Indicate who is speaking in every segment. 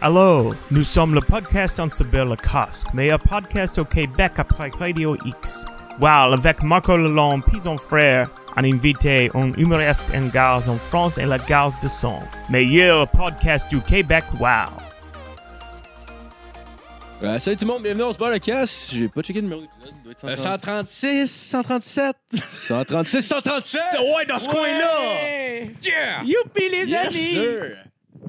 Speaker 1: Allô, nous sommes le podcast en cyber le casque, meilleur podcast au Québec après Radio X. Wow, avec Marco Lalonde, puis son frère, un invité, un humoriste en gare en France et la gare de son. Meilleur podcast du Québec, wow.
Speaker 2: Euh, salut tout le monde, bienvenue, on se bat le casse. J'ai pas checké le numéro d'épisode. il doit être
Speaker 3: Euh, 136, 137.
Speaker 2: 136, 137!
Speaker 3: Ouais, dans ce coin-là.
Speaker 2: Yeah!
Speaker 3: Youpi, les
Speaker 2: Yes,
Speaker 3: amis.
Speaker 2: sir.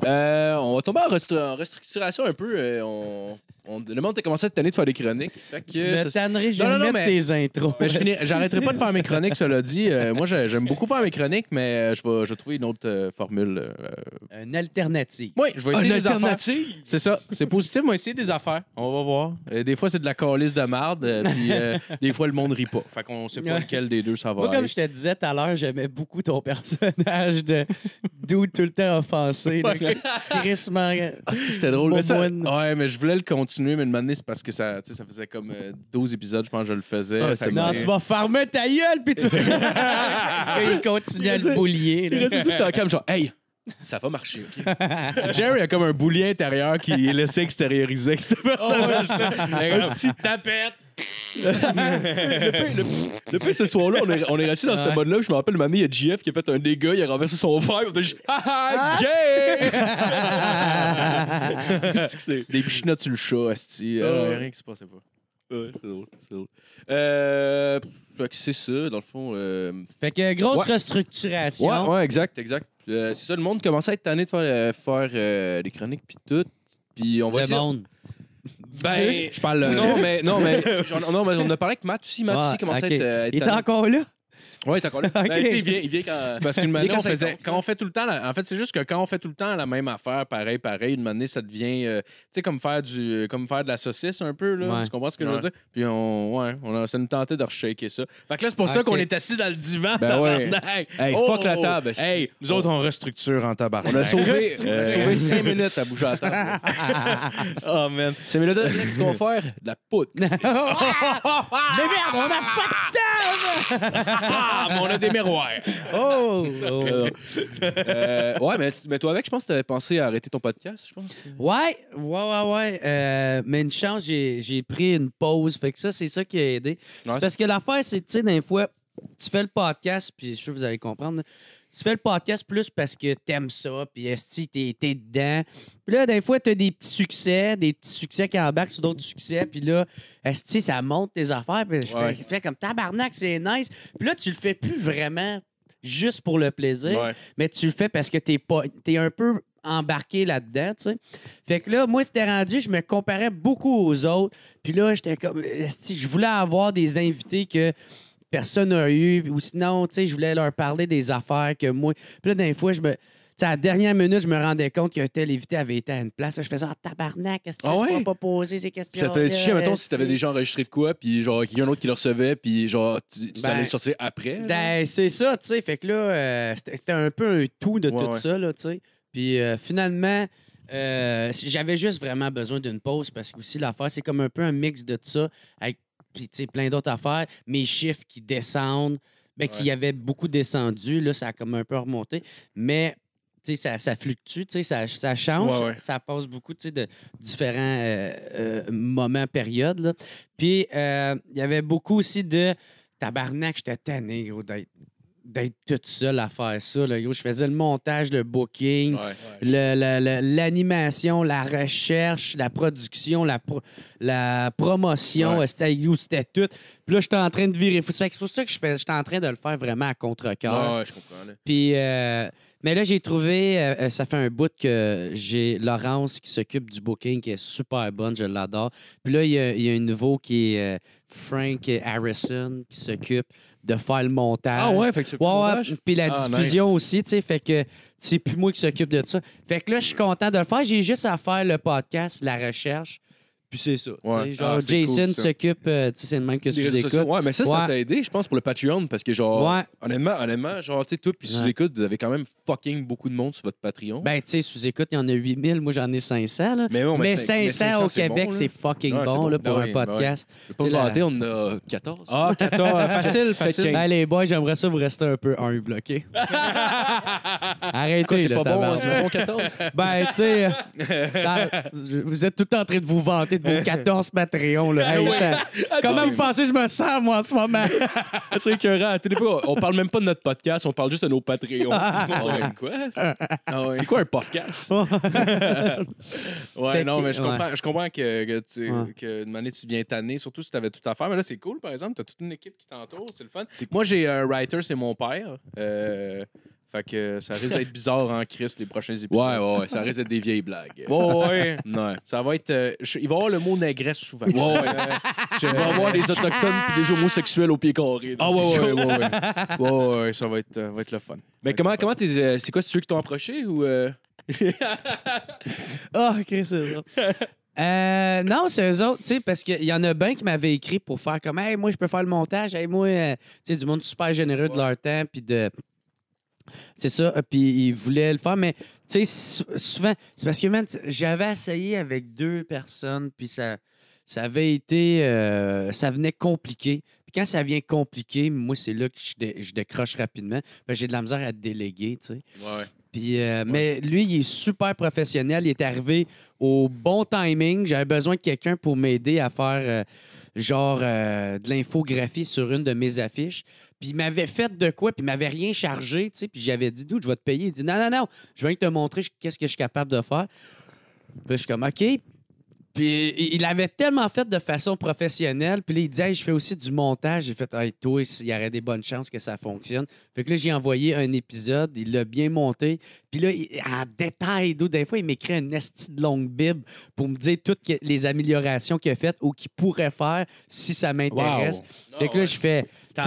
Speaker 2: Euh, on va tomber en, restru- en restructuration un peu. euh, on, on- le monde a commencé cette année de faire des chroniques. Fait que
Speaker 3: Je
Speaker 2: ça
Speaker 3: me
Speaker 2: se-
Speaker 3: tannerai, je
Speaker 2: Non,
Speaker 3: vais
Speaker 2: non, non,
Speaker 3: mettre
Speaker 2: mais-
Speaker 3: tes intros.
Speaker 2: mais je finis- j'arrêterai pas de faire mes chroniques, cela dit. Euh, moi, j'ai- j'aime beaucoup faire mes chroniques, mais euh, je vais, je vais trouver une autre euh, formule.
Speaker 3: Une alternative.
Speaker 2: Oui, je vais essayer des affaires. C'est ça, c'est positif, on va essayer des affaires. On va voir. Euh, des fois, c'est de la calice de marde, euh, puis euh, des fois, le monde rit pas. Fait qu'on sait pas
Speaker 3: Ouais.
Speaker 2: lequel des deux ça va
Speaker 3: Moi,
Speaker 2: aller.
Speaker 3: comme je te disais tout à l'heure, j'aimais beaucoup ton personnage de dude tout le temps offensé. là. Crissement.
Speaker 2: Ah, c'est que c'était drôle. Mais ça-
Speaker 3: Momoine.
Speaker 2: ouais, mais je voulais le continuer, mais demander, c'est parce que ça, tu sais, ça faisait comme euh, 12 épisodes, je pense que je le faisais.
Speaker 4: Ah,
Speaker 2: Fait
Speaker 4: c'est
Speaker 2: que-
Speaker 3: Non, tu vas farmer ta gueule, puis tu Il continue à le boulier.
Speaker 2: Il
Speaker 3: là.
Speaker 2: restait tout le temps comme genre, hey, ça va marcher. ok. Jerry a comme un boulier intérieur qui est laissé extérioriser. avec ce Oh, personnage-là. Si tapette. le pire, le- le pire, ce soir-là, on est, on est resté dans ce
Speaker 3: Ouais.
Speaker 2: mode-là. puis Je me rappelle, mamie, il y a GF qui a fait un dégât, il a renversé son verre. puis On a juste, ah ah, Jay! C'est- Des pichinottes sur le chat, Asti.
Speaker 4: Ouais.
Speaker 2: rien qui se passait pas. Ouais, c'est drôle. C'est drôle. Euh, fait que c'est ça, dans le fond. euh,
Speaker 3: Fait que grosse
Speaker 2: Ouais.
Speaker 3: restructuration.
Speaker 2: Ouais, ouais, exact, exact. Euh, c'est ça, le monde commençait à être tanné de faire, euh, faire euh, des chroniques puis tout. Puis on va
Speaker 3: Le
Speaker 2: essayer-
Speaker 3: monde.
Speaker 2: Ben, je parle. Non, mais, non, mais, j'en- non, mais on a parlé avec Matt aussi. Matt
Speaker 3: Ouais,
Speaker 2: aussi commençait
Speaker 3: ok.
Speaker 2: à être, euh, à être
Speaker 3: Il est
Speaker 2: tanné.
Speaker 3: encore là?
Speaker 2: Ouais, il est encore là. Ben,
Speaker 3: Ok.
Speaker 2: tu sais, il vient, il vient quand.
Speaker 4: C'est parce qu'une
Speaker 2: Dès
Speaker 4: manière,
Speaker 2: que
Speaker 4: on
Speaker 2: ça
Speaker 4: faisait.
Speaker 2: tombe.
Speaker 4: Quand on fait tout le temps. la- En fait, c'est juste que quand on fait tout le temps la même affaire, pareil, pareil, une manière, ça devient. euh, tu sais, comme faire du comme faire de la saucisse un peu, là.
Speaker 3: Ouais.
Speaker 4: Tu comprends ce que je
Speaker 2: Ouais.
Speaker 4: veux dire? Puis, on, ouais, on a, ça nous tentait de reshaker ça. Fait que là, c'est pour ça
Speaker 3: Ok.
Speaker 4: qu'on est assis dans le divan,
Speaker 2: Ben
Speaker 4: tabarnak.
Speaker 2: Hey,
Speaker 4: Oh,
Speaker 2: fuck la
Speaker 4: oh,
Speaker 2: table.
Speaker 4: oh. Hey, nous autres, on restructure en tabarnak.
Speaker 2: on a sauvé,
Speaker 3: Restructure.
Speaker 2: 5 minutes à bouger à la table.
Speaker 4: Oh, man.
Speaker 2: 5 minutes, qu'est-ce qu'on va faire? De la poudre.
Speaker 3: Mais merde, on n'a pas de
Speaker 4: Ah, mais on a des miroirs.
Speaker 3: Oh!
Speaker 2: Euh, ouais, mais, mais toi, avec, je pense que t'avais pensé à arrêter ton podcast, je pense.
Speaker 3: Ouais, ouais, ouais, ouais. Euh, mais une chance, j'ai j'ai pris une pause. Fait que ça, c'est ça qui a aidé. C'est
Speaker 2: Ouais,
Speaker 3: parce que l'affaire, c'est, tu sais, des fois, tu fais le podcast, puis je suis sûr que vous allez comprendre. là. Tu fais le podcast plus parce que t'aimes ça, puis esti, t'es, t'es dedans. Puis là, des fois, t'as des petits succès, des petits succès qui embarquent sur d'autres succès, puis là, esti, ça monte tes affaires, puis je
Speaker 2: Ouais.
Speaker 3: fais, fais comme tabarnak, c'est nice. Puis là, tu le fais plus vraiment juste pour le plaisir
Speaker 2: Ouais.
Speaker 3: mais tu le fais parce que t'es pas t'es un peu embarqué là-dedans, tu sais. Fait que là, moi, c'était rendu, je me comparais beaucoup aux autres. Puis là, j'étais comme, esti, je voulais avoir des invités que personne n'a eu, ou sinon, tu sais, je voulais leur parler des affaires que moi. Puis là, des fois, je me. tu sais, à la dernière minute, je me rendais compte qu'un tel invité avait été à une place. Là, je faisais, ah, tabarnak, est-ce que
Speaker 2: Ah
Speaker 3: je
Speaker 2: ouais?
Speaker 3: peux pas poser ces questions?
Speaker 2: Ça te fait chier, mettons, si t'avais déjà enregistré de quoi, puis genre, quelqu'un d'autre qui le recevait, puis genre, tu, tu
Speaker 3: Ben,
Speaker 2: allais le sortir après. là.
Speaker 3: Ben, c'est ça, tu sais. Fait que là, euh, c'était c'était un peu un tout de
Speaker 2: Ouais,
Speaker 3: tout
Speaker 2: ouais.
Speaker 3: ça, là, tu sais. Puis euh, finalement, euh, j'avais juste vraiment besoin d'une pause parce que aussi l'affaire, c'est comme un peu un mix de tout ça avec puis, tu sais, plein d'autres affaires. Mes chiffres qui descendent, ben, qui avaient beaucoup descendu, là, ça a comme un peu remonté. Mais, tu sais, ça, ça fluctue, tu sais, ça, ça change.
Speaker 4: Ouais, ouais.
Speaker 3: Ça passe beaucoup, tu sais, de différents euh, euh, moments, périodes, là. Puis, euh, il y avait beaucoup aussi de tabarnak, j'étais tanné, gros, d'être d'être toute seule à faire ça. Là, gros. Je faisais le montage, le booking,
Speaker 2: Ouais.
Speaker 3: le- le- le- l'animation, la recherche, la production, la, pro- la promotion,
Speaker 2: Ouais.
Speaker 3: euh, c'était you, c'était tout. Puis là, j'étais en train de virer fou. Fait que C'est pour ça que je fais- j'étais en train de le faire vraiment à contre-cœur.
Speaker 2: Ouais, ouais, je comprends. là.
Speaker 3: Puis, euh, mais là, j'ai trouvé, euh, euh, ça fait un bout que j'ai Laurence qui s'occupe du booking, qui est super bonne, je l'adore. Puis là, il y, a- il y a un nouveau qui est euh, Frank Harrison qui s'occupe de faire le montage.
Speaker 2: Ah ouais, fait que c'est
Speaker 3: Ouais, ouais,
Speaker 2: dommage.
Speaker 3: puis la
Speaker 2: Ah,
Speaker 3: diffusion
Speaker 2: nice.
Speaker 3: aussi, tu sais, fait que c'est plus moi qui s'occupe de ça. Fait que là, je suis content de le faire. J'ai juste à faire le podcast, la recherche, Puis c'est ça. tu
Speaker 4: Ouais.
Speaker 3: sais, Genre,
Speaker 4: Ah, c'est cool,
Speaker 3: Jason
Speaker 4: ça.
Speaker 3: s'occupe, euh, tu sais, c'est le même que
Speaker 4: Les
Speaker 3: tu
Speaker 4: réseaux sociaux.
Speaker 3: écoutes.
Speaker 4: Ouais, mais ça, ça
Speaker 3: Ouais.
Speaker 4: t'a aidé, je pense, pour le Patreon, parce que genre,
Speaker 3: Ouais.
Speaker 4: honnêtement, honnêtement, genre, tu sais, toi, puis
Speaker 3: Ouais.
Speaker 4: sous écoute, vous avez quand même fucking beaucoup de monde sur votre Patreon.
Speaker 3: Ben, tu sais, sous écoute, il y en a 8000. Moi, j'en ai 500. Là.
Speaker 4: mais, bon,
Speaker 3: mais,
Speaker 4: cinq-
Speaker 3: 500,
Speaker 4: mais
Speaker 3: au
Speaker 4: 500,
Speaker 3: Québec,
Speaker 4: bon, là.
Speaker 3: c'est euh, fucking
Speaker 4: Ouais, c'est
Speaker 3: bon,
Speaker 4: bon.
Speaker 3: là,
Speaker 4: Ben
Speaker 3: pour
Speaker 4: oui,
Speaker 3: un
Speaker 4: ben
Speaker 3: podcast.
Speaker 4: Je peux
Speaker 3: c'est
Speaker 4: pas
Speaker 3: la-
Speaker 4: vanter, on a 14.
Speaker 2: Ah, 14. Facile, facile.
Speaker 3: Ben, les boys, j'aimerais ça vous rester un peu humble, OK? Arrêtez,
Speaker 4: Quoi, c'est
Speaker 3: là,
Speaker 4: pas bon, hein,
Speaker 3: tabarnak.
Speaker 4: c'est pas bon 14?
Speaker 3: Ben, tu sais, euh, dans- je- vous êtes tout le temps en train de vous vanter de vos 14 Patreons. Là.
Speaker 4: Ben
Speaker 3: Hey, ça- Comment vous pensez que je me sens, moi, en ce moment?
Speaker 4: c'est écœurant. À tous les fois, on parle même pas de notre podcast, on parle juste de nos Patreons. Ah On dirait, quoi? C'est quoi un podcast?
Speaker 3: Fait
Speaker 4: Ouais, non,
Speaker 3: que-
Speaker 4: mais je comprends, je comprends que, que tu,
Speaker 3: Ouais.
Speaker 4: que une année, tu viens tanner, surtout si tu avais tout à faire. Mais là, c'est cool, par exemple. Tu as toute une équipe qui t'entoure, c'est le fun. Moi, j'ai un writer, c'est mon père. Euh, fait que ça risque d'être bizarre en Christ les prochains épisodes.
Speaker 2: Ouais, ouais, ouais, ça reste d'être des vieilles blagues.
Speaker 4: Ouais, ouais.
Speaker 2: Ouais.
Speaker 4: Ça va être. euh, je- il va y avoir le mot négresse souvent.
Speaker 2: Ouais, ouais.
Speaker 4: Euh, je-
Speaker 2: On va avoir des autochtones puis des homosexuels au pied carré.
Speaker 4: Ah, ouais, ouais, ouais, ouais, ouais. Ouais, ouais, ça va être, euh, va être le fun.
Speaker 2: Mais comment, comment t'es. euh, c'est quoi, c'est ceux qui t'ont approché ou. euh?
Speaker 3: Ah, ok, c'est drôle. Euh, non, c'est eux autres, tu sais, parce qu'il y en a bien qui m'avaient écrit pour faire comme, hey, moi, je peux faire le montage, hey, moi, euh, tu sais, du monde super généreux de leur temps, puis de. C'est ça, euh, puis ils voulaient le faire, mais, tu sais, sou- souvent, c'est parce que, man, tu- j'avais essayé avec deux personnes, puis ça, ça avait été. euh, ça venait compliqué. Puis quand ça vient compliqué, moi, c'est là que je, dé- je décroche rapidement. Parce que j'ai de la misère à déléguer, tu sais.
Speaker 4: Ouais.
Speaker 3: Puis, euh, Mais lui, il est super professionnel. Il est arrivé au bon timing. J'avais besoin de quelqu'un pour m'aider à faire euh, genre euh, de l'infographie sur une de mes affiches. Puis il m'avait fait de quoi, puis il m'avait rien chargé, tu sais. Puis j'avais dit, d'où je vais te payer. Il dit, non, non, non, je viens te montrer je- qu'est-ce que je suis capable de faire. Puis je suis comme, OK. Puis il- il l'avait tellement fait de façon professionnelle. Puis là, il disait, Hey, je fais aussi du montage. J'ai fait, hey, toi, il y aurait des bonnes chances que ça fonctionne. Fait que là, j'ai envoyé un épisode. Il l'a bien monté. Puis là, il- en détail, d'où des fois, il m'écrit une esti de longue bible pour me dire toutes que- les améliorations qu'il a faites ou qu'il pourrait faire si ça m'intéresse. Fait que là, je fais tabarnak.
Speaker 4: Ah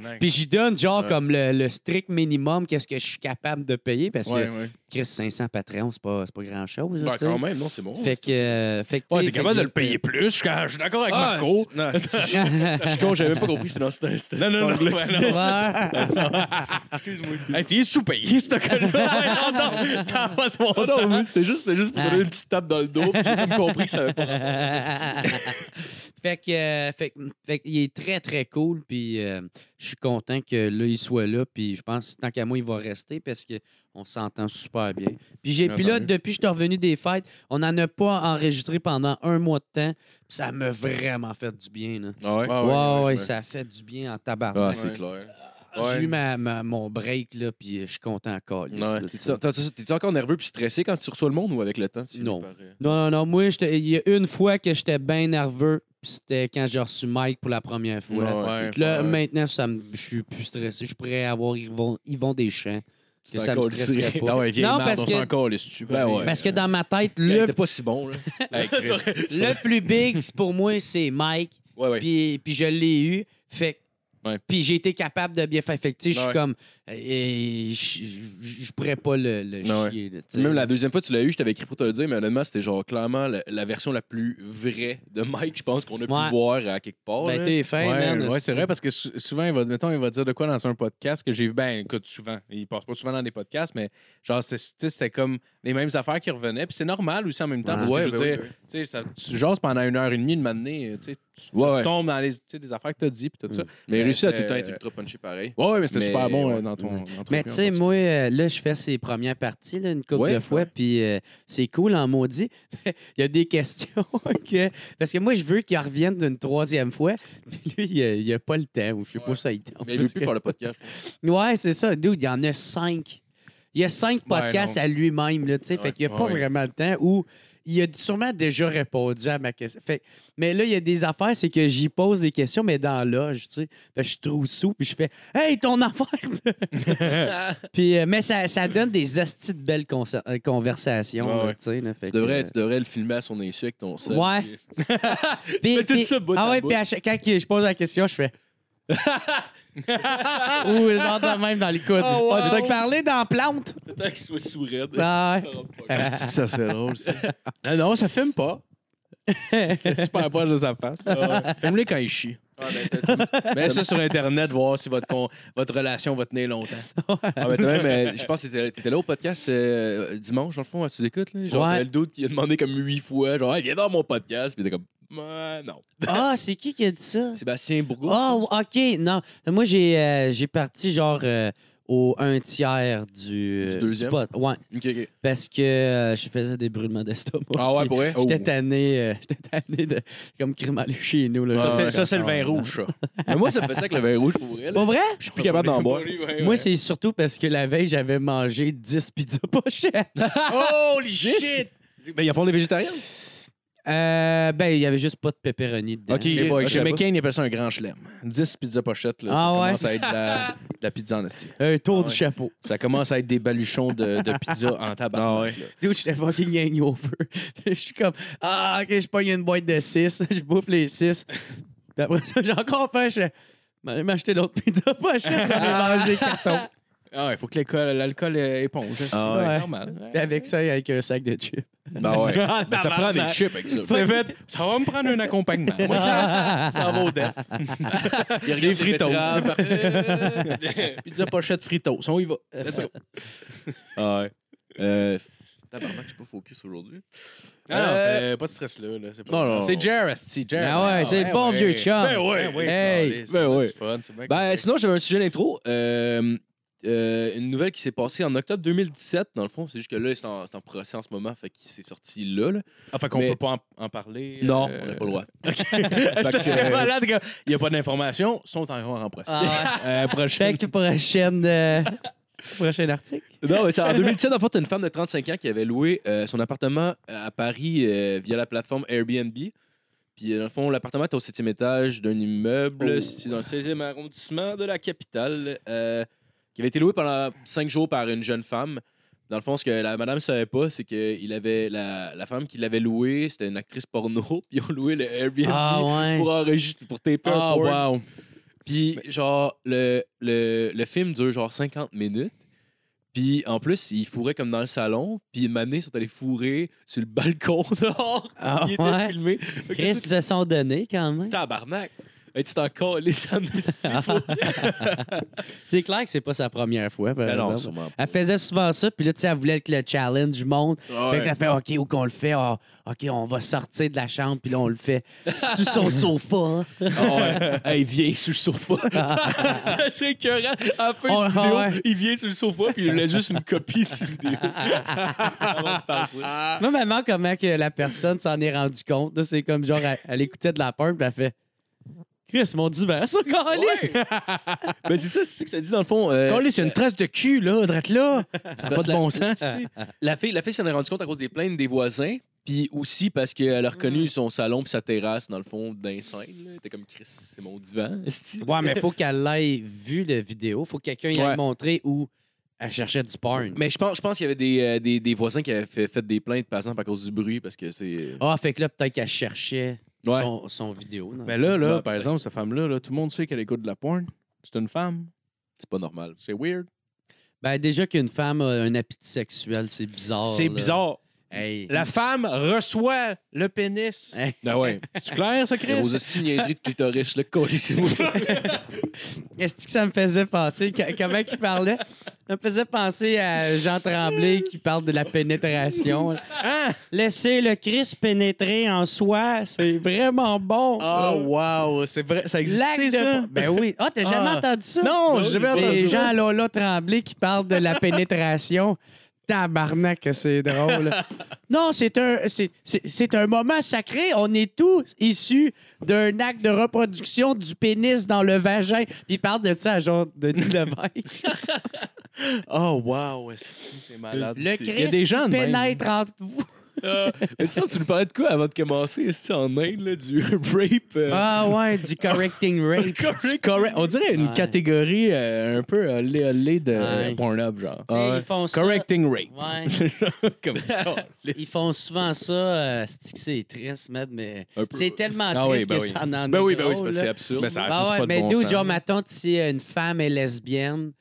Speaker 4: Tabarnak.
Speaker 3: Puis j'y donne genre
Speaker 4: Ouais.
Speaker 3: comme le, le strict minimum, qu'est-ce que je suis capable de payer. Parce
Speaker 4: Ouais,
Speaker 3: que
Speaker 4: ouais.
Speaker 3: Chris, 500 Patreon, c'est pas, c'est pas grand-chose. là,
Speaker 4: Ben,
Speaker 3: tu sais.
Speaker 4: quand même, non, c'est bon.
Speaker 3: Fait que. euh, fait que tu sais, fait que-
Speaker 4: plus. Je suis je suis d'accord avec
Speaker 2: Ah,
Speaker 4: Marco.
Speaker 2: c'est- non, c'est-
Speaker 4: Je suis con, j'avais même pas compris que c'était dans ce texte. Non, non, non.
Speaker 3: Ouais.
Speaker 4: Excuse-moi, excuse-moi. Hey, t'es sous-payé, ce gars-là. non, non, ça n'a pas de bon sens.
Speaker 2: Ah oui, c'était juste, c'était juste
Speaker 3: pour donner une
Speaker 2: petite tape dans le dos. J'ai même compris que ça avait pas.
Speaker 3: fait que, euh, fait, que- fait qu'il est très, très cool. Puis euh, je suis content que là, il soit là. Puis je pense que tant qu'à moi, il va rester parce qu'on s'entend super bien. Puis, j'ai,
Speaker 4: Ah,
Speaker 3: puis là,
Speaker 4: tant mieux.
Speaker 3: depuis que je suis revenu des fêtes, on n'en a pas enregistré pendant un mois de temps. Puis ça m'a vraiment fait du bien. Là.
Speaker 4: Ouais,
Speaker 3: Ouais, ouais,
Speaker 4: ouais,
Speaker 3: ça a fait du bien en tabac.
Speaker 2: Ah, c'est
Speaker 4: Ouais.
Speaker 2: clair.
Speaker 3: J'ai eu
Speaker 4: ouais.
Speaker 3: ma- ma- mon break, là, puis je suis content encore.
Speaker 2: Ouais. T'es- t'es- T'es-tu encore nerveux puis stressé quand tu reçois le monde ou avec le temps? tu finis
Speaker 3: Non.
Speaker 2: par, euh,
Speaker 3: Non, non, non. Moi, j'étais- il y a une fois que j'étais bien nerveux, puis c'était quand j'ai reçu Mike pour la première fois.
Speaker 2: Ouais,
Speaker 4: ouais,
Speaker 3: Puis là,
Speaker 4: ouais.
Speaker 3: maintenant, ça me- je suis plus stressé. Je pourrais avoir Yvon, Yvon Deschamps.
Speaker 2: tu
Speaker 3: Que
Speaker 2: t'en
Speaker 3: ça me
Speaker 2: colles,
Speaker 3: stresserait
Speaker 2: c'est-
Speaker 3: pas.
Speaker 2: Ah ouais, vieille
Speaker 3: Non,
Speaker 2: merde,
Speaker 3: parce
Speaker 2: on
Speaker 3: que-
Speaker 2: s'en colle, est-ce que tu Ben ouais.
Speaker 3: Parce que dans ma tête,
Speaker 2: Hey,
Speaker 3: le,
Speaker 2: T'es pas si bon, là. Hey, Chris.
Speaker 3: le plus big c'est pour moi, c'est Mike.
Speaker 2: Ouais, ouais.
Speaker 3: Puis, puis je l'ai eu. Fait que-
Speaker 4: Ouais.
Speaker 3: Puis j'ai été capable de bien faire. Fait que, tu sais, je suis
Speaker 4: Ouais.
Speaker 3: comme. euh, et je je- je pourrais pas le, le
Speaker 2: Ouais.
Speaker 3: chier. là, tu sais. Ben,
Speaker 2: Même la deuxième fois que tu l'as eu, je t'avais écrit pour te le dire, mais honnêtement, c'était genre clairement la, la version la plus vraie de Mike, je pense, qu'on a
Speaker 3: Ouais.
Speaker 2: pu voir à quelque part.
Speaker 3: Ben,
Speaker 2: là.
Speaker 3: t'es fin,
Speaker 4: Ouais,
Speaker 3: man.
Speaker 4: ouais, c'est vrai, parce que sou- souvent, il va, mettons, il va dire de quoi dans un podcast que j'ai vu. Ben, écoute, souvent. Il passe pas souvent dans des podcasts, mais genre, c'était- tu sais, c'était comme les mêmes affaires qui revenaient. Puis c'est normal aussi en même temps,
Speaker 3: Ouais.
Speaker 4: parce que
Speaker 2: Ouais,
Speaker 4: je veux
Speaker 2: ben
Speaker 4: dire,
Speaker 2: oui, ben
Speaker 4: tu sais, ça- tu jases pendant une heure et demie, une matinée, tu sais, tu- tu
Speaker 2: Ouais, ouais.
Speaker 4: tombes dans les, tu sais, des affaires que t'as dit, puis tout ça.
Speaker 2: Mais il réussit à
Speaker 4: Euh,
Speaker 2: tout le temps être ultra punché pareil.
Speaker 4: Ouais, ouais, mais c'était
Speaker 2: Mais-
Speaker 4: super bon euh,
Speaker 2: ouais.
Speaker 4: dans ton. dans ton
Speaker 3: Mais
Speaker 4: film,
Speaker 3: tu sais,
Speaker 4: en
Speaker 3: moi, euh, là, je fais ces premières parties, là, une couple
Speaker 2: Ouais,
Speaker 3: de fois,
Speaker 2: ouais.
Speaker 3: puis euh, c'est cool en maudit. Il y a des questions que... Parce que moi, je veux qu'il revienne d'une troisième fois, puis lui, il a- il a pas le temps, ou je sais pas
Speaker 2: Ouais.
Speaker 3: ça, il tombe.
Speaker 2: Mais il veut plus faire le podcast. je pense.
Speaker 3: Ouais, c'est ça. Dude, il y en a cinq. Il y a cinq
Speaker 4: Ouais,
Speaker 3: podcasts
Speaker 4: Ben non.
Speaker 3: à lui-même, là, tu sais. fait
Speaker 4: Ouais,
Speaker 3: qu'il n'y a
Speaker 4: ouais,
Speaker 3: pas
Speaker 4: ouais.
Speaker 3: vraiment le temps où il a sûrement déjà répondu à ma question. Fait, que- mais là, il y a des affaires, c'est que j'y pose des questions, mais dans la loge, tu sais. Fait que je suis trop sous, puis je fais Hey, ton affaire! de- puis, euh, mais ça, ça donne des hosties de belles conser- euh, conversations,
Speaker 4: Ouais,
Speaker 3: là,
Speaker 4: ouais.
Speaker 3: tu sais. là, fait
Speaker 2: Tu
Speaker 3: que,
Speaker 2: devrais,
Speaker 3: euh,
Speaker 2: tu devrais le filmer à son insu avec ton seul.
Speaker 3: Ouais. puis-
Speaker 2: fais tout
Speaker 3: puis-
Speaker 2: ça bout
Speaker 3: Ah
Speaker 2: à
Speaker 3: ouais,
Speaker 2: bout.
Speaker 3: puis à chaque- quand que je pose la question, je fais. Ou genre de même dans les coudes.
Speaker 2: wow.
Speaker 3: On peut parler dans la plante.
Speaker 2: Peut-être qu'il soit sourd.
Speaker 3: Ah ouais.
Speaker 4: Ah, c'est que ça serait drôle, ça. Non, non, ça filme pas. C'est super proche de sa face. Ferme-les quand il chie.
Speaker 2: Ah, ben,
Speaker 4: Mais ça sur Internet, voir si votre, con- votre relation va tenir longtemps.
Speaker 2: Ah, mais toi-même, euh, je pense que t'étais- t'étais là au podcast euh, dimanche, dans le fond, à tu écoutes. Là, genre,
Speaker 3: Ouais.
Speaker 2: t'avais le doute qui a demandé comme huit fois, genre, Hey, viens dans mon podcast. Puis t'es comme, Ouais, non.
Speaker 3: Ah, c'est qui qui a dit ça?
Speaker 2: Sébastien Bourgault.
Speaker 3: Ah, oh, OK. Non, moi, j'ai euh, j'ai parti genre euh, au un tiers du,
Speaker 2: Du deuxième?
Speaker 3: pot. Ouais,
Speaker 2: Ok, ok.
Speaker 3: parce que euh, je faisais des brûlements d'estomac.
Speaker 2: Ah ouais, pour vrai?
Speaker 3: J'étais tanné, euh, j'étais tanné de comme crime aller chez nous. Là,
Speaker 2: Ça,
Speaker 4: Ça,
Speaker 3: genre,
Speaker 4: c'est-
Speaker 3: euh,
Speaker 4: ça, c'est le vin
Speaker 3: quand-
Speaker 4: rouge, ça.
Speaker 2: Mais moi, ça me fait ça avec le vin rouge pour vrai. là.
Speaker 3: Pas vrai?
Speaker 2: Je suis plus capable
Speaker 3: Ah,
Speaker 2: d'en boire.
Speaker 3: Moi, c'est surtout parce que la veille, j'avais mangé 10 pizzas pochettes.
Speaker 2: Holy
Speaker 4: shit! Mais ils font des végétariens.
Speaker 3: Euh, ben, il y avait juste pas de pepperoni dedans.
Speaker 4: OK,
Speaker 2: Les boys, je
Speaker 4: chez
Speaker 2: sais pas.
Speaker 4: McCain, il appelle ça un grand chelem. 10 pizzas pochettes, là,
Speaker 3: Ah
Speaker 4: ça
Speaker 3: ouais?
Speaker 4: commence à être de la, de la pizza en esti.
Speaker 3: Un tour
Speaker 4: Ah
Speaker 3: du
Speaker 4: ouais.
Speaker 3: chapeau.
Speaker 4: Ça commence à être des baluchons de, de pizza en tabac.
Speaker 3: Dude, j'étais fucking hangover. Je suis comme, ah, ok, je pogne une boîte de 6, je bouffe les 6. Puis après ça, j'ai encore faim, je fais, m'aller m'acheter d'autres pizzas pochettes, j'en ai mangé 14.
Speaker 4: Ah ouais, faut que l'école- l'alcool euh, éponge. esti.
Speaker 2: Ah ouais.
Speaker 4: C'est normal.
Speaker 3: Puis avec ça, avec un sac de chips.
Speaker 2: Ben ouais.
Speaker 3: Ah,
Speaker 2: Ben, ça prend des chips avec ça.
Speaker 4: C'est fait. Ça va me prendre un accompagnement. Moi, ça, ça va au dents.
Speaker 2: Il
Speaker 4: Des fritos. C'est parfait. Pizza pochette fritos. On y va. Let's go.
Speaker 2: Ah ouais. Euh, Tabarnak, je suis pas focus aujourd'hui.
Speaker 4: Ah, non,
Speaker 2: Euh,
Speaker 4: fais pas de stress là. là, C'est
Speaker 2: Non,
Speaker 4: pas...
Speaker 2: non, non.
Speaker 4: C'est Jer, esti, Jer.
Speaker 3: Ah ouais, c'est le bon vieux chum.
Speaker 4: Ben ouais.
Speaker 2: Ben oui.
Speaker 4: Hey.
Speaker 2: Ben oui.
Speaker 4: C'est fun. C'est bien
Speaker 2: Ben,
Speaker 4: correct.
Speaker 2: sinon, j'avais un sujet d'intro. Euh, euh, une nouvelle qui s'est passée en octobre 2017. Dans le fond, c'est juste que là, c'est en, c'est en procès en ce moment. Fait qu'il s'est sorti là. là.
Speaker 4: Ah, fait qu'on
Speaker 2: mais-
Speaker 4: peut pas en, en parler.
Speaker 2: Non,
Speaker 4: euh,
Speaker 2: on n'a pas le droit.
Speaker 4: Ça
Speaker 2: Fait que,
Speaker 4: serait
Speaker 2: euh,
Speaker 4: malade que- Il n'y a pas d'informations, sont encore en procès.
Speaker 3: Ah
Speaker 4: Euh, prochaine.
Speaker 3: Fait que prochaine, euh, prochain article.
Speaker 2: Non, mais c'est en 2017, en fait, une femme de 35 ans qui avait loué euh, son appartement à Paris euh, via la plateforme Airbnb. Puis, euh, dans le fond, l'appartement est au septième étage d'un immeuble situé dans le 16e arrondissement de la capitale, euh, qui avait été loué pendant cinq jours par une jeune femme. Dans le fond, ce que la madame ne savait pas, c'est que il avait la, la femme qui l'avait loué, c'était une actrice porno, puis ils ont loué le Airbnb
Speaker 3: Ah ouais.
Speaker 2: pour enregistrer, pour taper un
Speaker 4: Ah,
Speaker 2: porn.
Speaker 4: wow.
Speaker 2: Puis, genre, le, le, le film dure genre 50 minutes. Puis, en plus, ils fourraient comme dans le salon. Puis, une année, ils sont allés fourrer sur le balcon dehors.
Speaker 3: Ah
Speaker 2: il était
Speaker 3: ouais.
Speaker 2: filmé. Fait que
Speaker 3: Chris
Speaker 2: tout-
Speaker 3: se sont donnés quand même.
Speaker 2: Tabarnak! Hey, tu t'en calais, amnesties.
Speaker 3: C'est clair que c'est pas sa première fois, par
Speaker 2: Ben non,
Speaker 3: exemple.
Speaker 2: sûrement.
Speaker 3: Elle faisait souvent ça, puis là, tu sais, elle voulait que le challenge monte. Fait que
Speaker 2: Ouais.
Speaker 3: t'as fait, OK, où qu'on le fait? Ah, OK, on va sortir de la chambre, puis là, on le fait sous son sofa.
Speaker 2: Ah ouais. Hey, vieille sur le sofa. ça serait écœurant. À la fin
Speaker 3: Oh,
Speaker 2: du vidéo,
Speaker 3: ouais.
Speaker 2: il vient sur le sofa puis il laisse juste une copie du vidéo. Avant de partir.
Speaker 3: Moi, maman, comment que la personne s'en est rendue compte? là, C'est comme genre, elle, elle écoutait de la porn, puis elle fait, Chris, mon divan, ça, câlisse!
Speaker 2: Ben, c'est ça, c'est ça que ça dit dans le fond. euh,
Speaker 4: Collis, il y a une trace de cul, là, drette là.
Speaker 2: c'est
Speaker 4: Pas
Speaker 2: parce
Speaker 4: de
Speaker 2: que la-
Speaker 4: bon sens,
Speaker 3: Ah.
Speaker 4: si.
Speaker 2: La fille, la fille s'en est rendue compte à cause des plaintes des voisins, puis aussi parce qu'elle a reconnu son salon puis sa terrasse, dans le fond, d'insane. là. T'es comme Chris, c'est mon divan. esti.
Speaker 3: Ouais, mais faut qu'elle l'ait vu, la vidéo. Faut que quelqu'un y
Speaker 2: Ouais.
Speaker 3: ait montré où elle cherchait du porn.
Speaker 2: Mais je pense, je pense qu'il y avait des, euh, des, des voisins qui avaient fait, fait des plaintes, par exemple, à cause du bruit, parce que c'est.
Speaker 3: Ah, fait que là, peut-être qu'elle cherchait
Speaker 2: Ouais.
Speaker 3: son, son vidéo. non?
Speaker 4: Mais Ben là,
Speaker 2: Ouais,
Speaker 4: là,
Speaker 2: peut-être.
Speaker 4: par exemple, cette femme-là, là, tout le monde sait qu'elle écoute de la porn. C'est une femme.
Speaker 2: C'est pas normal.
Speaker 4: C'est weird.
Speaker 3: Ben, déjà qu'une femme a un appétit sexuel, c'est
Speaker 2: Oh,
Speaker 3: bizarre.
Speaker 4: c'est
Speaker 3: là.
Speaker 4: bizarre.
Speaker 3: Hey.
Speaker 4: La femme reçoit le pénis.
Speaker 3: Hey.
Speaker 2: Ah ouais.
Speaker 4: C'est clair, ça,
Speaker 2: Vos
Speaker 4: Chris?
Speaker 2: hosties de niaiseries de clitoris, là, collissez-vous ça.
Speaker 3: Est-ce que ça me faisait penser, qu- comment il parlait? Ça me faisait penser à Jean Tremblay qui parle de la pénétration.
Speaker 4: Hein?
Speaker 3: Laisser le Christ pénétrer en soi, c'est vraiment bon.
Speaker 4: Ah, wow. C'est vrai. Ça existait,
Speaker 3: L'acte de-
Speaker 4: ça?
Speaker 3: Ben oui. Ah, t'as jamais
Speaker 4: Ah.
Speaker 3: entendu ça?
Speaker 4: Non, j'ai jamais entendu
Speaker 3: C'est
Speaker 4: ça.
Speaker 3: Jean-Lola Tremblay qui parle de la pénétration. Tabarnak, que c'est drôle. non, c'est un, c'est- c'est c'est un moment sacré. On est tous issus d'un acte de reproduction du pénis dans le vagin. Puis il parle de ça à genre de Levesque.
Speaker 4: Oh, wow. esti, C'est malade.
Speaker 3: Le
Speaker 4: Il y a
Speaker 3: Christ
Speaker 4: des gens de même.
Speaker 3: pénètre entre vous.
Speaker 2: Mais sinon, tu nous parlais de quoi avant de commencer, esti, en Inde, là, du rape? euh,
Speaker 3: Ah ouais, du correcting rape.
Speaker 4: C'est correct. On dirait une
Speaker 3: Ouais.
Speaker 4: catégorie euh, un peu olé olé de euh,
Speaker 3: Ouais.
Speaker 4: Pornhub, genre.
Speaker 3: Tu sais,
Speaker 4: Ouais.
Speaker 3: ils font ça.
Speaker 4: Correcting rape.
Speaker 3: Ouais.
Speaker 4: Comme-
Speaker 3: Ils font souvent ça. euh, c'est que c'est triste, man, mais
Speaker 2: Un peu, ouais.
Speaker 3: c'est tellement
Speaker 4: Ah oui,
Speaker 3: triste
Speaker 4: ben
Speaker 3: que
Speaker 4: oui.
Speaker 3: ça en en est
Speaker 2: Ben oui, ben oui, c'est
Speaker 3: drôle,
Speaker 2: parce que
Speaker 3: là.
Speaker 2: c'est absurde.
Speaker 4: Ben, ça a
Speaker 3: Ah
Speaker 4: juste
Speaker 3: ouais,
Speaker 4: pas de
Speaker 3: mais
Speaker 4: bon
Speaker 3: d'où,
Speaker 4: sens.
Speaker 3: genre, mettons, si une femme est lesbienne,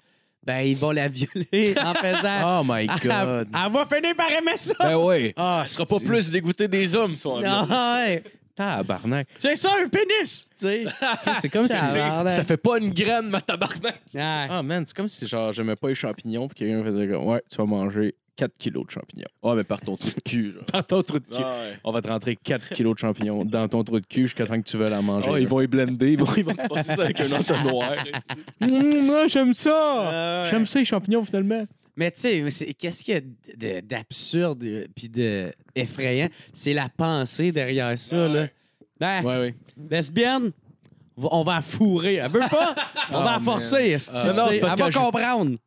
Speaker 3: ben, il va la violer en faisant.
Speaker 2: Oh my
Speaker 3: Elle,
Speaker 2: god.
Speaker 3: elle va finir par aimer ça!
Speaker 2: Ben oui.
Speaker 4: Ah, ce sera pas plus dégoûté des hommes, toi.
Speaker 3: Non, ouais.
Speaker 2: Tabarnak.
Speaker 3: C'est ça, un pénis! Tu sais.
Speaker 2: C'est comme si.
Speaker 3: Tabarnak.
Speaker 2: Ça fait pas une graine, ma tabarnak.
Speaker 3: Ouais.
Speaker 4: Ah, man, c'est comme si, genre, j'aimais pas les champignons, puis quelqu'un faisait comme, ouais, tu vas manger 4 kilos de champignons.
Speaker 2: Ah,
Speaker 4: Ouais, mais par ton trou de cul, genre.
Speaker 2: Dans ton trou de cul.
Speaker 4: Ah, ouais.
Speaker 2: On va te rentrer 4 kilos de champignons dans ton trou de cul jusqu'à temps que tu veux la manger.
Speaker 4: Ah,
Speaker 2: là.
Speaker 4: ils vont y blender, ils vont, ils vont te passer ça avec un entonnoir. esti.
Speaker 2: Mmh, ah, j'aime ça.
Speaker 3: Ah ouais.
Speaker 2: J'aime ça, les champignons, finalement.
Speaker 3: Mais tu sais, c'est- qu'est-ce qu'il y a d- de- d'absurde euh, puis d'effrayant? C'est la pensée derrière ça, là. Ben,
Speaker 4: Ouais, ouais.
Speaker 3: lesbienne, va- on va la fourrer. Elle veut pas, on va la
Speaker 4: man.
Speaker 3: forcer, esti,
Speaker 4: Ah, non,
Speaker 3: tu sais.
Speaker 4: c'est parce
Speaker 3: Elle va
Speaker 4: que je-
Speaker 3: comprendre.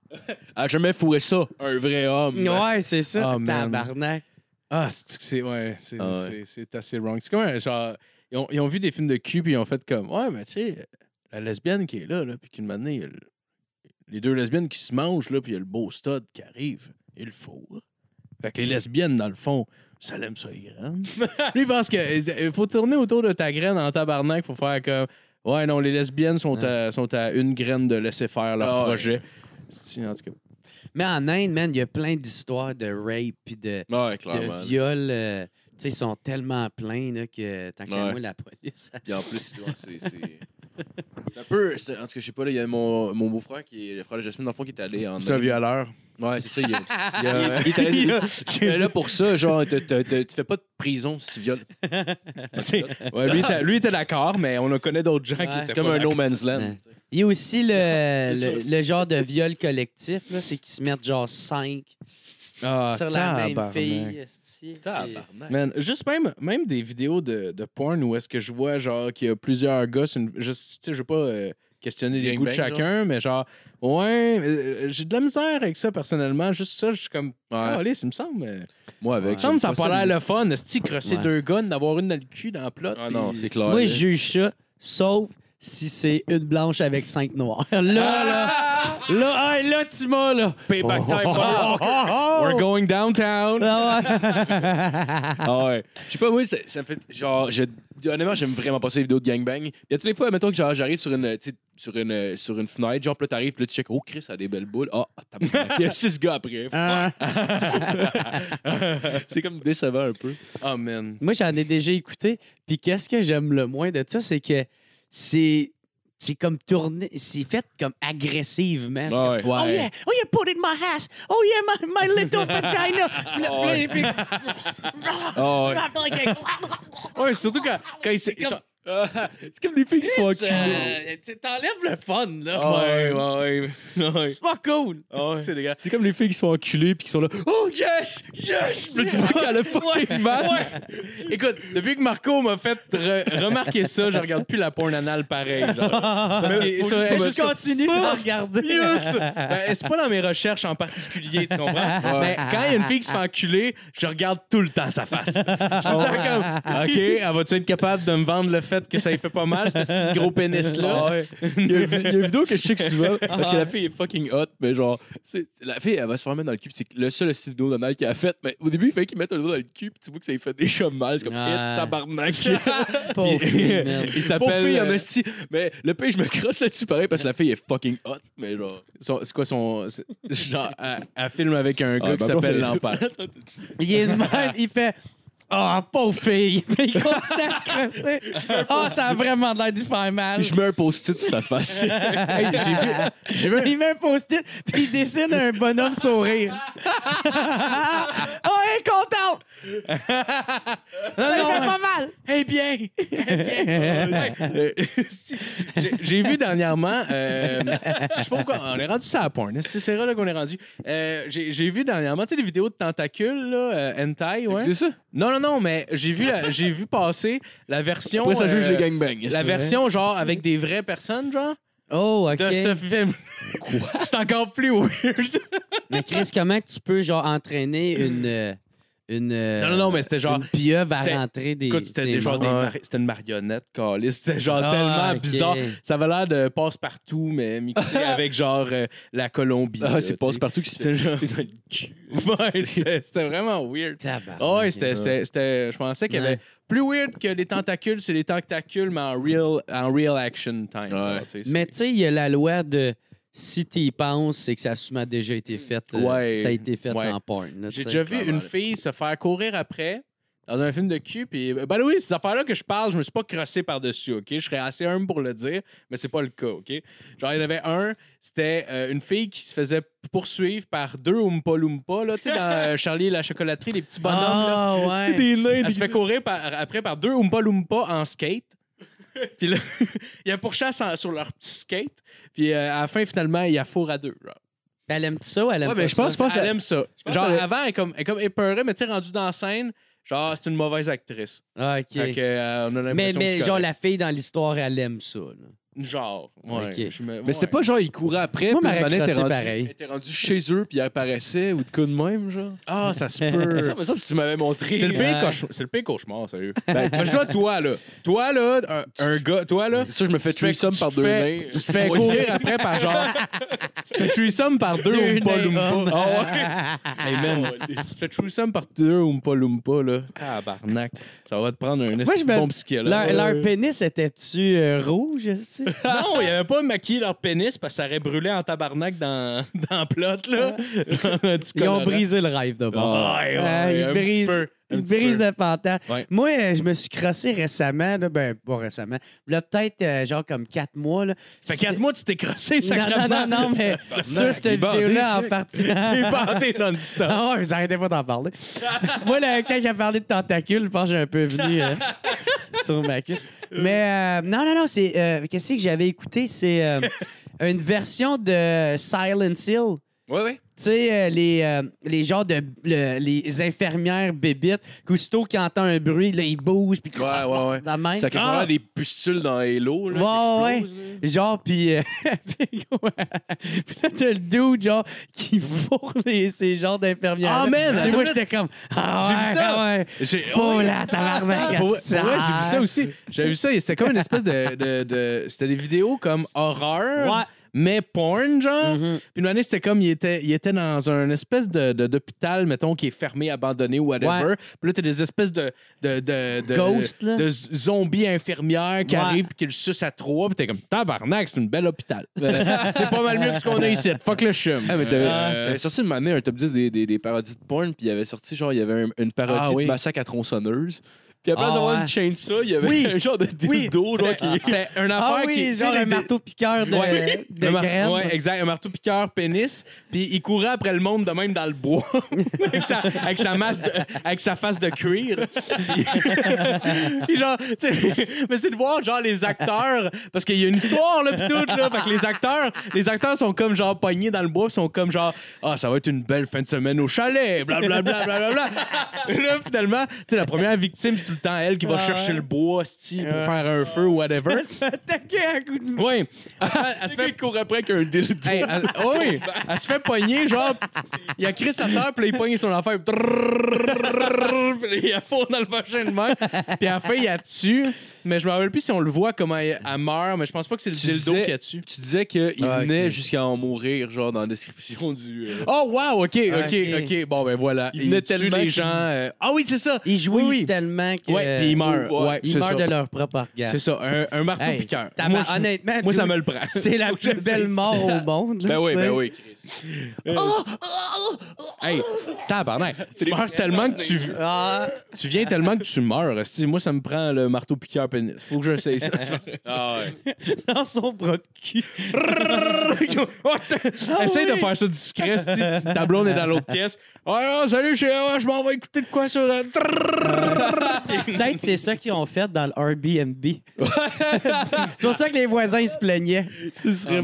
Speaker 4: Ah, jamais fourré ça, un vrai homme.
Speaker 3: Ouais, Oh, c'est ça,
Speaker 4: Ah, man.
Speaker 3: tabarnak.
Speaker 4: Ah, c'est c'est- ouais, c'est
Speaker 2: Ah ouais.
Speaker 4: c'est- c'est assez wrong. C'est comme un genre. Ils ont, ils ont vu des films de cul, puis ils ont fait comme. Ouais, mais tu sais, la lesbienne qui est là, là puis qu'une manée, les deux lesbiennes qui se mangent, là, puis il y a le beau stud qui arrive. Il le faut. Fait que les lesbiennes, dans le fond, ça l'aime ça, les graines. Lui, il pense que euh, faut tourner autour de ta graine en tabarnak pour faire comme. Ouais, non, les lesbiennes sont, à, sont à une graine de laisser faire leur
Speaker 2: Ah ouais.
Speaker 4: projet. C'est- En tout cas.
Speaker 3: Mais en Inde, man, il y a plein d'histoires de rape puis de,
Speaker 2: Ouais,
Speaker 3: de viol. euh, tu sais, ils sont tellement pleins là, que tant qu'à
Speaker 2: Ouais.
Speaker 3: moi, la police.
Speaker 2: Puis en plus, ouais, c'est. C'est c'est un peu. c'est- En tout cas, je sais pas, là, il y a mon, mon beau-frère qui est le frère de Jasmine, dans le fond, qui est allé en.
Speaker 4: C'est un violeur.
Speaker 2: Ouais, c'est ça. Il, est- il est- il est allé- il est là pour ça, genre, t'as- t'as- t'as- tu fais pas de prison si tu violes.
Speaker 4: Ouais, lui, était- lui était d'accord, mais on en connaît d'autres gens
Speaker 3: Ouais.
Speaker 4: qui étaient
Speaker 2: C'est comme
Speaker 4: pas
Speaker 2: un
Speaker 4: d'accord.
Speaker 2: no man's land.
Speaker 3: Ouais. Il y a aussi le, le, le genre de viol collectif, là, c'est qu'ils se mettent genre cinq
Speaker 4: Ah,
Speaker 3: sur la même
Speaker 4: tabarnak.
Speaker 3: fille. esti, puis-
Speaker 2: Tabarnak.
Speaker 4: Man, juste même, même des vidéos de, de porn où est-ce que je vois genre qu'il y a plusieurs gars, c'est une- juste, tu sais, je veux pas euh, questionner les
Speaker 2: Gangbang,
Speaker 4: goûts de chacun, mais genre, ouais, euh, j'ai de la misère avec ça personnellement. Juste ça, je suis comme, ah, allez, il me semble. euh,
Speaker 2: Moi,
Speaker 3: Ouais.
Speaker 2: avec.
Speaker 4: Ça me semble, ça a
Speaker 2: j'aime
Speaker 4: pas l'air
Speaker 2: les-
Speaker 4: le fun, de crosser
Speaker 3: Ouais.
Speaker 4: deux guns, d'avoir une dans le cul dans le plot.
Speaker 2: Ah non,
Speaker 4: puis-
Speaker 2: c'est clair.
Speaker 3: Moi,
Speaker 2: là.
Speaker 3: je juge ça, sauf si c'est une blanche avec cinq noirs. Là, là, là, hey, là, tu m'as, là.
Speaker 4: Payback time, motherfucker. We're going downtown.
Speaker 3: Ah ouais.
Speaker 2: Ah ouais. Je sais pas, moi, ça, ça me fait. Genre, je- honnêtement, j'aime vraiment pas ça, les vidéos de gangbang. Il y a toutes les fois, mettons que genre, j'arrive sur une, tu sais, sur, une, sur une fenêtre, genre, puis là, t'arrives, puis là, tu check, oh, Chris, ça a des belles boules. Ah, t'as Il y a six gars après.
Speaker 3: Ah.
Speaker 2: C'est comme décevant un peu.
Speaker 4: Oh man.
Speaker 3: Moi, j'en ai déjà écouté. Puis qu'est-ce que j'aime le moins de ça, c'est que c'est. C'est comme tourné, c'est fait comme agressivement.
Speaker 2: Ah ouais.
Speaker 3: Oh yeah, oh yeah, put it in my ass. Oh yeah, my, my little vagina. Puis là-
Speaker 2: Ah ouais.
Speaker 3: puis là,
Speaker 2: Ah ouais.
Speaker 3: puis-
Speaker 4: Ouais, surtout quand, quand ils se-
Speaker 3: C'est comme-
Speaker 4: ils sont- c'est comme des filles qui se font
Speaker 3: Chris,
Speaker 4: enculer.
Speaker 3: euh, tu- T'enlèves le fun, là.
Speaker 4: Ah ouais, ouais, ouais. ouais.
Speaker 3: C'est pas cool.
Speaker 4: Ah ouais.
Speaker 2: C'est des gars.
Speaker 4: C'est comme les filles qui sont enculées puis qui sont là. Oh yes! Yes! Puis là, tu vois qu'elle a fucking mal. Écoute, depuis que Marco m'a fait re- remarquer ça, je regarde plus la porn anale pareil. genre. Parce que
Speaker 3: Ah. Faut
Speaker 4: ça,
Speaker 3: juste- Ah.
Speaker 4: elle-
Speaker 3: faut juste
Speaker 4: parce que-
Speaker 3: continuer de regarder.
Speaker 4: Yes! Ben, c'est pas dans mes recherches en particulier, tu comprends? Mais quand il y a une fille qui se fait enculer, je regarde tout le temps sa face. Je suis tout le temps comme, OK, elle va-tu être capable de me vendre le fait que ça lui fait pas mal, ce si gros
Speaker 2: Il y,
Speaker 4: pénis-là?
Speaker 2: a, une- il y a une vidéo que je check souvent parce que la fille est fucking hot, mais genre, c'est- la fille, elle va se faire mettre dans le cul. puis C'est le seul style vidéo d'anal qu'elle a fait. Mais au début, il fallait qu'il mette un doigt dans le cul, puis tu vois que ça lui fait déjà mal. C'est comme,
Speaker 3: Ouais.
Speaker 2: eh, tabarnak.
Speaker 3: Pauvre fille, man.
Speaker 4: Il
Speaker 2: Pauvre fille, en
Speaker 4: euh,
Speaker 2: esti. Mais le pays, je me crosse là-dessus pareil parce que la fille est fucking hot, mais genre.
Speaker 4: Son- C'est quoi son. c'est- Genre, elle, elle filme avec un gars
Speaker 2: Ah,
Speaker 4: qui
Speaker 2: bah,
Speaker 4: s'appelle
Speaker 2: bon,
Speaker 4: Lampard.
Speaker 3: Il est de même, il fait Ah, pauvre fille! Puis il continue à se crosser. Ah, ça a vraiment l'air d'y faire mal.
Speaker 2: Je mets un post-it sur sa face.
Speaker 4: Hey, j'ai vu- j'ai vu,
Speaker 3: Il met un post-it, puis il dessine un bonhomme sourire. oh, elle est contente! ça lui fait pas mal!
Speaker 4: Eh bien! Euh, si, j'ai- J'ai vu dernièrement, euh, je sais pas pourquoi, on est rendu ça à porn. C'est c'est là qu'on est rendu. Euh, j'ai j'ai vu dernièrement, tu sais, les vidéos de tentacules, là, euh, hentai, ouais.
Speaker 2: C'est ça?
Speaker 4: Non, non, non, mais j'ai vu, la- j'ai vu passer la version.
Speaker 2: Après, ça
Speaker 4: euh,
Speaker 2: juge les gangbangs.
Speaker 4: La
Speaker 2: esti.
Speaker 4: version, genre, avec des vraies personnes, genre,
Speaker 3: Oh, OK.
Speaker 4: de ce film. C'est encore plus weird.
Speaker 3: Mais Chris, comment tu peux genre entraîner une. euh, une euh,
Speaker 4: Non, non, non, mais c'était genre-
Speaker 3: Une pieuvre à
Speaker 4: c'était-
Speaker 3: rentrer des.
Speaker 4: Écoute, c'était
Speaker 3: des
Speaker 4: des- genre des
Speaker 3: morts.
Speaker 4: mari- c'était une marionnette, calice. C'était genre
Speaker 3: Ah,
Speaker 4: tellement
Speaker 3: ok.
Speaker 4: bizarre. Ça avait l'air de passe-partout, mais mixé avec genre euh, la Colombie.
Speaker 2: Ah,
Speaker 4: là,
Speaker 2: c'est
Speaker 4: tu sais.
Speaker 2: passe-partout qui se
Speaker 4: C'est
Speaker 2: fait
Speaker 4: genre-
Speaker 2: pister dans le cul.
Speaker 4: Ouais, c'était c'était vraiment weird.
Speaker 3: Tabarnak.
Speaker 4: Ah ouais, c'était, c'était, c'était- je pensais qu'il y avait
Speaker 3: Ouais.
Speaker 4: plus weird que les tentacules, c'est les tentacules, mais en real, en real action time.
Speaker 2: Ouais.
Speaker 4: tu sais, c'est-
Speaker 3: Mais tu sais, il y a la loi de si t'y penses, c'est que ça a sûrement déjà été fait. euh,
Speaker 4: Ouais.
Speaker 3: Ça a été fait
Speaker 4: Ouais.
Speaker 3: en porn. là,
Speaker 4: J'ai
Speaker 3: tu sais. euh,
Speaker 4: déjà vu
Speaker 2: clairement,
Speaker 4: une
Speaker 2: là.
Speaker 4: fille se faire courir après dans un film de cul. Puis, ben oui, ces affaires-là que je parle, je me suis pas crossé par-dessus, OK? Je serais assez humble pour le dire, mais c'est pas le cas, OK? Genre, il y en avait un, c'était euh, une fille qui se faisait poursuivre par deux Oompa Loompa, là, tu sais, dans euh, Charlie et la chocolaterie, les petits bonhommes, là.
Speaker 3: Ah, ouais.
Speaker 2: des nains.
Speaker 4: Elle se fait courir par- après par deux Oompa Loompa en skate. Puis là, il y a pourchasse en- sur leur petit skate. Puis euh, à la fin, finalement, il y a four à deux. genre.
Speaker 3: Elle aime ça ou elle aime
Speaker 4: Ouais,
Speaker 3: pas
Speaker 4: mais je pense
Speaker 3: ça?
Speaker 4: pas qu'elle aime ça.
Speaker 3: pense
Speaker 4: Genre,
Speaker 3: que-
Speaker 4: avant, elle est comme, elle est comme épeurée, mais tu sais, rendue dans la scène, genre, c'est une mauvaise actrice.
Speaker 3: Ah, OK.
Speaker 4: Fait que, euh, on
Speaker 3: Mais,
Speaker 4: a l'impression que
Speaker 3: mais
Speaker 4: c'est
Speaker 3: genre,
Speaker 4: correct.
Speaker 3: la fille dans l'histoire, elle aime ça. là.
Speaker 4: Genre, ouais.
Speaker 3: Ok.
Speaker 4: je me-
Speaker 2: Mais c'était
Speaker 4: ouais.
Speaker 2: pas genre, il courait après,
Speaker 3: Moi,
Speaker 2: puis
Speaker 3: m'aurait
Speaker 2: le manet était
Speaker 3: crossé
Speaker 2: rendu,
Speaker 3: pareil.
Speaker 2: était rendu chez eux, puis il apparaissait, ou de coup de même, genre.
Speaker 4: Ah, ça se
Speaker 2: Mais
Speaker 4: peut.
Speaker 2: ça, mais ça, tu m'avais montré.
Speaker 4: C'est le
Speaker 3: Ouais.
Speaker 4: pire cauchemar, c'est le pire cauchemar, sérieux. Ben, je dois toi là, toi là, un, un gars, toi là,
Speaker 2: Ça, je me fais
Speaker 4: tu te fais-
Speaker 2: threesome
Speaker 4: tu
Speaker 2: par
Speaker 4: te
Speaker 2: deux
Speaker 4: fais-
Speaker 2: nains.
Speaker 4: Tu te fais courir après par genre, tu te fais threesome par deux,
Speaker 3: Deux
Speaker 4: Oompa
Speaker 3: nains
Speaker 4: Loompa.
Speaker 3: hommes.
Speaker 4: Ah ouais. Hey man, tu te fais threesome par deux Oompa Loompa là, tabarnak, ça va te prendre un
Speaker 3: Moi, je
Speaker 4: esti
Speaker 3: me-
Speaker 4: bon psyché là.
Speaker 3: Leur, leur pénis était-tu euh, rouge? esti?
Speaker 4: Non, il avait pas maquillé leur pénis parce que ça aurait brûlé en tabarnak dans dans le plot là. Un petit
Speaker 3: Ils ont
Speaker 4: colorant.
Speaker 3: brisé le rêve de bord.
Speaker 4: Ah, ouais, ouais,
Speaker 3: Ah, ils
Speaker 4: un petit
Speaker 3: brisent-
Speaker 4: peu, un
Speaker 3: Une
Speaker 4: petit
Speaker 3: brise
Speaker 4: peu.
Speaker 3: de pantalon.
Speaker 4: Ouais.
Speaker 3: Moi, euh, je me suis crossé récemment, là, ben, pas récemment, là, peut-être euh, genre comme quatre mois. Là,
Speaker 4: Fait quatre mois, tu t'es crossé,
Speaker 3: Non, non, non, non, mais sur cette
Speaker 2: il est bandé,
Speaker 3: vidéo-là, en
Speaker 2: check.
Speaker 3: partie.
Speaker 4: T'es bandé non-stop.
Speaker 3: Ah ouais, vous arrêtez pas d'en parler. Moi, là, quand j'ai parlé de tentacules, je pense que j'ai un peu venu euh, sur ma cuisse. Mais euh, non, non, non, c'est. euh, Qu'est-ce que j'avais écouté? C'est euh, une version de Silent Hill.
Speaker 2: Ouais, ouais.
Speaker 3: Tu sais, euh, les, euh, les genres de. le- les infirmières bébites, qu'aussitôt qu'ils entendent un bruit, là, ils bougent, puis
Speaker 2: Ouais, ouais, ouais.
Speaker 3: dans la main.
Speaker 2: Ça a carrément
Speaker 3: Ah!
Speaker 2: des pustules dans Halo, là. qui
Speaker 3: Ouais,
Speaker 2: explosent, là.
Speaker 3: Genre, puis. euh, puis ouais. Puis là, t'as le dude, genre, qui fourre les- ces genres d'infirmières.
Speaker 4: Ah, man,
Speaker 3: Et
Speaker 4: attends
Speaker 3: moi,
Speaker 4: une
Speaker 3: j'étais comme. Ah,
Speaker 4: J'ai vu
Speaker 3: ouais,
Speaker 4: ça.
Speaker 3: ah ouais.
Speaker 4: J'ai-
Speaker 3: Oh là, tabarnak,
Speaker 4: Pour- pour
Speaker 3: ça.
Speaker 4: vrai, j'ai vu ça aussi. J'ai vu ça et c'était comme une espèce de. de- de- c'était des vidéos comme horreur.
Speaker 3: Ouais.
Speaker 4: Mais porn, genre.
Speaker 3: Mhm.
Speaker 4: Puis une année, c'était comme il était, il était dans un espèce de, de- d'hôpital, mettons, qui est fermé, abandonné, whatever.
Speaker 3: Ouais.
Speaker 4: Puis là, t'as des espèces de. de, de, de
Speaker 3: Ghost, là.
Speaker 4: De z- zombies infirmières qui
Speaker 3: Ouais.
Speaker 4: arrivent puis qui le sucent à trois. Puis t'es comme, tabarnak, c'est une belle hôpital. Euh, c'est pas mal mieux que ce qu'on a ici. Fuck le chum.
Speaker 2: Ah, mais t'avais
Speaker 4: Euh,
Speaker 2: t'avais sorti une année un top 10 des, des, des parodies de porn, puis il avait sorti genre, il y avait un- une parodie
Speaker 4: Ah, oui.
Speaker 2: de massacre à tronçonneuse. Puis après
Speaker 3: Ah,
Speaker 2: avoir
Speaker 3: ouais.
Speaker 2: une chaîne ça, il y avait
Speaker 4: Oui.
Speaker 2: un genre de
Speaker 4: oui,
Speaker 2: dildo, genre
Speaker 4: c'était,
Speaker 2: qui.
Speaker 4: c'était une affaire
Speaker 3: Ah
Speaker 4: qui.
Speaker 3: oui,
Speaker 4: tu sais,
Speaker 3: genre
Speaker 4: les-
Speaker 3: un marteau piqueur de,
Speaker 4: Ouais.
Speaker 3: de
Speaker 4: Un mar-
Speaker 3: graines.
Speaker 4: ouais, exact. Un marteau piqueur, pénis. Puis il courait après le monde de même dans le bois. avec, sa, avec sa masse de- avec sa face de cuir. Puis- Puis genre, tu sais, mais c'est de voir genre les acteurs. Parce qu'il y a une histoire, là, pis tout, là. Fait que les acteurs, les acteurs sont comme genre pognés dans le bois, pis sont comme genre, ah, ça va être une belle fin de semaine au chalet, blablabla, blablabla. là, finalement, tu sais, la première victime, c'est tout le temps elle qui va
Speaker 3: Ouais.
Speaker 4: chercher le bois, sti, pour faire un feu, whatever.
Speaker 3: se fait attaquer à coup de mou.
Speaker 4: Oui. Elle, se fait- elle se fait courir après qu'un dildo. elle, oh oui. elle se fait pogner, genre, il y a Chris à terre, puis là, il pogne son enfant, puis là, il a fond dans le vagin de mère. Puis à la fin, il a dessus. Mais je me rappelle plus si on le voit comment elle, elle meurt, mais je pense pas que c'est le
Speaker 2: Tu
Speaker 4: dildo
Speaker 2: disais-
Speaker 4: qui a dessus.
Speaker 2: Tu disais qu'il
Speaker 3: Ah,
Speaker 2: venait
Speaker 3: ok.
Speaker 2: jusqu'à en mourir, genre dans la description du. euh,
Speaker 4: Oh, wow, OK,
Speaker 3: Ah,
Speaker 4: OK,
Speaker 3: ok.
Speaker 4: OK. Bon, ben voilà.
Speaker 2: Il venait
Speaker 4: tue
Speaker 2: tellement
Speaker 4: les
Speaker 2: qu'il-
Speaker 4: gens. euh, Ah oui, c'est ça.
Speaker 3: Ils jouissent
Speaker 4: Oui, oui.
Speaker 3: tellement que.
Speaker 4: Ouais, puis ils meurent.
Speaker 2: ouais,
Speaker 4: Ouais,
Speaker 3: Ils
Speaker 4: c'est
Speaker 3: meurent
Speaker 4: ça.
Speaker 3: de leur propre organe.
Speaker 4: C'est ça, un, un marteau
Speaker 3: Hey,
Speaker 4: piqueur.
Speaker 3: tabar-
Speaker 4: Moi, je-
Speaker 3: honnêtement,
Speaker 4: moi, ça
Speaker 3: dude,
Speaker 4: me le prend.
Speaker 3: C'est la
Speaker 4: Faut que je
Speaker 3: plus belle
Speaker 4: sais.
Speaker 3: mort au monde. là,
Speaker 2: Ben oui,
Speaker 3: tu sais.
Speaker 2: ben oui, Chris. Oh!
Speaker 4: Hey, tabarnak. Tu meurs tellement que tu,
Speaker 3: Ah,
Speaker 4: Tu viens tellement que tu meurs. esti. Moi, ça me prend le marteau piqueur pénis. Faut que j'essaye ça.
Speaker 2: Ah ouais.
Speaker 3: dans son bras de cul.
Speaker 4: Oh, t- Essaye de faire ça discret. esti. Ta blonde est dans l'autre pièce. Oh, non, salut, je, oh, je m'en vais écouter de quoi sur. euh, la-
Speaker 3: Peut-être c'est ça qu'ils ont fait dans le Airbnb. c'est pour ça que les voisins ils se plaignaient.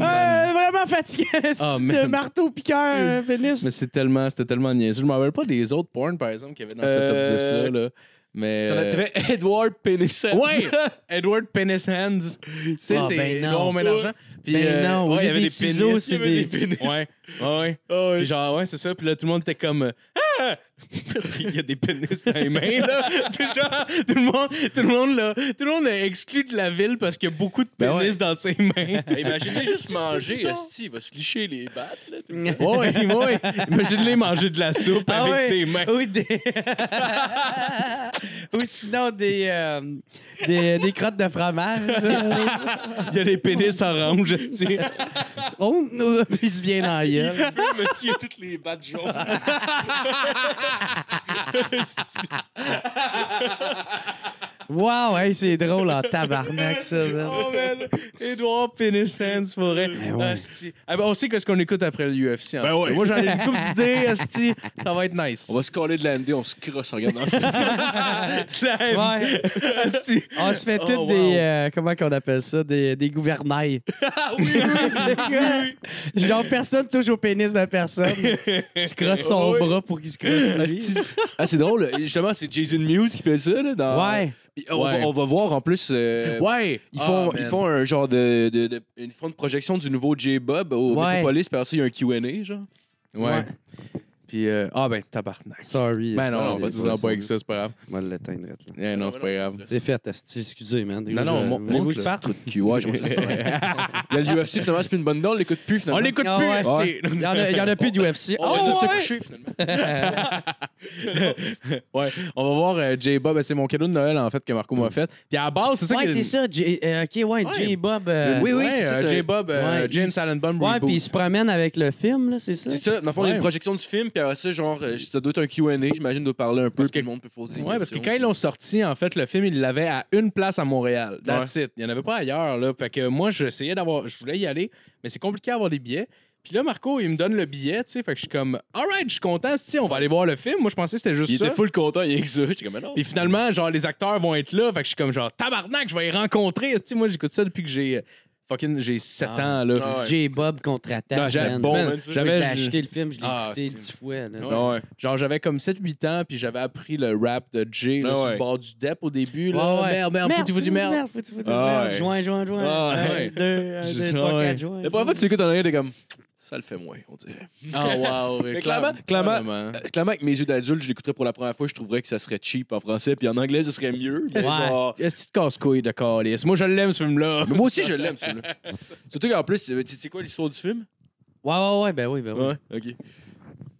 Speaker 4: Ah!
Speaker 3: Euh, vraiment fatigué.
Speaker 4: Oh,
Speaker 3: C'est
Speaker 4: man.
Speaker 3: marteau piqueur, euh, pénis.
Speaker 4: Mais c'est tellement, c'était tellement niaiseux. Je m'en rappelle pas des autres porn, par exemple, qu'il y avait dans ce
Speaker 2: Euh,
Speaker 4: top 10-là. Là. Mais.
Speaker 2: T'en as- T'avais Edward Pennison.
Speaker 4: Ouais! Edward Penis Hands. Tu sais,
Speaker 3: Ah,
Speaker 4: c'est
Speaker 3: ben non.
Speaker 4: non mélangeant. Puis, euh,
Speaker 3: Ben non, au
Speaker 4: ouais, il y
Speaker 3: lieu
Speaker 4: avait
Speaker 3: des
Speaker 4: des,
Speaker 3: ciseaux,
Speaker 4: pénis.
Speaker 3: c'est
Speaker 4: il y avait
Speaker 3: des-
Speaker 4: pénis. Ouais, ouais, ouais. Puis genre, ouais, c'est ça. Puis là, tout le monde était comme. euh, Ah! Parce qu'il y a des pénis dans les mains, là. Tu sais, genre, tout le monde, tout le monde, là, tout le monde est exclu de la ville parce qu'il y a beaucoup de
Speaker 2: Ben
Speaker 4: pénis
Speaker 2: ouais.
Speaker 4: dans ses mains.
Speaker 2: Ben, Imaginez juste
Speaker 4: C'est
Speaker 2: manger,
Speaker 4: ça.
Speaker 2: esti, il va se licher les battes. là, tout le
Speaker 5: Ouais.
Speaker 4: Oui, oui. Imagine-les manger de la soupe
Speaker 5: Ah
Speaker 4: avec
Speaker 5: ouais.
Speaker 4: ses mains.
Speaker 5: Ou, des- Ou sinon des, euh, des, des crottes de fromage.
Speaker 4: Il y a des pénis orange, tu sais.
Speaker 5: oh, oh, puis il se vient dans la gueule.
Speaker 2: monde. Monsieur, toutes les battes jaunes.
Speaker 5: Wow, hey, c'est drôle en tabarnak, ça. man.
Speaker 4: Oh, man. Edouard Penis Hands, pour vrai.
Speaker 5: ouais.
Speaker 4: Asti. Ah, ben, on sait qu'est-ce qu'on écoute après l'UFC.
Speaker 2: Ben ouais.
Speaker 4: Moi, j'en ai une couple d'idées, Asti. Ça va être nice.
Speaker 2: On va se coller de la MD, on se crosse en regardant ça.
Speaker 4: Claire.
Speaker 5: Ouais.
Speaker 4: Asti.
Speaker 5: On se fait
Speaker 4: Oh,
Speaker 5: toutes
Speaker 4: wow.
Speaker 5: des. euh, comment qu'on appelle ça? Des, des gouvernails. Genre, personne touche au pénis de personne. tu crosses son
Speaker 4: Oh, oui.
Speaker 5: bras pour qu'il se crosse. lui.
Speaker 2: Asti. Ah, c'est drôle, justement, c'est Jason Mewes qui fait ça. Là, dans...
Speaker 4: Ah.
Speaker 5: Ouais.
Speaker 2: Puis On,
Speaker 4: Ouais.
Speaker 2: Va, on va voir en plus. euh,
Speaker 4: Ouais.
Speaker 2: Ils font,
Speaker 4: Ah,
Speaker 2: ils
Speaker 4: man.
Speaker 2: font un genre de, de, de- Ils font une projection du nouveau J-Bob au
Speaker 5: Ouais.
Speaker 2: Metropolis, puis après ça, il y a un QA, genre.
Speaker 4: Ouais.
Speaker 5: Ouais.
Speaker 4: Puis, euh, ah, ben, tabarnak.
Speaker 5: Sorry.
Speaker 4: Ben non,
Speaker 5: sorry.
Speaker 4: on va
Speaker 2: c'est-
Speaker 4: te en pas avec ça, c'est pas grave.
Speaker 5: Moi, l'éteindre. là.
Speaker 4: Eh, non, c'est pas grave.
Speaker 5: C'est fait, asti. excusez, man.
Speaker 4: Non, non, mon-
Speaker 5: Voulez-vous
Speaker 4: mon-
Speaker 5: que je parte?
Speaker 2: Trou de cul, ouais, j'aimerais ça, c'est pas grave. L'UFC, finalement, c'est plus une bonne dent, on l'écoute plus,
Speaker 4: On
Speaker 2: finalement.
Speaker 4: l'écoute
Speaker 5: Ah
Speaker 4: plus,
Speaker 5: ouais,
Speaker 4: Asti.
Speaker 5: Il y en a- il y en a plus du UFC.
Speaker 2: On va
Speaker 5: Oh,
Speaker 2: tous se
Speaker 5: ouais.
Speaker 2: coucher, finalement.
Speaker 4: Ouais, on va voir euh, J-Bob. Ben, C'est mon cadeau de Noël, en fait, que Marco m'a fait. Puis à la base, Mm. c'est ça
Speaker 5: Ouais,
Speaker 4: que...
Speaker 5: c'est ça. J- euh, ok, ouais,
Speaker 4: Ouais.
Speaker 5: Jay et Bob. euh,
Speaker 4: Oui, oui,
Speaker 2: Ouais,
Speaker 4: c'est ça.
Speaker 2: euh,
Speaker 4: J-Bob, euh,
Speaker 5: ouais,
Speaker 4: Jane
Speaker 5: il-
Speaker 4: Silent Bomb
Speaker 5: Ouais,
Speaker 4: Reboot.
Speaker 5: puis il se promène avec le film, là, c'est ça?
Speaker 2: C'est ça, dans le fond, il y a
Speaker 4: Ouais.
Speaker 2: une projection du film, puis après ça, genre, euh, ça doit être un QA, j'imagine, de parler un peu,
Speaker 4: Parce
Speaker 2: puis
Speaker 4: que-
Speaker 2: le monde peut poser des
Speaker 4: Ouais, parce que
Speaker 2: questions.
Speaker 4: quand ils l'ont sorti, en fait, le film, ils l'avaient à une place à Montréal. That's it. Il n'y en avait pas ailleurs, là. Fait que moi, j'essayais d'avoir. Je voulais y aller, mais c'est compliqué d'avoir des billets. Puis là, Marco, il me donne le billet, tu sais. Fait que je suis comme, alright, je suis content, si on va aller voir le film. Moi, je pensais que c'était juste
Speaker 2: Il
Speaker 4: ça.
Speaker 2: était full content, il y a que ça. J'étais comme, mais non.
Speaker 4: Puis finalement, genre, les acteurs vont être là. Fait que je suis comme, genre, tabarnak, je vais les rencontrer. Esti, moi, j'écoute ça depuis que j'ai euh, fucking, j'ai 7
Speaker 5: Ah.
Speaker 4: ans, là.
Speaker 2: Ah ouais.
Speaker 5: Jay et Bob contre-attaque.
Speaker 4: Non, j'avais-
Speaker 5: man.
Speaker 4: bon,
Speaker 2: man,
Speaker 5: Man,
Speaker 2: ça,
Speaker 5: moi, je
Speaker 4: j'avais-
Speaker 5: l'ai acheté le film, je l'ai
Speaker 4: Ah,
Speaker 5: écouté
Speaker 4: c'est-
Speaker 5: dix fois. là.
Speaker 4: Ouais.
Speaker 2: Ah
Speaker 4: Genre, j'avais comme 7-8 ans, puis j'avais appris le rap de Jay là,
Speaker 2: Ah
Speaker 4: sur
Speaker 2: ouais.
Speaker 4: le bord du DEP au début.
Speaker 5: Ouais,
Speaker 4: Là.
Speaker 5: ouais.
Speaker 4: Merde, merde, foutu, foutu, merde.
Speaker 5: foutu, foutu,
Speaker 2: Ah,
Speaker 5: merde.
Speaker 2: ouais.
Speaker 5: Joint, joint, joint.
Speaker 4: Ah,
Speaker 5: Un,
Speaker 4: ouais.
Speaker 5: deux, un,
Speaker 4: Je-
Speaker 5: deux, trois,
Speaker 4: ouais.
Speaker 5: quatre, joint.
Speaker 2: La première fois que tu l'écoutes en arrière, t'es comme, ça le fait moins, on dirait.
Speaker 4: Ah, wow.
Speaker 2: Mais
Speaker 4: clairement,
Speaker 2: clairement-
Speaker 4: clairement.
Speaker 2: Euh, Clairement, avec mes yeux d'adulte, je l'écouterais pour la première fois, je trouverais que ça serait cheap en français, puis en anglais, ce serait mieux. Mais,
Speaker 4: Ouais.
Speaker 2: ça-
Speaker 4: Est-ce que tu casse-couille de calice? Moi, je l'aime, ce film-là.
Speaker 2: mais moi aussi, je l'aime, celui-là. Surtout qu'en plus, euh, tu sais quoi l'histoire du film?
Speaker 5: Ouais, ouais, ouais, ben oui, ben oui.
Speaker 2: ok.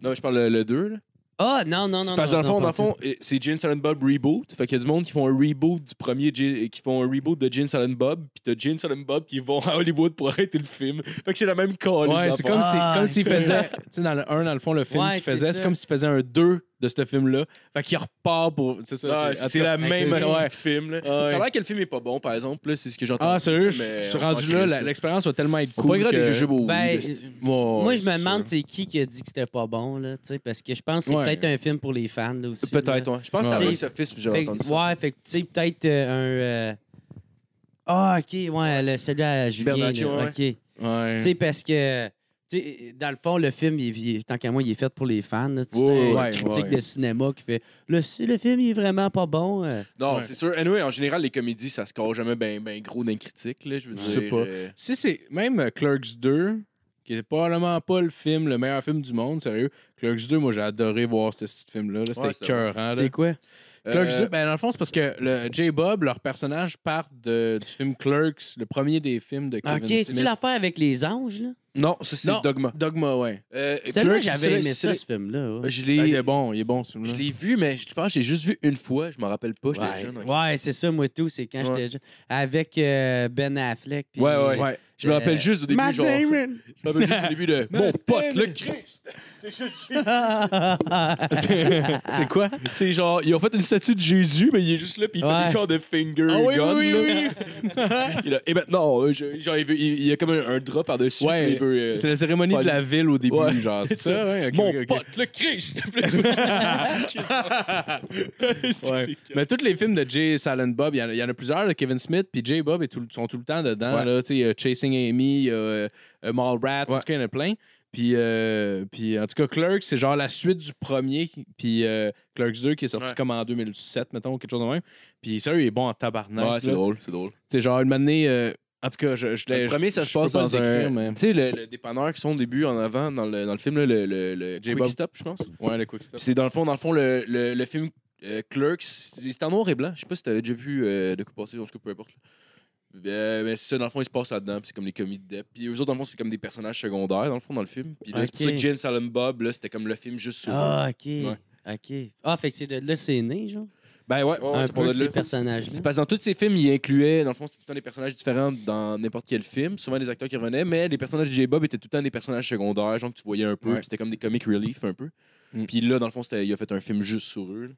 Speaker 2: Non, je parle le- le 2, là.
Speaker 5: Ah, non, non, non.
Speaker 2: C'est parce que dans
Speaker 5: non,
Speaker 2: le fond,
Speaker 5: non,
Speaker 2: dans le
Speaker 5: pas
Speaker 2: fond, euh, c'est Jane Silent Bob reboot. Fait qu'il y a du monde qui font un reboot du premier, Jay- euh, qui font un reboot de Jane Silent Bob, puis t'as Jane Silent Bob qui vont à Hollywood pour arrêter le film. Fait que c'est la même call.
Speaker 4: Ouais, c'est comme si-
Speaker 5: Ah,
Speaker 4: comme s'il
Speaker 5: cool.
Speaker 4: faisait. Tu sais, dans le 1, dans le fond, le film
Speaker 5: Ouais,
Speaker 4: qu'il
Speaker 5: c'est
Speaker 4: faisait,
Speaker 5: ça.
Speaker 4: c'est comme s'il faisait un 2 de ce film-là. Fait qu'il repart pour. C'est ça. en
Speaker 2: Ah, c'est
Speaker 4: tout cas,
Speaker 2: la même
Speaker 4: c'est-
Speaker 2: astuce
Speaker 4: ouais. Ah,
Speaker 2: de film. là.
Speaker 4: Ouais.
Speaker 2: Ça a l'air que le film est pas bon, par exemple. là, C'est ce que j'entends.
Speaker 4: Ah, sérieux, je
Speaker 2: Mais
Speaker 4: je suis
Speaker 2: on s'en
Speaker 4: rendu
Speaker 2: crée,
Speaker 4: là.
Speaker 2: ça.
Speaker 4: la- L'expérience va tellement être cool.
Speaker 2: pas grave
Speaker 4: que-
Speaker 2: les jujubes au
Speaker 5: Ben,
Speaker 2: weed, esti.
Speaker 4: Ouais,
Speaker 5: Moi, je
Speaker 4: c'est
Speaker 5: me
Speaker 4: ça.
Speaker 5: demande c'est qui qui a dit que c'était pas bon, là, tu sais, parce que je pense que c'est
Speaker 4: Ouais.
Speaker 5: peut-être un film pour les fans, là, aussi.
Speaker 2: Peut-être, ouais. Je pense que c'est
Speaker 5: Ouais.
Speaker 2: un box-office, puis j'avais
Speaker 5: ouais.
Speaker 2: entendu ça.
Speaker 5: Ouais, fait que, tu sais, peut-être euh, un... euh, Ah, OK, ouais, le, celui à Julien, là,
Speaker 2: Bernaccio, ouais.
Speaker 5: OK. Tu
Speaker 4: Ouais.
Speaker 5: sais, parce que... tu sais, Dans le fond, le film, il, il- tant qu'à moi, il est fait pour les fans. là. Tu sais,
Speaker 2: Ouais,
Speaker 5: C'est un
Speaker 4: ouais,
Speaker 5: critique
Speaker 4: ouais.
Speaker 5: de cinéma qui fait le, le film, il est vraiment pas bon. euh.
Speaker 2: Non,
Speaker 4: Ouais.
Speaker 2: c'est sûr. Anyway, en général, les comédies, ça score jamais ben, ben gros d'un critique. Là, je veux
Speaker 4: Je
Speaker 2: dire.
Speaker 4: sais pas.
Speaker 2: euh,
Speaker 4: Si c'est même euh, Clerks 2, qui est probablement pas le film, le meilleur film du monde, sérieux. Clerks 2, moi j'ai adoré voir ce petit film-là. là. C'était
Speaker 2: Ouais, c'était
Speaker 4: écœurant. Ah, là.
Speaker 5: C'est quoi?
Speaker 4: Clerks
Speaker 2: euh,
Speaker 4: 2, ben dans le fond, c'est parce que le J. Bob, leur personnage part de- du film Clerks, le premier des films de Kevin
Speaker 5: OK, c'est-tu
Speaker 4: Smith.
Speaker 5: l'affaire avec les anges, là?
Speaker 2: Non, ça, c'est
Speaker 4: Non.
Speaker 2: Dogma.
Speaker 4: Dogma, ouais.
Speaker 2: Euh,
Speaker 5: Celle-là,
Speaker 2: Clerks,
Speaker 5: j'avais
Speaker 2: celui-là,
Speaker 5: aimé ça,
Speaker 2: celui-là,
Speaker 5: ce film-là. ouais.
Speaker 2: Je
Speaker 4: Ah, il
Speaker 2: l'ai
Speaker 4: est bon, il est bon ce film-là.
Speaker 2: Je l'ai vu, mais je pense que j'ai juste vu une fois. Je m'en rappelle pas, j'étais
Speaker 5: Ouais,
Speaker 2: jeune. ok.
Speaker 5: ouais, c'est ça, moi, tout. C'est quand
Speaker 2: Ouais.
Speaker 5: j'étais jeune. Avec euh, Ben Affleck. puis-
Speaker 2: Ouais, ouais.
Speaker 4: Ouais.
Speaker 2: Je me rappelle
Speaker 5: Euh,
Speaker 2: juste au début, genre. Je me rappelle juste au début de mon pote, le Christ. C'est juste Jésus.
Speaker 4: c'est quoi?
Speaker 2: C'est genre, ils ont fait une statue de Jésus, mais il est juste là, puis il
Speaker 5: Ouais.
Speaker 2: fait des genres de finger
Speaker 4: Ah oui,
Speaker 2: gun.
Speaker 4: oui, oui,
Speaker 2: et maintenant, euh, je- genre, il, veut- il- il y a comme un, un drop par-dessus.
Speaker 4: Ouais.
Speaker 2: puis il veut, euh,
Speaker 4: C'est la cérémonie
Speaker 2: Pas
Speaker 4: de la ville au début,
Speaker 2: Ouais.
Speaker 4: genre. C'est ça, ouais. ok,
Speaker 2: Mon
Speaker 4: ok, ok.
Speaker 2: pote, le Christ. Puis là, c'est- C'est-
Speaker 4: Ouais.
Speaker 2: c'est-
Speaker 4: Mais tous les films de Jay Silent Bob, il y en a- il y, en a plusieurs de Kevin Smith, puis Jay Bob est tout- sont tout le temps dedans.
Speaker 2: Ouais.
Speaker 4: là. Tu sais, il y a Chasing Amy, il y a euh, euh, Mallrats, en
Speaker 2: Ouais.
Speaker 4: tout cas, il y en a plein. Puis, euh, puis en tout cas, Clerks, c'est genre la suite du premier, qui- puis euh, Clerks 2 qui est sorti
Speaker 2: Ouais.
Speaker 4: comme en 2007, mettons, ou quelque chose de même. Puis sérieux, il est bon en tabarnak.
Speaker 2: Ouais,
Speaker 4: là.
Speaker 2: c'est drôle, c'est drôle.
Speaker 4: Tu sais, genre, une année, euh, En tout cas, je, je l'ai-
Speaker 2: Le premier, ça
Speaker 4: je-
Speaker 2: se
Speaker 4: je peux
Speaker 2: passe
Speaker 4: pas le
Speaker 2: dans un.
Speaker 4: décrire, mais-
Speaker 2: Tu sais, le, le dépanneur qui sont au début en avant dans le, dans le film, là, le, le, le
Speaker 4: J-Bob.
Speaker 2: Quick Stop, je pense. Puis
Speaker 4: Ouais, le quick stop.
Speaker 2: c'est dans le fond, dans le, fond le, le, le film euh, Clerks, c'est en noir et blanc. Je sais pas si t'avais déjà vu euh, de coup passé, en tout cas, peu importe. là. Euh, mais c'est ça, dans le fond, ils se passent là-dedans, puis c'est comme les commis de dep. Puis eux autres, dans le fond, c'est comme des personnages secondaires, dans le fond, dans le film. Puis là, c'est pour
Speaker 5: Ok.
Speaker 2: ça que Jane Silent Bob, là, c'était comme le film juste sur.
Speaker 5: Ah, OK.
Speaker 2: Ouais.
Speaker 5: OK. Ah, fait que c'est de là, c'est né, genre.
Speaker 2: Ben ouais, ouais, ouais,
Speaker 5: un
Speaker 2: c'est pas
Speaker 5: peu
Speaker 2: de
Speaker 5: ces
Speaker 2: là.
Speaker 5: personnages-là.
Speaker 2: C'est parce que dans tous ces films, il incluait, dans le fond, c'était tout le temps des personnages différents dans n'importe quel film. Souvent des acteurs qui revenaient, mais les personnages de J-Bob étaient tout le temps des personnages secondaires, genre que tu voyais un peu.
Speaker 4: Ouais.
Speaker 2: puis C'était comme des comic relief un peu.
Speaker 4: Mm.
Speaker 2: Puis là, dans le fond, c'était- il a fait un film juste sur eux. là.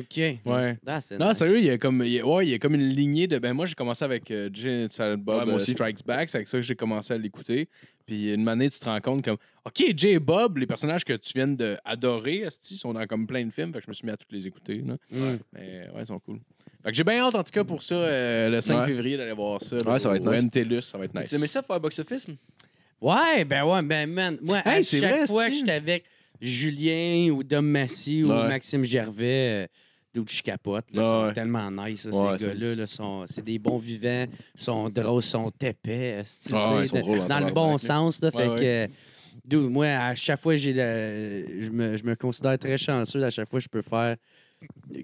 Speaker 5: OK.
Speaker 4: Ouais.
Speaker 5: Ah, c'est
Speaker 4: Non,
Speaker 5: nice.
Speaker 4: sérieux, il y a comme, il y a- ouais, il y a comme une lignée de. Ben moi, j'ai commencé avec euh, Jay and Silent Bob,
Speaker 2: Ouais, moi
Speaker 4: euh,
Speaker 2: aussi.
Speaker 4: Strikes Back, c'est avec ça que j'ai commencé à l'écouter. Puis une année, tu te rends compte comme, ok, Jay et Bob, les personnages que tu viens d'adorer, asti, sont dans comme plein de films, fait que je me suis mis à tous les écouter. là.
Speaker 5: Mm.
Speaker 4: Mais ouais, ils sont cool. Fait que j'ai bien hâte en tout cas pour ça, euh, le 5
Speaker 2: Ouais.
Speaker 4: février d'aller voir ça. là,
Speaker 2: Ouais, ça va
Speaker 4: au-
Speaker 2: être
Speaker 4: au
Speaker 2: nice.
Speaker 4: MTLUS, ça va être nice.
Speaker 2: Tu aimais ça faire box-office?
Speaker 5: Ouais, ben ouais, ben man. Moi, à
Speaker 4: Hey, c'est
Speaker 5: chaque
Speaker 4: vrai,
Speaker 5: fois
Speaker 4: c'est-
Speaker 5: que j'étais avec Julien ou Dom Massy ou
Speaker 2: Ouais.
Speaker 5: Maxime Gervais, euh, d'où je capote,
Speaker 2: Ah
Speaker 5: là, ils
Speaker 2: ouais.
Speaker 5: sont tellement nice, là,
Speaker 2: Ouais,
Speaker 5: ces
Speaker 2: c'est-
Speaker 5: gars-là. là, sont- c'est des bons vivants, sont drôles, sont épais, euh, esti,
Speaker 2: Ah
Speaker 5: tu sais,
Speaker 2: ouais, ils sont
Speaker 5: de-
Speaker 2: drôles en
Speaker 5: dans le
Speaker 2: tabarnak,
Speaker 5: bon
Speaker 2: là.
Speaker 5: sens. Là,
Speaker 4: Ouais,
Speaker 5: fait que, d'où, moi, à chaque fois, j'ai le- je, me, je me considère très chanceux. À chaque fois, je peux faire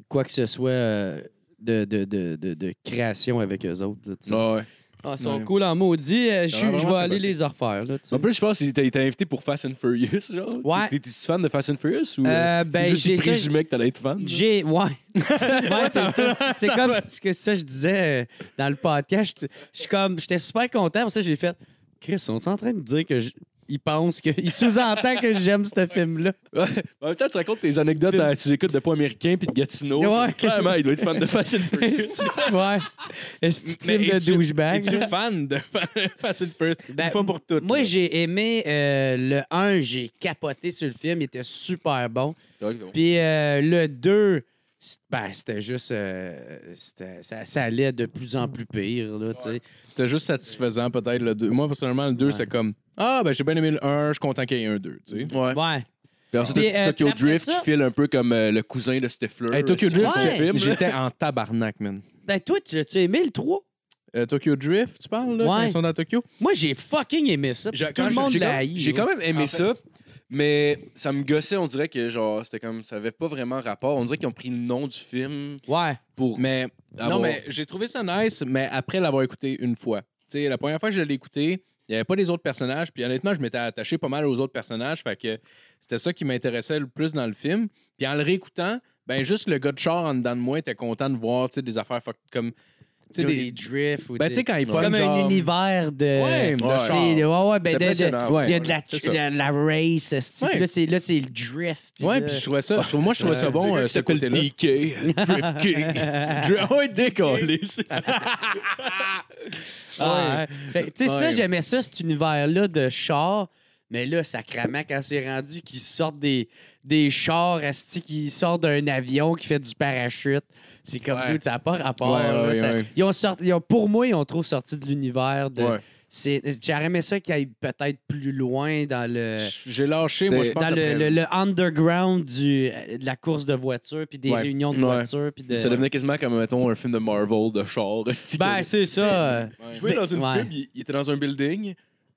Speaker 5: quoi que ce soit euh, de, de, de, de- de création avec eux autres. là, tu sais.
Speaker 2: Ouais.
Speaker 5: Ah, ils sont
Speaker 4: Ouais.
Speaker 5: cool en maudit. euh, je
Speaker 4: Ouais,
Speaker 5: suis- je
Speaker 4: vraiment
Speaker 5: vais aller
Speaker 4: sympathique.
Speaker 5: les refaire. Là, tu sais.
Speaker 2: En plus, je pense qu'il t'a été invité pour Fast and Furious, genre.
Speaker 5: Ouais.
Speaker 2: T'es- T'es-tu fan de Fast and Furious ou.
Speaker 5: Euh,
Speaker 2: euh,
Speaker 5: ben,
Speaker 2: c'est juste
Speaker 5: j'ai
Speaker 2: qu'il présumait que t'allais être fan. genre?
Speaker 5: J'ai. Ouais. ouais, c'est ça. C'est comme ce que ça, je disais euh, dans le podcast. Je- Je suis comme. J'étais super content. Pour ça, j'ai fait. Chris, on est en train de dire que. je- Il pense que. Il sous-entend que j'aime ce film-là.
Speaker 2: Ouais. En même temps, tu racontes tes anecdotes à tu écoutes de pas américain puis de Gatineau.
Speaker 5: Ouais.
Speaker 2: C'est- Clairement, il doit être fan de Fast and Furious.
Speaker 5: ouais. Est-ce que
Speaker 4: Mais
Speaker 5: film de
Speaker 4: es-tu-
Speaker 5: douchebag?
Speaker 4: Es-tu fan de Fast and Furious?
Speaker 5: Ben,
Speaker 4: Une fois pour toutes.
Speaker 5: Moi,
Speaker 4: là.
Speaker 5: j'ai aimé euh, le 1, j'ai capoté sur le film, il était super bon. Puis euh, le 2, c'est- ben, c'était juste. euh, c'était- ça, ça allait de plus en plus pire, là, tu sais.
Speaker 4: C'était juste satisfaisant, peut-être, le 2. Moi, personnellement, le 2,
Speaker 5: Ouais.
Speaker 4: c'était comme Ah, ben j'ai bien aimé le 1, je suis content qu'il y ait un 2. Tu sais.
Speaker 2: Ouais.
Speaker 5: Ouais.
Speaker 2: Puis ensuite,
Speaker 5: Puis,
Speaker 2: t'as
Speaker 5: euh, puis
Speaker 2: Tokyo
Speaker 5: après
Speaker 2: Drift
Speaker 5: ça-
Speaker 2: qui file un peu comme euh, le cousin de Stifler. euh,
Speaker 4: Hey, Tokyo
Speaker 2: C'est-tu
Speaker 4: Drift, hein?
Speaker 2: ce
Speaker 5: Ouais.
Speaker 2: film, là?
Speaker 4: j'étais en tabarnak, man.
Speaker 5: Ben, toi, tu as-tu aimé le 3?
Speaker 4: Euh, Tokyo Drift, tu parles, là,
Speaker 5: Ouais.
Speaker 4: quand ils sont dans Tokyo?
Speaker 5: Moi, j'ai fucking aimé ça.
Speaker 2: J'ai-
Speaker 5: Tout
Speaker 2: quand
Speaker 5: le
Speaker 2: j'ai-
Speaker 5: monde
Speaker 2: j'ai
Speaker 5: l'a
Speaker 2: comme-
Speaker 5: haï.
Speaker 2: J'ai quand même aimé
Speaker 4: En fait.
Speaker 2: ça, mais ça me gossait. On dirait que genre c'était comme ça avait pas vraiment rapport. On dirait qu'ils ont pris le nom du film
Speaker 5: Ouais.
Speaker 2: pour.
Speaker 4: Mais,
Speaker 2: avoir-
Speaker 4: Non, mais j'ai trouvé ça nice, mais après l'avoir écouté une fois. Tu sais, la première fois que je l'ai écouté, il n'y avait pas les autres personnages, puis honnêtement, je m'étais attaché pas mal aux autres personnages, fait que c'était ça qui m'intéressait le plus dans le film. Puis en le réécoutant, ben juste le gars de char en dedans de moi était content de voir, tu sais, des affaires fuck- comme... Tu sais,
Speaker 5: des,
Speaker 4: des...
Speaker 5: drifts. ou
Speaker 4: Ben,
Speaker 5: des-
Speaker 4: tu sais, quand il
Speaker 5: C'est
Speaker 4: pogne,
Speaker 5: comme un
Speaker 4: genre-
Speaker 5: univers de.
Speaker 4: Ouais,
Speaker 5: tu
Speaker 4: de
Speaker 2: ouais.
Speaker 4: char.
Speaker 5: sais, de- ouais, ouais,
Speaker 2: C'est
Speaker 5: ben, de- de-
Speaker 2: impressionnant,
Speaker 4: ouais.
Speaker 5: il y a de la,
Speaker 2: C'est ça.
Speaker 5: la, la race, esti.
Speaker 4: Ouais.
Speaker 5: Là, c'est- là, c'est le drift.
Speaker 4: Ouais,
Speaker 5: là-
Speaker 4: puis je trouvais ça, je trouve- moi je trouvais ça bon, euh, ce
Speaker 2: s'appelle
Speaker 4: côté-là.
Speaker 2: DK, Drift King. Drift- ouais, décollé.
Speaker 5: Ah, ouais. Fait- Tu sais, ça,
Speaker 4: Ouais.
Speaker 5: j'aimais ça, cet univers-là de chars. Mais là, sacrément, quand c'est rendu qu'ils sortent des, des chars, asti, qui sortent d'un avion, qui fait du parachute, c'est comme
Speaker 4: Ouais.
Speaker 5: dude, ça n'a pas rapport.
Speaker 4: Ouais,
Speaker 5: là,
Speaker 4: ouais,
Speaker 5: ça-
Speaker 4: ouais.
Speaker 5: Ils ont sorti, ils ont- pour moi, ils ont trop sorti de l'univers. de
Speaker 4: Ouais.
Speaker 5: c'est- J'aurais aimé ça qu'ils aillent peut-être plus loin dans le
Speaker 4: J'ai lâché, moi je
Speaker 2: C'était-
Speaker 4: pense.
Speaker 5: dans le,
Speaker 4: après-
Speaker 5: le- le underground du, euh, de la course de voiture, puis des
Speaker 4: Ouais.
Speaker 5: réunions de
Speaker 2: Ouais.
Speaker 5: voiture. Puis de...
Speaker 2: Ça devenait quasiment comme mettons un film de Marvel de char. esti,
Speaker 5: Ben,
Speaker 2: que-
Speaker 5: c'est ça.
Speaker 2: Je voyais dans une
Speaker 5: Ouais.
Speaker 2: pub, il, il était dans un building.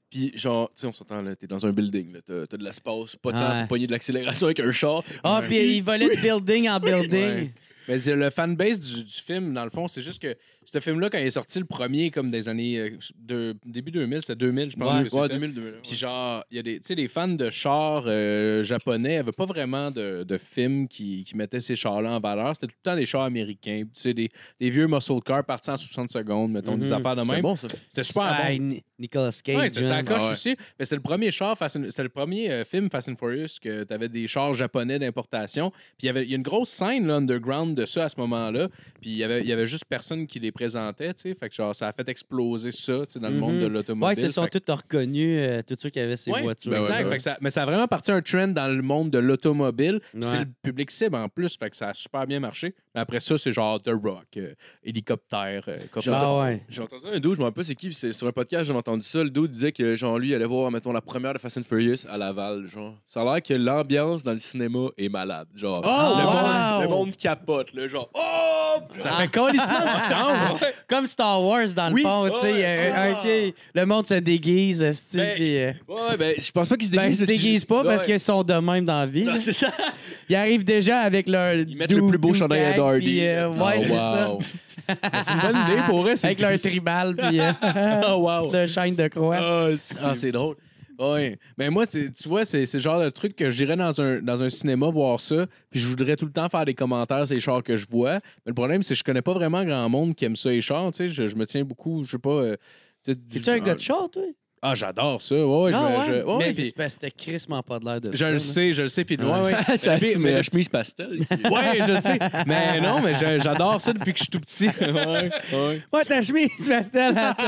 Speaker 2: Puis, genre, tu sais, on s'entend, là, t'es dans un building, là, t'as, t'as de l'espace, pas tant
Speaker 5: Ouais.
Speaker 2: pour pogner de l'accélération avec un char.
Speaker 5: Ah, puis ils volaient de building en building.
Speaker 4: Ouais. Mais c'est le fanbase du, du film, dans le fond, c'est juste que ce film-là, quand il est sorti le premier, comme des années. euh, de- début 2000, c'était 2000, je pense. que c'était.
Speaker 2: 2000, 2000. ouais.
Speaker 4: Puis genre, il y a des, tu sais, les fans de chars euh, japonais n'avaient pas vraiment de, de films qui, qui mettaient ces chars-là en valeur. C'était tout le temps des chars américains. Tu sais, des, des vieux muscle cars partis en 60 secondes, mettons, des
Speaker 5: Mhm.
Speaker 4: affaires de
Speaker 2: Mm-hmm. C'était
Speaker 4: même.
Speaker 2: bon, ça.
Speaker 4: C'était super bon.
Speaker 5: Ah, Ni- Nicolas Cage.
Speaker 4: Ouais, c'était
Speaker 5: hein.
Speaker 4: ça coche
Speaker 2: Ah ouais.
Speaker 4: aussi. Mais c'était le premier char, Fast and- c'était le premier euh, film Fast and Furious que tu avais des chars japonais d'importation. Puis il y avait il y a une grosse scène là, underground de ça à ce moment-là. Puis il y avait, il y avait juste personne qui les présentait, tu sais. Fait que genre, ça a fait exploser ça, tu sais, dans le
Speaker 5: Mhm.
Speaker 4: monde de
Speaker 5: Ouais,
Speaker 4: l'automobile.
Speaker 5: ils se sont
Speaker 4: Fait que-
Speaker 5: tous reconnus, euh, tous ceux qui avaient ces
Speaker 4: Ouais,
Speaker 5: voitures.
Speaker 4: ben ouais,
Speaker 5: là.
Speaker 4: exact. Fait que ça- mais ça a vraiment parti un trend dans le monde de l'automobile. Puis
Speaker 5: Ouais.
Speaker 4: C'est le public cible en plus. Fait que ça a super bien marché. Mais après ça, c'est genre The Rock, euh, hélicoptère, euh, coffre-
Speaker 5: Ah ouais.
Speaker 2: J'ai entendu ça, un dude, je me rappelle pas c'est qui, c'est sur un podcast, j'ai entendu ça. Le dude disait que, genre, lui, il allait voir, mettons, la première de Fast and Furious à Laval, genre. Ça a l'air que l'ambiance dans le cinéma est malade, genre.
Speaker 4: Oh,
Speaker 2: le,
Speaker 5: wow!
Speaker 2: monde, le monde capote, là, genre. Oh! dope!
Speaker 4: Ça fait calissement du sens.
Speaker 5: Comme Star Wars, dans le
Speaker 4: Oui. Ah.
Speaker 5: fond, tu sais.
Speaker 2: Ouais,
Speaker 5: euh,
Speaker 2: c'est
Speaker 5: OK, le monde se déguise, esti,
Speaker 2: Ben,
Speaker 5: puis, euh,
Speaker 2: Ouais, ben, je pense pas qu'ils se
Speaker 5: ben, ils
Speaker 2: déguisent.
Speaker 5: se déguisent pas parce
Speaker 2: Ouais.
Speaker 5: qu'ils sont de même dans la vie. là.
Speaker 2: Non, c'est ça.
Speaker 5: Ils arrivent déjà avec leur. Ils
Speaker 2: mettent le plus beau chandail à Darby.
Speaker 5: euh, ouais,
Speaker 4: Ah,
Speaker 5: c'est ça.
Speaker 4: wow. C'est une bonne idée pour eux. c'est
Speaker 5: Avec leur tribal, puis euh,
Speaker 4: Ah, wow.
Speaker 5: le chaîne de croix.
Speaker 4: Ah, c'est- ah, c'est drôle. Oui. Mais moi, c'est- tu vois, c'est c'est le genre de truc que j'irais dans un, dans un cinéma voir ça, puis je voudrais tout le temps faire des commentaires sur les chars que je vois. Mais le problème, c'est que je connais pas vraiment grand monde qui aime ça, les chars. Tu sais, je, je me tiens beaucoup, je sais pas. euh, tu sais,
Speaker 5: T'es-tu un gars de chat, toi?
Speaker 4: Ah, j'adore ça. Ouais, ouais, je
Speaker 5: Ah,
Speaker 4: me-
Speaker 5: ouais.
Speaker 4: je- ouais,
Speaker 5: mais
Speaker 4: puis-
Speaker 5: c'est parce que t'as crissement pas de l'air de
Speaker 4: je
Speaker 5: ça,
Speaker 4: le
Speaker 5: là.
Speaker 4: sais, je le sais. Puis, ouais, Ah ouais.
Speaker 2: ça
Speaker 4: Mais-
Speaker 2: assume
Speaker 4: mais
Speaker 2: la
Speaker 4: le-
Speaker 2: chemise pastel.
Speaker 4: Ouais, je sais. Mais non, mais je- j'adore ça depuis que je suis tout petit. Ouais, ouais.
Speaker 5: Ouais, ta chemise, pastel, elle,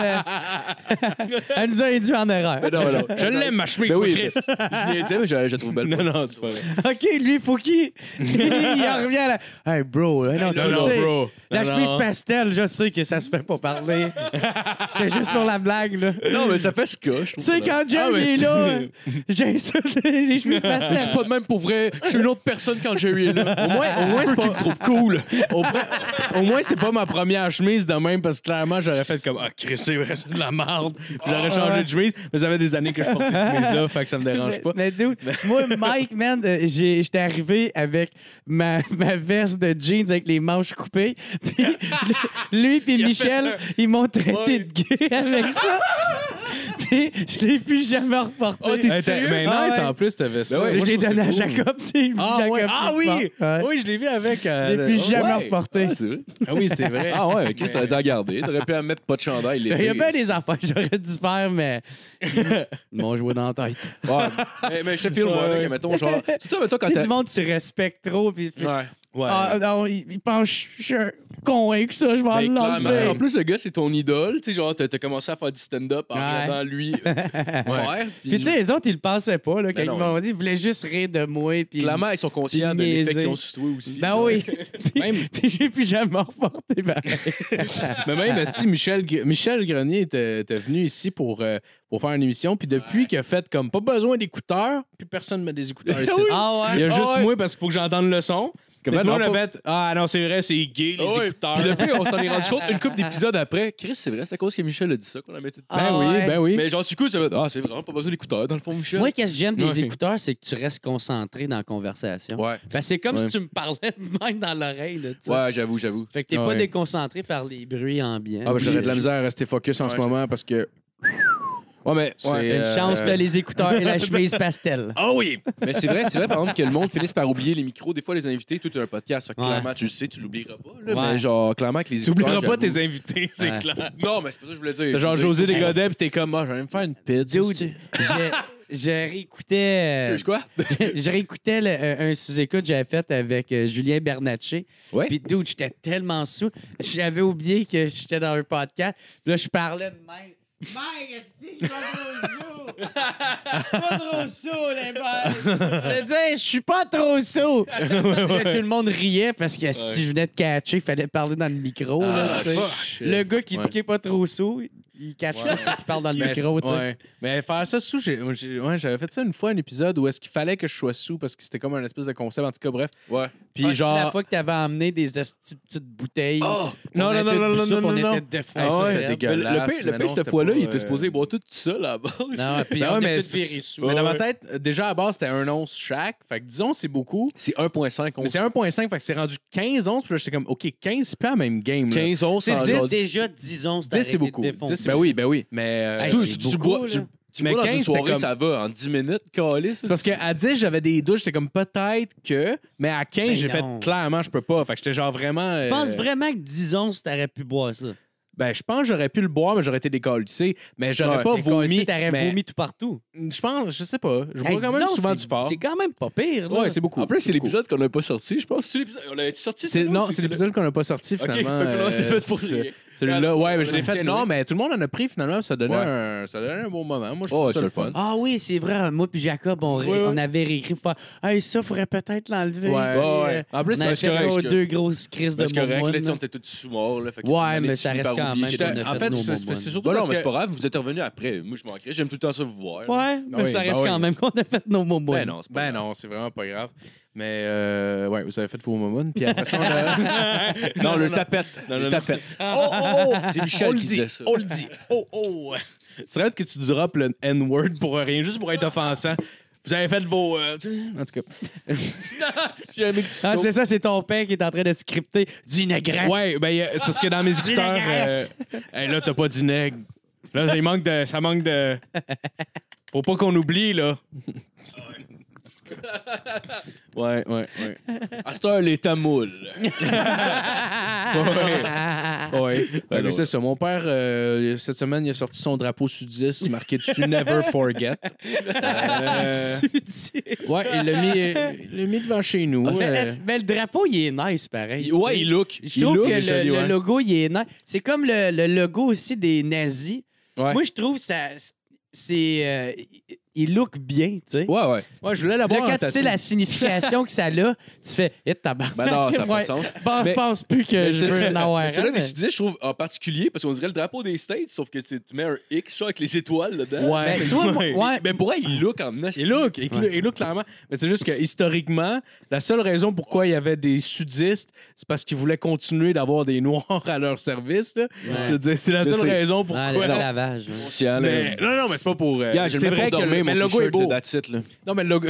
Speaker 5: te- elle nous a induit en erreur.
Speaker 2: Mais non, mais non.
Speaker 4: Je l'aime, ma chemise,
Speaker 2: Ben oui,
Speaker 4: Chris.
Speaker 2: Je niaisais, mais je, je la trouve belle.
Speaker 4: Non, non, c'est pas vrai.
Speaker 5: OK, lui, faut qu'il. il en revient à la. Hey, bro, hein, non, tu
Speaker 4: Non,
Speaker 5: le
Speaker 4: non,
Speaker 5: sais.
Speaker 4: bro.
Speaker 5: La
Speaker 4: Non,
Speaker 5: chemise
Speaker 4: non.
Speaker 5: pastel, je sais que ça se fait pas parler. C'était juste pour la blague, là.
Speaker 2: Non, mais ça fait ce que je
Speaker 5: Tu
Speaker 2: trouve.
Speaker 5: sais, quand Jam
Speaker 4: mais
Speaker 5: il est
Speaker 4: c'est-
Speaker 5: là, j'insulte les chemises
Speaker 2: Je suis
Speaker 5: pastel.
Speaker 2: pas de même pour vrai. Je suis une autre personne quand Jerry est là.
Speaker 4: Au moins, au moins c'est pas... trouve cool. Au, pre- au moins, c'est pas ma première chemise de même, parce que clairement, j'aurais fait comme Ah, Chris, c'est vrai, c'est de la merde. Puis j'aurais changé de chemise, mais ça fait des années que je porte cette chemise-là, fait que ça me dérange pas.
Speaker 5: Mais, mais dude,
Speaker 2: Ben.
Speaker 5: moi, Mike, man, euh, j'ai- j'étais arrivé avec ma, ma veste de jeans avec les manches coupées. Puis le- lui puis Michel, ils m'ont traité de gay avec ça. puis je l'ai plus jamais reporté.
Speaker 2: Oh,
Speaker 4: Hey, t'as- Mais
Speaker 5: Ah
Speaker 4: nice,
Speaker 5: ouais.
Speaker 4: en plus, t'avais ça.
Speaker 2: Ben ouais,
Speaker 4: Moi,
Speaker 5: je l'ai
Speaker 4: trouve
Speaker 5: donné à
Speaker 4: c'est cool.
Speaker 5: Jacob, c'est
Speaker 4: Ah,
Speaker 5: Jacob
Speaker 4: ouais.
Speaker 5: qui
Speaker 4: ah
Speaker 5: se
Speaker 4: oui!
Speaker 5: bat. Ouais.
Speaker 4: Oui, je l'ai vu avec. euh,
Speaker 5: J'ai
Speaker 4: le-
Speaker 5: plus jamais
Speaker 2: Ouais.
Speaker 5: reporté.
Speaker 2: Ah, c'est vrai.
Speaker 4: Ah oui, c'est vrai.
Speaker 2: Ah ouais, mais Chris, t'aurais dû la garder. T'aurais pu la mettre pas de chandail.
Speaker 5: Il y a
Speaker 2: l'été.
Speaker 5: bien des affaires que j'aurais dû faire, mais ils m'ont joué dans la tête.
Speaker 2: Ouais. mais, mais je te filme, moi,
Speaker 4: Ouais.
Speaker 2: avec, mettons, genre. Surtout, mettons, quand
Speaker 5: Tu sais,
Speaker 2: t'as.
Speaker 5: du monde, tu respectes trop. Puis, puis-
Speaker 4: Ouais. Ouais.
Speaker 5: Ah, non, il, il pense, je suis un con avec ça, je vais
Speaker 2: Ben, clairement.
Speaker 5: l'enlever.
Speaker 2: En plus, le gars, c'est ton idole. Tu sais, genre, t'as t'as commencé à faire du stand-up en
Speaker 5: Ouais.
Speaker 2: regardant lui euh, faire.
Speaker 5: Puis, tu sais, les autres, ils le pensaient pas, là, quand
Speaker 2: Ben
Speaker 5: ils
Speaker 2: non.
Speaker 5: m'ont dit, ils voulaient juste rire de moi. Puis,
Speaker 2: clairement, ils sont conscients de l'effet
Speaker 5: niaiser.
Speaker 2: qu'ils ont sur toi aussi.
Speaker 5: ben oui. puis, puis j'ai plus jamais reporté. Ben,
Speaker 4: Mais même, si Michel, Gr- Michel Grenier était, était venu ici pour, euh, pour faire une émission, puis depuis qu'il a fait comme pas besoin d'écouteurs, puis personne ne met des écouteurs ici.
Speaker 5: Ah
Speaker 4: Il y a
Speaker 2: Ah
Speaker 4: juste
Speaker 2: ouais.
Speaker 4: moi parce qu'il faut que j'entende le son.
Speaker 2: Comme
Speaker 4: Mais
Speaker 2: elle
Speaker 4: tout le
Speaker 2: l'a
Speaker 4: monde a fait, Ah non, c'est vrai, c'est gay, les
Speaker 2: Ah ouais.
Speaker 4: écouteurs.
Speaker 2: Puis le pire, on s'en est rendu compte une couple d'épisodes après. Chris, c'est vrai, c'est à cause que Michel a dit ça qu'on a mis tout
Speaker 5: Ah ouais.
Speaker 4: Ben oui.
Speaker 2: Mais genre, du coup, ça va être, Ah, c'est vraiment pas besoin d'écouteurs, dans le fond, Michel.
Speaker 5: Moi, qu'est-ce que j'aime des
Speaker 4: Ouais.
Speaker 5: écouteurs, c'est que tu restes concentré dans la conversation.
Speaker 2: Ouais.
Speaker 5: Parce que c'est comme
Speaker 2: Ouais.
Speaker 5: si tu me parlais de même dans l'oreille. là, tu sais.
Speaker 2: Ouais, j'avoue, j'avoue.
Speaker 5: Fait que t'es
Speaker 4: Ah
Speaker 5: pas
Speaker 4: ouais.
Speaker 5: déconcentré par les bruits ambiants.
Speaker 4: Ah, ben, j'aurais de la
Speaker 2: je-
Speaker 4: misère à rester focus en
Speaker 2: Ouais,
Speaker 4: ce
Speaker 2: je-
Speaker 4: moment parce que.
Speaker 2: Ouais, mais.
Speaker 4: C'est,
Speaker 2: ouais.
Speaker 5: Une
Speaker 4: euh,
Speaker 5: chance, t'as les écouteurs et la chemise pastel.
Speaker 4: Ah oui!
Speaker 2: Mais c'est vrai, c'est vrai, par exemple, que le monde finisse par oublier les micros. Des fois, les invités, tout un podcast. Fait que
Speaker 5: Ouais.
Speaker 2: Clairement, tu le sais, tu l'oublieras pas. Là,
Speaker 5: Ouais.
Speaker 2: Mais genre, clairement, que les
Speaker 4: Tu oublieras
Speaker 2: écouteurs,
Speaker 4: pas
Speaker 2: j'avoue.
Speaker 4: tes invités, c'est
Speaker 5: Ouais.
Speaker 4: clair.
Speaker 2: Non, mais c'est pas ça que je voulais dire.
Speaker 4: T'as genre
Speaker 2: Je voulais
Speaker 4: José
Speaker 2: dire-
Speaker 4: Desgodets, puis t'es comme, ah, j'allais me faire une pizza.
Speaker 5: Dude, j'ai- j'ai réécouté. euh,
Speaker 2: Excuse quoi?
Speaker 5: je réécoutais le- euh, un sous-écoute que j'avais fait avec euh, Julien Bernatchez.
Speaker 2: Ouais.
Speaker 5: Puis, dude, j'étais tellement sous. J'avais oublié que j'étais dans un podcast. Puis là, je parlais de même. Mike, est-ce que je suis pas trop sous? Je suis pas trop sous, les boys. Je veux dire, je suis pas trop sous. Là, Tout le monde riait parce que si je venais de catcher, il fallait parler dans le micro. là, tu sais. le gars qui dit
Speaker 4: Ah, Ouais.
Speaker 5: qu'il est pas trop sous, il cache pas qu'il parle dans le
Speaker 4: Mais,
Speaker 5: micro. tu sais.
Speaker 4: Ben, ouais. mais faire ça sous, j'ai- j'ai- ouais, j'avais fait ça une fois, un épisode où est-ce qu'il fallait que je sois sous parce que c'était comme un espèce de concept. En tout cas, bref.
Speaker 2: Ouais.
Speaker 4: Puis
Speaker 5: Ah, c'est la
Speaker 4: genre.
Speaker 5: fois que t'avais amené des esti de petites bouteilles.
Speaker 2: Oh!
Speaker 4: Non,
Speaker 5: On
Speaker 4: non,
Speaker 5: a
Speaker 4: non,
Speaker 5: tout
Speaker 4: non,
Speaker 5: bu
Speaker 4: non,
Speaker 5: ça,
Speaker 4: non,
Speaker 5: puis
Speaker 4: non,
Speaker 5: On
Speaker 4: non.
Speaker 5: était de
Speaker 4: Ah ouais, c'était
Speaker 2: Le,
Speaker 4: dégueulasse.
Speaker 2: le pire, le
Speaker 4: mais
Speaker 2: pire,
Speaker 4: non,
Speaker 2: cette
Speaker 4: c'était
Speaker 2: fois-là,
Speaker 4: pas,
Speaker 2: il était
Speaker 4: euh,
Speaker 2: supposé boire tout seul à la base.
Speaker 5: Non, puis
Speaker 4: Ben
Speaker 5: on
Speaker 4: ouais,
Speaker 5: est
Speaker 4: mais
Speaker 5: tous virés
Speaker 4: c'est-
Speaker 5: sous.
Speaker 4: mais dans ma
Speaker 2: Ouais.
Speaker 4: tête, euh, déjà à base, c'était un once chaque. Fait que disons, c'est beaucoup.
Speaker 2: C'est 1,5
Speaker 4: Mais c'est 1,5, fait que c'est rendu 15 onces. Puis là, j'étais comme, OK, 15, c'est pas la même game. là.
Speaker 2: 15, 11,
Speaker 4: C'est
Speaker 2: sans
Speaker 4: dix,
Speaker 2: genre-
Speaker 5: Déjà, disons, c'est
Speaker 4: 10, c'est beaucoup. 10, c'est
Speaker 2: Ben oui, ben oui.
Speaker 4: Mais. euh,
Speaker 5: Hey,
Speaker 2: Surtout,
Speaker 5: c'est
Speaker 2: tu, tu
Speaker 5: beaucoup,
Speaker 2: bois, tu,
Speaker 5: là.
Speaker 2: tu
Speaker 4: Mais
Speaker 2: bois dans
Speaker 4: 15,
Speaker 2: une soirée,
Speaker 4: c'était
Speaker 2: ça va. En 10 minutes, calé,
Speaker 4: C'est parce qu'à 10, j'avais des doutes. J'étais comme, peut-être que. Mais à 15,
Speaker 5: Ben
Speaker 4: j'ai fait,
Speaker 5: non.
Speaker 4: clairement, je peux pas. Fait que j'étais genre vraiment.
Speaker 5: Je pense
Speaker 4: euh,
Speaker 5: vraiment que disons, si t'aurais pu boire ça.
Speaker 4: Ben, je pense que j'aurais pu le boire, mais j'aurais été décalissé. Mais j'aurais
Speaker 2: Ouais,
Speaker 4: pas
Speaker 5: Vomi,
Speaker 4: vomi.
Speaker 5: t'aurais
Speaker 4: mais-
Speaker 5: vomi tout partout.
Speaker 4: Je pense, je sais pas. Je bois
Speaker 5: Hey,
Speaker 4: quand même
Speaker 5: disons,
Speaker 4: souvent
Speaker 5: c'est-
Speaker 4: du fort.
Speaker 5: C'est quand même pas pire. là.
Speaker 4: Ouais, c'est beaucoup.
Speaker 2: En plus, c'est
Speaker 4: beaucoup.
Speaker 2: l'épisode qu'on n'a pas sorti, je pense. C'est l'épisode. On l'a sorti
Speaker 4: C'est-
Speaker 2: celui-là,
Speaker 4: Non,
Speaker 2: ou
Speaker 4: c'est l'épisode qu'on n'a pas sorti
Speaker 2: Ok,
Speaker 4: finalement.
Speaker 2: fait que là, t'es
Speaker 4: euh,
Speaker 2: fait pour
Speaker 4: ce-
Speaker 2: chier.
Speaker 4: Celui-là,
Speaker 2: Ouais,
Speaker 4: ouais, mais
Speaker 2: on
Speaker 4: je
Speaker 2: l'a
Speaker 4: l'ai fait.
Speaker 2: fait,
Speaker 4: Non,
Speaker 2: ouais.
Speaker 4: mais tout le monde en a pris finalement. Ça donnait,
Speaker 2: Ouais.
Speaker 4: un, ça donnait un bon moment. Moi, je
Speaker 2: Oh,
Speaker 4: trouve ça
Speaker 2: c'est
Speaker 4: le
Speaker 2: le fun.
Speaker 4: fun.
Speaker 5: Ah oui, c'est vrai. Moi puis Jacob, on, ré-
Speaker 4: Ouais, ouais.
Speaker 5: on avait réécrit pour faire Hey, ça, faudrait peut-être l'enlever.
Speaker 4: Ouais,
Speaker 5: Puis,
Speaker 4: ouais,
Speaker 5: euh,
Speaker 4: ouais. En plus,
Speaker 5: On
Speaker 4: c'est
Speaker 5: a
Speaker 2: parce que-
Speaker 5: fait
Speaker 2: parce que-
Speaker 5: deux grosses crises de
Speaker 2: parce que correct,
Speaker 5: momone,
Speaker 2: là, tu sais,
Speaker 5: là.
Speaker 2: on était tous sous-morts. là, fait que
Speaker 5: Ouais,
Speaker 2: finalement,
Speaker 5: mais
Speaker 2: tu
Speaker 5: ça
Speaker 2: finis par
Speaker 5: reste quand quand même.
Speaker 4: j'étais-
Speaker 5: qu'on a
Speaker 4: en
Speaker 5: fait
Speaker 4: fait,
Speaker 5: nos
Speaker 4: c'est-
Speaker 5: bonbonnes.
Speaker 4: c'est surtout
Speaker 2: Bah non,
Speaker 4: parce
Speaker 2: mais
Speaker 4: que-
Speaker 2: c'est pas grave, vous êtes revenu après. Moi, je m'en crée, j'aime tout le temps ça vous voir. là.
Speaker 5: Ouais, mais
Speaker 2: Ah oui,
Speaker 5: ça reste
Speaker 2: ah oui.
Speaker 5: quand même qu'on a fait nos moments.
Speaker 2: Ben non, c'est pas
Speaker 4: Ben
Speaker 2: grave.
Speaker 4: non, c'est vraiment
Speaker 2: vraiment pas grave. Mais euh, ouais, vous avez fait vos moments, puis après ça, on a... non, le tapette.
Speaker 4: Non,
Speaker 2: le
Speaker 4: non, non.
Speaker 2: tapette.
Speaker 4: Oh, oh, oh!
Speaker 2: C'est Michel
Speaker 4: on le
Speaker 2: qui
Speaker 4: dit,
Speaker 2: disait ça.
Speaker 4: On le dit. Oh, oh!
Speaker 2: C'est vrai que tu droppes le N-word pour rien, juste pour être offensant. Vous avez fait vos. euh, tu sais, en tout cas. J'ai aimé que tu
Speaker 5: Ah,
Speaker 2: sautes.
Speaker 5: c'est ça, c'est ton père qui est en train de scripter d'une agresse.
Speaker 2: Ouais, ben, y a- c'est parce que dans mes écouteurs.
Speaker 5: graisse.
Speaker 2: euh, hey, là, t'as pas du nègre. Là, ça manque de. Ça manque de. Faut pas qu'on oublie, là. Ouais, ouais, ouais. À cette heure, les tamouls. ouais. Ouais. Ben, lui, c'est ça. Mon père, euh, cette semaine, il a sorti son drapeau sudiste marqué dessus Never Forget. Euh, ouais, il l'a mis, euh, il l'a mis devant chez nous.
Speaker 5: mais,
Speaker 2: euh.
Speaker 5: mais le drapeau, il est nice, pareil.
Speaker 2: Il- ouais,
Speaker 5: tu sais.
Speaker 2: il look.
Speaker 5: Je
Speaker 2: Il
Speaker 5: trouve
Speaker 2: look,
Speaker 5: que
Speaker 2: il est
Speaker 5: le,
Speaker 2: joli,
Speaker 5: le
Speaker 2: ouais.
Speaker 5: logo, il est nice. C'est comme le, le logo aussi des nazis.
Speaker 2: Ouais.
Speaker 5: Moi, je trouve ça. C'est. euh, il- il look bien, tu sais.
Speaker 2: Ouais, ouais. Ouais, je voulais
Speaker 5: Là,
Speaker 2: l'avoir. en
Speaker 5: quand tu sais
Speaker 2: tatou.
Speaker 5: la signification que ça a, tu fais, eh, tabarnak.
Speaker 2: Ben non, ça n'a pas
Speaker 5: Ouais.
Speaker 2: de sens.
Speaker 5: Bon, je
Speaker 2: Mais-
Speaker 5: pense plus que
Speaker 2: Mais c'est-
Speaker 5: je veux en avoir.
Speaker 2: mais
Speaker 5: un,
Speaker 2: Celui-là des
Speaker 5: mais-
Speaker 2: sudistes, je trouve en particulier, parce qu'on dirait le drapeau des States, sauf que tu tu mets un X genre, avec les étoiles dedans.
Speaker 5: Ben, tu vois, moi- ouais.
Speaker 2: Mais pour vrai, il look en nasty.
Speaker 4: Il look, il,
Speaker 5: Ouais.
Speaker 4: il look clairement. Mais c'est juste que historiquement, la seule raison pourquoi il y avait des sudistes, c'est parce qu'ils voulaient continuer d'avoir des noirs à leur service. là. Je veux dire, c'est la
Speaker 2: Je
Speaker 4: seule
Speaker 2: sais.
Speaker 4: raison
Speaker 5: Ah,
Speaker 4: pourquoi.
Speaker 5: les lavages. ouais.
Speaker 2: Conscient, là.
Speaker 4: mais, non, non, mais c'est pas pour. euh,
Speaker 2: Gars, j'ai
Speaker 4: c'est
Speaker 2: le
Speaker 4: vrai
Speaker 2: même
Speaker 4: que
Speaker 2: pour
Speaker 4: le,
Speaker 2: dormir,
Speaker 4: mais le
Speaker 2: mon
Speaker 4: logo est
Speaker 2: t-shirt,
Speaker 4: beau.
Speaker 2: là, that's it, là.
Speaker 4: Non, mais le logo,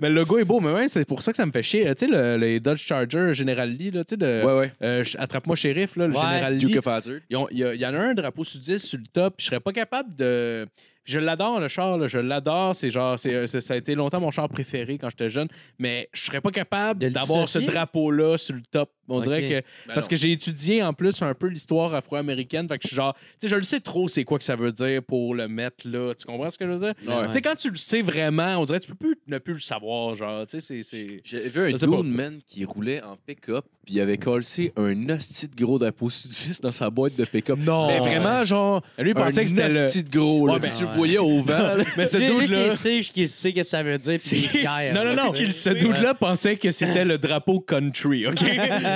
Speaker 4: mais le logo est beau, mais ouais, c'est pour ça que ça me fait chier. euh, Tu sais, le- les Dodge Charger General Lee, là, tu sais, de
Speaker 2: Ouais, ouais.
Speaker 4: euh, ch- Attrape-moi shérif, là, le
Speaker 5: Ouais.
Speaker 4: General Lee.
Speaker 2: Duke of Hazzard.
Speaker 4: Ils ont- Il y, a- il y en a un drapeau sudiste sur le top, puis je serais pas capable de. Je l'adore, le char, là, je l'adore. C'est genre, c'est, euh, c'est- ça a été longtemps mon char préféré quand j'étais jeune, mais je serais pas
Speaker 5: De
Speaker 4: capable
Speaker 5: le
Speaker 4: d'avoir ce
Speaker 5: dissocier?
Speaker 4: drapeau-là sur le top. On
Speaker 5: Ok.
Speaker 4: dirait que.
Speaker 2: Ben
Speaker 4: parce que j'ai étudié en plus un peu l'histoire afro-américaine, fait que je suis genre, tu sais, je le sais trop c'est quoi que ça veut dire pour le mettre là. Tu comprends ce que je veux dire?
Speaker 2: Ouais.
Speaker 4: Tu sais, quand tu le sais vraiment, on dirait que tu peux plus ne plus le savoir, genre, tu sais, c'est. c'est...
Speaker 2: J'ai vu un
Speaker 4: Je sais pas.
Speaker 2: dude, man, qui roulait en pick-up, puis il avait collé un hostie de gros drapeau sudiste dans sa boîte de pick-up.
Speaker 4: Non!
Speaker 2: Mais vraiment, genre,
Speaker 4: Lui, il
Speaker 2: un
Speaker 4: pensait que c'était le.
Speaker 2: hostie ben, de gros, là.
Speaker 4: Ouais, mais-
Speaker 2: Tu le voyais au vent, là.
Speaker 4: Mais ce
Speaker 5: Lui, lui,
Speaker 4: dude-là.
Speaker 5: c'est Sige qui sait ce que ça veut dire, puis il est fier.
Speaker 4: Non, non, non.
Speaker 5: Ouais.
Speaker 4: Ce dude-là pensait que c'était le drapeau country, OK?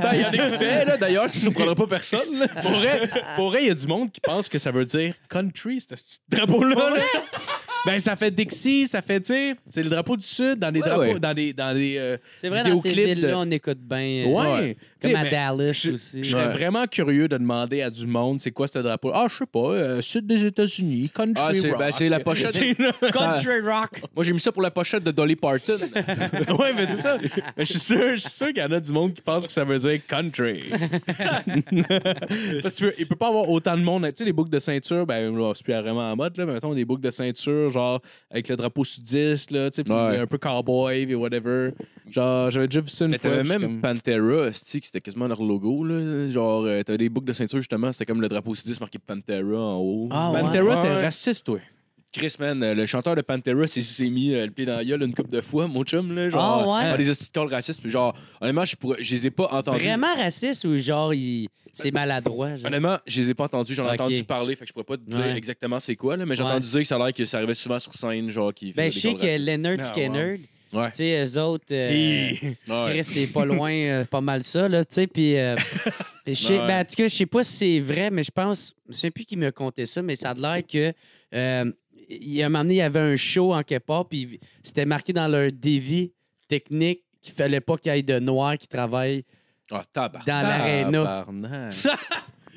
Speaker 2: Ben, il y en écoutait, là, d'ailleurs, ça ne surprendra pas personne. là.
Speaker 4: pour, vrai, pour vrai, il y a du monde qui pense que ça veut dire country, ce petit drapeau-là. là. Ben, ça fait Dixie, ça fait, tu sais, c'est le drapeau du Sud dans les
Speaker 2: Ouais,
Speaker 4: drapeaux,
Speaker 2: ouais.
Speaker 4: dans les, dans les euh,
Speaker 5: C'est vrai, dans ces
Speaker 4: vidéoclips de-
Speaker 5: villes-là, on écoute bien. euh,
Speaker 4: Ouais. Tu sais,
Speaker 5: Comme à
Speaker 4: mais
Speaker 5: Dallas
Speaker 4: je-
Speaker 5: aussi.
Speaker 4: J'étais
Speaker 2: Ouais.
Speaker 4: vraiment curieux de demander à du monde c'est quoi ce drapeau. Ah, je sais pas, euh, Sud des États-Unis, country.
Speaker 2: Ah, c'est-
Speaker 4: rock.
Speaker 2: ben, c'est la pochette.
Speaker 4: C'est-
Speaker 5: Country rock.
Speaker 2: Moi, j'ai mis ça pour la pochette de Dolly Parton.
Speaker 4: ouais, mais c'est ça. Mais je suis sûr, je suis sûr qu'il y en a du monde qui pense que ça veut dire country. Parce que tu peux- il peut pas avoir autant de monde. Tu sais, les boucles de ceinture, ben là, c'est plus vraiment en mode, là, mais mettons des boucles de ceinture, genre avec le drapeau sudiste, là, tu sais, puis
Speaker 2: Ouais.
Speaker 4: un peu cowboy, puis whatever. Genre, j'avais déjà vu ça une
Speaker 2: Mais
Speaker 4: fois.
Speaker 2: t'avais
Speaker 4: puis je
Speaker 2: même
Speaker 4: suis comme-
Speaker 2: Pantera, esti, que c'était quasiment leur logo. Là. Genre, euh, t'avais des boucles de ceinture, justement, c'était comme le drapeau sudiste marqué Pantera en haut.
Speaker 5: Ah, ouais.
Speaker 4: Pantera, t'es
Speaker 2: Ouais.
Speaker 4: raciste, toi.
Speaker 2: Chris, man, euh, le chanteur de Pantera s'est- s'est mis euh, le pied dans la gueule une couple de fois, mon chum, là. Genre,
Speaker 5: Ah, ouais?
Speaker 2: dans des estis de calls racistes. Puis genre, honnêtement, je, pourrais- je les ai pas entendus.
Speaker 5: Vraiment raciste ou genre, il... c'est maladroit? Genre?
Speaker 2: Honnêtement, je les ai pas entendus, j'en ai
Speaker 5: Ok.
Speaker 2: entendu parler, fait que je pourrais pas te dire
Speaker 5: Ouais.
Speaker 2: exactement c'est quoi, là, mais j'ai
Speaker 5: Ouais.
Speaker 2: entendu dire que ça a l'air que ça arrivait souvent sur scène, genre, qui
Speaker 5: Ben, je sais que Leonard
Speaker 4: Ah,
Speaker 5: Skinner,
Speaker 2: Ouais.
Speaker 5: tu sais, eux autres, euh, Chris, c'est pas loin, euh, pas mal ça, là, tu sais, puis... euh, je sais-
Speaker 2: Ouais.
Speaker 5: ben, en tout cas, je sais pas si c'est vrai, mais je pense... Je sais plus qui me contait ça, mais ça a l'air que... euh, il y a un moment donné, il y avait un show en quelque part, puis c'était marqué dans leur dévi technique qu'il fallait pas qu'il y ait de noirs qui travaillent
Speaker 2: Ah, tabarnak.
Speaker 5: dans l'aréna.
Speaker 2: Tabarnak.
Speaker 5: Tu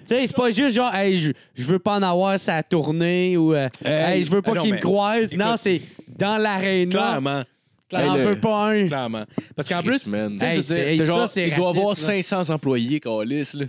Speaker 5: sais, c'est pas juste genre, hey, je, je veux pas en avoir sa tournée ou, euh, hey, je veux pas
Speaker 4: ah non,
Speaker 5: qu'il me
Speaker 4: mais-
Speaker 5: croise. non,
Speaker 4: écoute,
Speaker 5: c'est dans l'aréna.
Speaker 4: Clairement.
Speaker 5: On en
Speaker 2: Hey, le-
Speaker 5: veut pas un.
Speaker 4: Clairement. Parce qu'en
Speaker 2: En
Speaker 4: plus,
Speaker 2: plus,
Speaker 5: sais, Hey,
Speaker 2: je veux dire,
Speaker 5: c'est-
Speaker 2: t'as
Speaker 5: hey,
Speaker 2: genre-
Speaker 5: ça, c'est
Speaker 2: il doit
Speaker 5: raciste,
Speaker 2: avoir
Speaker 5: là.
Speaker 2: 500 employés, Calis. Là.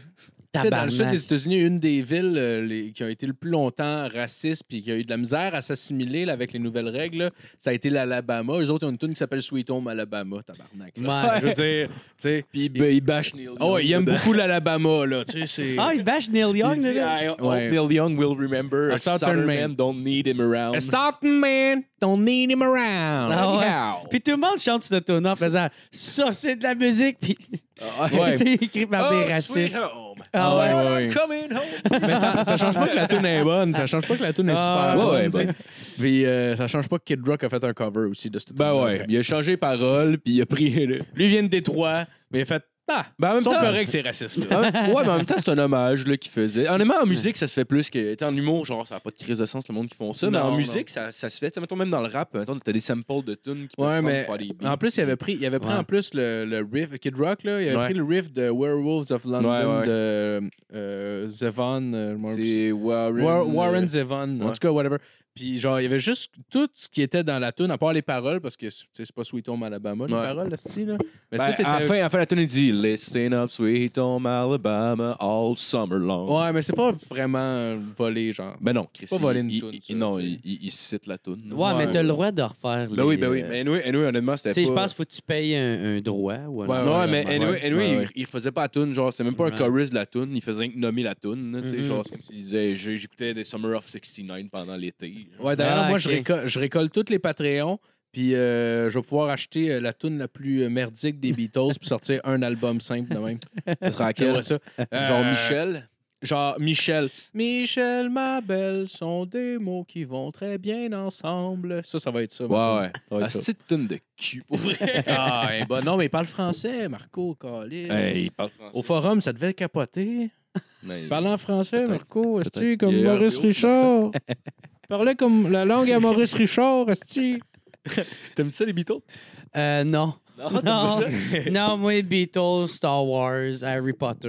Speaker 4: Tu sais, Dans le sud
Speaker 5: Tabarnak.
Speaker 4: des États-Unis, une des villes euh, les- qui a été le plus longtemps raciste puis qui a eu de la misère à s'assimiler là, avec les nouvelles règles, là, ça a été l'Alabama. Eux autres, ils ont une tune qui s'appelle Sweet Home Alabama, tabarnak.
Speaker 5: Ouais.
Speaker 4: Je veux dire, tu sais.
Speaker 2: Puis ben, il bâche Neil Young.
Speaker 4: Oh, ils aiment beaucoup l'Alabama, là. Tu sais, c'est.
Speaker 5: Ah, il bâche Neil Young,
Speaker 2: Il dit, ah.
Speaker 5: le gars.
Speaker 2: I hope
Speaker 4: Ouais.
Speaker 2: Neil Young will remember.
Speaker 4: A
Speaker 2: A,
Speaker 4: Southern
Speaker 2: Southern,
Speaker 4: man.
Speaker 2: man. don't need him around.
Speaker 4: A certain man, don't need him around.
Speaker 5: Ah ouais.
Speaker 4: Anyhow.
Speaker 5: Puis tout le monde chante ce tune en faisant ça, c'est de la musique. Puis
Speaker 4: ouais.
Speaker 5: c'est écrit par
Speaker 2: Oh,
Speaker 5: des racistes.
Speaker 2: sweet home.
Speaker 5: Ah ouais.
Speaker 4: ouais, ouais.
Speaker 2: Coming home.
Speaker 4: Mais ça, ça change pas que la tune est bonne. Ça change pas que la tune est
Speaker 5: Ah,
Speaker 2: ouais,
Speaker 4: super bonne.
Speaker 2: ouais, ben.
Speaker 4: tu sais.
Speaker 2: bonne.
Speaker 4: Puis euh, ça change pas que Kid Rock a fait un cover aussi de cette
Speaker 2: Ben
Speaker 4: tune-là.
Speaker 2: ouais, il a changé parole, puis il a pris. le-
Speaker 4: Lui vient de Détroit, mais il a fait Ah,
Speaker 2: Ben, en même
Speaker 4: ils sont
Speaker 2: temps-
Speaker 4: corrects, ces racistes-là.
Speaker 2: En même- Euh, ouais, mais en même temps, c'est un hommage là, qu'il faisait. Honnêtement, en musique, ça se fait plus que. t'sais, En humour, genre, ça n'a pas de crise de sens, le monde qui font ça. mais
Speaker 4: Non,
Speaker 2: en
Speaker 4: non.
Speaker 2: musique, ça, ça se fait. T'sais, mettons, même dans le rap, mettons, t'as des samples de tunes qui peuvent Ouais, prendre mais- pour faire des beats.
Speaker 4: En plus, il avait pris, il avait pris
Speaker 5: Ouais.
Speaker 4: en plus le, le riff, Kid Rock, là, il avait
Speaker 2: Ouais.
Speaker 4: pris le riff de Werewolves of London
Speaker 2: Ouais, ouais.
Speaker 4: de euh, Zevon. euh, je me rappelle-
Speaker 2: C'est Warren. euh,
Speaker 4: War- Warren Zevon, en
Speaker 2: ouais.
Speaker 4: tout cas, whatever. Puis genre, il y avait juste tout ce qui était dans la tune, à part les paroles, parce que c'est c'est pas Sweet Home Alabama, les
Speaker 2: Ouais.
Speaker 4: paroles, là, c'est-tu, là. Mais
Speaker 2: Ben,
Speaker 4: tout était...
Speaker 2: enfin, enfin, la tune il dit Listen up, sweet home Alabama, all summer long.
Speaker 4: Ouais, mais c'est pas vraiment volé, genre.
Speaker 2: Ben non, Chris.
Speaker 4: pas voler
Speaker 2: il-
Speaker 4: une
Speaker 2: il-
Speaker 4: toune,
Speaker 2: il-
Speaker 4: ça,
Speaker 2: Non,
Speaker 4: t'sais.
Speaker 2: il, il- il cite la tune.
Speaker 5: Ouais, mais t'as le droit de refaire. euh,
Speaker 2: Ben oui, ben oui. Mais anyway, anyway, honnêtement, c'était
Speaker 5: Tu
Speaker 2: pas.
Speaker 5: sais, je pense qu'il faut que tu payes un, un droit. Ou un-
Speaker 4: Ouais,
Speaker 2: Ouais,
Speaker 4: ouais,
Speaker 2: mais
Speaker 4: ouais,
Speaker 2: anyway,
Speaker 4: ouais.
Speaker 2: anyway,
Speaker 4: Ouais, ouais.
Speaker 2: Il, il faisait pas la toune, genre, c'était même pas
Speaker 5: Ouais.
Speaker 2: un chorus de la toune, il faisait rien que nommer la toune, là, tu sais,
Speaker 5: Mhm.
Speaker 2: genre, c'est comme s'il disait, j'ai- j'écoutais des Summer of 69 pendant l'été.
Speaker 4: Ouais, d'ailleurs,
Speaker 5: Ah,
Speaker 4: moi,
Speaker 5: ok.
Speaker 4: je, récolte, je récolte tous les Patreons, puis euh, je vais pouvoir acheter euh, la tune la plus euh, merdique des Beatles, puis sortir un album simple de même.
Speaker 2: Ça sera à
Speaker 4: J'aimerais ça.
Speaker 2: Genre
Speaker 4: Euh,
Speaker 2: Michel.
Speaker 4: Genre Michel. Michel, ma belle, sont des mots qui vont très bien ensemble. Ça, ça va être ça.
Speaker 2: Ouais, Ah, ouais.
Speaker 4: Ça va
Speaker 2: La
Speaker 4: être ça.
Speaker 2: petite toune de cul, pour vrai.
Speaker 4: Ah, eh ben, non, mais il parle français, Marco, Calis.
Speaker 2: Hey, il parle français.
Speaker 4: Au forum, ça devait capoter.
Speaker 2: Mais-
Speaker 4: Parlant français,
Speaker 2: Peut-être,
Speaker 4: Marco, est-tu
Speaker 2: peut-être.
Speaker 4: comme
Speaker 2: Il y a
Speaker 4: Maurice
Speaker 2: RBO qui l'a
Speaker 4: Richard? Parlait comme la langue à Maurice Richard, est-ce
Speaker 2: T'aimes ça les Beatles?
Speaker 5: Euh, non.
Speaker 2: Non,
Speaker 5: Non.
Speaker 2: t'aimes pas ça?
Speaker 5: non, moi, Beatles, Star Wars, Harry Potter.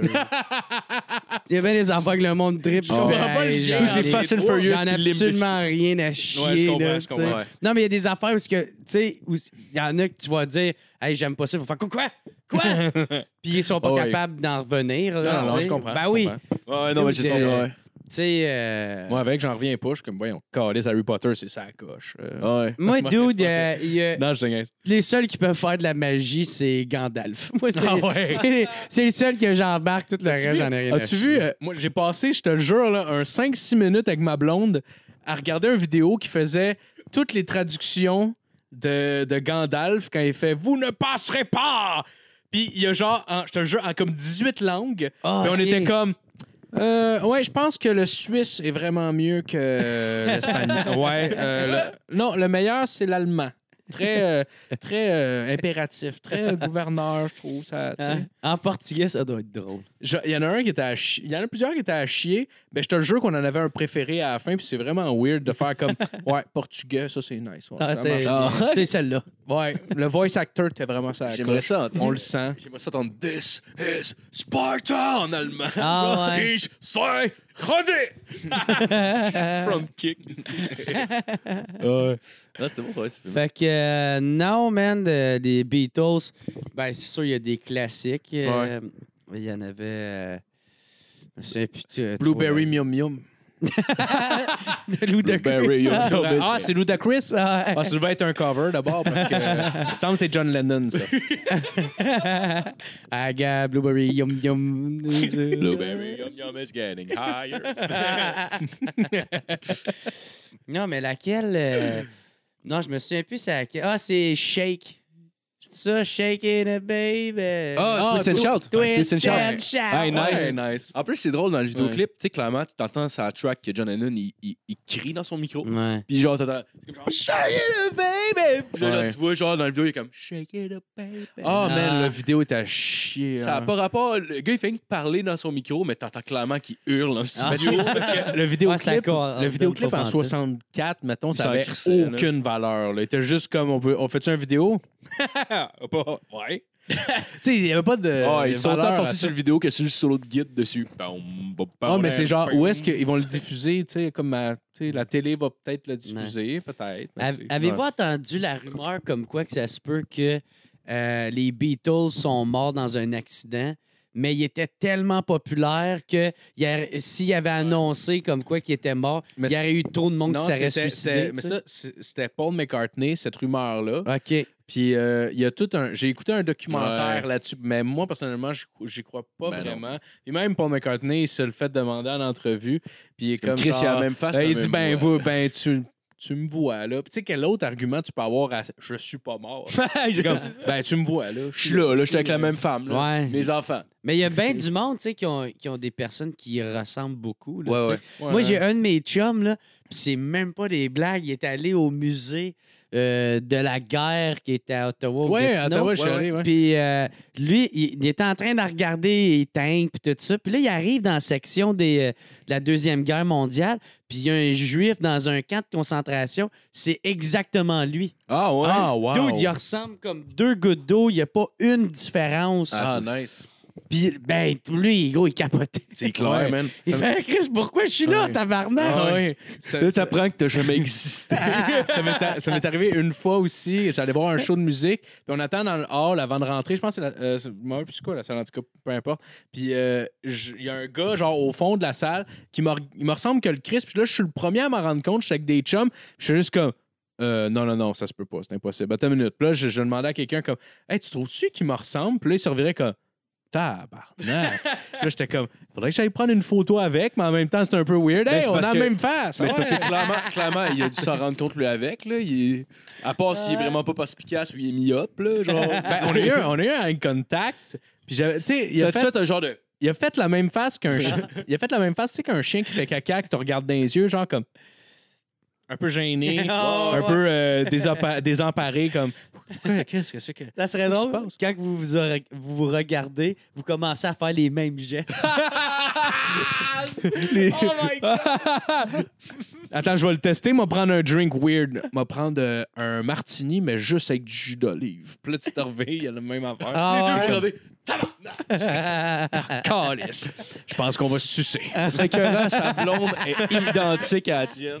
Speaker 5: Il y avait des enfants que le monde drip.
Speaker 2: comprends
Speaker 4: pas le lien.
Speaker 5: Tous
Speaker 4: Oh, ben, Tous ces Fast and Furious
Speaker 5: J'en ai
Speaker 2: puis Limp
Speaker 5: absolument rien à chier.
Speaker 2: Ouais, je comprends,
Speaker 5: là,
Speaker 2: je comprends,
Speaker 5: tu sais.
Speaker 2: ouais.
Speaker 5: Non, mais il y a des affaires où, ce que, tu sais, où il y en a que tu vas dire, hey, j'aime pas ça. Ils vont faire quoi? Quoi? Quoi? Puis ils sont pas
Speaker 2: Ouais.
Speaker 5: capables d'en revenir. là,
Speaker 2: Oh Non, non,
Speaker 5: tu sais.
Speaker 2: je comprends,
Speaker 5: Ben
Speaker 2: je
Speaker 5: oui.
Speaker 2: comprends. Ouais, non, mais je
Speaker 5: Dude,
Speaker 2: sais,
Speaker 5: euh,
Speaker 2: ouais.
Speaker 5: Tu sais. euh,
Speaker 4: Moi, avec, j'en reviens pas. Je suis comme, voyons, Calis, Harry Potter, c'est ça, coche. Euh,
Speaker 2: Ouais.
Speaker 5: Moi,
Speaker 4: Moi,
Speaker 5: dude,
Speaker 4: c'est
Speaker 5: euh, il y a-
Speaker 4: Non, je te niaise.
Speaker 5: les seuls qui peuvent faire de la magie, c'est Gandalf. Moi, c'est
Speaker 2: Oh,
Speaker 4: Ah ouais.
Speaker 5: c'est les, c'est les seuls que j'embarque. Tout le reste, j'en ai rien à
Speaker 4: As-tu
Speaker 5: chier.
Speaker 4: vu, euh, moi j'ai passé, je te le jure, là, un 5-6 minutes avec ma blonde à regarder une vidéo qui faisait toutes les traductions de, de Gandalf quand il fait Vous ne passerez pas! Puis il y a genre, en- je te le jure, en comme 18 langues.
Speaker 5: Ah,
Speaker 4: puis on
Speaker 5: ok.
Speaker 4: était comme. Euh, ouais, je pense que le Suisse est vraiment mieux que euh, l'Espagnol. ouais. euh, le- Non, le meilleur, c'est l'allemand. Très, euh, très euh, impératif, très euh, gouverneur, je trouve. Ça, tu sais.
Speaker 5: Hein? En portugais, ça doit être drôle.
Speaker 4: Je- Il y en a un qui était à chi- Il y en a plusieurs qui étaient à chier. Mais je te jure qu'on en avait un préféré à la fin. Puis c'est vraiment weird de faire comme Ouais, portugais, ça c'est nice. Ouais,
Speaker 5: Ah,
Speaker 4: ça
Speaker 5: c'est
Speaker 4: marche.
Speaker 5: c'est celle-là.
Speaker 4: Ouais, le voice actor était vraiment ça.
Speaker 2: J'aimerais ça entendre.
Speaker 4: On le sent.
Speaker 2: J'aimerais ça entendre This is Sparta en allemand.
Speaker 5: Ah ouais.
Speaker 2: Ich sei Rodé! From kick. Non, Ah, c'était bon, ouais, c'est
Speaker 5: Fait que euh, non, man, de- des Beatles, ben c'est sûr, il y a des classiques. euh, Il y en avait. euh, je me souviens plus euh, de-
Speaker 4: Blueberry Mium Mium.
Speaker 5: de Lou de
Speaker 2: Blueberry,
Speaker 5: Chris.
Speaker 2: Ben, yo.
Speaker 5: Ah,
Speaker 4: Ah, c'est Ludacris?
Speaker 5: Ah, ouais.
Speaker 4: Ah, ça devait être un cover d'abord parce que. Il me semble que c'est John Lennon, ça.
Speaker 5: euh, Aga, Blueberry, yum yum.
Speaker 2: Blueberry yum yum is getting higher.
Speaker 4: Ah,
Speaker 5: non, mais laquelle. euh, Non, je me souviens plus, c'est laquelle. Ah, c'est Shake. C'est ça, Shake in a Baby.
Speaker 2: Ah, Twist and
Speaker 5: Twi-
Speaker 2: Shout.
Speaker 5: Twist
Speaker 2: Twist and Shout.
Speaker 5: and Shout.
Speaker 2: Hey, Ah, nice.
Speaker 4: Ouais, Ah, nice.
Speaker 2: En plus, c'est drôle dans le vidéoclip, tu sais, clairement, tu t'entends sa track que John Lennon, il, il- il crie dans son
Speaker 4: Mm,
Speaker 2: micro.
Speaker 5: Ouais.
Speaker 2: Puis genre, t'entends, c'est comme genre, Shake it up, baby! Puis là,
Speaker 4: Ouais.
Speaker 2: là, tu vois, genre, dans le vidéo, il est comme, Shake it up, baby.
Speaker 4: Ah, man,
Speaker 5: Ah.
Speaker 4: la vidéo était à chier.
Speaker 2: Ça n'a
Speaker 4: hein.
Speaker 2: pas rapport. Le gars, il fait que parler dans son micro, mais t'entends clairement qu'il hurle en
Speaker 5: Ah,
Speaker 2: studio.
Speaker 5: c'est-
Speaker 2: parce que-
Speaker 4: Le
Speaker 5: Ouais, ça
Speaker 4: vidéoclip,
Speaker 5: co-
Speaker 4: le
Speaker 5: on donne
Speaker 4: vidéoclip
Speaker 5: pas
Speaker 4: en
Speaker 5: pantoute.
Speaker 4: 64, mettons, ça
Speaker 2: s'en
Speaker 4: avait
Speaker 2: crissait, là.
Speaker 4: aucune valeur. là. Il était juste comme on peut. On fait-tu une vidéo?
Speaker 2: ouais.
Speaker 4: Tu sais, il n'y avait pas de.
Speaker 2: Ah, ils
Speaker 4: de
Speaker 2: sont
Speaker 4: valeur
Speaker 2: autant
Speaker 4: à
Speaker 2: forcés
Speaker 4: ça.
Speaker 2: sur le vidéo que sur le solo de guide dessus.
Speaker 4: Ah, mais c'est genre, où est-ce qu'ils vont le diffuser? Tu sais, comme à- tu sais, la télé va peut-être le diffuser, peut-être. mais
Speaker 5: Av-
Speaker 4: tu sais.
Speaker 5: Avez-vous
Speaker 4: Ouais.
Speaker 5: entendu la rumeur comme quoi que ça se peut que euh, les Beatles sont morts dans un accident, mais ils étaient tellement populaires que il y a- s'ils avaient annoncé comme quoi qu'ils étaient morts,
Speaker 4: Mais
Speaker 5: il y aurait eu trop de monde
Speaker 4: Non,
Speaker 5: qui s'aurait
Speaker 4: c'était-
Speaker 5: suicidé.
Speaker 4: c'était-
Speaker 5: tu
Speaker 4: Mais
Speaker 5: sais.
Speaker 4: ça, c'est- c'était Paul McCartney, cette rumeur-là.
Speaker 5: OK.
Speaker 4: Puis euh, il y a tout un. J'ai écouté un documentaire
Speaker 2: Ouais.
Speaker 4: là-dessus, mais moi, personnellement, j'y cro- j'y crois pas
Speaker 2: Ben non.
Speaker 4: vraiment. Et même Paul McCartney, il se le fait demander en entrevue. Puis il est
Speaker 2: Comme
Speaker 4: comme.
Speaker 2: Chris, il a
Speaker 4: genre,
Speaker 2: la même face.
Speaker 4: Ben,
Speaker 2: la
Speaker 4: il
Speaker 2: même
Speaker 4: dit, ben,
Speaker 2: voix.
Speaker 4: vous, ben tu, tu me vois là. Puis tu sais, quel autre argument tu peux avoir à je suis pas mort? C'est comme, ben, tu me vois là.
Speaker 2: Je suis là, là, je suis avec la même femme. Là.
Speaker 5: Ouais.
Speaker 2: Mes enfants.
Speaker 5: Mais il y a bien du monde tu sais, qui, ont, qui ont des personnes qui ressemblent beaucoup. là, tu sais.
Speaker 4: Ouais, hein.
Speaker 5: Moi,
Speaker 4: ouais.
Speaker 5: j'ai un de mes chums, là, pis c'est même pas des blagues. Il est allé au musée euh, de la guerre qui était à Ottawa. au
Speaker 4: Ouais,
Speaker 5: Gatineau.
Speaker 4: à Ottawa, je suis
Speaker 2: Ouais,
Speaker 4: allé, ouais.
Speaker 5: Puis euh, lui, il, il était en train de regarder les tanks puis tout ça. Puis là, il arrive dans la section des, euh, de la Deuxième Guerre mondiale. Puis il y a un juif dans un camp de concentration. C'est exactement lui.
Speaker 4: Ah, ouais. Ah, wow.
Speaker 5: Dude, il ressemble comme deux gouttes d'eau. Il n'y a pas une différence.
Speaker 4: Ah, nice.
Speaker 5: Puis, ben, lui, gros, il capotait.
Speaker 4: C'est
Speaker 2: clair,
Speaker 4: man.
Speaker 5: Il fait Chris, pourquoi je suis là,
Speaker 4: Ouais.
Speaker 5: tabarnak?
Speaker 4: Ah, ouais.
Speaker 2: Ça-
Speaker 4: Là,
Speaker 2: ça-
Speaker 4: t'apprends que t'as jamais existé. ça m'est a- ça m'est arrivé une fois aussi. J'allais voir un show de musique, puis on attend dans le hall avant de rentrer. Je pense que c'est la. euh, c'est- moi, je sais quoi, la salle, en tout cas, peu importe. Puis euh, je- il y a un gars, genre, au fond de la salle, qui me re- il me ressemble que le Chris. Puis là, je suis le premier à m'en rendre compte. Je suis avec des chums. puis je suis juste comme. Euh, non, non, non, ça se peut pas, c'est impossible. Attends une minute. Puis là, je, je demandais à quelqu'un comme Hey, tu trouves-tu qu'il me ressemble? Puis là, il se revirait comme Tabarnak. Puis là, j'étais comme Faudrait que j'aille prendre une photo avec, mais en même temps, c'est un peu weird.
Speaker 2: Ben,
Speaker 4: Hey,
Speaker 2: c'est
Speaker 4: on a
Speaker 2: parce
Speaker 4: la
Speaker 2: que-
Speaker 4: même face.
Speaker 2: Mais c'est
Speaker 4: Ouais.
Speaker 2: parce que clairement, clairement, il a dû s'en rendre compte lui avec. Là. Il est- À part
Speaker 5: Euh.
Speaker 2: s'il est vraiment pas perspicace ou il est myope. Là, genre.
Speaker 4: Ben, on a eu un, on a eu un eye contact. Puis j'avais, tu sais, il,
Speaker 2: Ça
Speaker 4: a
Speaker 2: te
Speaker 4: fait-
Speaker 2: fait un genre de.
Speaker 4: il a fait la même face qu'un chien. Il a fait la même face, tu sais, qu'un chien qui fait caca, que tu regardes dans les yeux, genre comme. Un peu gêné,
Speaker 5: Ah,
Speaker 4: un
Speaker 5: ouais.
Speaker 4: peu euh, désempa- désemparé, comme. Pourquoi, Qu'est-ce que c'est que.
Speaker 5: Ça serait
Speaker 4: Qu'est-ce qui
Speaker 5: drôle,
Speaker 4: se passe?
Speaker 5: quand vous vous, aurez- vous vous regardez, vous commencez à faire les mêmes gestes.
Speaker 4: oh my God! Attends, je vais le tester. Moi, prendre un drink weird. Moi, prendre euh, un martini, mais juste avec du jus d'olive. Puis là, tu te réveilles, il y a la même affaire.
Speaker 5: Ah,
Speaker 4: Les deux,
Speaker 5: ouais.
Speaker 4: vous regardez.
Speaker 5: Ah.
Speaker 4: Calice. Je pense qu'on va se sucer. C'est que sa blonde est identique à la tienne.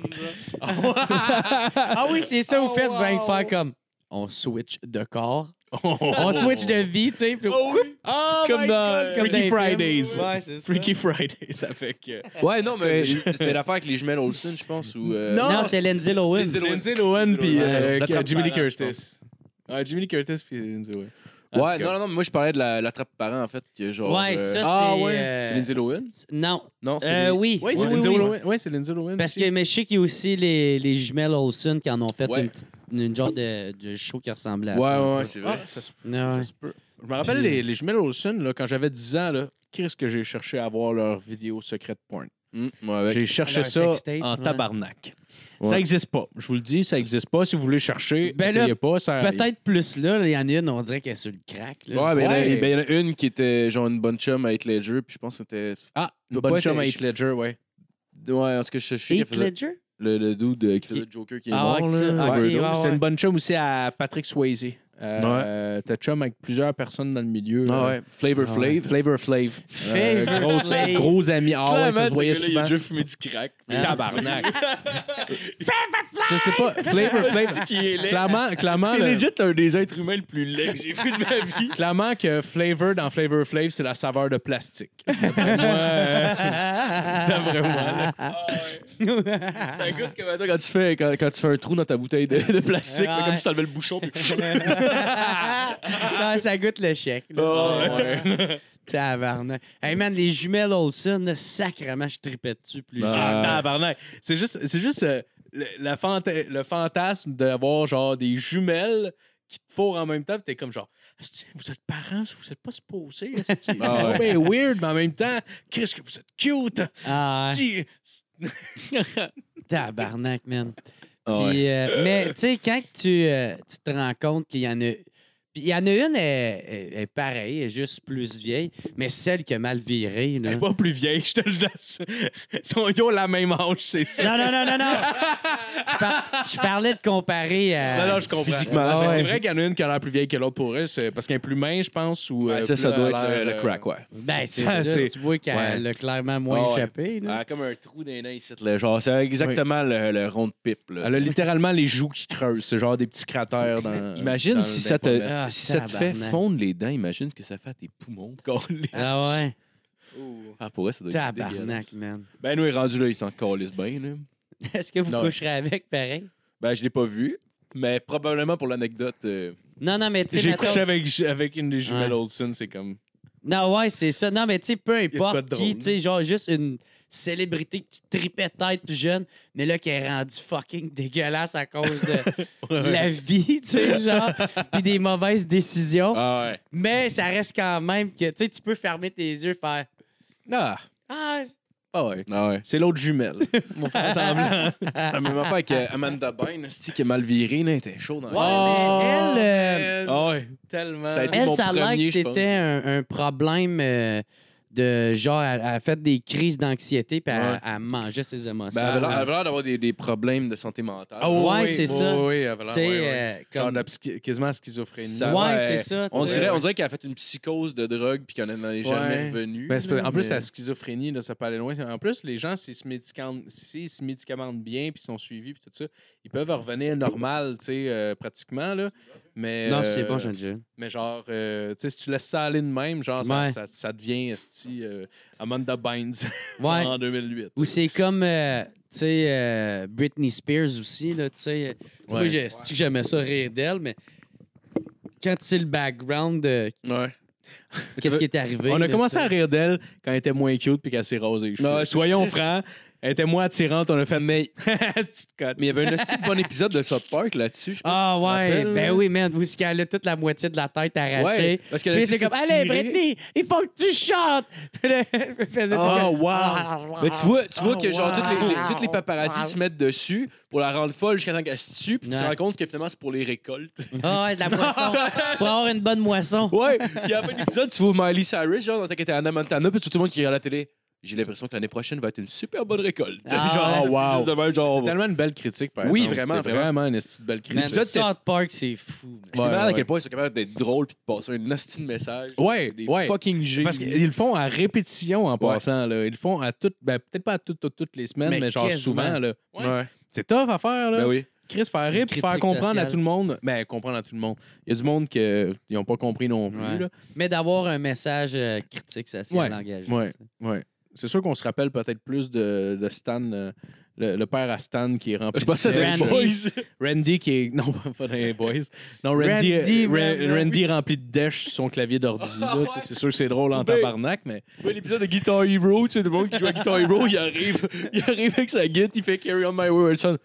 Speaker 5: ah oui, c'est ça, vous faites, vous allez faire comme... On switch de corps. On switch de vie, Oh. tu sais. puis-
Speaker 4: Comme dans
Speaker 5: Comme
Speaker 4: Freaky
Speaker 5: dans les
Speaker 4: Fridays.
Speaker 5: films. Ouais, c'est ça.
Speaker 4: Freaky Fridays, ça fait que.
Speaker 2: Ouais, non, mais c'était l'affaire avec les jumelles Olsen, je pense. Ou, euh,
Speaker 4: Non,
Speaker 5: Non, c'est Lindsay Lohan.
Speaker 2: Lindsay Lohan.
Speaker 4: Lindsay Lohan puis
Speaker 2: Lohan.
Speaker 4: euh,
Speaker 2: L'attrape
Speaker 4: Jimmy Lee
Speaker 2: parent, je
Speaker 4: Curtis. Ouais, Jimmy Lee Curtis puis Lindsay Lohan.
Speaker 2: Ouais, non, non, non, mais moi je parlais de la, la trappe parent en fait. Que genre,
Speaker 5: Ouais, ça,
Speaker 2: Ah
Speaker 5: c'est,
Speaker 2: ouais.
Speaker 5: euh,
Speaker 2: C'est Lindsay Lohan
Speaker 5: Non.
Speaker 2: Non, c'est.
Speaker 5: Euh, oui.
Speaker 4: Oui,
Speaker 5: oui,
Speaker 4: c'est
Speaker 5: oui,
Speaker 4: Lindsay
Speaker 5: oui.
Speaker 4: Lohan. Ouais, c'est Lindsay Lohan.
Speaker 5: Parce
Speaker 4: aussi.
Speaker 5: que, mais je sais qu'il y a aussi les, les jumelles Olsen qui en ont fait
Speaker 2: Ouais.
Speaker 5: une, petite- une genre de, de show qui ressemblait à
Speaker 4: Ouais, ouais,
Speaker 5: ça.
Speaker 2: Ouais,
Speaker 4: ouais.
Speaker 2: c'est vrai.
Speaker 4: Ah, ça se peut,
Speaker 5: Ouais.
Speaker 4: ça se peut. Je me rappelle les, les jumelles Olsen, là, quand j'avais 10 ans, là, qu'est-ce que j'ai cherché à voir leur vidéo secrète porn?
Speaker 2: Hum, ouais, avec-
Speaker 4: J'ai cherché
Speaker 5: Leur
Speaker 4: ça
Speaker 5: sextape,
Speaker 4: en
Speaker 5: ouais.
Speaker 4: tabarnak.
Speaker 2: Ouais.
Speaker 4: Ça n'existe pas. Je vous le dis, ça n'existe pas. Si vous voulez chercher,
Speaker 5: Ben là,
Speaker 4: essayez pas. Ça...
Speaker 5: Peut-être plus là, là, il y en a une, on dirait qu'elle est sur le crack. là.
Speaker 2: Ouais, ben,
Speaker 4: Ouais.
Speaker 2: Il, y en a- ben, il y en a une qui était genre une bonne chum avec Ledger, puis je pense que c'était.
Speaker 4: Ah,
Speaker 2: Peut
Speaker 4: une
Speaker 2: pas
Speaker 4: bonne
Speaker 2: être-
Speaker 4: chum à Heath Ledger, ouais.
Speaker 2: Ouais, en tout cas, je je sais qu'elle
Speaker 5: Heath
Speaker 2: faisait-
Speaker 5: Ledger?
Speaker 2: le, le dude euh, qui faisait le Joker qui est
Speaker 5: Ah,
Speaker 2: mort.
Speaker 5: ouais,
Speaker 2: là.
Speaker 5: c'est ça. Ok,
Speaker 2: Overdose.
Speaker 5: ouais, ouais.
Speaker 4: C'était une bonne chum aussi à Patrick Swayze. Euh, T'as chum avec plusieurs personnes dans le milieu.
Speaker 2: Ah
Speaker 4: euh,
Speaker 2: ouais, Flavor Flav.
Speaker 4: Flav. Flavor Flav. Euh,
Speaker 5: Flavor
Speaker 4: gros,
Speaker 5: Flav.
Speaker 4: gros ami. Ah ouais, ça se voyait souvent.
Speaker 2: déjà fumé du crack.
Speaker 5: Ah.
Speaker 4: Tabarnak. Je sais pas. Flavor Flav.
Speaker 2: Qui est
Speaker 4: Clairement, clairement. le-
Speaker 2: un des êtres humains le plus laid que j'ai vu de ma vie.
Speaker 4: Clairement que Flavor dans Flavor Flav, c'est la saveur de plastique. D'après moi, euh, d'après moi, là.
Speaker 2: Ça goûte comme toi quand tu fais, quand, quand tu fais un trou dans ta bouteille de, de plastique,
Speaker 5: Ah
Speaker 2: là, comme
Speaker 5: ouais.
Speaker 2: si t'enlevais le bouchon. Puis...
Speaker 5: non, ça goûte le chèque. là. Tabarnak. Hey man, les jumelles Olsen, là, sacrément, je tripais dessus plus
Speaker 4: Ah,
Speaker 5: jeune.
Speaker 4: tabarnak. C'est juste, c'est juste euh, le, la fanta- le fantasme d'avoir genre des jumelles qui te fourrent en même temps, puis t'es comme genre, Asti, vous êtes parents, vous êtes pas supposés. asti. C'est
Speaker 2: Ah ouais.
Speaker 4: bien weird, mais en même temps, qu'est-ce que vous êtes cute.
Speaker 5: Ah, ouais.
Speaker 4: asti.
Speaker 5: tabarnak, man.
Speaker 2: Ah ouais.
Speaker 5: Puis, euh, mais tu sais, quand tu, euh, tu te rends compte qu'il y en a. Puis il y en a une, elle, elle- elle est pareille, elle est juste plus vieille, mais celle qui a mal viré. Là.
Speaker 4: Elle est pas plus vieille, je te le laisse. Ils sont- Ils ont la même âge, c'est ça.
Speaker 5: Non, non, non, non, non. je, par- je parlais de comparer à.
Speaker 4: Non, non, je comprends.
Speaker 2: Physiquement,
Speaker 4: Ah ouais.
Speaker 5: ouais.
Speaker 4: C'est vrai qu'il y en a une qui a l'air plus vieille que l'autre pour elle, c'est parce qu'elle est plus mince, je pense. Ou, euh,
Speaker 2: ça,
Speaker 4: plus
Speaker 2: ça doit
Speaker 4: elle a
Speaker 2: être le,
Speaker 4: l'air,
Speaker 2: le
Speaker 4: euh,
Speaker 2: crack, ouais.
Speaker 5: Ben, c'est
Speaker 4: Ah,
Speaker 5: ça.
Speaker 4: c'est-
Speaker 5: Tu vois qu'elle
Speaker 2: Ouais.
Speaker 5: a clairement moins
Speaker 2: Ah ouais.
Speaker 5: échappé. là.
Speaker 2: comme un trou d'un nain ici. Là. Genre, c'est exactement le, le rond de pipe. Là,
Speaker 4: Elle a littéralement les joues qui creusent. C'est genre des petits cratères dans.
Speaker 2: Imagine
Speaker 4: dans-
Speaker 2: si
Speaker 4: dans
Speaker 2: ça
Speaker 4: les
Speaker 2: te,
Speaker 4: pommettes.
Speaker 5: Ah,
Speaker 2: si ça te fait
Speaker 5: tabarnak.
Speaker 2: fondre les dents, imagine ce que ça fait à tes poumons. Câlisse.
Speaker 5: Ah ouais.
Speaker 2: Ah, pour vrai, ça doit être dégueulasse.
Speaker 5: Tabarnak, man.
Speaker 2: Ben, nous, il est rendu là, il s'en calisse bien. Là.
Speaker 5: Est-ce que vous
Speaker 2: Non.
Speaker 5: coucherez avec pareil?
Speaker 2: Ben, je l'ai pas vu, mais probablement pour l'anecdote. euh,
Speaker 5: Non, non, mais tu sais.
Speaker 4: J'ai
Speaker 5: mettons-
Speaker 4: couché avec, avec une des jumelles
Speaker 5: Ouais.
Speaker 4: Olsen, c'est comme.
Speaker 5: Non, ouais, c'est ça. Non, mais tu sais, peu
Speaker 4: de quoi de
Speaker 5: importe
Speaker 4: drôle,
Speaker 5: qui, tu sais, genre juste une célébrité que tu tripais tête plus jeune, mais là qui est rendue fucking dégueulasse à cause de la vie, tu sais, genre, puis des mauvaises décisions.
Speaker 2: Ah ouais.
Speaker 5: Mais ça reste quand même que, tu sais, tu peux fermer tes yeux, faire
Speaker 4: Ah!
Speaker 5: Ah,
Speaker 4: Ah ouais.
Speaker 2: Ah ouais.
Speaker 4: C'est l'autre jumelle. Mon frère semblant.
Speaker 2: La même affaire que Amanda Bain, c'est qui est mal virée, là, elle était chaud dans
Speaker 5: Ouais,
Speaker 2: Ah.
Speaker 5: mais elle, euh,
Speaker 4: Ah ouais. Tellement.
Speaker 2: Ça a été-
Speaker 5: elle,
Speaker 2: mon
Speaker 5: ça a l'air
Speaker 2: premier,
Speaker 5: que
Speaker 2: je pense.
Speaker 5: c'était un, un problème euh, de genre, elle, elle a fait des crises d'anxiété puis elle,
Speaker 2: Ouais.
Speaker 5: elle mangeait ses émotions.
Speaker 2: Ben, elle avait l'air- elle avait l'air d'avoir des, des problèmes de santé mentale.
Speaker 4: Ah
Speaker 5: Ouais, c'est
Speaker 4: oui,
Speaker 5: ça.
Speaker 4: Oui, elle avait
Speaker 5: Tu
Speaker 4: l'air-
Speaker 5: sais,
Speaker 4: ouais, ouais.
Speaker 5: euh,
Speaker 4: Genre de
Speaker 5: comme...
Speaker 4: la psy- quasiment schizophrénie.
Speaker 2: Ça-
Speaker 5: ouais,
Speaker 2: ouais.
Speaker 5: c'est ça. euh, tu
Speaker 2: On
Speaker 5: sais.
Speaker 2: dirait, on dirait qu'elle a fait une psychose de drogue puis qu'elle n'en est jamais
Speaker 4: Ouais.
Speaker 2: revenue.
Speaker 4: Ben, c'est pas-
Speaker 2: là,
Speaker 4: en plus,
Speaker 2: mais-
Speaker 4: la schizophrénie, là, ça peut aller loin. En plus, les gens, s'ils se médicamentent, s'ils se médicamentent bien, puis sont suivis, puis tout ça, ils peuvent revenir normal, tu sais, euh, pratiquement, là. Mais,
Speaker 5: Non, c'est
Speaker 4: euh,
Speaker 5: bon, Jean-Jean.
Speaker 4: Mais genre, euh, tu sais, si tu laisses ça aller de même, genre, ça,
Speaker 5: Ouais.
Speaker 4: ça, ça devient, esti, euh, Amanda Bynes
Speaker 5: Ouais.
Speaker 4: en 2008.
Speaker 5: Ou c'est comme, euh, tu sais, euh, Britney Spears aussi, là, tu sais. Moi,
Speaker 4: Ouais.
Speaker 5: j'ai- c'est-tu que j'aimais ça rire d'elle, mais quand c'est le background de
Speaker 2: Ouais.
Speaker 5: qu'est-ce qui est arrivé.
Speaker 4: On
Speaker 5: là,
Speaker 4: a
Speaker 5: tu
Speaker 4: commencé
Speaker 5: sais.
Speaker 4: à rire d'elle quand elle était moins cute puis qu'elle s'est rasée les cheveux.
Speaker 2: Non, c'est-
Speaker 4: Soyons francs, elle était moins attirante, on a fait mais petite cote.
Speaker 2: Mais il y avait un aussi bon épisode de South Park là-dessus, je sais pas
Speaker 5: Ah
Speaker 2: si tu te
Speaker 5: ouais,
Speaker 2: rappelles,
Speaker 5: ben
Speaker 2: là.
Speaker 5: oui, man. Où est-ce qu'elle a toute la moitié de la tête arrachée.
Speaker 2: hein? Ouais, parce qu'elle a
Speaker 5: Puis
Speaker 2: essayé
Speaker 5: c'est
Speaker 2: de
Speaker 5: comme, allez,
Speaker 2: tirer.
Speaker 5: Britney, il faut que tu chantes. Puis là, elle faisait
Speaker 2: Ah,
Speaker 5: tout comme-
Speaker 2: Mais tu vois, tu vois que genre
Speaker 5: wow.
Speaker 2: toutes les, les- toutes les paparazzis se mettent dessus pour la rendre folle jusqu'à temps qu'elle se tue, puis tu te
Speaker 5: Ouais.
Speaker 2: rends compte que finalement c'est pour les récoltes.
Speaker 5: Ah ouais, de la moisson. Pour avoir une bonne moisson.
Speaker 2: ouais, puis après l'épisode, tu vois Miley Cyrus genre dans ta était Anna Montana, puis tout le monde qui regarde la télé. J'ai l'impression que l'année prochaine va être une super bonne récolte.
Speaker 5: Ah,
Speaker 2: genre,
Speaker 4: ouais.
Speaker 2: oh, wow. Juste de même, genre, on
Speaker 4: C'est
Speaker 2: va-
Speaker 4: tellement une belle critique, par
Speaker 2: Oui,
Speaker 4: exemple.
Speaker 2: vraiment,
Speaker 4: C'est
Speaker 2: vraiment.
Speaker 4: vraiment une esti de belle
Speaker 5: Man,
Speaker 4: critique.
Speaker 2: L'épisode, c'est-
Speaker 5: South Park, c'est fou. man.
Speaker 2: C'est
Speaker 4: Ouais,
Speaker 2: malade à
Speaker 4: ouais,
Speaker 2: quel
Speaker 4: ouais.
Speaker 2: point ils sont capables d'être drôles puis de passer un nasty de message.
Speaker 4: Ouais,
Speaker 2: C'est des
Speaker 4: ouais.
Speaker 2: fucking génies. Ben
Speaker 4: Parce qu'ils le font à répétition en passant. Là. Ils le font à toutes, ben, peut-être pas à toutes, toutes, toutes les semaines,
Speaker 5: Mais
Speaker 4: mais, genre
Speaker 5: quasiment.
Speaker 4: souvent. Là.
Speaker 2: Ouais. Ouais.
Speaker 4: C'est tough à faire. Là.
Speaker 2: Ben oui.
Speaker 4: Chris, faire rire, puis faire
Speaker 5: critique
Speaker 4: comprendre à
Speaker 5: sociale.
Speaker 4: tout le monde. Ben, comprendre à tout le monde. Il y a du monde qui n'ont pas compris non plus.
Speaker 5: Ouais.
Speaker 4: là.
Speaker 5: Mais d'avoir un message euh, critique, ça c'est
Speaker 4: Ouais,
Speaker 5: engagé.
Speaker 4: ouais. Ouais. C'est sûr qu'on se rappelle peut-être plus de, de Stan, euh, le, le père à Stan qui est rempli.
Speaker 2: Je pensais à
Speaker 4: de
Speaker 2: des
Speaker 4: flèches.
Speaker 5: Randy.
Speaker 2: boys.
Speaker 4: Randy qui est. Non, pas dans les boys. Non, Randy,
Speaker 5: Randy,
Speaker 4: euh, Ra-
Speaker 5: Randy.
Speaker 4: Randy rempli de dèche sur son clavier d'ordi. là, tu sais, C'est sûr que c'est drôle en
Speaker 2: Ben-
Speaker 4: tabarnak, mais.
Speaker 2: Ouais, L'épisode de Guitar Hero, tu sais, tout le monde qui joue à Guitar Hero, il arrive, il arrive avec sa guitare, il fait Carry on my wayward son.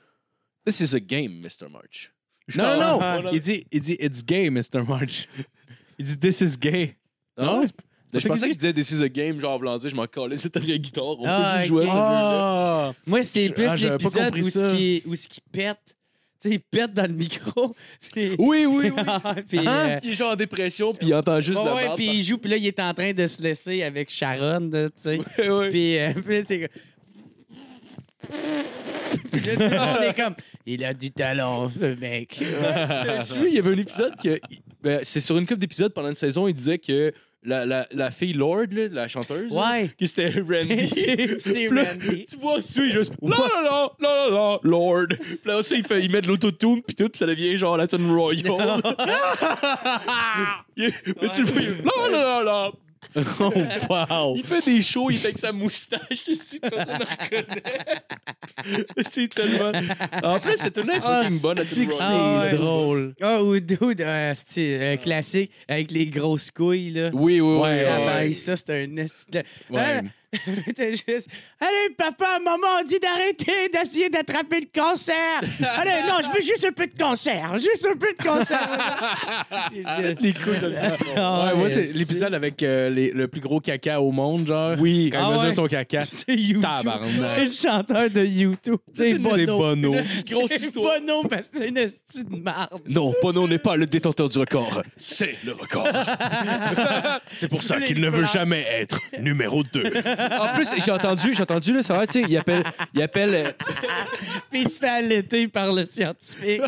Speaker 2: This is a game, Mr. March.
Speaker 4: Non, non,
Speaker 2: Ah,
Speaker 4: non. Il dit, il dit It's gay, Mr. March. Il dit This is gay.
Speaker 2: Ah,
Speaker 4: Non? c'est-
Speaker 2: Je pensais
Speaker 4: c'est-
Speaker 2: que tu disais This is a game, genre, voulant dire, je m'en calais, c'était la guitare. On
Speaker 5: Ah,
Speaker 2: peut jouer à ce
Speaker 5: ok.
Speaker 2: jeu-là.
Speaker 4: Ah!
Speaker 5: Moi, c'est
Speaker 4: Je-
Speaker 5: plus
Speaker 4: ah, j'avais pas
Speaker 5: l'épisode
Speaker 4: compris
Speaker 5: où ce
Speaker 4: ça.
Speaker 5: qui où ce qui pète. Tu sais, il pète dans le micro. puis-
Speaker 2: Oui, oui, oui.
Speaker 5: puis,
Speaker 4: Ah,
Speaker 5: euh,
Speaker 2: Hein? Il est genre en dépression, puis il entend juste
Speaker 5: ouais,
Speaker 2: la
Speaker 5: ouais,
Speaker 2: barbe.
Speaker 5: puis il joue, puis là, il est en train de se laisser avec Sharon, là, tu sais.
Speaker 2: Ouais, ouais.
Speaker 5: Puis, euh, puis là, c'est comme... Puis là, tout le monde est comme... Il a du talent, ce mec.
Speaker 2: T'as-tu vu, il y avait un épisode que. ben, c'est sur une couple d'épisodes pendant une saison, il disait que la, la, la fille Lord, là, la chanteuse, là,
Speaker 5: Ouais.
Speaker 2: que c'était Randy.
Speaker 5: C'est c'est
Speaker 2: Puis là,
Speaker 5: Randy.
Speaker 2: Tu vois, celui juste la la la la la la Lord. Puis là, ça, il, fait, il met de l'autotune, puis tout, puis ça devient genre la tune royale. Il- Mais tu le vois, il la la la la.
Speaker 4: Oh, wow!
Speaker 2: Il fait des shows, il fait avec sa moustache aussi, personne ne reconnaît. c'est tellement. En plus, cette tune est fucking bonne à
Speaker 4: c'est
Speaker 2: Tune
Speaker 4: que
Speaker 2: Royale.
Speaker 5: Ah ouais.
Speaker 4: c'est drôle.
Speaker 5: Ah, ou dude, euh, c'est, euh, classique, avec les grosses couilles, là.
Speaker 2: Oui, oui, oui.
Speaker 4: Ouais,
Speaker 5: Ah,
Speaker 4: ouais.
Speaker 2: bah,
Speaker 5: ben, ça, c'est un esti de-
Speaker 4: Ouais.
Speaker 5: Hein? T'es juste. Allez, papa, maman, on dit d'arrêter d'essayer d'attraper le cancer. Allez, non, je veux juste un peu de cancer. Juste un peu de cancer.
Speaker 2: Les couilles de
Speaker 5: Ah,
Speaker 4: ouais, moi, c'est
Speaker 5: esti.
Speaker 4: l'épisode avec euh, les- le plus gros caca au monde, genre.
Speaker 2: Oui.
Speaker 4: Quand
Speaker 5: Ah
Speaker 4: il mesure
Speaker 5: ouais.
Speaker 4: son caca.
Speaker 5: C'est YouTube.
Speaker 4: Tabarnak.
Speaker 5: C'est le chanteur de YouTube. C'est
Speaker 4: C'est
Speaker 5: Bono.
Speaker 4: Bono.
Speaker 2: Grosse
Speaker 5: C'est
Speaker 2: histoire.
Speaker 5: Bono parce que c'est une esti de marde.
Speaker 2: Non, Bono n'est pas le détenteur du record. C'est le record.
Speaker 4: C'est pour ça
Speaker 5: Les
Speaker 4: qu'il ne veut
Speaker 5: plans.
Speaker 4: jamais être numéro 2.
Speaker 2: En plus, j'ai entendu, j'ai entendu, là, ça va, tu sais, il appelle, il appelle, euh,
Speaker 5: Puis il se fait allaiter par le scientifique.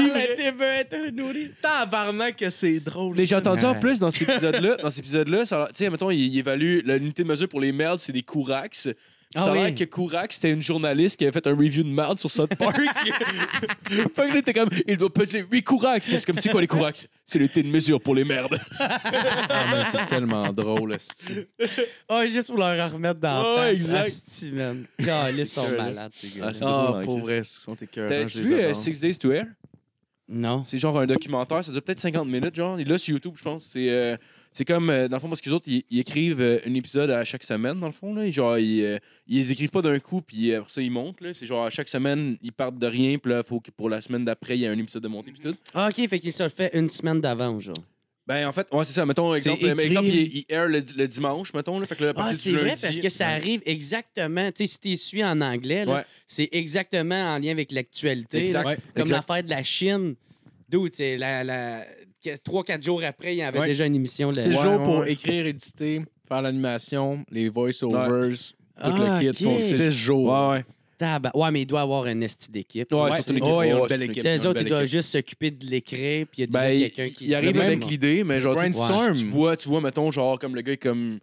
Speaker 5: Il veut être nourri.
Speaker 4: Tabarnak, que c'est drôle.
Speaker 2: Mais j'ai entendu en
Speaker 5: Ouais.
Speaker 2: plus dans cet épisode-là, dans cet épisode-là, ça a l'air- tu sais, mettons, il, il évalue la- l'unité de mesure pour les merdes, c'est des Courax.
Speaker 5: Ah
Speaker 2: ça a l'air
Speaker 5: oui.
Speaker 2: que Courax, c'était une journaliste qui avait fait un review de merde sur South Park. fait que là, t'es comme, il doit peser 8 Courax. C'est comme, tu sais quoi, les Courax? C'est l'unité de mesure pour les merdes.
Speaker 4: Ah, c'est tellement drôle, esti.
Speaker 5: Ah, juste pour leur remettre dans
Speaker 2: Ouais,
Speaker 5: la face.
Speaker 2: exact.
Speaker 5: Asti, man. Ah, ils sont malades, ces
Speaker 4: Ah,
Speaker 5: gars
Speaker 2: c'est drôle, hein, Chris.
Speaker 4: vrai, ils sont écœurants.
Speaker 2: T'as-tu
Speaker 4: je les
Speaker 2: vu euh,
Speaker 4: adore.
Speaker 2: Six Days to Air?
Speaker 5: Non.
Speaker 2: C'est genre un documentaire, ça dure peut-être 50 minutes, genre. Et là, sur YouTube, je pense, c'est. euh, c'est comme, euh, dans le fond, parce qu'ils autres, ils, ils écrivent euh, un épisode à chaque semaine, dans le fond. Là. Genre, ils, euh, ils les écrivent pas d'un coup, puis euh, après ça, ils montent. là. C'est genre, à chaque semaine, ils partent de rien, puis là, faut que pour la semaine d'après, il y a un épisode de montée, puis tout.
Speaker 5: Ah, OK, fait qu'ils se le fait une semaine d'avant, genre.
Speaker 2: Ben, en fait, ouais, c'est ça. Mettons, exemple,
Speaker 5: écrit.
Speaker 2: mais exemple il, il air le, le dimanche, mettons. Là, fait que là, à
Speaker 5: Ah,
Speaker 2: partir
Speaker 5: c'est
Speaker 2: du
Speaker 5: vrai,
Speaker 2: lundi-
Speaker 5: parce que ça
Speaker 2: Ouais.
Speaker 5: arrive exactement. Tu sais, si tu suis en anglais, là,
Speaker 2: Ouais.
Speaker 5: c'est exactement en lien avec l'actualité.
Speaker 2: Exact.
Speaker 5: là.
Speaker 2: Ouais.
Speaker 5: Comme
Speaker 2: Exact.
Speaker 5: l'affaire de la Chine, d'où, tu sais, la, la... que trois, quatre jours après, il y avait
Speaker 4: Ouais.
Speaker 5: déjà une émission. Là.
Speaker 4: C'est le
Speaker 2: Ouais,
Speaker 4: jour
Speaker 2: ouais,
Speaker 4: pour
Speaker 2: ouais.
Speaker 4: écrire, éditer, faire l'animation, les voice-overs, tout
Speaker 5: Ah,
Speaker 4: le
Speaker 5: ok.
Speaker 4: kit. sont six jours.
Speaker 2: Ouais, ouais.
Speaker 5: Tabar- Ouais, mais il doit avoir un esti d'équipe.
Speaker 2: Ouais,
Speaker 4: Ouais,
Speaker 2: c'est une équipe.
Speaker 4: ouais, ils ont une
Speaker 2: Ouais,
Speaker 4: belle
Speaker 2: c'est une
Speaker 4: équipe.
Speaker 5: Tu sais,
Speaker 4: Ils ont
Speaker 5: eux
Speaker 4: une
Speaker 5: autres, ils
Speaker 4: belle
Speaker 5: doivent
Speaker 4: équipe.
Speaker 5: juste s'occuper de l'écrire, puis il y a
Speaker 2: Ben,
Speaker 5: déjà quelqu'un qui.
Speaker 2: Il arrive
Speaker 4: Le même-
Speaker 2: avec l'idée, mais genre, tu-
Speaker 4: Brainstorm.
Speaker 2: tu vois, tu vois, mettons, genre, comme le gars, est comme.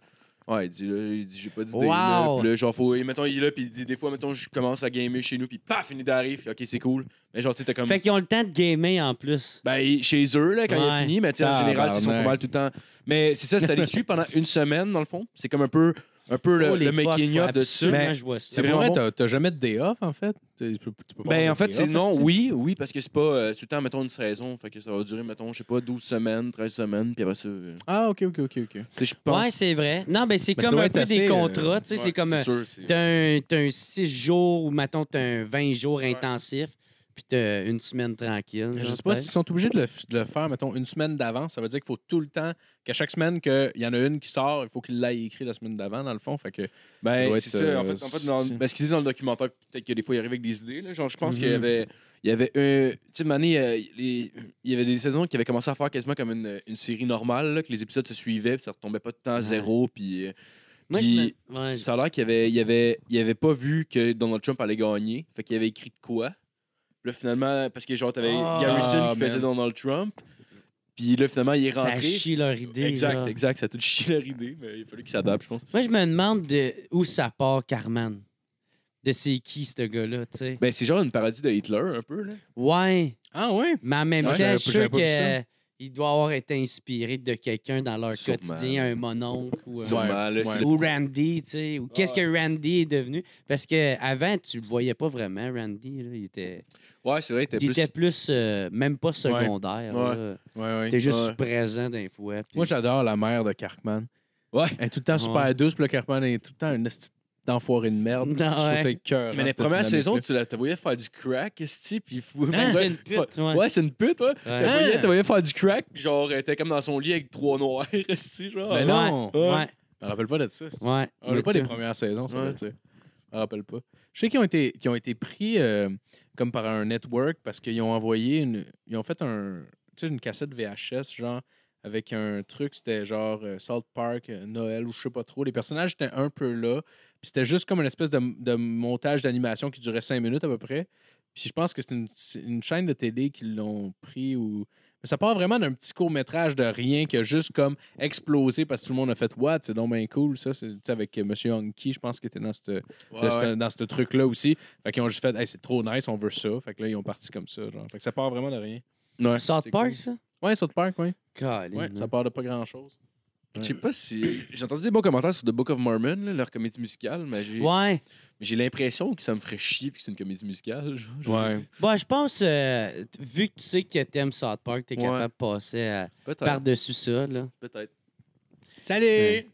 Speaker 2: Ouais, il dit, là, il dit, j'ai pas d'idée.
Speaker 5: Wow.
Speaker 2: là. Puis là, genre, faut. et Mettons, il est là, puis il dit, des fois, mettons, je commence à gamer chez nous, puis paf, une idée arrive, puis ok, c'est cool. Mais genre, tu sais, t'as comme.
Speaker 5: Fait qu'ils ont le temps de gamer en plus.
Speaker 2: Ben, ils- chez eux, là, quand il
Speaker 5: Ouais. Ah,
Speaker 2: a fini, mais tu sais, en
Speaker 4: Tabarnak.
Speaker 2: général, ils sont pas mal tout le temps. Mais c'est ça, ça les suit pendant une semaine, dans le fond. C'est comme un peu, un peu le,
Speaker 5: Oh, les
Speaker 2: le
Speaker 5: fuck,
Speaker 2: making
Speaker 5: faut
Speaker 2: of de ça.
Speaker 5: absolument
Speaker 4: Mais-
Speaker 5: que je vois ça.
Speaker 2: C'est
Speaker 4: C'est
Speaker 2: vraiment
Speaker 4: vrai,
Speaker 2: bon.
Speaker 4: t'as- t'as jamais de day off, en fait? Tu- tu peux- tu peux pas
Speaker 2: Ben,
Speaker 4: avoir
Speaker 2: en
Speaker 4: de
Speaker 2: fait,
Speaker 4: day
Speaker 2: c'est
Speaker 5: Oh,
Speaker 4: off,
Speaker 2: non,
Speaker 4: est-ce que-
Speaker 2: oui, oui, parce que c'est pas euh, tout le temps, mettons, une saison. Fait que ça va durer, mettons, je sais pas, 12 semaines, 13 semaines, puis après ça. euh,
Speaker 4: Ah, OK, OK, OK, OK.
Speaker 2: Tu sais, je pense.
Speaker 5: Ouais, c'est vrai. Non, mais c'est
Speaker 4: Mais ça
Speaker 5: comme
Speaker 4: doit
Speaker 5: un
Speaker 4: être
Speaker 5: peu
Speaker 4: assez,
Speaker 5: des
Speaker 4: euh,
Speaker 5: contrats. tu sais, c'est comme. euh,
Speaker 2: sûr, c'est-
Speaker 5: T'as un, t'as un 6 jours ou, mettons, t'as un 20 jours intensif, puis t'as une semaine tranquille.
Speaker 4: Je
Speaker 5: genre,
Speaker 4: sais pas
Speaker 5: peut-être.
Speaker 4: s'ils sont obligés de le, f- de le faire, mettons, une semaine d'avance. Ça veut dire qu'il faut tout le temps, qu'à chaque semaine qu'il y en a une qui sort, il faut qu'il l'aille écrit la semaine d'avant, dans le fond. Fait que, Ça
Speaker 2: Ben,
Speaker 4: doit
Speaker 2: c'est
Speaker 4: être,
Speaker 2: ça.
Speaker 4: euh,
Speaker 2: en fait, en fait dans,
Speaker 4: c'est-
Speaker 2: parce qu'ils disent dans le documentaire, peut-être que des fois, il arrive avec des idées. Là. Genre, je pense
Speaker 4: Mhm.
Speaker 2: qu'il y avait. Il y avait un. Tu sais, Mané, euh, les- il y avait des saisons qui avaient commencé à faire quasiment comme une, une série normale, là, que les épisodes se suivaient, puis ça retombait pas tout le temps à
Speaker 5: Ouais.
Speaker 2: zéro. Puis euh,
Speaker 5: Moi,
Speaker 2: Puis-
Speaker 5: je me- ouais.
Speaker 2: ça a l'air qu'il avait, il avait, il avait pas vu que Donald Trump allait gagner. Fait qu'il avait écrit de quoi. Puis Là, finalement, parce que genre, t'avais
Speaker 4: Ah,
Speaker 2: Garrison qui
Speaker 4: man.
Speaker 2: faisait Donald Trump. Puis là, finalement, il est
Speaker 5: Ça
Speaker 2: rentré.
Speaker 5: chie leur idée.
Speaker 2: exact,
Speaker 5: genre.
Speaker 2: exact. Ça a tout chié leur idée, mais il a fallu qu'il s'adapte, je pense.
Speaker 5: Moi, je me demande de où ça part, Carman. De c'est qui, ce gars-là, tu sais.
Speaker 2: Ben, c'est genre une parodie de Hitler, un peu, là.
Speaker 5: Ouais,
Speaker 4: Ah, ouais?
Speaker 5: mais en même
Speaker 4: Ouais,
Speaker 5: temps,
Speaker 4: j'avais
Speaker 5: je
Speaker 4: pas-
Speaker 5: suis
Speaker 4: j'avais
Speaker 5: sûr
Speaker 4: pas vu ça.
Speaker 5: qu'il doit avoir été inspiré de quelqu'un dans leur
Speaker 2: Sûrement.
Speaker 5: quotidien, un mononcle ou, euh,
Speaker 2: Sûrement, là,
Speaker 4: ouais.
Speaker 2: c'est le
Speaker 5: ou Randy, tu sais. Ou qu'est-ce que Randy est devenu. Parce que avant tu le voyais pas vraiment, Randy. là, il était...
Speaker 2: Ouais, c'est vrai, t'es
Speaker 5: Il
Speaker 2: plus.
Speaker 5: était plus, euh, même pas secondaire.
Speaker 2: Ouais.
Speaker 5: là.
Speaker 4: Ouais, ouais.
Speaker 5: T'es juste
Speaker 2: Ouais.
Speaker 5: présent d'un fois. puis-
Speaker 4: Moi, j'adore la mère de Cartman.
Speaker 2: Ouais.
Speaker 4: Elle est tout le temps super
Speaker 5: Ouais.
Speaker 4: douce, puis le Cartman est tout le temps une esti d'enfoiré de merde.
Speaker 5: Non,
Speaker 4: Esti, Je trouve
Speaker 5: ouais.
Speaker 4: ça écœurant,
Speaker 2: Mais la
Speaker 4: cette
Speaker 2: première
Speaker 4: dynamique-là.
Speaker 2: saison, tu la te voyais faire du crack, esti, puis fou.
Speaker 5: Hein? C'est une pute, ouais.
Speaker 2: ouais. Hein? c'est une pute, ouais. T'as
Speaker 5: Ouais.
Speaker 2: voyais, t'as voyais faire du crack, puis genre, elle était comme dans son lit avec trois noirs, esti, genre.
Speaker 4: Mais
Speaker 5: Ouais,
Speaker 4: non.
Speaker 5: Ouais, ouais.
Speaker 4: Je me rappelle pas de ça. esti. Je me
Speaker 5: Mais
Speaker 4: rappelle Ah, pas des
Speaker 5: tu-
Speaker 4: premières saisons, ça,
Speaker 2: Ouais.
Speaker 4: tu sais. Je me rappelle pas. Je sais qu'ils ont été, qu'ils ont été pris euh, comme par un network parce qu'ils ont envoyé une. Ils ont fait un. Tu sais, une cassette VHS, genre, avec un truc, c'était genre euh, South Park, euh, Noël ou je sais pas trop. Les personnages étaient un peu là. Puis c'était juste comme une espèce de, de montage d'animation qui durait cinq minutes à peu près. Puis je pense que c'est une, c'est une chaîne de télé qui l'ont pris ou. Mais ça part vraiment d'un petit court-métrage de rien qui a juste comme explosé parce que tout le monde a fait What, c'est donc bien cool, ça. C'est tu sais, avec M. Honky, je pense, qui était dans ce
Speaker 2: Ouais, ouais.
Speaker 4: dans ce truc-là aussi. Fait qu'ils ont juste fait Hey, c'est trop nice, on veut ça. Fait que là, ils ont parti comme ça. Genre. Fait que ça part vraiment de rien.
Speaker 2: Ouais.
Speaker 5: South
Speaker 4: c'est
Speaker 5: Park,
Speaker 4: cool.
Speaker 5: ça?
Speaker 4: Ouais, South Park, ouais.
Speaker 5: Colin,
Speaker 4: ouais
Speaker 5: hein.
Speaker 4: ça part de pas grand-chose.
Speaker 2: Je sais pas si. J'ai entendu des bons commentaires sur The Book of Mormon, là, leur comédie musicale, mais j'ai
Speaker 5: Ouais.
Speaker 2: mais j'ai l'impression que ça me ferait chier, puis que c'est une comédie musicale. genre. Je sais
Speaker 4: Ouais.
Speaker 5: Bon, je pense, euh, t- vu que tu sais que t'aimes South Park, t'es
Speaker 2: Ouais.
Speaker 5: capable de passer à-
Speaker 2: pas. Peut-être.
Speaker 5: par-dessus ça, là.
Speaker 2: Peut-être.
Speaker 4: Salut!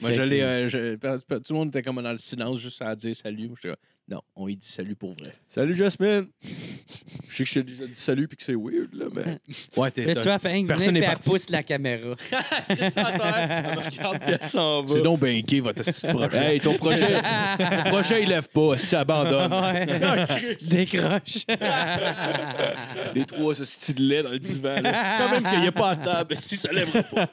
Speaker 4: Moi,
Speaker 5: Fait
Speaker 4: je
Speaker 5: que-
Speaker 4: l'ai. euh, je- Tout le monde était comme dans le silence, juste à dire salut. Moi, j'étais comme, non, on y dit salut pour vrai.
Speaker 2: Salut, Jasmine! Je sais que je t'ai déjà dit salut, puis que c'est weird, là, mais.
Speaker 4: Ouais,
Speaker 5: Fait que tu vas faire une
Speaker 4: Personne
Speaker 5: minute,
Speaker 4: est
Speaker 5: puis elle
Speaker 4: parti.
Speaker 5: pousse la caméra.
Speaker 2: Elle me regarde, puis elle s'en va.
Speaker 4: C'est donc bien gay, votre petit projet.
Speaker 2: Hey, ton projet, ton projet, il lève pas, si abandonne.
Speaker 5: Ouais. Décroche.
Speaker 2: Les trois se stylaient dans le divan. là. Quand même qu'il n'y a pas à table, si ça lèvera pas.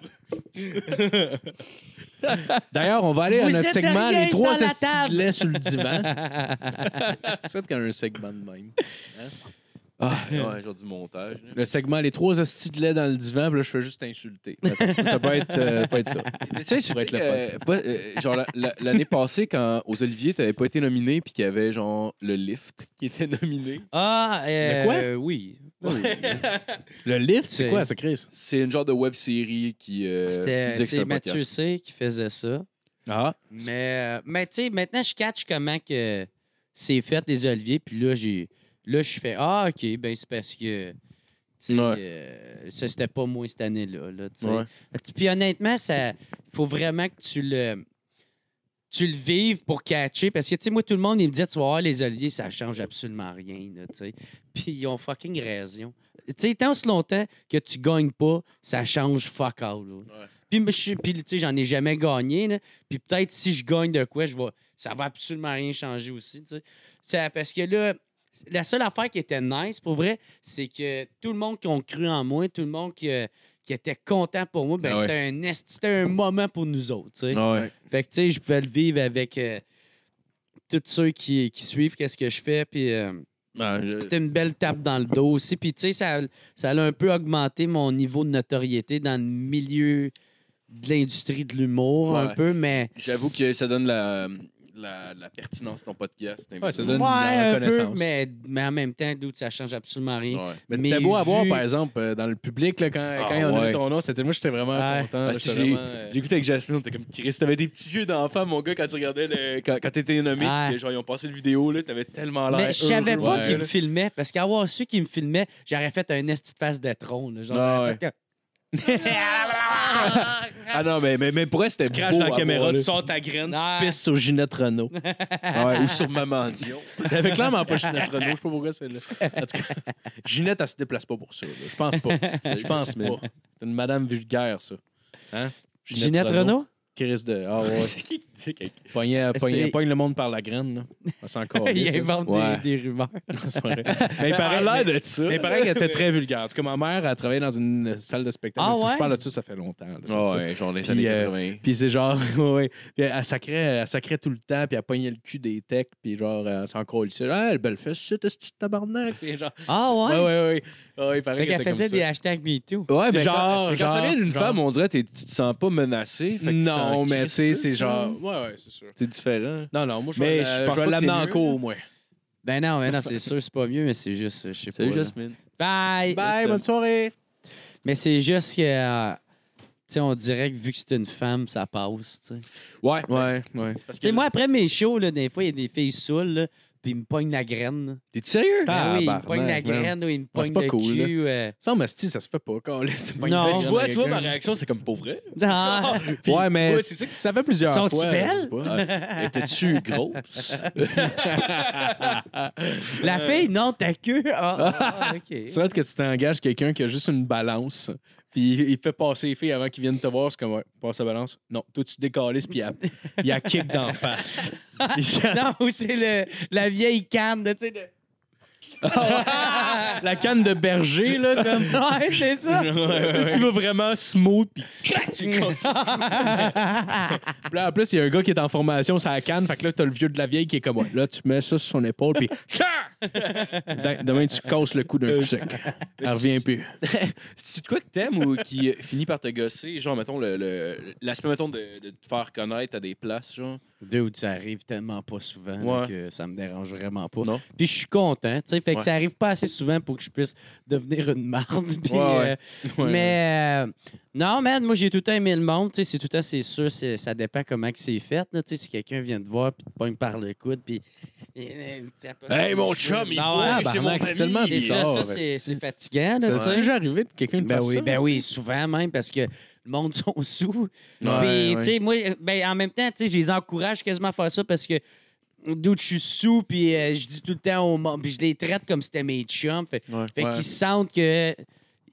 Speaker 4: D'ailleurs, on va aller
Speaker 5: Vous
Speaker 4: à notre
Speaker 5: êtes
Speaker 4: segment
Speaker 5: rien
Speaker 4: Les trois
Speaker 5: sans la table.
Speaker 4: estilets sur le divan. C'est quand un segment de même.
Speaker 2: Ah, ouais, genre du montage.
Speaker 4: Le segment Les trois estilets dans le divan, puis là, je fais juste insulter. Ça peut être, euh, ça peut être ça. Ça pourrait être le fun.
Speaker 2: Euh, genre la- la- l'année passée, quand aux Olivier, t'avais pas été nominé, puis qu'il y avait genre le lift qui était nominé.
Speaker 5: Ah, euh,
Speaker 4: Le quoi?
Speaker 5: euh, oui. Oui.
Speaker 4: Le lift, c'est
Speaker 5: C'est-
Speaker 4: quoi, ça, Chris?
Speaker 2: C'est une genre de web série qui. euh,
Speaker 5: C'était-
Speaker 2: disait que
Speaker 5: C'est
Speaker 2: un podcast.
Speaker 5: Mathieu C qui faisait ça.
Speaker 4: Ah,
Speaker 5: Mais, euh, mais tu sais, maintenant, je catch comment que c'est fait, les oliviers. Puis là, j'ai là je fais Ah, OK, ben c'est parce que tu sais,
Speaker 2: Ouais.
Speaker 5: euh, ça, c'était pas moi cette année-là. Là, tu sais.
Speaker 2: Ouais.
Speaker 5: Puis honnêtement, ça faut vraiment que tu le tu le vives pour catcher. Parce que, tu sais, moi, tout le monde, il me dit Tu vas voir, les oliviers, ça change absolument rien. là, tu sais. Puis ils ont fucking raison. tu sais, tant si longtemps que tu gagnes pas, ça change fuck all. là. Puis, je suis- puis, tu sais, j'en ai jamais gagné. là. Puis peut-être si je gagne de quoi, je vais, ça va absolument rien changer aussi. tu sais. C'est parce que là, la seule affaire qui était nice, pour vrai, c'est que tout le monde qui ont cru en moi, tout le monde qui, euh, qui était content pour moi, ben,
Speaker 4: Ah ouais.
Speaker 5: c'était un est- c'était un moment pour nous autres. tu sais.
Speaker 2: Ah
Speaker 4: Ouais.
Speaker 5: Fait que, tu sais, je pouvais le vivre avec euh, tous ceux qui, qui suivent qu'est-ce que je fais. Puis euh,
Speaker 2: Ah,
Speaker 4: Ben, je-
Speaker 5: c'était une belle tape dans le dos aussi. Puis, tu sais, ça, ça a un peu augmenté mon niveau de notoriété dans le milieu de l'industrie de l'humour, un
Speaker 4: Ouais.
Speaker 5: peu, mais...
Speaker 2: J'avoue que ça donne la, la, la pertinence de ton podcast.
Speaker 4: Ouais, ça donne- de
Speaker 5: Ouais,
Speaker 4: la
Speaker 5: un peu,
Speaker 4: reconnaissance.
Speaker 5: mais, mais en même temps, d'où ça change absolument rien.
Speaker 2: Ouais.
Speaker 4: Mais
Speaker 5: Mais
Speaker 4: c'était beau à
Speaker 5: vu-
Speaker 4: voir, par exemple, euh, dans le public, là, quand,
Speaker 2: Ah,
Speaker 4: quand on a
Speaker 2: ouais.
Speaker 4: vu ton nom, c'était moi, j'étais vraiment
Speaker 5: Ouais.
Speaker 4: content. là,
Speaker 2: Parce que
Speaker 4: j'étais
Speaker 2: Ah, j'ai-
Speaker 4: vraiment, euh,
Speaker 2: J'écoutais avec Jasmine, on était comme Chris. T'avais des petits yeux d'enfant, mon gars, quand tu regardais le. Quand, quand t'étais nommé,
Speaker 5: Ouais.
Speaker 2: puis que, genre, ils ont passé le vidéo, là, t'avais tellement l'air.
Speaker 4: Ben,
Speaker 5: Mais je savais
Speaker 2: heureux,
Speaker 5: pas
Speaker 2: ouais.
Speaker 5: qu'il me filmait, parce qu'avoir su qu'il me filmait, j'aurais fait un esti de face de tronc. là, genre,
Speaker 4: Ah
Speaker 5: j'aurais
Speaker 4: ouais.
Speaker 5: fait
Speaker 2: Ah non, mais, mais, mais pour elle, c'était
Speaker 4: Tu craches
Speaker 2: beau
Speaker 4: dans la
Speaker 2: à
Speaker 4: caméra,
Speaker 2: voir,
Speaker 4: tu
Speaker 2: là.
Speaker 4: sors ta graine,
Speaker 5: Ah.
Speaker 4: tu pisses sur Ginette Renault.
Speaker 2: Ouais, ou sur Maman Dion.
Speaker 4: Avec clairement pas Ginette Renault, je sais pas pourquoi c'est là. En tout cas, Ginette, elle se déplace pas pour ça. là. Je pense pas. Je pense pas. C'est une madame vulgaire, ça. Hein?
Speaker 5: que- Ginette Renault?
Speaker 4: Chris de. Ah ouais.
Speaker 2: C'est qui qui dit quelque
Speaker 4: Pogne,
Speaker 5: C'est-
Speaker 4: pogne, pogne le monde par la graine, là. On s'en calisse,
Speaker 5: Il
Speaker 4: ça.
Speaker 5: invente des-
Speaker 2: Ouais.
Speaker 5: des, rumeurs.
Speaker 4: C'est pas vrai. Mais il paraît
Speaker 2: l'air de ça.
Speaker 4: Mais il paraît qu'elle était très vulgaire. En tout cas, ma mère, elle travaillait dans une salle de spectacle.
Speaker 5: Ah
Speaker 4: Si
Speaker 5: ouais?
Speaker 4: Je parle là-dessus, ça fait longtemps. là, tout ça.
Speaker 2: Ah ouais, genre les
Speaker 4: Puis,
Speaker 2: années
Speaker 4: euh,
Speaker 2: 80.
Speaker 4: Puis c'est genre, ouais, ouais. Puis elle sacrait, elle sacrait tout le temps, puis elle pognait le cul des techs, puis genre, elle s'en colle. Ah, elle belle fesse, c'est ce petit tabarnak. Puis genre,
Speaker 5: Ah
Speaker 4: ouais,
Speaker 5: ouais?
Speaker 4: ouais, ouais. Ouais, il paraît
Speaker 5: Fait
Speaker 4: qu'elle
Speaker 5: qu'elle
Speaker 4: était
Speaker 5: faisait
Speaker 4: comme
Speaker 5: des
Speaker 4: ça.
Speaker 5: hashtags MeToo.
Speaker 2: Ouais, mais
Speaker 4: Genre,
Speaker 2: quand, mais quand ça
Speaker 4: ben, genre,
Speaker 2: vient d'une
Speaker 4: genre.
Speaker 2: femme, on dirait que tu te sens pas menacé. fait que tu t'en
Speaker 4: Non, mais tu
Speaker 2: crisses
Speaker 4: sais,
Speaker 2: plus,
Speaker 4: c'est
Speaker 2: là.
Speaker 4: genre. Ouais, ouais, c'est sûr.
Speaker 2: C'est différent.
Speaker 4: Non, non, moi, je
Speaker 2: Mais
Speaker 4: vais
Speaker 2: je pense
Speaker 4: la- je vais
Speaker 2: pas que
Speaker 4: l'amener
Speaker 2: c'est
Speaker 4: en
Speaker 2: mieux.
Speaker 4: cours, moi.
Speaker 5: Ben non, ben non, c'est sûr, c'est pas mieux, mais c'est juste, euh, je sais pas.
Speaker 2: Salut
Speaker 5: là.
Speaker 2: Jasmine.
Speaker 5: Bye!
Speaker 4: Bye, bonne soirée.
Speaker 5: Mais c'est juste que, euh, tu sais, on dirait que vu que c'est une femme, ça passe, tu sais.
Speaker 2: Ouais,
Speaker 4: Ouais, ouais.
Speaker 2: Parce
Speaker 5: Tu sais, moi, après mes shows, là, des fois, il y a des filles saoules, là, puis ils me pognent la graine. là.
Speaker 2: T'es sérieux?
Speaker 5: Ben oui, ils me
Speaker 4: Tabarnak,
Speaker 5: pognent la
Speaker 4: man.
Speaker 5: graine ou ils me
Speaker 4: Ah,
Speaker 5: pognent
Speaker 4: c'est pas
Speaker 5: le
Speaker 4: cool,
Speaker 5: cul. euh.
Speaker 4: Ça, mais si, ça se fait pas, quand c'est pas une
Speaker 5: Non.
Speaker 4: belle
Speaker 5: Mais
Speaker 2: tu
Speaker 4: graine
Speaker 2: vois,
Speaker 4: à
Speaker 2: tu vois, ma
Speaker 4: quelqu'un.
Speaker 2: réaction, c'est comme pauvre vrai.
Speaker 5: Ah!
Speaker 2: Puis,
Speaker 4: ouais,
Speaker 2: tu
Speaker 4: mais
Speaker 2: vois, c'est ça que-
Speaker 4: ça fait plusieurs
Speaker 5: Sont-tu
Speaker 4: fois.
Speaker 5: belles?
Speaker 4: je sais pas.
Speaker 2: Étais-tu grosse?
Speaker 5: la fille, non, ta queue. Ah, ah, OK.
Speaker 4: C'est vrai que tu t'engages quelqu'un qui a juste une balance, puis il- il fait passer les filles avant qu'ils viennent te voir. C'est comme, ouais, passe la balance. Non, toi, tu décalisses, puis il y a- il y a kick d'en face. Puis ça-
Speaker 5: Non, Ah, ou c'est le- la vieille canne, de, tu sais. De...
Speaker 4: la canne de berger, là, comme.
Speaker 5: Ouais, c'est ça.
Speaker 4: tu vas vraiment smooth, puis crac, tu casses. Puis là, en plus, il y a un gars qui est en formation, ça la canne, fait que là, t'as le vieux de la vieille qui est comme, ouais, là, tu mets ça sur son épaule, puis. Demain, demain, tu casses le cou d'un coup sec. Elle revient plus.
Speaker 2: C'est de quoi que t'aimes ou qui euh, finit par te gosser? Genre, mettons, le- le- l'aspect, mettons, de, de te faire connaître à des places, genre.
Speaker 5: Dude, ça arrive tellement pas souvent là,
Speaker 2: Ouais.
Speaker 5: que ça me dérange vraiment pas.
Speaker 2: Non.
Speaker 5: Puis je suis content, tu sais. Fait que
Speaker 2: Ouais.
Speaker 5: ça arrive pas assez souvent pour que je puisse devenir une marde. puis,
Speaker 2: Ouais, ouais.
Speaker 5: euh, mais euh, non, man, moi j'ai tout le temps aimé le monde, tu sais. C'est tout le temps, c'est sûr, c'est- ça dépend comment que c'est fait. là, Tu sais, si quelqu'un vient te voir puis te pogne par le coude, puis.
Speaker 2: Hey,
Speaker 5: Hey,
Speaker 2: mon chum, il
Speaker 5: non, ouais,
Speaker 2: boit, c'est mon
Speaker 4: Ah, tabarnak, c'est tellement
Speaker 2: ami.
Speaker 5: ben, C'est ça,
Speaker 4: bizarre,
Speaker 5: ça, c'est
Speaker 4: esti.
Speaker 5: c'est fatigant, là,
Speaker 4: Ça
Speaker 5: tu sais.
Speaker 4: t'est déjà arrivé de quelqu'un de
Speaker 5: Ben
Speaker 4: faire
Speaker 5: oui,
Speaker 4: ça,
Speaker 5: ben
Speaker 4: esti?
Speaker 5: oui, souvent même parce que le monde sont sous.
Speaker 4: Ouais,
Speaker 5: Puis,
Speaker 4: ouais.
Speaker 5: tu sais, moi, ben, en même temps, tu sais, je les encourage quasiment à faire ça parce que d'où je suis sous, puis euh, je dis tout le temps au monde, puis je les traite comme si c'était mes chums. Fait, fait
Speaker 4: Ouais.
Speaker 5: qu'ils sentent que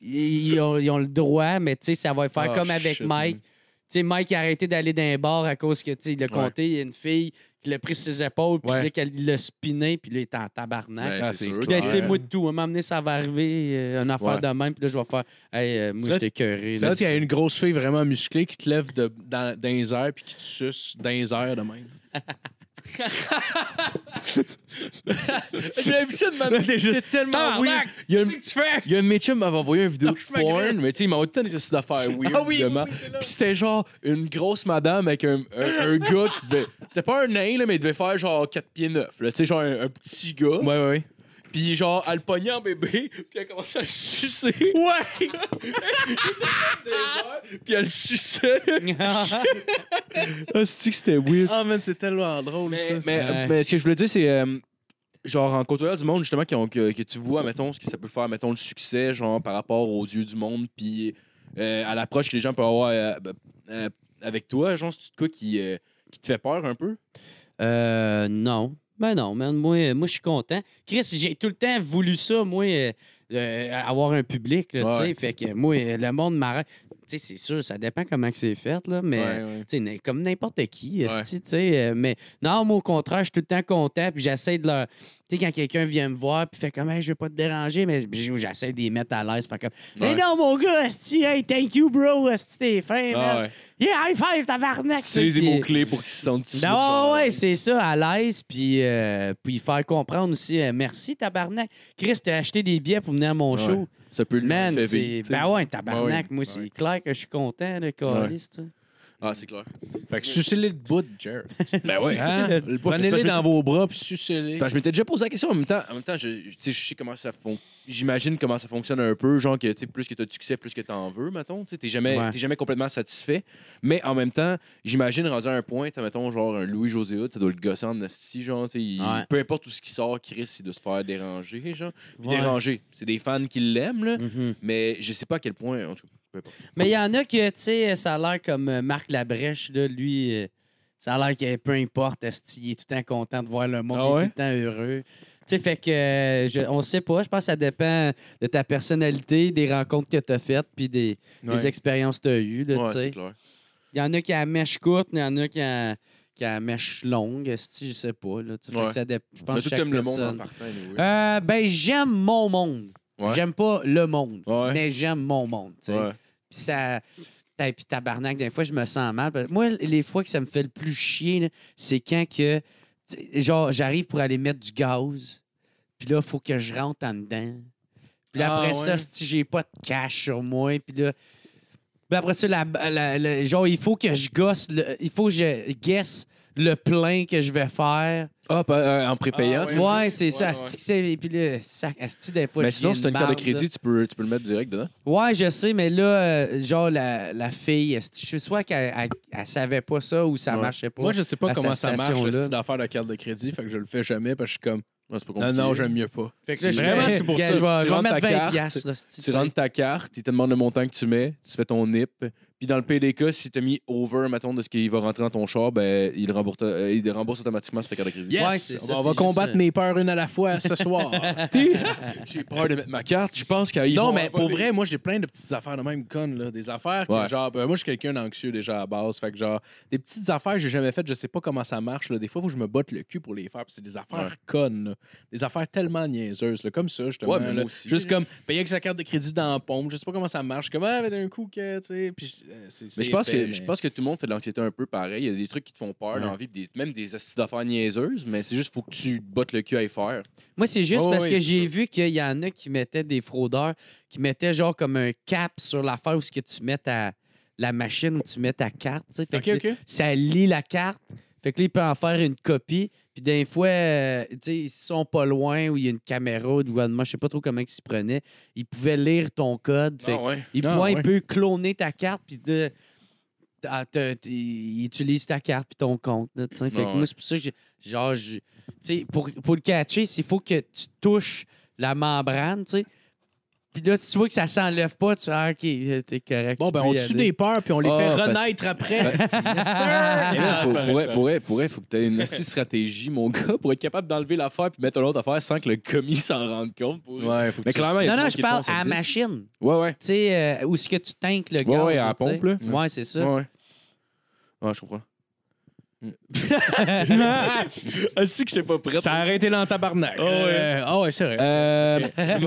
Speaker 5: ils ont, ils ont le droit, mais tu sais, ça va faire
Speaker 4: Ah,
Speaker 5: comme avec
Speaker 4: shit,
Speaker 5: Mike.
Speaker 4: man.
Speaker 5: Tu sais, Mike a arrêté d'aller dans un bar à cause que, tu sais, il a compté, il y a une fille qui l'a pris sur ses épaules, puis
Speaker 4: Ouais.
Speaker 5: là, qu'elle l'a spiné, puis là, il est en tabarnak.
Speaker 2: Ben,
Speaker 4: Ah,
Speaker 2: c'est
Speaker 4: c'est
Speaker 2: sûr.
Speaker 5: Ben,
Speaker 4: clair.
Speaker 5: tu sais, moi, de tout. À un moment donné, ça va arriver, euh, une affaire
Speaker 2: Ouais.
Speaker 5: de même, puis là, je vais faire, hey, euh, moi,
Speaker 4: C'est
Speaker 5: j'étais curé.
Speaker 4: C'est là qu'il y a une grosse fille vraiment musclée qui te lève de, dans, dans les airs puis qui te suce dans les airs de même.
Speaker 2: J'ai vu ça de ma C'est tellement weird. Ah Il y a une- il y a un de mes chums qui m'avait envoyé une vidéo de porn, mais tu sais, il m'a envoyé tout le temps des astuces d'affaires weird. évidemment. Puis c'était genre une grosse madame avec un, un, un gars qui devait. C'était pas un nain, là, mais il devait faire genre 4 pieds 9. Tu sais, genre un, un petit gars.
Speaker 4: ouais, ouais.
Speaker 2: Puis genre, elle le pognait en bébé, puis elle commençait à le sucer. Ouais! il était dans des airs, puis elle le suçait.
Speaker 4: Ah, cest que c'était weird? Ah, man, c'est tellement drôle,
Speaker 2: Mais,
Speaker 4: ça.
Speaker 2: mais,
Speaker 5: c'est-
Speaker 2: euh, mais ce que je voulais dire, c'est. euh, genre, en côtoyant du monde, justement, qui ont- que, que tu vois, mettons, ce que ça peut faire, mettons, le succès, genre, par rapport aux yeux du monde, puis euh, à l'approche que les gens peuvent avoir euh, ben, euh, avec toi, genre, c'est-tu de quoi qui, euh, qui te fait peur un peu?
Speaker 5: Euh, non. Ben non, man. Moi, euh, moi je suis content. Chris, j'ai tout le temps voulu ça, moi. euh, euh, avoir un public. là, tu sais.
Speaker 2: Ouais.
Speaker 5: Fait que moi, euh, le monde m'arrête. Tu sais, c'est sûr, ça dépend comment que c'est fait, là, mais
Speaker 2: Ouais, ouais.
Speaker 5: tu sais, n- comme n'importe qui. esti, tu sais, euh, mais non, moi, au contraire, je suis tout le temps content, puis j'essaie de leur. Tu sais, quand quelqu'un vient me voir, puis fait comme, Hey, je veux pas te déranger, mais j- j'essaie de les mettre à l'aise. Fait comme,
Speaker 2: Ouais.
Speaker 5: mais non, mon gars, esti, hey, thank you, bro, esti, t'es fin, man.
Speaker 2: Ah ouais.
Speaker 5: Yeah, high five, tabarnak.
Speaker 2: Tu utilises des mots-clés pour qu'ils se sentent dessus.
Speaker 5: Non, Ben ouais, c'est ça, à l'aise, puis, euh, puis faire comprendre aussi, euh, merci, tabarnak. Chris, t'as acheté des billets pour venir à mon
Speaker 2: Ouais.
Speaker 5: show.
Speaker 2: Ça peut le
Speaker 5: Man,
Speaker 2: faire
Speaker 5: c'est.
Speaker 2: vivre, tu sais.
Speaker 5: Ben ouais, tabarnak,
Speaker 2: Ouais,
Speaker 5: moi, c'est clair que je suis content, le calliste.
Speaker 2: Ah, c'est clair.
Speaker 4: Fait que sucez-les le bout de Jerry.
Speaker 2: Ben ouais.
Speaker 4: Hein?
Speaker 5: Le
Speaker 4: Prenez-les dans vos bras puis sucez-les.
Speaker 2: C'est parce que je m'étais déjà posé la question en même temps. En même temps, je, je- tu sais, je sais comment ça fon- J'imagine comment ça fonctionne un peu. Genre que tu sais, plus que tu as de succès, plus que tu en veux, mettons. Tu sais, T'es jamais,
Speaker 5: Ouais.
Speaker 2: t'es jamais complètement satisfait. Mais en même temps, j'imagine rendu à un point, tu sais, mettons, genre un Louis José Hood, ça doit le gosser en esti, genre. tu sais, il-
Speaker 5: Ouais.
Speaker 2: Peu importe où ce qui sort, Chris, c'est de se faire déranger, genre. Puis
Speaker 5: Ouais.
Speaker 2: déranger. C'est des fans qui l'aiment, là.
Speaker 5: Mhm.
Speaker 2: Mais je sais pas à quel point. En tout cas, peu importe.
Speaker 5: Mais il y en a que, tu sais, ça a l'air comme euh, Marc Labrèche, là, lui, euh, ça a l'air que peu importe, esti, il est tout le temps content de voir le monde,
Speaker 2: Ah
Speaker 5: il est
Speaker 2: ouais?
Speaker 5: tout le temps heureux. Tu sais, fait que, euh, je- on sait pas, je pense que ça dépend de ta personnalité, des rencontres que tu as faites, puis des, des
Speaker 2: Ouais.
Speaker 5: expériences que tu as eues, là,
Speaker 2: Ouais,
Speaker 5: tu sais.
Speaker 2: c'est clair.
Speaker 5: Il y en a qui a la mèche courte, il y en a qui a, qui a la mèche longue, esti, je sais pas, là, tu sais, fait que
Speaker 2: Ouais.
Speaker 5: ça dé- je pense
Speaker 2: Mais
Speaker 5: que
Speaker 2: tout
Speaker 5: chaque
Speaker 2: t'aimes le monde en
Speaker 5: personne-
Speaker 2: partant, anyway.
Speaker 5: Euh, ben, j'aime mon monde.
Speaker 2: Ouais.
Speaker 5: J'aime pas le monde,
Speaker 2: Ouais.
Speaker 5: mais j'aime mon monde, tu sais.
Speaker 2: Ouais.
Speaker 5: Puis ça. Et puis tabarnak, des fois, je me sens mal. Parce que Moi, les fois que ça me fait le plus chier, là, c'est quand que. tu sais, Genre, j'arrive pour aller mettre du gaz. Puis là, il faut que je rentre en dedans. Puis là,
Speaker 2: Ah,
Speaker 5: après
Speaker 2: ouais.
Speaker 5: ça, si j'ai pas de cash sur moi, puis là. Puis après ça, la, la- la- genre, il faut que je gosse. le- il faut que je guesse le plein que je vais faire.
Speaker 2: Ah, pas- euh, en prépayant,
Speaker 4: Ah,
Speaker 2: tu
Speaker 5: ouais,
Speaker 4: ouais,
Speaker 5: c'est
Speaker 4: ouais,
Speaker 5: ça.
Speaker 4: ouais.
Speaker 5: asti que c'est- Puis là, sac, asti, des fois,
Speaker 2: Mais
Speaker 5: je
Speaker 2: sinon,
Speaker 5: viens
Speaker 2: si t'as une carte de
Speaker 5: marde, là.
Speaker 2: crédit, tu peux, tu peux le mettre direct dedans.
Speaker 5: Ouais, je sais, mais là, euh, genre, la, la fille, esti, je suis soit qu'elle elle- elle savait pas ça ou ça
Speaker 2: Ouais.
Speaker 5: marchait pas.
Speaker 4: Moi, je sais pas
Speaker 5: À
Speaker 4: comment
Speaker 5: cette
Speaker 4: ça marche, le
Speaker 5: station-là.
Speaker 4: style d'affaire de carte de crédit, fait que je le fais jamais parce que je suis comme.
Speaker 2: Non, c'est pas
Speaker 4: Non,
Speaker 2: compliqué.
Speaker 4: non, j'aime mieux pas.
Speaker 5: Fait que là, je
Speaker 4: Vraiment,
Speaker 5: fais-
Speaker 4: c'est pour
Speaker 5: gars,
Speaker 4: ça.
Speaker 5: Je vais,
Speaker 4: Tu
Speaker 5: je vais
Speaker 4: rentres
Speaker 5: mettre
Speaker 4: ta
Speaker 5: 20
Speaker 4: carte,
Speaker 5: piastres, là, esti,
Speaker 2: Tu rentres ta carte, il te demande le montant que tu mets, tu fais ton NIP. Puis dans le PDK, si tu as mis over, mettons, de ce qu'il va rentrer dans ton char, ben, il, rembourse, euh, il rembourse automatiquement sur ta carte de crédit.
Speaker 5: Yes! Ouais, c'est ça,
Speaker 4: on va
Speaker 5: c'est
Speaker 4: combattre
Speaker 5: juste-
Speaker 4: mes peurs une à la fois ce soir.
Speaker 2: J'ai peur de mettre ma carte, je pense qu'il
Speaker 4: non, mais pour vrai, moi, j'ai plein de petites affaires de même connes, là. Des affaires que,
Speaker 2: Ouais.
Speaker 4: genre, ben, moi, je suis quelqu'un d'anxieux déjà à la base. Fait que, genre, des petites affaires que j'ai jamais faites, je sais pas comment ça marche, là. Des fois, il faut que je me botte le cul pour les faire. puis c'est des affaires
Speaker 2: Ouais.
Speaker 4: connes, là. Des affaires tellement niaiseuses, là. Comme ça, justement.
Speaker 2: Ouais, mais moi
Speaker 4: là.
Speaker 2: aussi.
Speaker 4: Juste comme payer avec sa carte de crédit dans la pompe. Je sais pas comment ça marche. Comme, ah, mais d'un coup, que, tu sais. Puis, euh, c'est- c'est
Speaker 2: Mais je pense,
Speaker 4: épais,
Speaker 2: que, je
Speaker 4: mais-
Speaker 2: pense que tout le monde fait de l'anxiété un peu pareil. Il y a des trucs qui te font peur dans la vie, puis des- même des astuces d'affaires niaiseuses, mais c'est juste faut que tu te bottes le cul à y faire.
Speaker 5: Moi, c'est juste
Speaker 4: Oh,
Speaker 5: parce
Speaker 4: oui,
Speaker 5: que
Speaker 4: c'est
Speaker 5: j'ai
Speaker 4: sûr.
Speaker 5: vu qu'il y en a qui mettaient des fraudeurs, qui mettaient genre comme un cap sur l'affaire où ce que tu mets ta, la machine où tu mets ta carte. tu sais. Fait
Speaker 4: Ok,
Speaker 5: que
Speaker 4: ok.
Speaker 5: Ça lit la carte. Fait que là, il peut en faire une copie. Puis des fois, euh, tu sais, ils sont pas loin où il y a une caméra ou de gouvernement, je sais pas trop comment ils s'y prenaient. Ils pouvaient lire ton code. Fait que
Speaker 2: ouais.
Speaker 5: Il,
Speaker 4: Ah,
Speaker 5: pourrait- il
Speaker 4: ouais.
Speaker 5: peut cloner ta carte, puis de, ah, te- te- il utilise ta carte, puis ton compte. là, tu sais. fait que
Speaker 2: Ah, ouais.
Speaker 5: moi, c'est pour ça que j'ai- genre, j'ai- tu sais, pour, pour le catcher, il faut que tu touches la membrane, tu sais. Puis là, tu vois que ça s'enlève pas, tu fais, ah, OK, euh, t'es correct.
Speaker 4: Bon,
Speaker 5: tu
Speaker 4: ben,
Speaker 5: peux
Speaker 4: on
Speaker 5: y
Speaker 4: tue
Speaker 5: aller. Ben,
Speaker 4: des peurs, puis on les
Speaker 2: Ah,
Speaker 4: fait
Speaker 2: parce-
Speaker 4: renaître après.
Speaker 2: Eh man, faut-
Speaker 4: c'est pas
Speaker 2: pour
Speaker 4: vrai,
Speaker 2: vrai- Pour vrai, pour vrai, faut que tu aies une astuce stratégie, mon gars, pour être capable d'enlever l'affaire puis mettre une autre affaire sans que le commis s'en rende compte. pour vrai.
Speaker 4: Ouais, faut que
Speaker 2: Mais
Speaker 4: tu-
Speaker 2: clairement, il y a
Speaker 5: Non,
Speaker 2: du
Speaker 5: non,
Speaker 2: monde
Speaker 5: je
Speaker 2: qui le
Speaker 5: parle
Speaker 2: font, ça
Speaker 5: à la
Speaker 2: existe.
Speaker 5: machine.
Speaker 2: Ouais, ouais.
Speaker 5: Tu sais, euh, où est-ce que tu tanques le gaz.
Speaker 2: ouais, à la
Speaker 5: tu sais.
Speaker 2: pompe, là.
Speaker 5: Ouais, c'est ça.
Speaker 2: Ouais, ouais. Ouais, je comprends. Ah, si que j'étais pas prêt.
Speaker 4: Ça a arrêté dans le tabarnak.
Speaker 2: ouais.
Speaker 4: Euh, Ah ouais, c'est vrai.
Speaker 2: Euh,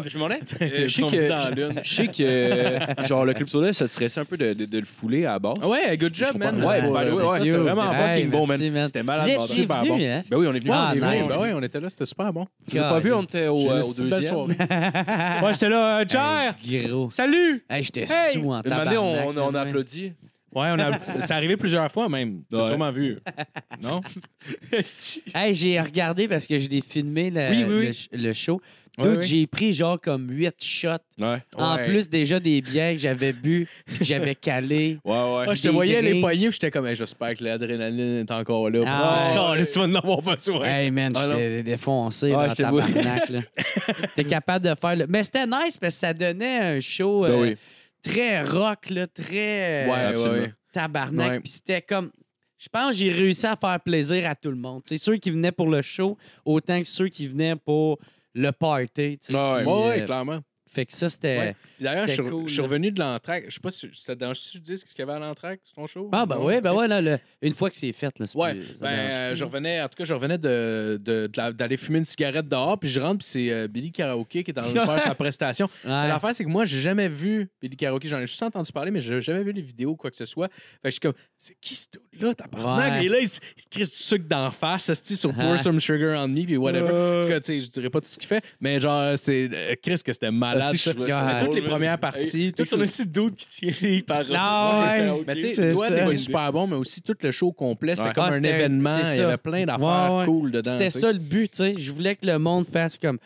Speaker 2: je m'en ai. Je sais que, je sais que, euh, genre, le club soda, ça te stressait un peu de, de, de le fouler à la base.
Speaker 4: Ouais, good job,
Speaker 2: Je
Speaker 4: man.
Speaker 2: comprends. Ouais, by the way, ouais,
Speaker 4: c'était
Speaker 2: yo,
Speaker 4: vraiment
Speaker 2: c'était-
Speaker 4: fucking
Speaker 5: Hey,
Speaker 4: bon, man.
Speaker 5: merci, man.
Speaker 4: C'était malade,
Speaker 5: J'ai-
Speaker 4: bordel.
Speaker 5: j'ai
Speaker 4: super
Speaker 5: venu,
Speaker 4: bon.
Speaker 5: hein?
Speaker 2: Ben oui, on est venu.
Speaker 4: Ouais,
Speaker 5: Ah,
Speaker 4: on est venu.
Speaker 5: nice.
Speaker 4: Ben ouais, on était là, c'était super bon.
Speaker 2: Tu l'as pas vu, on était au,
Speaker 4: J'ai
Speaker 2: euh,
Speaker 4: une
Speaker 2: au
Speaker 4: si belle soirée.
Speaker 2: deuxième.
Speaker 4: Ouais, j'étais là, euh, Jer,
Speaker 5: Gros.
Speaker 4: salut!
Speaker 5: Hey, j'étais
Speaker 4: Hey!
Speaker 5: sous en
Speaker 2: Une année,
Speaker 5: tabarnak.
Speaker 2: on, on, on a
Speaker 5: là, ouais.
Speaker 2: applaudi.
Speaker 4: Ouais, on a... c'est arrivé plusieurs fois même. Tu
Speaker 2: Ouais.
Speaker 4: sûrement vu. Non?
Speaker 5: Hey, j'ai regardé parce que je l'ai filmé la-
Speaker 4: Oui, oui, oui.
Speaker 5: le ch- Le, show.
Speaker 4: Ouais,
Speaker 5: Tout,
Speaker 4: oui.
Speaker 5: j'ai pris genre comme 8 shots.
Speaker 2: Ouais.
Speaker 5: En
Speaker 4: Ouais.
Speaker 5: plus déjà des bières que j'avais bu, que j'avais calé.
Speaker 2: Ouais, ouais.
Speaker 4: Ah, je te
Speaker 5: Des
Speaker 4: voyais les
Speaker 5: drinks.
Speaker 4: poignets, puis j'étais comme, Hey, j'espère que l'adrénaline est encore là.
Speaker 5: Ah,
Speaker 4: Quand les soins n'en besoin.
Speaker 5: Hey man,
Speaker 4: Ah,
Speaker 5: j'étais défoncé
Speaker 2: Ah, je
Speaker 5: dans
Speaker 2: te vois.
Speaker 5: tabarnak. là. T'es capable de faire le... Mais c'était nice parce que ça donnait un show
Speaker 2: Ben
Speaker 5: euh,
Speaker 2: oui.
Speaker 5: très rock, là, très euh,
Speaker 4: Ouais,
Speaker 2: absolument.
Speaker 4: ouais.
Speaker 5: tabarnak.
Speaker 4: Ouais.
Speaker 5: Puis c'était comme... Je pense que j'ai réussi à faire plaisir à tout le monde. C'est ceux qui venaient pour le show autant que ceux qui venaient pour le party. tu sais.
Speaker 4: Ouais, Ah
Speaker 5: Puis,
Speaker 4: ouais,
Speaker 5: euh,
Speaker 4: clairement.
Speaker 5: Fait que ça, c'était.
Speaker 4: Ouais. Puis D'ailleurs, je suis
Speaker 5: C'était cool,
Speaker 4: je suis
Speaker 5: là.
Speaker 4: revenu de l'entraque. Je sais pas si c'était dans le disque ce qu'il y avait à l'entraque, c'est ton show?
Speaker 5: Ah, ben oui, ben ouais, là, le- une fois que c'est fait, là, c'est
Speaker 4: Ouais,
Speaker 5: plus- ça
Speaker 4: ben,
Speaker 5: dérange
Speaker 4: euh,
Speaker 5: plus.
Speaker 4: je revenais, en tout cas, je revenais de, de- de la- d'aller fumer une cigarette dehors, puis je rentre, puis c'est euh, Billy Karaoke qui est en train de faire sa prestation. Mais
Speaker 5: Ouais.
Speaker 4: L'affaire, c'est que moi, j'ai jamais vu Billy Karaoke. J'en ai juste entendu parler, mais j'ai jamais vu les vidéos ou quoi que ce soit. Fait que je suis comme, c'est qui ce dude-là, tabarnak?
Speaker 5: Ouais.
Speaker 4: Et là, il, se- il se crisse du sucre d'en face, ça se tire sur
Speaker 5: Ouais.
Speaker 4: Pour Some Sugar on Me, puis whatever. En tout cas, tu sais, je dirais pas tout ce qu'il fait, mais genre, c'est euh, Chris que c'était malade.
Speaker 5: Ah, si, je
Speaker 4: ça.
Speaker 5: trouvais ça
Speaker 4: Mais
Speaker 5: drôle,
Speaker 4: toutes les
Speaker 6: man.
Speaker 4: premières parties.
Speaker 6: Tout
Speaker 4: toutes
Speaker 6: son
Speaker 4: les-
Speaker 6: aussi d'autres qui tient les paroles.
Speaker 5: Non, ouais.
Speaker 4: mais tu
Speaker 5: c'est
Speaker 4: sais, toi,
Speaker 5: ça.
Speaker 4: t'es super bon, mais aussi tout le show complet, c'était
Speaker 6: Ouais.
Speaker 4: comme
Speaker 5: Ah,
Speaker 4: un
Speaker 5: c'était-
Speaker 4: événement.
Speaker 5: c'est
Speaker 4: Il y
Speaker 5: ça.
Speaker 4: avait plein d'affaires
Speaker 5: Ouais, ouais.
Speaker 4: cool dedans.
Speaker 5: C'était
Speaker 4: tu sais.
Speaker 5: ça le but, tu sais. Je voulais que le monde fasse comme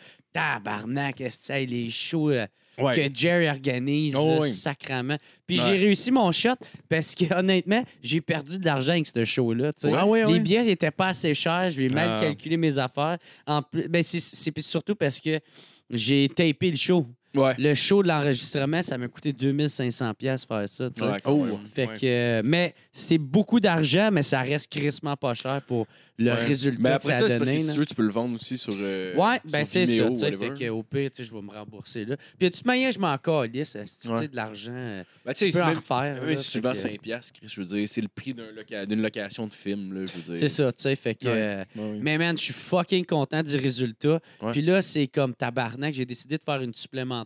Speaker 5: tabarnak, est-ce que les shows là,
Speaker 4: Ouais.
Speaker 5: que Jerry organise
Speaker 4: Oh,
Speaker 5: là,
Speaker 4: oui.
Speaker 5: sacrament. Puis
Speaker 4: Ouais.
Speaker 5: j'ai réussi mon shot parce que honnêtement, j'ai perdu de l'argent avec ce show-là, tu sais.
Speaker 4: Ah ouais,
Speaker 5: Les
Speaker 4: ouais.
Speaker 5: billets n'étaient pas assez chers, j'ai mal
Speaker 4: Ah.
Speaker 5: calculé mes affaires. En plus, ben c'est- c'est surtout parce que j'ai tapé le show.
Speaker 4: Ouais.
Speaker 5: Le show de l'enregistrement, ça m'a coûté 2500 pièces faire ça, tu sais.
Speaker 4: Oh.
Speaker 5: Fait que, euh, mais c'est beaucoup d'argent, mais ça reste crissement pas cher pour le
Speaker 4: Ouais.
Speaker 5: résultat
Speaker 2: Mais après
Speaker 5: que
Speaker 2: ça,
Speaker 5: ça a
Speaker 2: c'est parce que
Speaker 5: donné.
Speaker 2: si
Speaker 5: là.
Speaker 2: tu veux, tu peux le vendre aussi sur. euh,
Speaker 5: ouais, ben
Speaker 2: sur
Speaker 5: c'est ça.
Speaker 2: Vimeo,
Speaker 5: tu sais,
Speaker 2: whatever.
Speaker 5: fait que, au pire, tu sais, je vais me rembourser là. Puis de toute manière, je m'en calisse. esti, tu sais,
Speaker 2: Ouais.
Speaker 5: de l'argent, euh,
Speaker 2: Ben, tu sais,
Speaker 5: tu
Speaker 2: c'est
Speaker 5: peux en
Speaker 2: même-
Speaker 5: refaire.
Speaker 2: même
Speaker 5: là,
Speaker 2: si tu
Speaker 5: Ah fait
Speaker 2: le vends
Speaker 5: que-
Speaker 2: 5$, piastres, Chris, je veux dire, c'est le prix d'un loca- d'une location de film, là, je veux dire.
Speaker 5: C'est ça, tu sais. Fait que,
Speaker 2: Ouais.
Speaker 5: euh,
Speaker 2: Ouais, ouais.
Speaker 5: mais man, je suis fucking content du résultat.
Speaker 2: Ouais.
Speaker 5: Puis là, c'est comme tabarnak. J'ai décidé de faire une supplémentaire.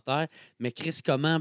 Speaker 5: Mais Chris, comment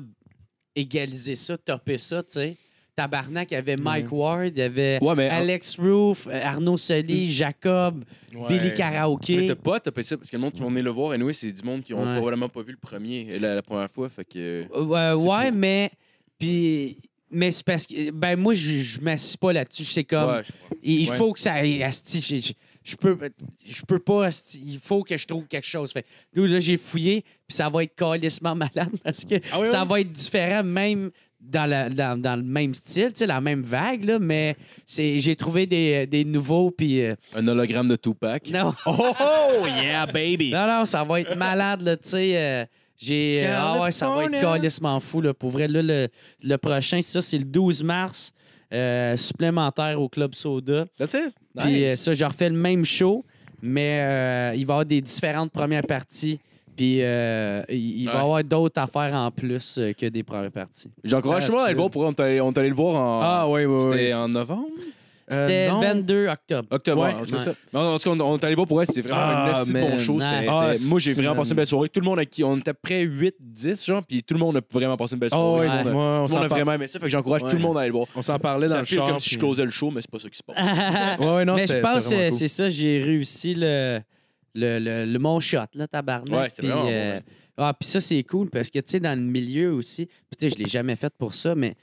Speaker 5: égaliser ça, topper ça, tu sais? Tabarnak, il y avait Mike Ward, il y avait
Speaker 2: Ouais, mais.
Speaker 5: Alex Roof, euh, Arnaud Soli, Jacob, Billy
Speaker 2: Mais
Speaker 5: Karaoke.
Speaker 2: t'as pas tapé ça parce que le monde qui vont venir le voir, anyway, c'est du monde qui ont
Speaker 5: Ouais.
Speaker 2: probablement pas vu le premier, euh, la, la première fois. Fait que.
Speaker 5: Euh, ouais,
Speaker 2: C'est
Speaker 5: ouais,
Speaker 2: pour-
Speaker 5: mais. Puis. Mais c'est parce que. Ben, moi, je, je m'assis pas là-dessus. C'est comme.
Speaker 2: Ouais, je comprends.
Speaker 5: il il
Speaker 4: ouais.
Speaker 5: faut que ça aille. asti, je, je- je peux, je peux pas. asti, il faut que je trouve quelque chose. Fait que, d'où là, j'ai fouillé, puis ça va être calissement malade parce que
Speaker 4: Ah oui,
Speaker 5: ça
Speaker 4: oui.
Speaker 5: va être différent, même. Dans, la- dans, dans le même style, tu sais, la même vague, là, mais c'est, j'ai trouvé des, des nouveaux, puis... euh,
Speaker 2: Un hologramme de Tupac.
Speaker 5: non.
Speaker 4: Oh, oh, yeah, baby.
Speaker 5: Non, non, ça va être malade, là, tu sais. euh, j'ai. euh, ah ouais, ça va être
Speaker 4: California.
Speaker 5: calissement fou, là. Pour vrai, là, le, le prochain, c'est ça, c'est le 12 mars, euh, supplémentaire au Club Soda.
Speaker 4: That's it.
Speaker 5: Puis euh,
Speaker 4: Nice.
Speaker 5: ça, je refais le même show, mais euh, il va y avoir des différentes premières parties. Puis euh, il, il va y
Speaker 2: Ouais.
Speaker 5: avoir d'autres affaires en plus euh, que des premières parties.
Speaker 2: J'encourage tout le monde à aller le voir pour on est allé on est allé le voir en.
Speaker 4: ah, ouais, ouais, ouais.
Speaker 2: C'était en novembre?
Speaker 4: Euh,
Speaker 5: C'était
Speaker 4: non.
Speaker 5: le 22 octobre.
Speaker 2: Octobre,
Speaker 4: Ouais,
Speaker 2: hein,
Speaker 4: c'est
Speaker 5: ouais.
Speaker 4: ça.
Speaker 2: Non, non, en tout cas, on, on est allé voir pour elle, c'était vraiment
Speaker 4: Ah,
Speaker 2: un assez
Speaker 4: man.
Speaker 2: bon show. c'était-
Speaker 5: Nice.
Speaker 2: c'était-
Speaker 4: Ah,
Speaker 2: moi, j'ai vraiment
Speaker 4: man.
Speaker 2: passé une belle soirée. Tout le monde, avec qui, on était près 8-10, genre, puis tout le monde a vraiment passé une belle
Speaker 4: Ah,
Speaker 2: soirée.
Speaker 4: ouais,
Speaker 2: Tout le
Speaker 4: ouais,
Speaker 2: monde a-
Speaker 4: on
Speaker 2: tout le monde
Speaker 4: s'en
Speaker 2: a
Speaker 4: par-
Speaker 2: vraiment aimé ça, fait que j'encourage
Speaker 4: Ouais.
Speaker 2: tout le monde à aller le voir.
Speaker 4: on s'en parlait dans
Speaker 2: Ça
Speaker 4: le
Speaker 2: file
Speaker 4: char.
Speaker 2: comme si je
Speaker 4: puis-
Speaker 2: causais le show, mais c'est pas ça qui se passe.
Speaker 4: Ouais, ouais, non,
Speaker 5: mais je
Speaker 4: c'était-
Speaker 5: pense
Speaker 4: c'était
Speaker 5: que
Speaker 4: vraiment
Speaker 5: c'est ça, j'ai réussi le, le, le, le mon shot, là, tabarnak.
Speaker 2: Ouais, c'était
Speaker 5: Puis,
Speaker 2: vraiment bon,
Speaker 5: euh,
Speaker 2: ouais.
Speaker 5: Ah, puis ça, c'est cool parce que, tu sais, dans le milieu aussi, puis tu sais, je l'ai jamais fait pour ça, mais,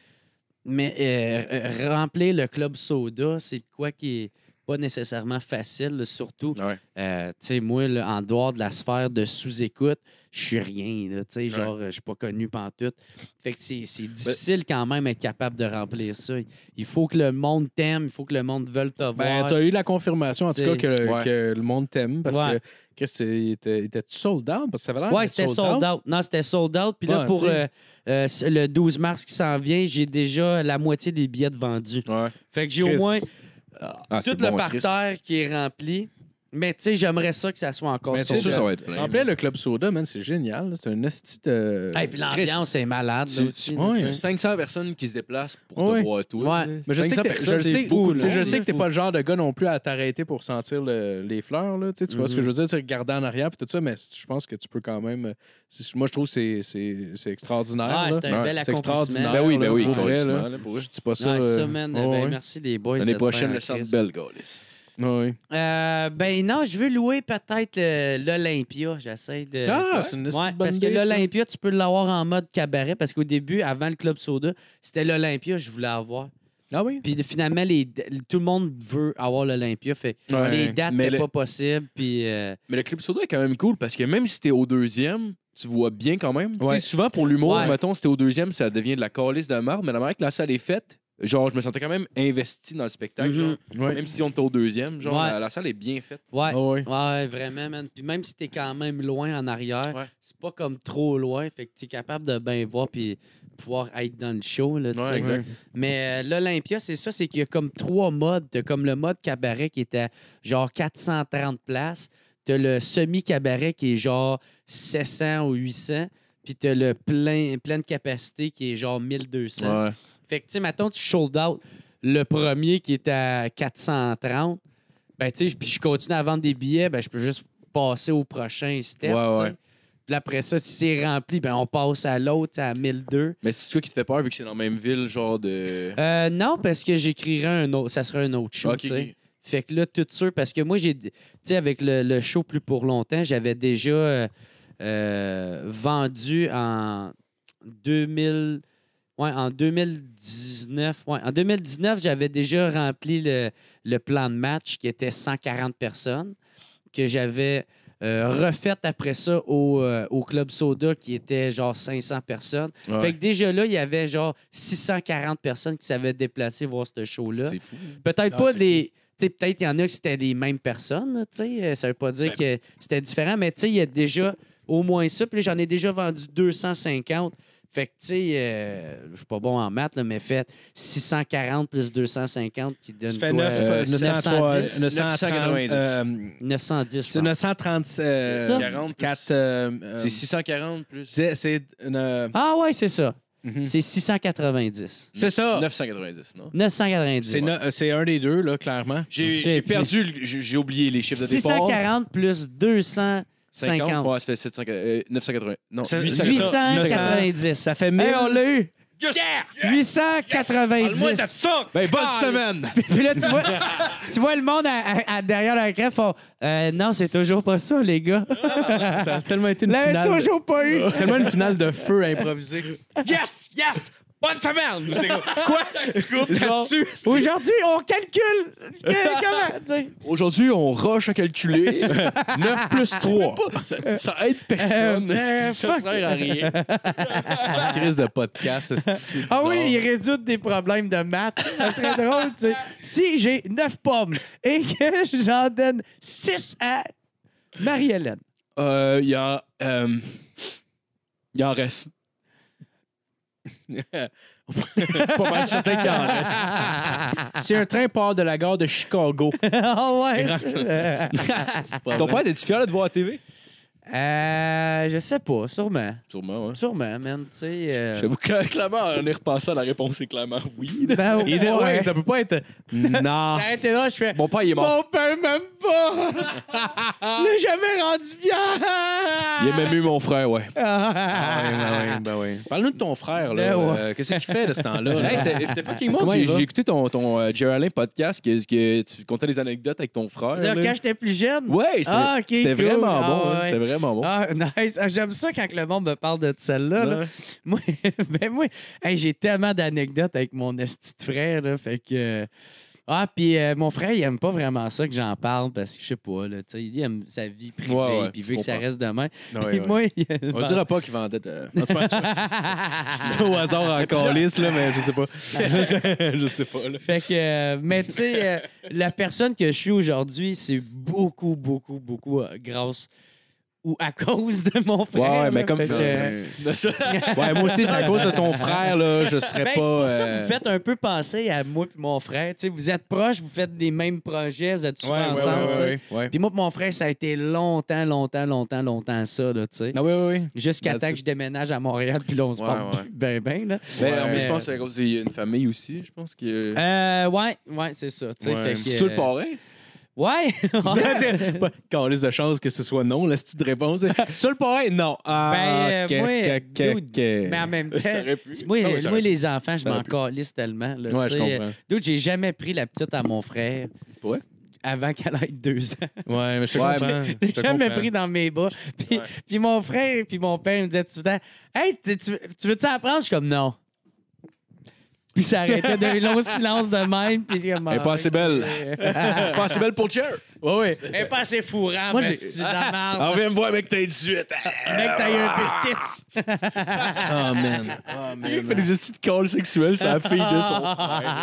Speaker 5: mais euh, euh, remplir le club soda, c'est de quoi qui est pas nécessairement facile, là, surtout,
Speaker 2: Ah Ouais.
Speaker 5: euh, tu sais, moi, là, en dehors de la sphère de sous-écoute, je suis rien, là, tu sais, genre, euh, je suis pas connu pantoute. Fait que c'est c'est difficile quand même être capable de remplir ça. Il faut que le monde t'aime, il faut que le monde veuille te
Speaker 4: Ben,
Speaker 5: voir.
Speaker 4: t'as eu la confirmation, en tout cas,
Speaker 5: C'est-
Speaker 4: que,
Speaker 2: Ouais.
Speaker 4: que le monde t'aime parce
Speaker 5: Ouais.
Speaker 4: que Chris, il était, il était sold out parce que ça avait l'air
Speaker 5: Ouais,
Speaker 4: d'être
Speaker 5: c'était sold out. Non, c'était sold out. Puis là,
Speaker 4: Ouais,
Speaker 5: pour
Speaker 4: tu sais.
Speaker 5: euh, euh, c- le 12 mars qui s'en vient, j'ai déjà la moitié des billets de vendus.
Speaker 2: Ouais.
Speaker 5: Fait que j'ai au
Speaker 4: Chris.
Speaker 5: moins
Speaker 2: Ah,
Speaker 5: tout
Speaker 2: c'est
Speaker 5: le
Speaker 2: bon, Chris.
Speaker 5: parterre qui est rempli. Mais tu sais, j'aimerais ça que ça soit encore
Speaker 4: Mais
Speaker 2: C'est
Speaker 5: sold
Speaker 2: sûr,
Speaker 5: out.
Speaker 2: ça va être plein.
Speaker 4: En plein, le club soda, man, c'est génial. là. C'est un esti de.
Speaker 5: Hey, puis l'ambiance est malade. là,
Speaker 2: Tu-
Speaker 5: aussi,
Speaker 2: tu-
Speaker 5: là,
Speaker 4: ouais.
Speaker 5: tu sais.
Speaker 2: 500 personnes qui se déplacent pour
Speaker 4: Ah Ouais.
Speaker 2: te voir tout.
Speaker 5: Ouais.
Speaker 4: Mais je sais que
Speaker 2: 500
Speaker 4: t'es- je
Speaker 2: personnes,
Speaker 4: le
Speaker 2: c'est
Speaker 4: sais,
Speaker 2: beaucoup,
Speaker 4: tu sais,
Speaker 2: là.
Speaker 4: je sais que t'es pas le genre de gars non plus à t'arrêter pour sentir le- les fleurs. Là, tu sais, tu vois ce que je veux dire, tu sais, regarder en arrière puis tout ça, mais je pense que tu peux quand même. euh, c'est- Moi, je trouve que c'est- c'est c'est extraordinaire.
Speaker 5: Ouais,
Speaker 4: là.
Speaker 5: c'est un bel
Speaker 4: C'est extraordinaire.
Speaker 5: accomplissement.
Speaker 2: Ben oui, ben oui,
Speaker 4: Pour vrai,
Speaker 2: complètement,
Speaker 4: là.
Speaker 2: là, pour vrai.
Speaker 4: Je dis pas ça.
Speaker 5: Ouais,
Speaker 4: euh,
Speaker 5: ça, man.
Speaker 4: ouais,
Speaker 5: Ben,
Speaker 4: ouais.
Speaker 5: merci les boys.
Speaker 2: L'année
Speaker 5: cette
Speaker 2: prochaine,
Speaker 5: fin,
Speaker 2: le
Speaker 5: Chris.
Speaker 2: Centre Bell, Gaulis.
Speaker 4: Ouais.
Speaker 5: Euh, ben non, je veux louer peut-être euh, l'Olympia. J'essaie de.
Speaker 4: Ah, c'est une esti
Speaker 5: Ouais,
Speaker 4: de bonne
Speaker 5: parce que
Speaker 4: idée, ça.
Speaker 5: l'Olympia, tu peux l'avoir en mode cabaret. Parce qu'au début, avant le Club Soda, c'était l'Olympia, je voulais avoir.
Speaker 4: Ah oui.
Speaker 5: Puis finalement, les, tout le monde veut avoir l'Olympia. Fait
Speaker 2: Ouais.
Speaker 5: les dates
Speaker 2: Mais
Speaker 5: n'étaient
Speaker 2: le-
Speaker 5: pas possible. Puis euh,
Speaker 2: Mais le club soda est quand même cool parce que même si t'es au deuxième, tu vois bien quand même. Tu
Speaker 4: Ouais.
Speaker 2: sais, souvent pour l'humour,
Speaker 5: Ouais.
Speaker 2: mettons, si t'es au deuxième, ça devient de la calice de marre, mais la manière que la salle est faite, genre, je me sentais quand même investi dans le spectacle.
Speaker 5: Mhm.
Speaker 2: genre.
Speaker 4: Ouais.
Speaker 2: Même si on était au deuxième, genre,
Speaker 5: Ouais.
Speaker 2: la, la salle est bien faite.
Speaker 5: ouais.
Speaker 4: Ah oui.
Speaker 5: Ouais, vraiment, man. Puis même si t'es quand même loin en arrière,
Speaker 2: Ouais.
Speaker 5: c'est pas comme trop loin. Fait que t'es capable de bien voir puis pouvoir être dans le show. Là, tu sais.
Speaker 2: exact.
Speaker 5: Mais euh, l'Olympia, c'est ça, c'est qu'il y a comme trois modes. T'as comme le mode cabaret qui est à genre 430 places. T'as le semi-cabaret qui est genre 700 ou 800. puis t'as le plein, pleine capacité qui est genre 1200.
Speaker 4: Ouais.
Speaker 5: Fait que, tu sais, mettons, tu sold out le premier qui est à 430. Ben, tu sais, puis je continue à vendre des billets, ben, je peux juste passer au prochain step.
Speaker 4: Ouais,
Speaker 5: tu sais.
Speaker 4: ouais.
Speaker 5: Puis après ça, si c'est rempli, ben, on passe à l'autre, à 1002.
Speaker 4: Mais c'est toi qui te fait peur vu que c'est dans la même ville, genre
Speaker 2: Ah,
Speaker 4: de.
Speaker 5: Euh, non, parce que j'écrirais un autre, ça serait un autre show,
Speaker 4: Ok,
Speaker 5: tu sais.
Speaker 4: ok.
Speaker 5: Fait que là, tout sûr, parce que moi, j'ai. Tu sais, avec le, le show plus pour longtemps, j'avais déjà euh, euh, vendu en 2000. Ouais, en 2019. Ouais, en 2019, j'avais déjà rempli le, le plan de match qui était 140 personnes, que j'avais euh, refait après ça au, euh, au Club Soda qui était genre 500 personnes.
Speaker 4: Ouais.
Speaker 5: Fait que déjà là, il y avait genre 640 personnes qui s'avaient déplacé voir ce show-là.
Speaker 4: C'est fou.
Speaker 5: Peut-être
Speaker 4: Non,
Speaker 5: pas
Speaker 4: c'est
Speaker 5: les. tu sais, peut-être qu'il y en a qui c'était les mêmes personnes, là, tu sais. euh, Ça veut pas dire
Speaker 2: Ben,
Speaker 5: que c'était différent, mais tu sais, il y a déjà au moins ça. Puis là, j'en ai déjà vendu 250. Fait que, tu sais, euh, je suis pas bon en maths, là, mais fait 640 plus 250 qui donne
Speaker 2: Ça fait
Speaker 5: quoi,
Speaker 2: 9,
Speaker 5: euh, 910.
Speaker 2: 990.
Speaker 4: 990.
Speaker 2: euh,
Speaker 5: 910, je
Speaker 2: c'est
Speaker 5: pense.
Speaker 2: 930. euh,
Speaker 5: C'est ça?
Speaker 4: 40 plus-
Speaker 2: 4, euh, euh,
Speaker 4: C'est 640 plus.
Speaker 2: c'est- C'est une, euh,
Speaker 5: Ah ouais, c'est ça.
Speaker 2: mhm.
Speaker 5: C'est 690.
Speaker 2: C'est ça.
Speaker 4: 990, non?
Speaker 5: 990.
Speaker 2: C'est no- euh, c'est un des deux, là, clairement.
Speaker 4: J'ai
Speaker 5: Je sais
Speaker 4: j'ai
Speaker 5: plus.
Speaker 4: perdu, le- j'ai j'ai oublié les chiffres de départ.
Speaker 5: 640 plus 250.
Speaker 4: 50. Ouais, ça fait 700, euh, 980. Non,
Speaker 2: C'est-
Speaker 4: 800.
Speaker 2: c'est ça.
Speaker 5: 890.
Speaker 2: Ça fait 1000.
Speaker 5: Hey, on l'a eu!
Speaker 2: Yes! Parle-moi de
Speaker 5: 890.
Speaker 2: ça!
Speaker 4: Ben, bonne semaine!
Speaker 5: Puis là, tu vois, tu vois le monde à, à- à- derrière la crève font Euh, Non, c'est toujours pas ça, les gars.
Speaker 2: Ça a tellement été une
Speaker 5: Là,
Speaker 2: finale. de-
Speaker 5: toujours pas eu.
Speaker 2: Tellement une finale de feu improvisée. Yes! Yes! Bonne semaine! C'est quoi? Quoi? Là-dessus?
Speaker 5: Aujourd'hui, on calcule. Que- Comment? tu sais.
Speaker 4: Aujourd'hui, on rush à calculer. 9 plus 3.
Speaker 2: Ça, ça aide personne.
Speaker 5: Euh,
Speaker 2: c'est-
Speaker 5: euh,
Speaker 2: ça sert à rien. Ah,
Speaker 4: crise de podcast. c'est- c'est
Speaker 5: Ah oui,
Speaker 4: bizarre.
Speaker 5: ils résoudent des problèmes de maths. Ça serait drôle, tu sais. Si j'ai 9 pommes et que j'en donne 6 à Marie-Hélène.
Speaker 4: Euh, Il y a. euh, Il en reste. Pas mal certain qu'il en reste.
Speaker 2: Si un train part de la gare de Chicago,
Speaker 5: oh ouais.
Speaker 4: Ton père était fier de te voir à TV?
Speaker 5: Euh, je sais pas, sûrement.
Speaker 4: Sûrement, ouais.
Speaker 5: Sûrement, man, tu sais. euh,
Speaker 4: J'avoue que clairement, on est repassé à la réponse, c'est clairement oui.
Speaker 5: Ben, ouais.
Speaker 2: il était- ouais, ça peut pas être. Non.
Speaker 5: Arrêtez là, je fais.
Speaker 4: Mon père, il est mort.
Speaker 5: Mon père m'aime pas! Il l'a jamais rendu bien!
Speaker 4: Il a même eu mon frère, ouais.
Speaker 5: Ah.
Speaker 4: ben oui.
Speaker 2: Parle-nous de ton frère, là.
Speaker 5: Ben ouais.
Speaker 2: Euh, Qu'est-ce qu'il fait de ce temps-là?
Speaker 4: Hey, c'était c'était fucking bon.
Speaker 2: Comment
Speaker 4: J'ai
Speaker 2: il va?
Speaker 4: j'ai écouté ton, ton euh, Jerry Alain podcast que, que tu contais des anecdotes avec ton frère.
Speaker 5: Là,
Speaker 4: là.
Speaker 5: quand j'étais plus jeune?
Speaker 4: Ouais, c'était
Speaker 5: Ah, ok,
Speaker 4: c'était
Speaker 5: cool.
Speaker 4: vraiment
Speaker 5: Ah,
Speaker 4: bon. hein,
Speaker 5: ouais.
Speaker 4: C'était vraiment bon.
Speaker 5: Ah, nice. Ah, J'aime ça quand le monde me parle de celle-là. là. Moi, ben moi hey, j'ai tellement d'anecdotes avec mon esti de frère. Là, fait que... Ah, puis euh, mon frère, il aime pas vraiment ça que j'en parle parce que je sais pas, là, tu sais, il aime sa vie privée,
Speaker 4: Ouais, ouais,
Speaker 5: puis il
Speaker 4: je
Speaker 5: veut que ça
Speaker 4: comprends.
Speaker 5: reste demain.
Speaker 4: Ouais,
Speaker 5: puis
Speaker 4: ouais.
Speaker 5: moi, il a-
Speaker 4: On dira pas qu'il vendait de. euh, Non, c'est pas-
Speaker 2: C'est au hasard en calice, là, mais je sais pas.
Speaker 4: je sais pas. Là.
Speaker 5: Fait que, euh, mais tu sais, euh, la personne que je suis aujourd'hui, c'est beaucoup, beaucoup, beaucoup euh, grâce ou à cause de mon frère.
Speaker 4: Ouais, ouais, mais
Speaker 5: là.
Speaker 4: comme.
Speaker 5: Fait que, euh,
Speaker 2: Ouais, moi aussi, c'est à cause de ton frère, là. Je serais
Speaker 5: ben, c'est
Speaker 2: pas.
Speaker 5: pour ça que
Speaker 2: euh,
Speaker 5: vous faites un peu penser à moi et mon frère. Tu sais, vous êtes proches, vous faites des mêmes projets, vous êtes souvent
Speaker 2: Ouais, ouais,
Speaker 5: ensemble.
Speaker 2: ouais,
Speaker 5: tu sais.
Speaker 2: ouais, ouais.
Speaker 5: Puis moi et mon frère, ça a été longtemps, longtemps, longtemps, longtemps ça, là, tu sais.
Speaker 2: Ah, oui, oui, oui.
Speaker 5: Jusqu'à
Speaker 2: That's
Speaker 5: temps que
Speaker 2: it.
Speaker 5: je déménage à Montréal, puis là, on se
Speaker 4: Ouais,
Speaker 5: parle
Speaker 4: ouais.
Speaker 5: plus ben, ben, là.
Speaker 4: Ben,
Speaker 2: Ouais.
Speaker 4: mais je pense que c'est à cause qu'il y a une famille aussi. Je pense que.
Speaker 5: Euh, ouais, ouais, c'est ça, tu sais. fait que,
Speaker 4: C'est tout le
Speaker 5: euh,
Speaker 4: parrain?
Speaker 5: Ouais.
Speaker 2: Pas- Calisse de chance que ce soit non, la petite réponse. Sur le pareil, non. Ah,
Speaker 5: Ben, euh,
Speaker 2: que-
Speaker 5: moi,
Speaker 2: que- que-
Speaker 5: dude,
Speaker 2: que-
Speaker 5: Mais en même temps,
Speaker 4: Ça aurait pu.
Speaker 5: moi,
Speaker 4: Ah oui, ça
Speaker 5: moi,
Speaker 4: aurait
Speaker 5: les enfants, je
Speaker 4: Ça
Speaker 5: m'en
Speaker 4: aurait pu.
Speaker 5: calisse tellement. Là,
Speaker 4: Ouais, je
Speaker 5: tu sais. euh,
Speaker 4: comprends.
Speaker 5: Dude, j'ai jamais pris la petite à mon frère.
Speaker 4: Ouais.
Speaker 5: Avant qu'elle ait deux ans.
Speaker 2: Ouais, mais je te
Speaker 4: Ouais,
Speaker 2: comprends.
Speaker 5: J'ai
Speaker 2: Je te
Speaker 5: jamais
Speaker 2: comprends.
Speaker 5: pris dans mes bras. Puis, puis mon frère puis mon père me disaient tout le temps Hey, tu, tu- tu veux-tu apprendre? Je suis comme non. Puis ça arrêtait d'un long silence de même. Puis comme,
Speaker 4: Elle est pas assez belle. Elle est pas assez belle pour Jerry.
Speaker 2: Ouais, ouais. Ah,
Speaker 5: Elle est pas assez fourrant.
Speaker 2: Moi,
Speaker 5: mais
Speaker 2: j'ai-
Speaker 5: c'est de la merde.
Speaker 4: On vient me voir avec tes 18.
Speaker 5: Mec, t'as eu un peu de tits. Ah,
Speaker 2: Oh, man.
Speaker 4: Il fait des petites calls sexuels, c'est la fille de son.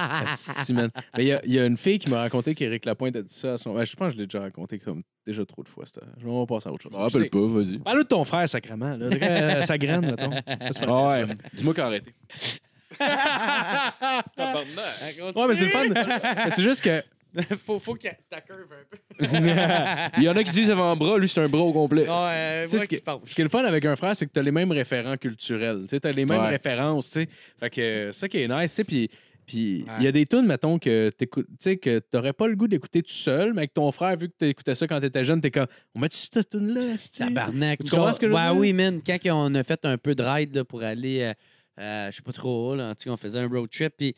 Speaker 2: Asti, man. Mais il y a- il y, a une fille qui m'a raconté qu'Éric Lapointe a dit ça à son. ben, je pense que je l'ai déjà raconté comme déjà trop de fois. ça. Je vais passer à autre chose.
Speaker 4: Je me rappelle pas, vas-y.
Speaker 2: Parle-nous de ton frère, sacrément. Là. Euh, Sa graine, mettons. Ah
Speaker 4: Ouais. Dis-moi qu'arrêter. arrêté.
Speaker 2: Ouais, mais c'est le fun. Mais c'est juste que
Speaker 5: faut, faut que ta curve un peu.
Speaker 4: Il y en a qui disent avant-bras, lui, c'est un bras au complet.
Speaker 5: Ouais,
Speaker 4: Tu sais,
Speaker 5: moi
Speaker 4: ce qui-
Speaker 5: qui pense.
Speaker 4: Ce qui est le fun avec un frère, c'est que t'as les mêmes référents culturels. Tu as les mêmes
Speaker 2: Ouais.
Speaker 4: références, tu sais. Fait que euh, ça qui est nice, tu sais, Puis puis il
Speaker 5: Ouais.
Speaker 4: y a des tunes, mettons, que t'écoutes- tu sais, que t'aurais pas le goût d'écouter tout seul, mais que ton frère, vu que t'écoutais ça quand t'étais jeune, t'es comme, on met-tu cette tune-là, c'ti?
Speaker 5: Tabarnak.
Speaker 4: Tu comprends ce que je veux
Speaker 5: Ouais,
Speaker 4: dire?
Speaker 5: oui, man. Quand on a fait un peu de ride là, pour aller, euh, euh, je sais pas trop, où, là, en tout cas, on faisait un road trip, puis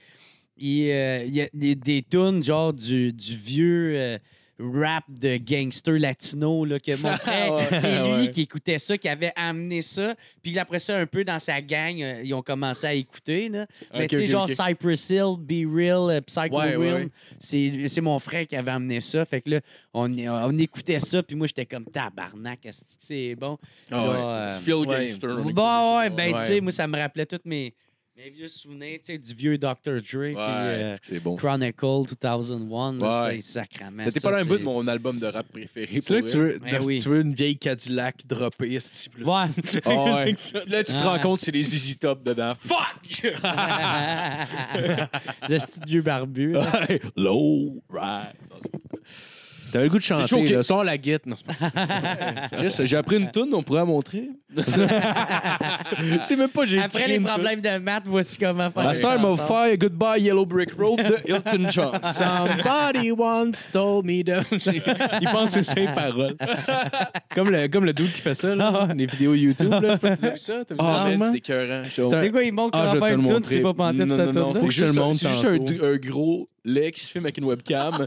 Speaker 5: il euh, il y a des, des tunes genre du, du vieux euh, rap de gangster latino là, que mon frère, c'est lui qui écoutait ça, qui avait amené ça. Puis après ça, un peu dans sa gang, euh, ils ont commencé à écouter. Là. Mais
Speaker 4: Ok,
Speaker 5: tu sais,
Speaker 4: ok,
Speaker 5: genre
Speaker 4: ok.
Speaker 5: Cypress Hill, Be Real, euh, Psycho
Speaker 4: Ouais, ouais,
Speaker 5: Realm,
Speaker 4: ouais.
Speaker 5: c'est c'est mon frère qui avait amené ça. Fait que là, on, on écoutait ça, puis moi, j'étais comme tabarnak, asti que c'est bon.
Speaker 2: Ah ouais.
Speaker 5: Là,
Speaker 2: Tu
Speaker 5: euh,
Speaker 2: feel
Speaker 4: ouais.
Speaker 2: gangster. on écoute des
Speaker 5: Bon, ouais,
Speaker 2: choses.
Speaker 5: ben, tu
Speaker 2: Ouais.
Speaker 5: sais, moi, ça me rappelait tous mes, mes vieux souvenirs, tu sais, du vieux Dr. Dre, puis
Speaker 2: Ouais,
Speaker 5: euh,
Speaker 2: c'est que c'est bon.
Speaker 5: Chronicle 2001, là,
Speaker 2: Ouais.
Speaker 5: tu sais, sacrament.
Speaker 2: C'était
Speaker 5: ça,
Speaker 2: pas là un
Speaker 5: c'est-
Speaker 2: bout de mon album de rap préféré.
Speaker 4: C'est là
Speaker 2: pour
Speaker 4: que tu
Speaker 2: vrai.
Speaker 4: veux,
Speaker 5: Ben
Speaker 4: dans-
Speaker 5: oui.
Speaker 4: tu veux une vieille Cadillac droppée, c'ti, plus.
Speaker 5: Ouais.
Speaker 2: Ah ouais. Là, tu te
Speaker 5: Ah.
Speaker 2: rends compte, c'est les Easy Top dedans. Fuck!
Speaker 5: Des petits vieux barbus.
Speaker 2: Ah.
Speaker 5: là.
Speaker 2: Low ride.
Speaker 4: T'avais le goût de chanter,
Speaker 2: choqué.
Speaker 4: là, sors la guite. Non, c'est pas-
Speaker 2: Chris, j'ai appris une toune, on pourrait la montrer. c'est même pas, j'ai
Speaker 5: Après
Speaker 2: écrit
Speaker 5: les
Speaker 2: une toune.
Speaker 5: problèmes de maths, voici comment faire.
Speaker 2: Master
Speaker 5: les
Speaker 2: m'a
Speaker 5: chansons.
Speaker 2: offert Goodbye Yellow Brick Road de Hilton John.
Speaker 4: Somebody once told me to. Il pense que c'est ses paroles. comme, le, comme le dude qui fait ça, là, les vidéos YouTube. Là, je sais pas si t'as vu ça? T'as vu
Speaker 2: Ah,
Speaker 4: ça?
Speaker 2: man,
Speaker 4: Zen?
Speaker 2: c'est écœurant. Je-
Speaker 4: C'est un-
Speaker 5: C'est quoi, ils montrent
Speaker 4: Ah, je
Speaker 5: comment
Speaker 4: vais
Speaker 5: faire
Speaker 4: te le
Speaker 5: une toune,
Speaker 4: montrer.
Speaker 5: c'est pas pantoute
Speaker 2: Non, non,
Speaker 5: cette
Speaker 2: non,
Speaker 5: toune-là?
Speaker 2: c'est
Speaker 4: Faut que je te
Speaker 2: juste
Speaker 4: le
Speaker 2: un-
Speaker 4: montre
Speaker 2: C'est juste un,
Speaker 4: tantôt.
Speaker 2: un gros lait qui se filme avec une webcam.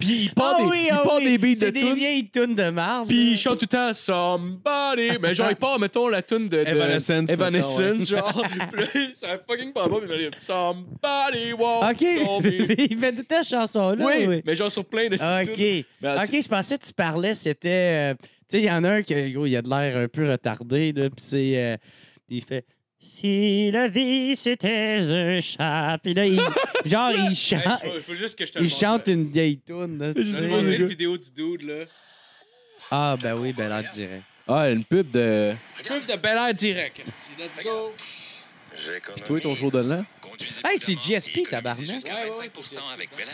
Speaker 2: Puis il part
Speaker 5: Ah
Speaker 2: des,
Speaker 5: oui,
Speaker 2: il
Speaker 5: ah
Speaker 2: part
Speaker 5: oui,
Speaker 2: des beats de
Speaker 5: C'est des
Speaker 2: tunes.
Speaker 5: vieilles tunes de marde.
Speaker 2: Puis il chante tout le temps Somebody. Mais genre, il part, mettons, la tune de, de-
Speaker 4: Evanescence,
Speaker 2: Evanescence, genre. Puis là, ça fucking pas bon. Puis il va dire Somebody walk.
Speaker 5: OK. il fait toute la chanson là.
Speaker 2: Oui, mais genre sur plein de
Speaker 5: OK.
Speaker 2: Ben,
Speaker 5: OK, je pensais que tu parlais, c'était. euh, tu sais, il y en a un qui gros, il a de l'air un peu retardé, là, puis c'est. euh, il fait. Si la vie c'était un chat. Puis là, il, genre, il chante,
Speaker 7: Il faut juste que je te
Speaker 5: il chante une vieille toune. là, tu
Speaker 7: Je
Speaker 5: sais.
Speaker 7: vais te montrer une vidéo du dude, là.
Speaker 5: Ah, ben oui, ben là, on dirait.
Speaker 2: Ah, une pub de.
Speaker 7: Pub de Bel Air direct. esti. Let's go.
Speaker 2: Toi et ton jour de l'an.
Speaker 5: Hey, c'est GSP, tabarnak.
Speaker 7: Ouais, ouais,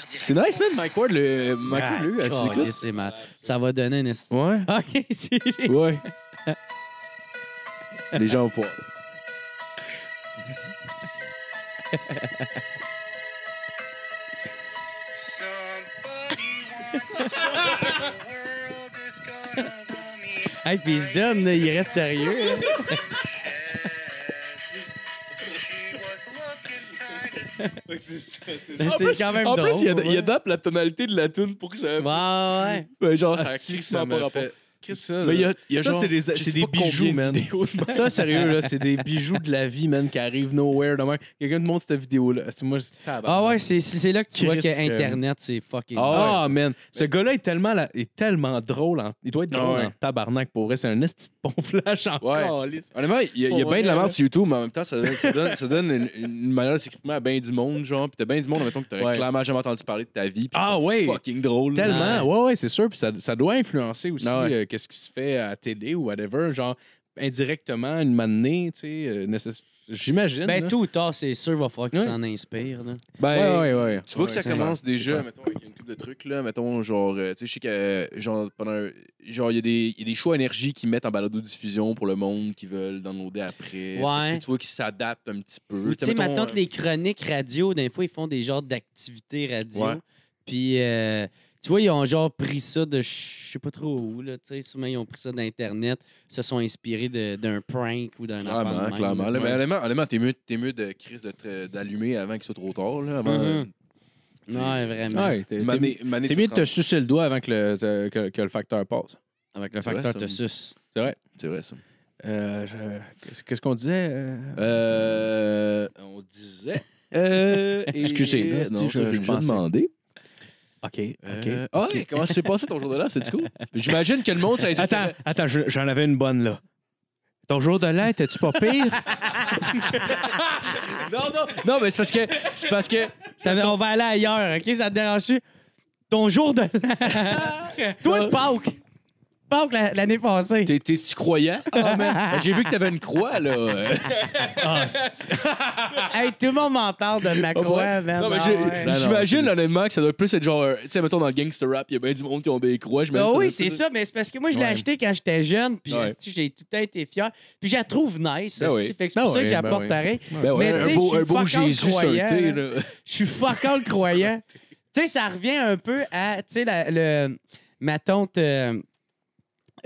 Speaker 2: C'est nice, man. Mike Ward, le. Mike Ward, lui, elle
Speaker 5: Ah,
Speaker 2: s'écoute.
Speaker 5: c'est mal. Ça va donner une. esti-
Speaker 2: Ouais.
Speaker 5: OK, c'est.
Speaker 2: Ouais. Les gens vont pouvoir.
Speaker 5: Hey, puis il se donne, là, il reste sérieux. là.
Speaker 7: Ouais, c'est ça, c'est-
Speaker 5: Mais
Speaker 2: En
Speaker 5: c'est
Speaker 2: plus-
Speaker 5: quand même
Speaker 2: En
Speaker 5: drôle.
Speaker 2: plus, il ad- il
Speaker 5: ouais.
Speaker 2: adapte la tonalité de la tune pour que ça.
Speaker 5: Ouais, ouais.
Speaker 2: Ben, genre, ça
Speaker 4: Asti,
Speaker 2: clique
Speaker 4: ça
Speaker 2: pas
Speaker 4: m'a
Speaker 2: rapport.
Speaker 4: fait. Qu'est-ce que ça?
Speaker 2: Mais il y a,
Speaker 4: là?
Speaker 2: il y a
Speaker 4: Ça,
Speaker 2: genre.
Speaker 4: c'est des,
Speaker 2: je
Speaker 4: c'est
Speaker 2: sais
Speaker 4: des
Speaker 2: pas combien
Speaker 4: bijoux,
Speaker 2: de
Speaker 4: man.
Speaker 2: vidéos de Mike
Speaker 4: Ça, sérieux, là, c'est des bijoux de la vie, man, qui arrivent nowhere demain. Quelqu'un te montre cette vidéo-là. C'est moi, c'est
Speaker 5: Ah ouais, c'est c'est là que tu vois que
Speaker 4: Christ, que-
Speaker 5: Internet, c'est fucking.
Speaker 4: Ah, man. Ce gars-là est tellement, la- est tellement drôle. en- Il doit être drôle
Speaker 2: Ah ouais.
Speaker 4: en tabarnak pour vrai. C'est un esti de bon flash encore.
Speaker 2: Honnêtement, il y a, il y a
Speaker 4: Pour
Speaker 2: bien de
Speaker 4: vrai,
Speaker 2: la
Speaker 4: là.
Speaker 2: merde sur YouTube, mais en même temps, ça donne, ça donne, ça donne une, une manière de s'exprimer à bien du monde, genre. Puis t'as bien du monde, mettons, que t'aurais
Speaker 4: Ouais.
Speaker 2: clairement jamais entendu parler de ta vie. puis
Speaker 4: Ah
Speaker 2: c'est
Speaker 4: ouais.
Speaker 2: Fucking drôle.
Speaker 4: Tellement. Ouais, ouais, c'est sûr. Puis ça, ça doit influencer aussi
Speaker 2: Ah ouais.
Speaker 4: euh, qu'est-ce qui se fait à la télé ou whatever. Genre, indirectement, une manée, tu sais, euh, nécess- j'imagine.
Speaker 5: Ben,
Speaker 4: là.
Speaker 5: tout ou tard, c'est sûr, il va falloir qu'il
Speaker 4: Ouais.
Speaker 5: s'en inspire. Là.
Speaker 2: Ben,
Speaker 4: ouais, ouais, euh, ouais.
Speaker 2: Tu vois que
Speaker 4: Ouais,
Speaker 2: ça
Speaker 4: c'est
Speaker 2: commence
Speaker 4: clair.
Speaker 2: déjà,
Speaker 4: C'est
Speaker 2: mettons, avec une coupe de trucs, là. Mettons, genre, euh, tu sais, je sais que, euh, genre, pendant. un- Genre, il y, a des- il y a des choix énergie qu'ils mettent en balado-diffusion pour le monde qui veulent downloader après. Fait que,
Speaker 5: Ouais.
Speaker 2: tu sais, Tu vois qu'ils s'adaptent un petit peu.
Speaker 5: Ou tu sais,
Speaker 2: mettons,
Speaker 5: maintenant,
Speaker 2: euh,
Speaker 5: toutes les chroniques radio, des fois, ils font des genres d'activités radio.
Speaker 2: Ouais.
Speaker 5: Puis, euh, tu vois, ils ont genre pris ça de je sais pas trop où, là. Tu sais, souvent, ils ont pris ça d'Internet, se sont inspirés de- d'un prank ou d'un
Speaker 2: euh,
Speaker 5: affaire de
Speaker 2: Clairement,
Speaker 5: même,
Speaker 2: clairement. Là,
Speaker 5: là,
Speaker 2: mais honnêtement, honnêtement, t'es mieux, t'es mieux de crise de tra- d'allumer avant qu'il soit trop tard. Là, avant, euh,
Speaker 5: Mhm. tu sais. Ouais, vraiment.
Speaker 4: Ouais, t'es-
Speaker 2: Une
Speaker 4: Mm-hmm. t'es-
Speaker 2: manée- une manée
Speaker 4: T'es
Speaker 2: de
Speaker 4: mieux de te
Speaker 2: 30.
Speaker 4: sucer le doigt avant que le, te- que, que le facteur passe.
Speaker 5: Avec le
Speaker 2: C'est vrai,
Speaker 5: facteur
Speaker 2: ça.
Speaker 5: te suce.
Speaker 2: C'est vrai, ça.
Speaker 4: Euh, je- qu'est-ce- Qu'est-ce qu'on disait? euh?
Speaker 2: Euh, on disait.
Speaker 4: Euh, Excusez, là,
Speaker 2: non,
Speaker 4: si,
Speaker 2: ça,
Speaker 4: je-
Speaker 2: j'ai
Speaker 4: je
Speaker 2: déjà
Speaker 4: pensais.
Speaker 2: demandé.
Speaker 4: OK, OK.
Speaker 2: Euh, ah ouais, comment ça s'est passé ton jour de là? C'est du coup? J'imagine que le monde, ça les
Speaker 4: Attends, attends, je- j'en avais une bonne, là. Ton jour de l'air, t'es-tu pas pire?
Speaker 2: Non, non, non, mais c'est parce que. C'est parce que.
Speaker 5: Ça, on va aller ailleurs, OK? Ça te dérange Ton jour de. Toi, le Pâques! Pâques la- l'année passée.
Speaker 2: T'es- T'es-tu croyant? quand même? J'ai vu que t'avais Ah, une croix, là.
Speaker 4: ah,
Speaker 5: Hey, tout le monde m'en parle de ma
Speaker 2: Ah ouais?
Speaker 5: croix, man.
Speaker 2: Non, mais
Speaker 5: Ah
Speaker 2: j'ai-
Speaker 5: ouais.
Speaker 2: j'ai- j'imagine honnêtement que ça doit plus être genre. euh, Tu sais, mettons dans le gangster rap, il y a bien du monde qui ont des croix. j'imagine
Speaker 5: Ben
Speaker 2: doit-
Speaker 5: oui, c'est ça, mais c'est parce que moi, je l'ai
Speaker 2: Ouais.
Speaker 5: acheté quand j'étais jeune, puis
Speaker 2: Ouais.
Speaker 5: esti, j'ai tout le temps été fier. Puis je la trouve nice,
Speaker 2: Ben
Speaker 5: esti,
Speaker 2: oui.
Speaker 5: fait que c'est pour
Speaker 2: Ben
Speaker 5: ça que
Speaker 2: oui,
Speaker 5: j'apporte
Speaker 2: ben oui.
Speaker 5: pareil.
Speaker 2: Ben ouais,
Speaker 5: mais tu sais,
Speaker 2: un beau,
Speaker 5: je
Speaker 2: un
Speaker 5: suis
Speaker 2: beau
Speaker 5: fucking
Speaker 2: Jésus sur
Speaker 5: croyant,
Speaker 2: un thé,
Speaker 5: là.
Speaker 2: là.
Speaker 5: Je suis fucking croyant. Tu sais, ça revient un peu à, tu sais, la- le, ma tante, euh,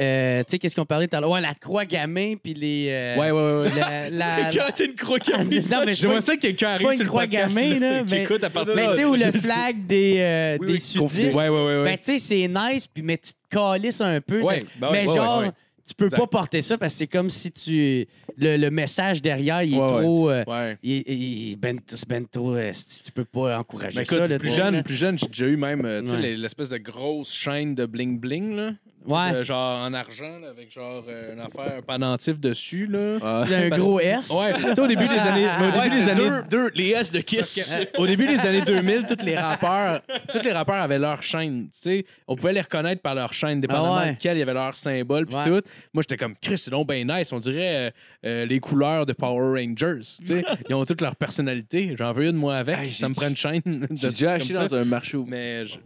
Speaker 5: euh, tu sais, qu'est-ce qu'on parlait tout à l'heure? Ouais, la croix gammée, puis les... euh,
Speaker 2: Ouais, ouais, ouais.
Speaker 5: la- la-
Speaker 2: Quand t'es une croix qui
Speaker 5: Non, mais
Speaker 2: arrive,
Speaker 5: c'est pas
Speaker 2: j'aimerais
Speaker 5: une-
Speaker 2: ça que quelqu'un
Speaker 5: c'est
Speaker 2: arrive
Speaker 5: pas
Speaker 2: sur
Speaker 5: une
Speaker 2: le
Speaker 5: croix
Speaker 2: podcast,
Speaker 5: gammée,
Speaker 2: là,
Speaker 5: là,
Speaker 2: qui
Speaker 5: mais-
Speaker 2: écoute à partir
Speaker 5: Mais tu sais, où le
Speaker 2: Je sais.
Speaker 5: flag des, euh,
Speaker 2: Oui,
Speaker 5: des
Speaker 2: oui,
Speaker 5: sudistes,
Speaker 2: Ouais, ouais, ouais.
Speaker 5: ben
Speaker 2: ouais.
Speaker 5: tu sais, c'est nice, puis, mais tu te calisses un peu.
Speaker 2: Ouais,
Speaker 5: de-
Speaker 2: ben ouais,
Speaker 5: mais
Speaker 2: ouais,
Speaker 5: genre,
Speaker 2: ouais, ouais.
Speaker 5: tu peux
Speaker 2: Exact.
Speaker 5: pas porter ça parce que c'est comme si tu. Le, le message derrière, il est
Speaker 2: Ouais, ouais.
Speaker 5: trop. euh,
Speaker 2: Ouais.
Speaker 5: il, il- il- ben, c'est ben trop. euh, si tu peux pas encourager
Speaker 2: Ben,
Speaker 4: Mais écoute,
Speaker 5: ça. là,
Speaker 4: plus,
Speaker 5: tu
Speaker 4: jeune,
Speaker 5: vois.
Speaker 4: plus jeune, j'ai déjà eu même euh, tu sais,
Speaker 5: Ouais.
Speaker 4: les- l'espèce de grosse chaîne de bling-bling, là. Tu sais,
Speaker 5: Ouais.
Speaker 4: de genre en argent, là, avec genre euh, une affaire, un pendentif dessus, là.
Speaker 2: Ah.
Speaker 5: Il y a un
Speaker 4: parce-
Speaker 5: gros S.
Speaker 4: Ouais, tu sais, au début des années. mais au début
Speaker 2: Ouais,
Speaker 4: des
Speaker 2: c'est
Speaker 4: années
Speaker 2: deux, deux, les S de Kiss.
Speaker 4: parce que, euh, au début des années 2000, tous les rappeurs, tous les rappeurs avaient leur chaîne. tu sais. on pouvait les reconnaître par leur chaîne, dépendamment
Speaker 5: Ah ouais.
Speaker 4: de quelle, il y avait leur symbole puis
Speaker 5: Ouais.
Speaker 4: tout. Moi, j'étais comme Chris, c'est donc bien nice. On dirait euh, euh, les couleurs de Power Rangers. tu sais. Ils ont toutes leur personnalité. J'en veux une moi avec.
Speaker 2: Hey,
Speaker 4: ça me
Speaker 2: j'ai-
Speaker 4: prend une chaîne. de
Speaker 2: J'ai
Speaker 4: trucs comme
Speaker 2: déjà acheté
Speaker 4: ça.
Speaker 2: dans un marché au.
Speaker 4: Mais je-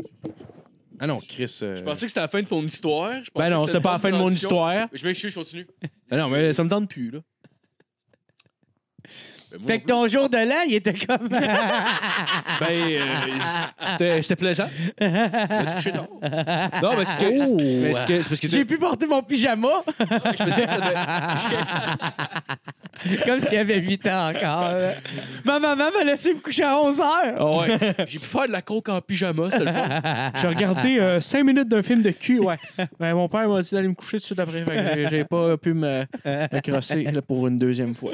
Speaker 4: ah non, Chris. euh,
Speaker 2: Je pensais que c'était la fin de ton histoire. Je pensais
Speaker 4: Ben non,
Speaker 2: que
Speaker 4: c'était pas la
Speaker 2: une
Speaker 4: fin de mon
Speaker 2: transition.
Speaker 4: histoire.
Speaker 2: Je m'excuse, je continue.
Speaker 4: Ben non, mais ça me tente plus là.
Speaker 5: Fait que ton jour de l'an, il était comme.
Speaker 2: Ben, euh, c'était- c'était plaisant. Je me suis couché tard. Non, mais c'est que- mais c'est que- c'est parce que
Speaker 5: J'ai pu porter mon pyjama
Speaker 2: je me disais que ça devait-
Speaker 5: comme s'il y avait 8 ans encore. là. Ma maman m'a laissé me coucher à 11 heures.
Speaker 2: Ah ouais. J'ai pu faire de la coke en pyjama, c'était le fun.
Speaker 4: J'ai regardé 5 minutes d'un film de cul, ouais. Ben, mon père m'a dit d'aller me coucher dessus d'après. Fait que j'ai- j'ai pas pu me, me crosser là, pour une deuxième fois.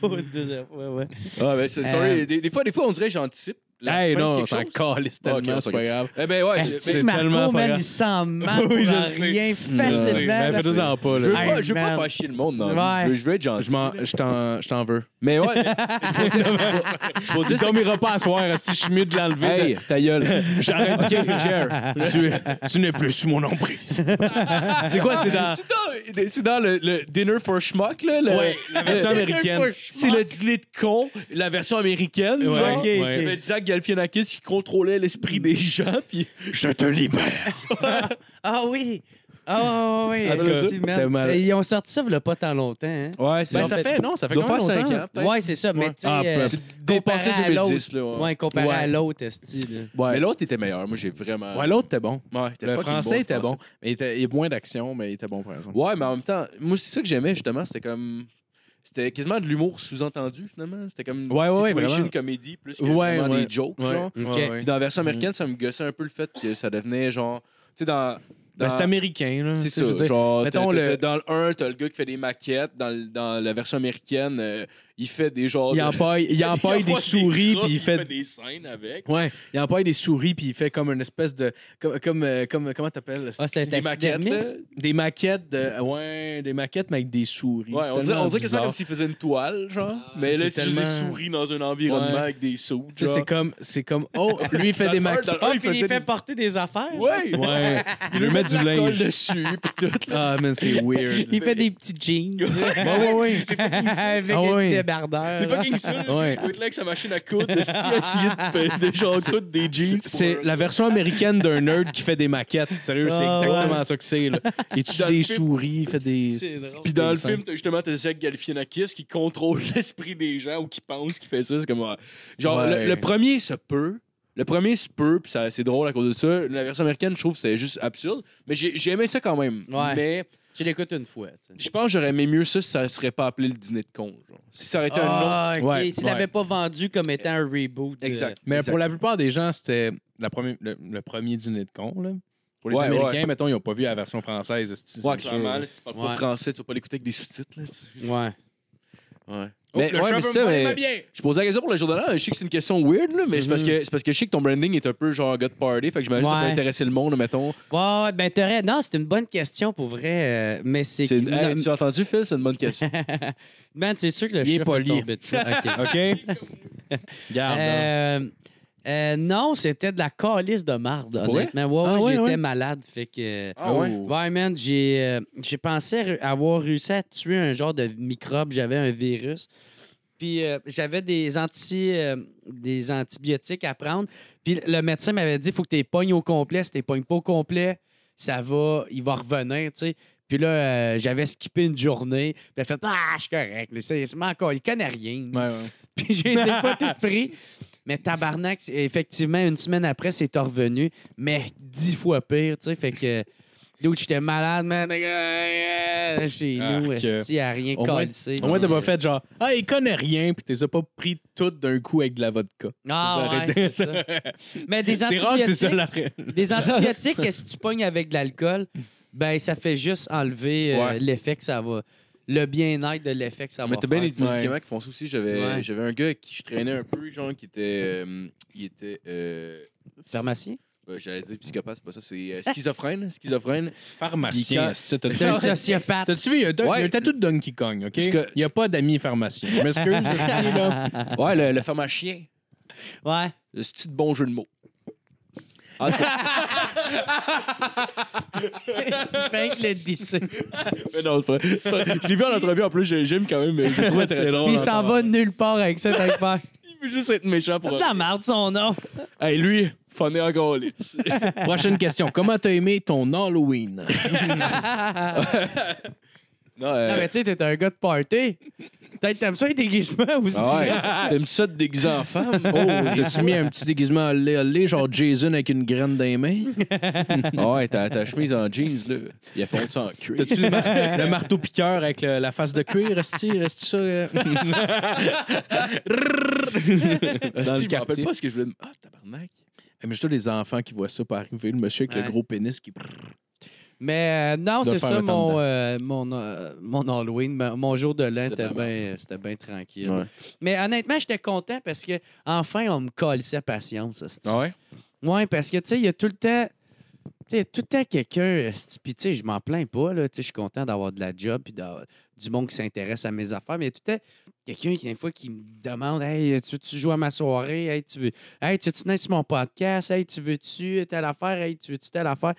Speaker 5: Pour une deuxième fois, ouais.
Speaker 2: Ah, ben, c'est- sorry. Des, des fois, des fois, on dirait que j'anticipe. la
Speaker 4: Hey,
Speaker 2: fin de
Speaker 4: non,
Speaker 2: quelque
Speaker 4: ça
Speaker 2: chose.
Speaker 4: calisse
Speaker 2: Ah, ok,
Speaker 4: tellement,
Speaker 2: ok,
Speaker 4: c'est
Speaker 2: ok.
Speaker 4: pas grave.
Speaker 2: Eh ben, ouais, je-
Speaker 5: Est-ce
Speaker 2: mais-
Speaker 5: que
Speaker 4: c'est
Speaker 5: Marco,
Speaker 4: tellement
Speaker 5: man,
Speaker 4: pas
Speaker 5: il s'en marre
Speaker 4: Oui, je
Speaker 5: pour
Speaker 4: sais. Mm.
Speaker 5: rien
Speaker 2: sais.
Speaker 5: facilement.
Speaker 2: Ben,
Speaker 5: là.
Speaker 4: fais en pas,
Speaker 2: je veux
Speaker 4: là.
Speaker 5: Hey,
Speaker 2: pas, je veux pas
Speaker 5: man.
Speaker 2: faire chier le monde. Non. Je, veux, je veux être gentil.
Speaker 4: Je m'en- Je t'en- je t'en veux.
Speaker 2: Mais ouais, mais- je peux
Speaker 4: Tu
Speaker 2: dire. Je peux dire.
Speaker 4: dormiras pas à soir si je suis mieux de l'enlever.
Speaker 2: Hey, ta gueule.
Speaker 4: J'arrête de chair. Tu, tu n'es plus sous mon emprise. c'est quoi, c'est dans.
Speaker 2: C'est dans, c'est dans le, le Dinner for Schmuck, là. Le,
Speaker 4: Ouais, la version
Speaker 2: le-
Speaker 4: américaine.
Speaker 2: C'est le dîner de con, la version américaine.
Speaker 4: Ouais,
Speaker 2: genre.
Speaker 5: Ok,
Speaker 4: ouais.
Speaker 2: Il y avait
Speaker 5: ok.
Speaker 2: Zach Galfianakis qui contrôlait l'esprit des gens. Puis...
Speaker 4: Je te libère.
Speaker 5: Ah oui! Ah oui, oui,
Speaker 4: En tout cas,
Speaker 5: effectivement.
Speaker 4: t'as mal.
Speaker 5: C'est- Ils ont sorti ça il y a pas tant longtemps. Hein?
Speaker 4: Ouais, c'est
Speaker 5: Ben, ça fait-
Speaker 4: Non, ça
Speaker 2: doit faire cinq ans, peut-être.
Speaker 5: Ouais, c'est ça, mais
Speaker 2: Ouais.
Speaker 5: tu sais,
Speaker 4: Ah,
Speaker 5: euh,
Speaker 4: peu-
Speaker 2: dépassé
Speaker 5: comparé à
Speaker 2: 2010, là,
Speaker 5: l'autre.
Speaker 2: ouais.
Speaker 5: Ouais, comparé
Speaker 4: Ouais.
Speaker 5: à l'autre, esti, là.
Speaker 2: Mais l'autre était meilleur. Moi, j'ai vraiment.
Speaker 4: Ouais, l'autre était bon.
Speaker 2: Ouais, il était
Speaker 4: Le
Speaker 2: fucking
Speaker 4: français était
Speaker 2: le
Speaker 4: bon. Mais il, était, il y a moins d'action, mais il était bon, par exemple.
Speaker 2: Ouais, mais en même temps, moi, c'est ça que j'aimais, justement. C'était comme. C'était quasiment de l'humour sous-entendu, finalement. C'était comme une
Speaker 4: Ouais, ouais, ouais,
Speaker 2: situation
Speaker 4: vraiment.
Speaker 2: comédie plus que
Speaker 4: Ouais,
Speaker 2: vraiment
Speaker 4: ouais.
Speaker 2: des jokes,
Speaker 4: Ouais.
Speaker 2: genre.
Speaker 4: Ouais,
Speaker 5: Ok.
Speaker 4: ouais. Mhm.
Speaker 2: Puis dans la version américaine, ça me gossait un peu le fait que ça devenait genre. Tu sais, dans.
Speaker 4: Ben,
Speaker 2: dans-
Speaker 4: c'est américain, là.
Speaker 2: C'est
Speaker 4: Tu sais, je veux
Speaker 2: ça.
Speaker 4: dire,
Speaker 2: Genre,
Speaker 4: mettons
Speaker 2: t'as- t'as-
Speaker 4: le-
Speaker 2: dans le 1, t'as le gars qui fait des maquettes. Dans, le- dans la version américaine, euh, il fait des genres.
Speaker 4: il
Speaker 2: de-
Speaker 4: empaille, il empaille des souris,
Speaker 2: crottes,
Speaker 4: puis il fait.
Speaker 2: des scènes avec.
Speaker 4: Ouais, il empaille des souris, puis il fait comme une espèce de. Comme. comme, euh, comme comment t'appelles
Speaker 5: Ah, c'est un
Speaker 2: Des maquettes.
Speaker 5: taxidermiste?
Speaker 2: là.
Speaker 4: Des maquettes de. Ouais, des maquettes, mais avec des souris.
Speaker 2: Ouais,
Speaker 4: C'est
Speaker 2: on dirait,
Speaker 4: tellement
Speaker 2: on dirait que c'est
Speaker 4: bizarre.
Speaker 2: comme s'il faisait une toile, genre. mais
Speaker 4: c'est
Speaker 2: là, c'est juste
Speaker 4: tellement-
Speaker 2: des souris dans un environnement
Speaker 4: Ouais.
Speaker 2: avec des sauts.
Speaker 4: Tu sais, c'est comme, c'est comme, oh, lui, il fait des maquettes.
Speaker 5: Ah, puis il fait porter des affaires.
Speaker 2: Ouais!
Speaker 4: Ouais, il lui met du
Speaker 2: la colle
Speaker 4: linge.
Speaker 2: dessus, pis tout.
Speaker 4: Ah, man, c'est weird.
Speaker 5: Il fait des petits jeans.
Speaker 4: Ouais, ouais, ouais.
Speaker 5: Avec
Speaker 4: Ah
Speaker 5: un
Speaker 4: ouais.
Speaker 5: petit débardeur.
Speaker 2: C'est
Speaker 5: là.
Speaker 2: fucking ça,
Speaker 4: Ouais.
Speaker 2: ouais. Il là avec sa machine à coudre, de si essayer de faire des gens coudre des jeans.
Speaker 4: C'est- C'est la version américaine d'un nerd qui fait des maquettes. Sérieux, c'est
Speaker 5: Ah,
Speaker 4: exactement ça que c'est. là. Il tue
Speaker 2: Dans le
Speaker 4: des
Speaker 2: film-
Speaker 4: souris, il fait des.
Speaker 5: C'est drôle.
Speaker 2: Pis dans le film, t'as justement, t'as Zach Galifianakis qui contrôle l'esprit des gens ou qui pense qu'il fait ça. C'est comme. ah. Genre,
Speaker 4: Ouais.
Speaker 2: le, le premier se peut. Le premier se peut, pis ça- c'est drôle à cause de ça. La version américaine, je trouve que c'est juste absurde. Mais j'ai j'ai aimé ça quand même.
Speaker 5: Ouais.
Speaker 2: Mais
Speaker 5: Tu l'écoutes une fois. tu sais.
Speaker 2: je pense que j'aurais aimé mieux ça si ça serait pas appelé le dîner de con. Genre. Si ça aurait été un nom.
Speaker 5: Ah, ok.
Speaker 4: Ouais,
Speaker 5: S'il
Speaker 4: ouais.
Speaker 5: l'avait pas vendu comme étant un reboot. euh,
Speaker 2: Exact.
Speaker 4: Mais
Speaker 2: exact.
Speaker 4: pour la plupart des gens, c'était la première, le, le premier dîner de con. Là. Pour les
Speaker 2: Ouais,
Speaker 4: Américains, mettons, ils n'ont pas vu la version française. c'est-
Speaker 2: Ouais,
Speaker 4: c'est
Speaker 2: clairement,
Speaker 4: sûr.
Speaker 2: là, si tu parles pas
Speaker 5: Ouais.
Speaker 2: français, tu vas pas l'écouter avec des sous-titres. là, tu-
Speaker 5: Ouais.
Speaker 2: Ouais.
Speaker 4: Oh,
Speaker 2: Mais,
Speaker 4: le
Speaker 2: ouais,
Speaker 4: chat
Speaker 2: mais
Speaker 4: veut
Speaker 2: ça,
Speaker 4: me
Speaker 2: mais-
Speaker 4: parler, bien.
Speaker 2: je posais la question pour le jour de l'an. Je sais que c'est une question weird, là, mais c'est parce
Speaker 5: Mhm.
Speaker 2: que c'est parce que je sais que ton branding est un peu genre God Party. Fait que j'imagine que ça
Speaker 5: Ouais.
Speaker 2: peut intéresser le monde, mettons.
Speaker 5: Ouais, ouais, ben, t'aurais. Non, c'est une bonne question pour vrai, euh, mais c'est.
Speaker 2: C'est- Hey, Tu as entendu, Phil? C'est une bonne question.
Speaker 5: Man, c'est sûr que le
Speaker 4: Il est
Speaker 5: chef
Speaker 4: poli.
Speaker 5: tombé de toi. OK.
Speaker 4: hein? OK? Garde. là.
Speaker 5: Euh, Euh, non, c'était de la calice de marde,
Speaker 4: Ouais?
Speaker 5: honnêtement. Ouais,
Speaker 4: Ah,
Speaker 5: ouais,
Speaker 4: ouais,
Speaker 5: j'étais
Speaker 4: ouais.
Speaker 5: malade. Fait que.
Speaker 4: Ah ouais?
Speaker 2: Oh.
Speaker 5: Ouais, man, j'ai euh, j'ai pensé re- avoir réussi à tuer un genre de microbe. J'avais un virus. Puis euh, j'avais des, anti, euh, des antibiotiques à prendre. Puis le médecin m'avait dit faut que tu pognes au complet. Si tu pognes pas au complet, ça va, il va revenir, tu sais. Puis là, euh, j'avais skippé une journée. Puis elle a fait Ah, je suis correct. Mais c'est c'est encore, il connaît rien.
Speaker 4: Ouais, ouais.
Speaker 5: Puis je les ai pas toutes pris. Mais tabarnak, c'est- effectivement, une semaine après, c'est revenu. Mais dix fois pire, tu sais. Fait que. D'où j'étais malade, man. Euh, Chez nous,
Speaker 4: Arc.
Speaker 5: esti, à rien
Speaker 4: Ah, Au moins-
Speaker 5: calissé.
Speaker 4: Au moins, t'as pas fait genre, ah, il connaît rien, puis t'es pas pris tout d'un coup avec de la vodka.
Speaker 5: Ah, ouais, c'est ça. Mais des
Speaker 4: C'est rare que c'est
Speaker 5: antibiotiques.
Speaker 4: ça la
Speaker 5: Des antibiotiques, que si tu pognes avec de l'alcool, ben ça fait juste enlever euh,
Speaker 4: Ouais.
Speaker 5: l'effet que ça va. Le bien-être de l'effet que ça
Speaker 3: Mais
Speaker 5: va.
Speaker 3: t'as bien
Speaker 5: faire.
Speaker 3: des médicaments qui font ça aussi. J'avais
Speaker 5: Ouais.
Speaker 3: j'avais un gars avec qui je traînais un peu, genre, qui était. euh, il était. euh,
Speaker 5: Pharmacien?
Speaker 3: ben, J'allais dire psychopathe, c'est pas ça, c'est euh, schizophrène. Schizophrène.
Speaker 2: hein,
Speaker 4: Pharmacien. c'est-
Speaker 5: C'est un
Speaker 4: T'as-tu
Speaker 5: sociopathe.
Speaker 4: t'as-tu vu, il y a, Don-
Speaker 3: Ouais.
Speaker 4: il y a le tatou de Donkey Kong, OK?
Speaker 3: Parce que-
Speaker 4: Il n'y a pas d'amis pharmaciens. Je m'excuse, c'est là.
Speaker 3: Ouais, le, le pharmacien.
Speaker 5: Ouais.
Speaker 3: Le petit bon jeu Euh, de mots.
Speaker 5: Ben, le DC.
Speaker 4: Mais non, c'est pas- c'est pas- Je l'ai vu en entrevue, en plus, j'ai- j'aime quand même, mais je le trouve très drôle.
Speaker 5: Puis il s'en va nulle part avec ça, t'as peur.
Speaker 4: Il veut juste être méchant
Speaker 5: C'est
Speaker 4: pour...
Speaker 5: de la merde, son nom.
Speaker 4: Hey, lui, funny encore, lui. Prochaine question. Comment t'as aimé ton Halloween?
Speaker 3: Non,
Speaker 5: Non,
Speaker 3: euh,
Speaker 5: Ah, mais tu sais, t'es un gars de party. Peut-être t'aimes ça, les déguisements aussi.
Speaker 4: Ah ouais.
Speaker 3: t'aimes ça de déguiser en femme?
Speaker 4: Oh, t'as-tu mis un petit déguisement à lait, genre Jason avec une graine dans les mains?
Speaker 3: Ah ouais, ta, ta chemise en jeans, là. Il a fondu ça en cuir.
Speaker 4: T'as-tu le, mar- le marteau piqueur avec le- la face de cuir? Reste-tu reste ça? euh?
Speaker 3: Dans
Speaker 4: le
Speaker 3: le je me rappelle
Speaker 4: quartier.
Speaker 3: pas ce que je voulais. me- Ah, tabarnak.
Speaker 4: Eh, Mais je des enfants qui voient ça pas arriver. Le monsieur avec
Speaker 5: Ouais.
Speaker 4: le gros pénis qui.
Speaker 5: Mais euh, non,
Speaker 4: Doit
Speaker 5: c'est
Speaker 4: faire
Speaker 5: ça,
Speaker 4: le temps
Speaker 5: mon,
Speaker 4: dedans.
Speaker 5: euh, mon, euh, mon Halloween, mon mon jour de l'an,
Speaker 3: C'était
Speaker 5: c'était
Speaker 3: de la
Speaker 5: bien c'était bien tranquille.
Speaker 3: Ouais.
Speaker 5: Mais honnêtement, j'étais content parce que enfin, on me colissait patience. hostie.
Speaker 4: Ah ouais?
Speaker 5: Ouais, parce que, tu sais, il y a tout le temps. Tu sais, il y a tout le temps quelqu'un. hostie, Puis, tu sais, je m'en plains pas, là. Tu sais, je suis content d'avoir de la job puis d'avoir du monde qui s'intéresse à mes affaires. Mais il y a tout le temps quelqu'un qui, des fois, qui me demande Hey, tu veux-tu jouer à ma soirée Hey, tu veux. Hey, tu veux-tu venir sur mon podcast Hey, tu veux-tu telle affaire Hey, tu veux-tu telle affaire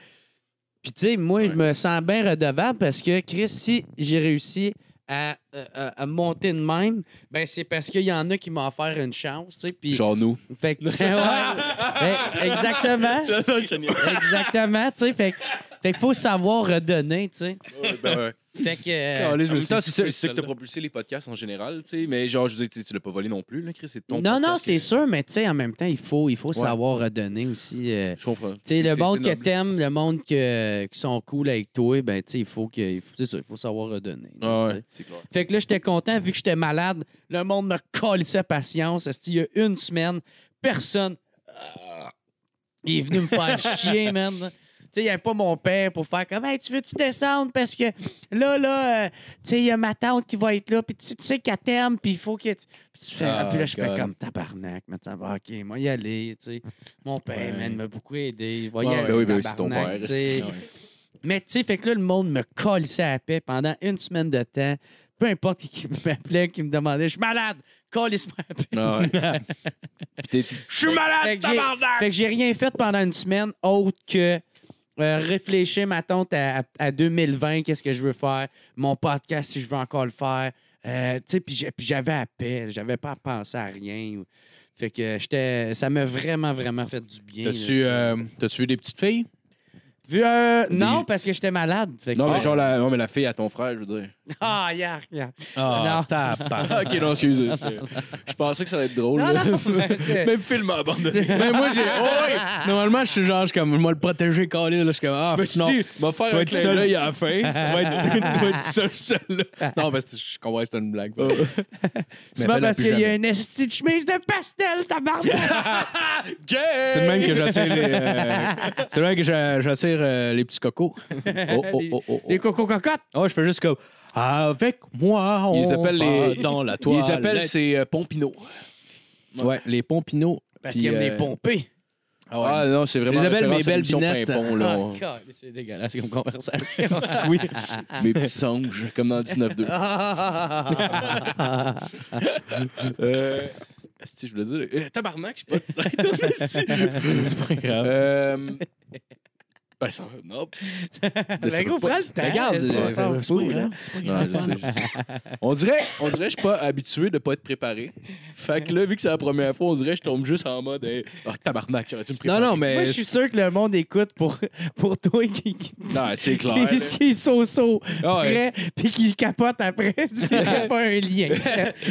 Speaker 5: Puis, tu sais, moi, je me sens bien redevable parce que, Chris, si j'ai réussi à, euh, à- à monter de même, ben c'est parce qu'il y en a qui m'ont offert une chance, tu sais. Puis,
Speaker 3: Genre nous.
Speaker 5: fait que, ouais. Ben, exactement. Exactement, tu sais. Fait que, fait que faut savoir redonner, tu sais.
Speaker 3: ben ouais.
Speaker 5: Fait que.
Speaker 4: Ah,
Speaker 5: euh,
Speaker 4: là, je
Speaker 3: En
Speaker 4: me
Speaker 3: même temps,
Speaker 4: suis
Speaker 3: c'est ça, c'est ça que t'as
Speaker 4: dit, celle-là.
Speaker 3: propulsé les podcasts en général, tu sais. Mais genre, je veux dire, tu sais, tu l'as pas volé non plus, là, Chris, c'est ton.
Speaker 5: non, non,
Speaker 3: podcast euh,
Speaker 5: c'est
Speaker 3: que-
Speaker 5: sûr, mais tu sais, en même temps, il faut, il faut savoir redonner aussi. euh,
Speaker 3: Je comprends.
Speaker 5: tu sais, le monde que
Speaker 3: noble.
Speaker 5: t'aimes, le monde que, qui sont cool avec toi, ben, tu sais, il faut que. il faut- C'est ça, il faut savoir redonner.
Speaker 3: Ah
Speaker 5: tu sais.
Speaker 3: ouais, c'est clair.
Speaker 5: Fait que là, j'étais content, vu que j'étais malade, le monde me collissait patience. Esti, Il y a une semaine, personne euh, il est venu me faire chier, man. Tu sais, il n'y avait pas mon père pour faire comme, hey, tu veux-tu descendre? Parce que là, là, euh, tu sais, il y a ma tante qui va être là, puis tu tu sais qu'à terme, puis il faut que. tu- Puis tu fais-
Speaker 4: Ah,
Speaker 5: puis là, je fais
Speaker 4: God.
Speaker 5: comme tabarnak, mais ça va, OK, moi, y aller, tu sais. Mon père,
Speaker 4: Ouais.
Speaker 5: man, m'a beaucoup aidé. Il va y
Speaker 4: Ouais,
Speaker 5: aller.
Speaker 3: Ben oui, ben oui, c'est ton
Speaker 5: tabarnak,
Speaker 3: père.
Speaker 5: tu sais.
Speaker 3: Ouais.
Speaker 5: Mais tu sais, fait que là, le monde me collissait à la paix pendant une semaine de temps. Peu importe qui m'appelait, qui me demandait, je suis malade, collisse-moi à paix.
Speaker 3: Ah ouais. Puis t'es-
Speaker 4: Je suis malade,
Speaker 5: Fait que j'ai- Fait que j'ai rien fait pendant une semaine autre que euh, réfléchir ma tante à, à- à 2020, qu'est-ce que je veux faire, mon podcast si je veux encore le faire. Euh, tu sais, puis j'ai- puis j'avais à paix, j'avais pas à penser à rien. ou- Fait que j'étais, ça m'a vraiment, vraiment fait du bien.
Speaker 4: T'as-tu
Speaker 5: là, ça.
Speaker 4: euh, t'as-tu vu des petites filles?
Speaker 5: Vu, euh,
Speaker 4: des-
Speaker 5: non, parce que j'étais malade. Fait que-
Speaker 3: Non, mais genre, la... non, mais la fille à ton frère, je veux dire.
Speaker 5: Ah, yark, yark.
Speaker 4: Ah,
Speaker 5: Non.
Speaker 4: tabarnak.
Speaker 3: ok, non, excusez. c'était- Je pensais que ça allait être drôle.
Speaker 5: Non,
Speaker 3: là.
Speaker 5: non, mais c'est-
Speaker 4: Même film à abandonné. Mais moi, j'ai. Oh, oui. Normalement, je suis genre, je suis comme, je vais le protéger, Calais. Là, je suis comme, ah,
Speaker 3: Mais
Speaker 4: non.
Speaker 3: si, va faire
Speaker 4: Tu vas
Speaker 3: un
Speaker 4: être
Speaker 3: clin
Speaker 4: seul
Speaker 3: d'œil.
Speaker 4: là à la fin. tu, vas être, tu vas être seul, seul là. Non, parce que je comprends que c'est une blague.
Speaker 5: C'est
Speaker 4: Mais
Speaker 5: pas
Speaker 4: fais-la
Speaker 5: Bah, parce
Speaker 4: plus
Speaker 5: qu'il y a
Speaker 4: jamais.
Speaker 5: une esti de chemise de pastel, tabarnak.
Speaker 4: C'est le même que j'attire les. euh, c'est le même que j'a- j'attire euh, les petits cocos. Oh, oh, oh, oh.
Speaker 5: Les coco-cocottes.
Speaker 4: Oh, je fais juste comme. Avec moi, on
Speaker 3: Ils appellent
Speaker 4: va
Speaker 3: les-
Speaker 4: dans la toile.
Speaker 3: Ils appellent, c'est euh, Pompino.
Speaker 4: Ouais, les pompinos.
Speaker 5: Parce
Speaker 4: Puis,
Speaker 5: qu'ils aiment
Speaker 4: euh,
Speaker 5: les pomper.
Speaker 3: Ah non, c'est vraiment.
Speaker 4: Ils appellent
Speaker 3: référence
Speaker 4: mes
Speaker 3: à
Speaker 4: belles
Speaker 3: l'émission
Speaker 4: binettes.
Speaker 3: Pimpon, là.
Speaker 5: Ah, God, c'est dégueulasse comme conversation.
Speaker 4: Oui.
Speaker 3: Mes petits songes, comme dans 19-2.
Speaker 5: Ah, ah, ah, ah, ah.
Speaker 4: Euh,
Speaker 2: Asti, je voulais dire. euh, tabarnak, je suis pas de asti.
Speaker 4: C'est pas grave.
Speaker 2: Euh, Ben, ça va. Ben, Non.
Speaker 5: Le gros, prends le temps.
Speaker 2: Ben,
Speaker 4: Regarde,
Speaker 5: est-ce que ça
Speaker 4: euh,
Speaker 5: s'en
Speaker 4: c'est
Speaker 5: fout,
Speaker 4: pas grave,
Speaker 5: là?
Speaker 2: Non, je sais, je sais. On dirait, on dirait que je suis pas habitué de pas être préparé. Fait que là, vu que c'est la première fois, on dirait que je tombe juste en mode hey, oh, tabarnak, j'aurais dû me
Speaker 4: Non,
Speaker 2: préparer.
Speaker 4: non, mais.
Speaker 5: Moi, je suis sûr que le monde écoute pour, pour toi qui, qui,
Speaker 2: Non, c'est clair. là.
Speaker 5: qui, qui est so-so
Speaker 2: Ah ouais.
Speaker 5: prêt, puis qui capote après. C'est pas un lien.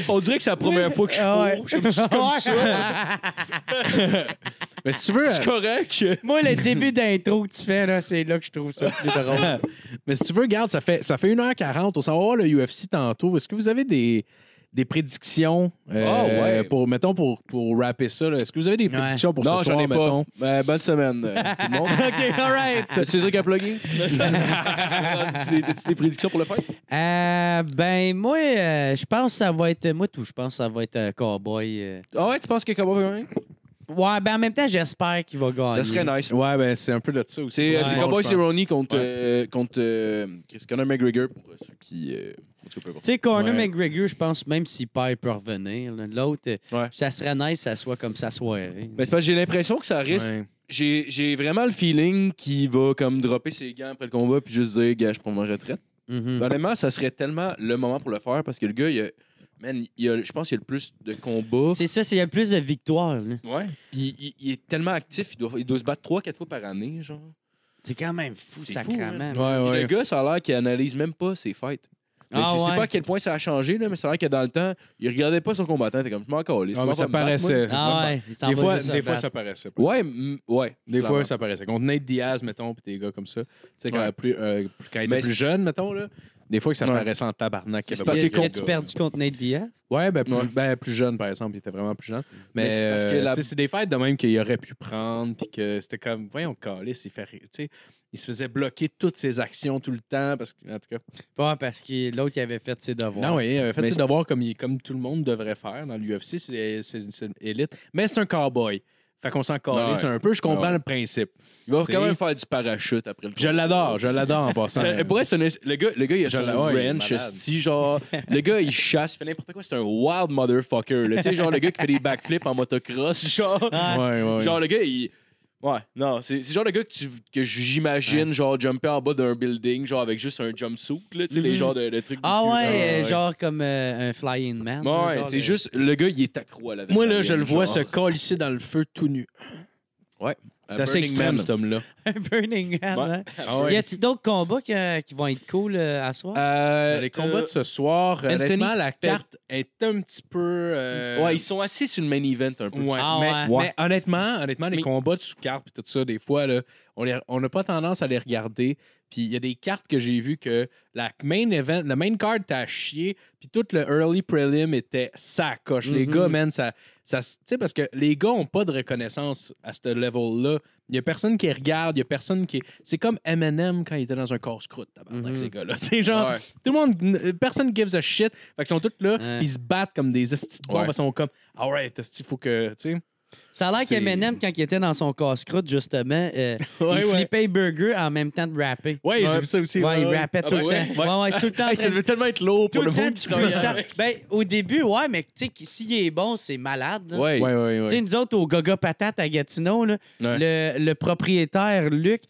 Speaker 2: On dirait que c'est la première fois que je
Speaker 5: Ah ouais.
Speaker 2: fous. Je me suis comme ça.
Speaker 4: Mais si tu veux. euh,
Speaker 2: C'est correct.
Speaker 5: Moi, le début d'intro que tu fais, là, c'est là que je trouve ça plus drôle.
Speaker 4: Mais si tu veux, regarde, ça fait, ça fait 1h40. On s'en va voir le UFC tantôt. Est-ce que vous avez des, des prédictions euh,
Speaker 2: Ah ouais.
Speaker 4: pour, mettons, pour, pour rapper ça? là? Est-ce que vous avez des
Speaker 5: Ouais.
Speaker 4: prédictions pour
Speaker 2: non,
Speaker 4: ce
Speaker 2: j'en
Speaker 4: soir,
Speaker 2: ai pas.
Speaker 4: mettons?
Speaker 2: Ben, bonne semaine, euh, tout le monde.
Speaker 5: OK, all right.
Speaker 2: T'as-tu des trucs à plugger? T'as-tu des- t'as-tu des prédictions pour le faire?
Speaker 5: Euh, ben, moi, euh, je pense que ça va être. Moi, tout, je pense que ça va être euh, Cowboy. euh.
Speaker 2: Ah ouais, tu penses que Cowboy va gagner?
Speaker 5: Ouais, ben, en même temps, j'espère qu'il va gagner.
Speaker 2: Ça serait nice.
Speaker 4: Ouais, ben c'est un peu de ça aussi.
Speaker 2: C'est euh,
Speaker 5: Ouais.
Speaker 2: c'est
Speaker 4: Bon,
Speaker 2: Cowboy
Speaker 4: je pense.
Speaker 2: Cerrone contre, euh, contre euh, Chris Conor McGregor, pour euh, ceux qui... euh, en tout cas, peu importe.
Speaker 5: Tu sais, Conor
Speaker 2: Ouais.
Speaker 5: McGregor, je pense même s'il perd, il peut revenir. là. L'autre, euh,
Speaker 2: Ouais.
Speaker 5: ça serait nice que ça soit comme sa soirée.
Speaker 2: Ben, c'est parce que j'ai l'impression que ça risque...
Speaker 4: Ouais.
Speaker 2: J'ai j'ai vraiment le feeling qu'il va comme dropper ses gants après le combat puis juste dire « Gars, je prends ma retraite.
Speaker 5: Mhm.
Speaker 2: Honnêtement, ça serait tellement le moment pour le faire parce que le gars, il a, man, il a- je pense qu'il a le plus de combats.
Speaker 5: C'est ça, c'est le plus de victoires. là.
Speaker 2: Ouais. Puis il, il est tellement actif, il doit, il doit se battre 3-4 fois par année, genre.
Speaker 5: C'est quand même fou,
Speaker 2: C'est hein.
Speaker 5: sacrément.
Speaker 4: Ouais,
Speaker 2: Puis
Speaker 4: ouais.
Speaker 2: le gars, ça a l'air qu'il analyse même pas ses fights. Mais
Speaker 5: Ah
Speaker 2: je sais
Speaker 5: ouais.
Speaker 2: pas à quel point ça a changé, là, mais ça a l'air que dans le temps, il regardait pas son combattant. T'es comme, je m'en calisse. je
Speaker 4: Ah, mais
Speaker 2: m'en
Speaker 4: ça
Speaker 2: vais me battre,
Speaker 4: paraissait.
Speaker 5: Ah ouais, il s'en
Speaker 4: Des
Speaker 5: va
Speaker 4: fois,
Speaker 5: juste se
Speaker 4: des fois
Speaker 5: battre.
Speaker 4: ça paraissait. pas.
Speaker 2: moi. Ouais, mm, ouais.
Speaker 4: Des
Speaker 2: clairement.
Speaker 4: fois, ça paraissait. Contre Nate Diaz, mettons, puis des gars comme ça. Tu sais, quand,
Speaker 2: Ouais.
Speaker 4: plus, euh, plus- quand il était
Speaker 2: Mais
Speaker 4: plus jeune, mettons, là. Des fois, que ça
Speaker 2: Ouais.
Speaker 4: paraissait en tabarnak.
Speaker 2: C'est
Speaker 4: qu'il y avait
Speaker 2: parce
Speaker 4: pas
Speaker 2: que
Speaker 4: de
Speaker 5: As-tu
Speaker 4: gars.
Speaker 5: perdu contre Nate Diaz?
Speaker 4: Ouais, ben plus,
Speaker 2: Ouais.
Speaker 4: ben, plus jeune, par exemple. Il était vraiment plus jeune. Mais,
Speaker 2: Mais c'est parce que
Speaker 4: euh,
Speaker 2: la-
Speaker 4: tu sais, c'est des fêtes de même qu'il aurait pu prendre. Puis que c'était comme, voyons, calice, il fait rire, tu sais, Il se faisait bloquer toutes ses actions tout le temps. Parce que, en tout cas.
Speaker 5: Pas parce que l'autre, il avait fait ses devoirs.
Speaker 4: Non, oui, il avait fait
Speaker 2: Mais
Speaker 4: ses
Speaker 2: c'est-
Speaker 4: devoirs comme, il- comme tout le monde devrait faire dans l'UFC. C'est c'est- c'est une élite. Mais c'est un cowboy. Fait qu'on s'en calisse
Speaker 2: Ouais.
Speaker 4: un peu. Je comprends
Speaker 2: Ouais.
Speaker 4: le principe.
Speaker 2: Il va
Speaker 4: C'est-
Speaker 2: quand même faire du parachute après le
Speaker 4: Je
Speaker 2: combat.
Speaker 4: l'adore, je l'adore en passant.
Speaker 2: Ça- pour vrai, c'est un- le, gars, le gars, il a
Speaker 4: Je
Speaker 2: son
Speaker 4: l'ai- ouais, il est
Speaker 2: ranch,
Speaker 4: malade.
Speaker 2: esti, genre. le gars, il chasse, il fait n'importe quoi. C'est un wild motherfucker. là. Tu sais, genre, le gars qui fait des backflips en motocross, genre.
Speaker 4: Ouais, ouais.
Speaker 2: Genre, le gars, il. Ouais, non, c'est c'est le genre de gars que, tu, que j'imagine, genre, jumper en bas d'un building, genre, avec juste un jumpsuit, là, tu sais,
Speaker 4: Mm-hmm.
Speaker 2: les genres de, de trucs.
Speaker 5: Ah
Speaker 2: de cul,
Speaker 5: ouais, euh, genre comme euh, un flying man.
Speaker 2: Ouais,
Speaker 5: genre
Speaker 2: c'est
Speaker 5: de-
Speaker 2: juste, le gars, il est accro à la
Speaker 4: Moi, là, je le
Speaker 2: genre.
Speaker 4: vois se colisser dans le feu tout nu.
Speaker 2: À
Speaker 4: C'est assez
Speaker 2: Burning Man.
Speaker 4: extrême, cet homme-là.
Speaker 5: Un Burning Man.
Speaker 2: Ouais.
Speaker 5: hein? Y a-tu d'autres combats que- qui vont être cool euh, à soir?
Speaker 2: Euh,
Speaker 4: les combats de ce soir,
Speaker 2: Anthony
Speaker 4: honnêtement, la
Speaker 2: Pet-
Speaker 4: carte est un petit peu. euh,
Speaker 2: Ouais, ils sont assis sur le main event un peu.
Speaker 4: ouais,
Speaker 5: Ah
Speaker 4: mais,
Speaker 5: ouais.
Speaker 4: mais
Speaker 2: Ouais.
Speaker 4: honnêtement, honnêtement, les
Speaker 2: Mais-
Speaker 4: combats de sous-carte et tout ça, des fois, là, on les- on n'a pas tendance à les regarder. Puis il y a des cartes que j'ai vues que la main event, la main card était à chier, puis tout le early prelim était ça coche. Les
Speaker 5: Mm-hmm.
Speaker 2: Mhm.
Speaker 4: gars, man, ça, ça tu sais parce que les gars ont pas de reconnaissance à ce level là. Il y a personne qui regarde, il y a personne qui c'est comme Eminem quand il était dans un casse-croûte, tabarnak,
Speaker 5: Mhm.
Speaker 4: ces gars-là. Tu sais, genre
Speaker 2: Ouais.
Speaker 4: tout le monde, personne gives a shit. Fait qu'ils sont tous là,
Speaker 5: Ouais.
Speaker 4: puis ils se battent comme des estis de bombes.
Speaker 2: Ouais.
Speaker 4: Ils sont comme, alright, il faut que. Tu sais.
Speaker 5: Ça a l'air
Speaker 4: c'est-
Speaker 5: qu'Eminem, quand il était dans son casse-croûte, justement, euh,
Speaker 4: Ouais,
Speaker 5: il
Speaker 4: ouais.
Speaker 5: flippait les burger en même temps de rapper.
Speaker 4: Ouais,
Speaker 2: Ouais.
Speaker 4: j'ai vu ça aussi.
Speaker 5: Ouais,
Speaker 4: ouais,
Speaker 5: il
Speaker 4: ouais.
Speaker 5: rappait
Speaker 2: Ah
Speaker 5: tout
Speaker 2: ben
Speaker 5: le
Speaker 2: ouais.
Speaker 5: temps. Ouais, ouais, tout le temps. en
Speaker 4: Hey,
Speaker 5: train
Speaker 4: ça
Speaker 5: de-
Speaker 4: devait tellement être lourd
Speaker 5: Tout
Speaker 4: pour
Speaker 5: le
Speaker 4: le
Speaker 5: temps
Speaker 4: monde.
Speaker 5: du
Speaker 4: qui travaille
Speaker 5: freestyle.
Speaker 4: avec.
Speaker 5: Ben, au début, ouais, mais tu sais, que s'il est bon, c'est malade. là.
Speaker 2: Ouais.
Speaker 4: Ouais, ouais, ouais.
Speaker 5: Tu sais, nous autres, au Gaga Patate à Gatineau, là, le, le propriétaire, Luc,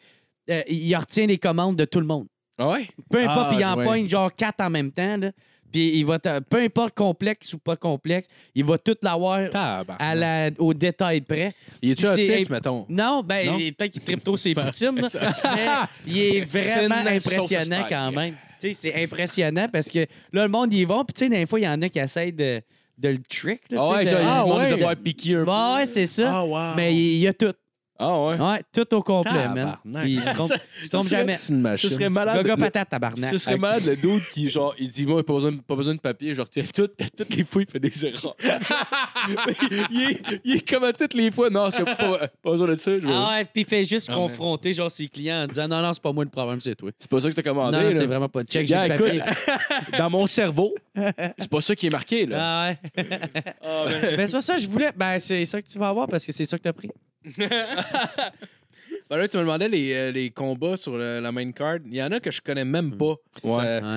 Speaker 5: euh, il retient les commandes de tout le monde.
Speaker 2: Ah ouais?
Speaker 5: Peu importe,
Speaker 4: Ah,
Speaker 5: puis il en
Speaker 4: ouais.
Speaker 5: pogne genre quatre en même temps. là. Puis il va, te- peu importe complexe ou pas complexe, il va tout l'avoir
Speaker 4: Tabarnak.
Speaker 5: à la, au détail près.
Speaker 4: Il est-tu
Speaker 5: C'est-
Speaker 4: autiste,
Speaker 5: hey,
Speaker 4: mettons?
Speaker 5: Non, ben,
Speaker 4: Non?
Speaker 5: il- peut-être qu'il tripe trop ses
Speaker 4: C'est pas-
Speaker 5: poutines, là, mais il est vraiment
Speaker 2: C'est une sauce
Speaker 5: impressionnant
Speaker 2: spike.
Speaker 5: quand même. Tu sais, c'est impressionnant parce que là, le monde y va, puis tu sais, des fois, il y en a qui essayent de, de le trick. là, tu
Speaker 2: Ah
Speaker 5: sais,
Speaker 2: ouais,
Speaker 5: de-
Speaker 2: genre, il
Speaker 5: Ah
Speaker 2: demande
Speaker 5: ouais.
Speaker 2: de faire piquer un peu.
Speaker 5: Bah ouais, c'est ça.
Speaker 4: Ah, wow.
Speaker 5: Mais il y a tout.
Speaker 2: Ah ouais?
Speaker 5: Ouais, tout au complet, man.
Speaker 4: Tabarnak.
Speaker 5: Puis il se trompe, il se trompe jamais.
Speaker 4: C'est une
Speaker 2: Ce
Speaker 4: machine.
Speaker 2: serait malade.
Speaker 5: Gaga
Speaker 2: le-
Speaker 5: patate, tabarnak.
Speaker 2: Ce serait malade le dude qui, genre, il dit Moi, pas besoin, pas besoin de papier, je retiens tout, puis à toutes les fois, il fait des erreurs. il, est, il est comme à toutes les fois Non, c'est pas, pas besoin de ça. je veux-
Speaker 5: Ah ouais, puis il fait juste confronter genre ses clients en disant non non c'est pas moi le problème c'est toi.
Speaker 2: C'est pas ça que t'as
Speaker 5: Non,
Speaker 2: commandé.
Speaker 5: non,
Speaker 2: là.
Speaker 5: c'est vraiment pas check j'ai
Speaker 2: Gars,
Speaker 5: le papier.
Speaker 2: Dans mon cerveau, c'est pas ça qui est marqué. là.
Speaker 5: Ah ouais. Ah, ben c'est pas ça que je voulais. Ben c'est ça que tu vas avoir parce que c'est ça que t'as pris.
Speaker 4: Ben là, tu me demandais les, euh, les combats sur le- la main card. Il y en a que je connais même pas. Ça-
Speaker 5: Hmm.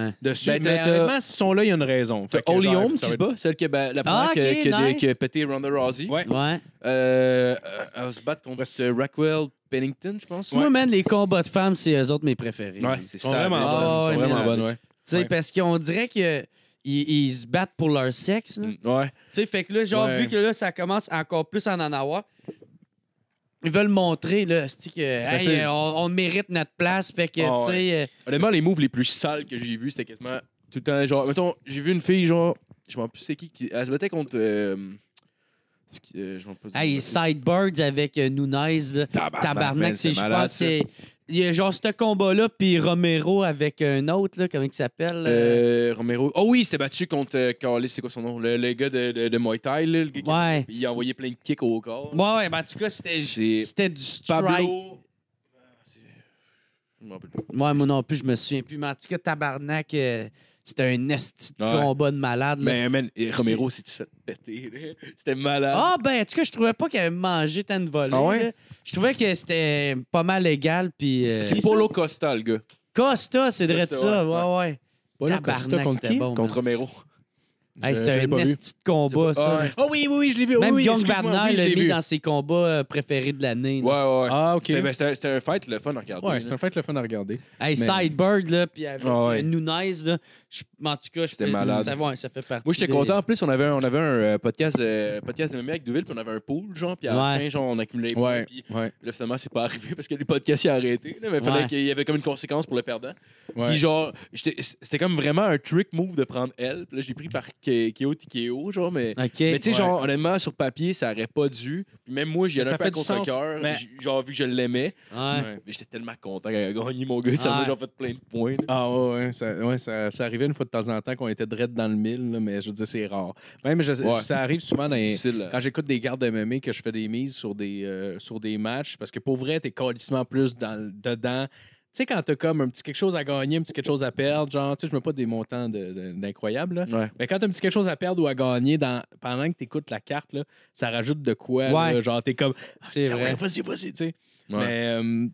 Speaker 5: Ouais.
Speaker 4: Dessus,
Speaker 2: Ben,
Speaker 4: mais
Speaker 2: t'as-
Speaker 4: honnêtement, s'ils sont là, il y a une raison.
Speaker 2: T'as
Speaker 4: Fait que
Speaker 2: Holly
Speaker 4: genre,
Speaker 2: Holm
Speaker 4: ça
Speaker 2: qui
Speaker 4: va
Speaker 2: se
Speaker 4: être-
Speaker 2: bat, celle qui a, ba- la
Speaker 5: Ah,
Speaker 2: première qui a-
Speaker 5: ok,
Speaker 2: qui, a,
Speaker 5: nice.
Speaker 2: qui a pété Ronda Rousey.
Speaker 4: Ouais.
Speaker 5: Ouais.
Speaker 2: Euh, euh, elle va se battre contre euh, Rockwell Pennington, je pense.
Speaker 5: Moi, man, les combats de femmes, c'est eux autres mes préférés.
Speaker 4: Ouais,
Speaker 2: C'est
Speaker 4: ils sont
Speaker 2: ça,
Speaker 4: vraiment
Speaker 2: ouais,
Speaker 4: bonnes.
Speaker 5: ouais,
Speaker 4: Ils sont
Speaker 5: ouais.
Speaker 4: vraiment bonnes, ouais.
Speaker 5: Tu sais,
Speaker 4: Ouais.
Speaker 5: parce qu'on dirait que. Ils, ils se battent pour leur sexe. là. Tu
Speaker 2: Mm. Ouais.
Speaker 5: sais, fait que là, genre,
Speaker 4: Ouais.
Speaker 5: vu que là, ça commence encore plus en en avoir, ils veulent montrer, là, c'ti que, hey,
Speaker 2: c'est-
Speaker 5: euh, on, on mérite notre place. Fait que,
Speaker 2: Ah,
Speaker 5: tu sais, euh,
Speaker 2: Honnêtement, les moves les plus sales que j'ai vus, c'était quasiment tout le temps. Genre, mettons, j'ai vu une fille, genre, je m'en plus c'est qui, qui. Elle se battait contre. euh, c'est qui, euh, je m'en peux
Speaker 5: Hey, Sidebirds avec euh, Nunez, là.
Speaker 2: Tabarnak,
Speaker 5: tabarnak,
Speaker 2: man, Ah,
Speaker 5: c'est,
Speaker 2: ben, c'est
Speaker 5: je
Speaker 2: malade,
Speaker 5: pense, c'est. Il y a genre ce combat-là, puis Romero avec euh, un autre, là, comment il s'appelle? euh,
Speaker 2: Euh, Romero. Oh oui, il s'était battu contre. euh, Carlis, c'est quoi son nom Le, le gars de, de, de Muay Thai, là, le gars qui-
Speaker 5: ouais.
Speaker 2: Il a envoyé plein de kicks au corps.
Speaker 5: Ouais, ouais, ben, en tout cas, c'était,
Speaker 2: C'est
Speaker 5: c'était du strike.
Speaker 2: Pablo. Ah, C'est- Je m'en rappelle plus.
Speaker 5: Ouais, moi non plus, je me souviens plus. Mais en tout cas, tabarnak, euh, c'était un esti de
Speaker 2: Ouais.
Speaker 5: combat de malade. là.
Speaker 2: Mais, man, et Romero, si tu fais péter, là, c'était malade.
Speaker 5: Ah, ben, en tout cas, je trouvais pas qu'il avait mangé tant de volets.
Speaker 2: Ah ouais?
Speaker 5: là. Je trouvais que c'était pas mal égal, puis. euh,
Speaker 2: c'est Polo Costa, le gars,
Speaker 5: Costa, c'est vrai de
Speaker 2: Costa,
Speaker 5: ça,
Speaker 2: ouais,
Speaker 5: ouais, ouais. Tabarnak, c'était bon, man.
Speaker 2: contre Romero.
Speaker 5: Hey,
Speaker 2: Je-
Speaker 5: c'était
Speaker 2: je l'ai
Speaker 5: un
Speaker 2: pas vu.
Speaker 5: esti de combat, ça.
Speaker 2: Ah, ouais. Oh oui, oui, oui, je l'ai vu. oh
Speaker 5: Même
Speaker 2: oui,
Speaker 5: Young
Speaker 2: excuse-moi,
Speaker 5: Wagner
Speaker 2: oui, je
Speaker 5: l'a
Speaker 2: l'ai
Speaker 5: mis
Speaker 2: vu.
Speaker 5: dans ses combats euh, préférés de l'année.
Speaker 2: Ouais,
Speaker 5: là.
Speaker 2: ouais. ouais.
Speaker 4: Ah, OK.
Speaker 2: C'était- ben, C'était c'était un fight, le fun à regarder.
Speaker 4: Ouais,
Speaker 2: là.
Speaker 4: c'est un fait le fun à regarder. Mais-
Speaker 5: Hey, Sideberg, là, puis avec
Speaker 2: Ah ouais.
Speaker 5: euh, Nunes, là, je- en tout cas, je
Speaker 2: C'était malade.
Speaker 5: Ça, ouais, ça fait partie.
Speaker 2: Moi, j'étais
Speaker 5: des-
Speaker 2: content. En plus, on avait un, on avait un euh, podcast, euh, podcast de MMA avec Deauville, puis on avait un pool, genre, puis à la
Speaker 5: Ouais.
Speaker 2: fin, genre, on accumulait les points,
Speaker 4: Ouais,
Speaker 2: puis
Speaker 4: ouais,
Speaker 2: là, finalement, c'est pas arrivé parce que le podcast s'est arrêté, là, mais il
Speaker 5: Ouais.
Speaker 2: fallait qu'il y avait comme une conséquence pour le perdant.
Speaker 4: ouais.
Speaker 2: Puis genre, j'étais- c'était comme vraiment un trick move de prendre elle. Puis là, j'ai pris par Ke- Keo Tikeo, genre, mais...
Speaker 5: OK.
Speaker 2: Mais tu sais,
Speaker 4: Ouais.
Speaker 2: genre, honnêtement, sur papier, ça aurait pas dû. Puis même moi, j'y allais
Speaker 4: Ça
Speaker 2: un peu
Speaker 4: fait
Speaker 2: à
Speaker 4: du sens,
Speaker 2: contre-cœur,
Speaker 4: mais-
Speaker 2: j- genre, vu que je l'aimais.
Speaker 5: Ouais.
Speaker 2: Mais j'étais tellement content qu'elle a gagné, mon gars. Ça
Speaker 5: Ouais.
Speaker 2: m'a genre fait plein de points. là.
Speaker 4: Ah ouais, ouais, ça, ouais ça, ça arrivait une fois de temps en temps qu'on était dread dans le mille, là, mais je veux dire, c'est rare. Même, je-
Speaker 2: Ouais.
Speaker 4: ça arrive souvent dans
Speaker 2: C'est
Speaker 4: les-
Speaker 2: difficile. là.
Speaker 4: quand j'écoute des gardes de MMA que je fais des mises sur des, euh, sur des matchs, parce que pour vrai, t'es calissement plus dans, le- dedans. Tu sais, quand t'as comme un petit quelque chose à gagner, un petit quelque chose à perdre, genre, tu sais, je mets pas des montants de- de- d'incroyables, là.
Speaker 2: Ouais.
Speaker 4: mais quand t'as un petit quelque chose à perdre ou à gagner dans, pendant que t'écoutes la carte, là, ça rajoute de quoi, là,
Speaker 5: Ouais.
Speaker 4: genre, t'es comme, Ah,
Speaker 5: C'est
Speaker 4: tiens,
Speaker 5: vrai.
Speaker 4: ouais, Vas-y, vas-y, tu sais.
Speaker 2: Ouais.
Speaker 4: Mais euh,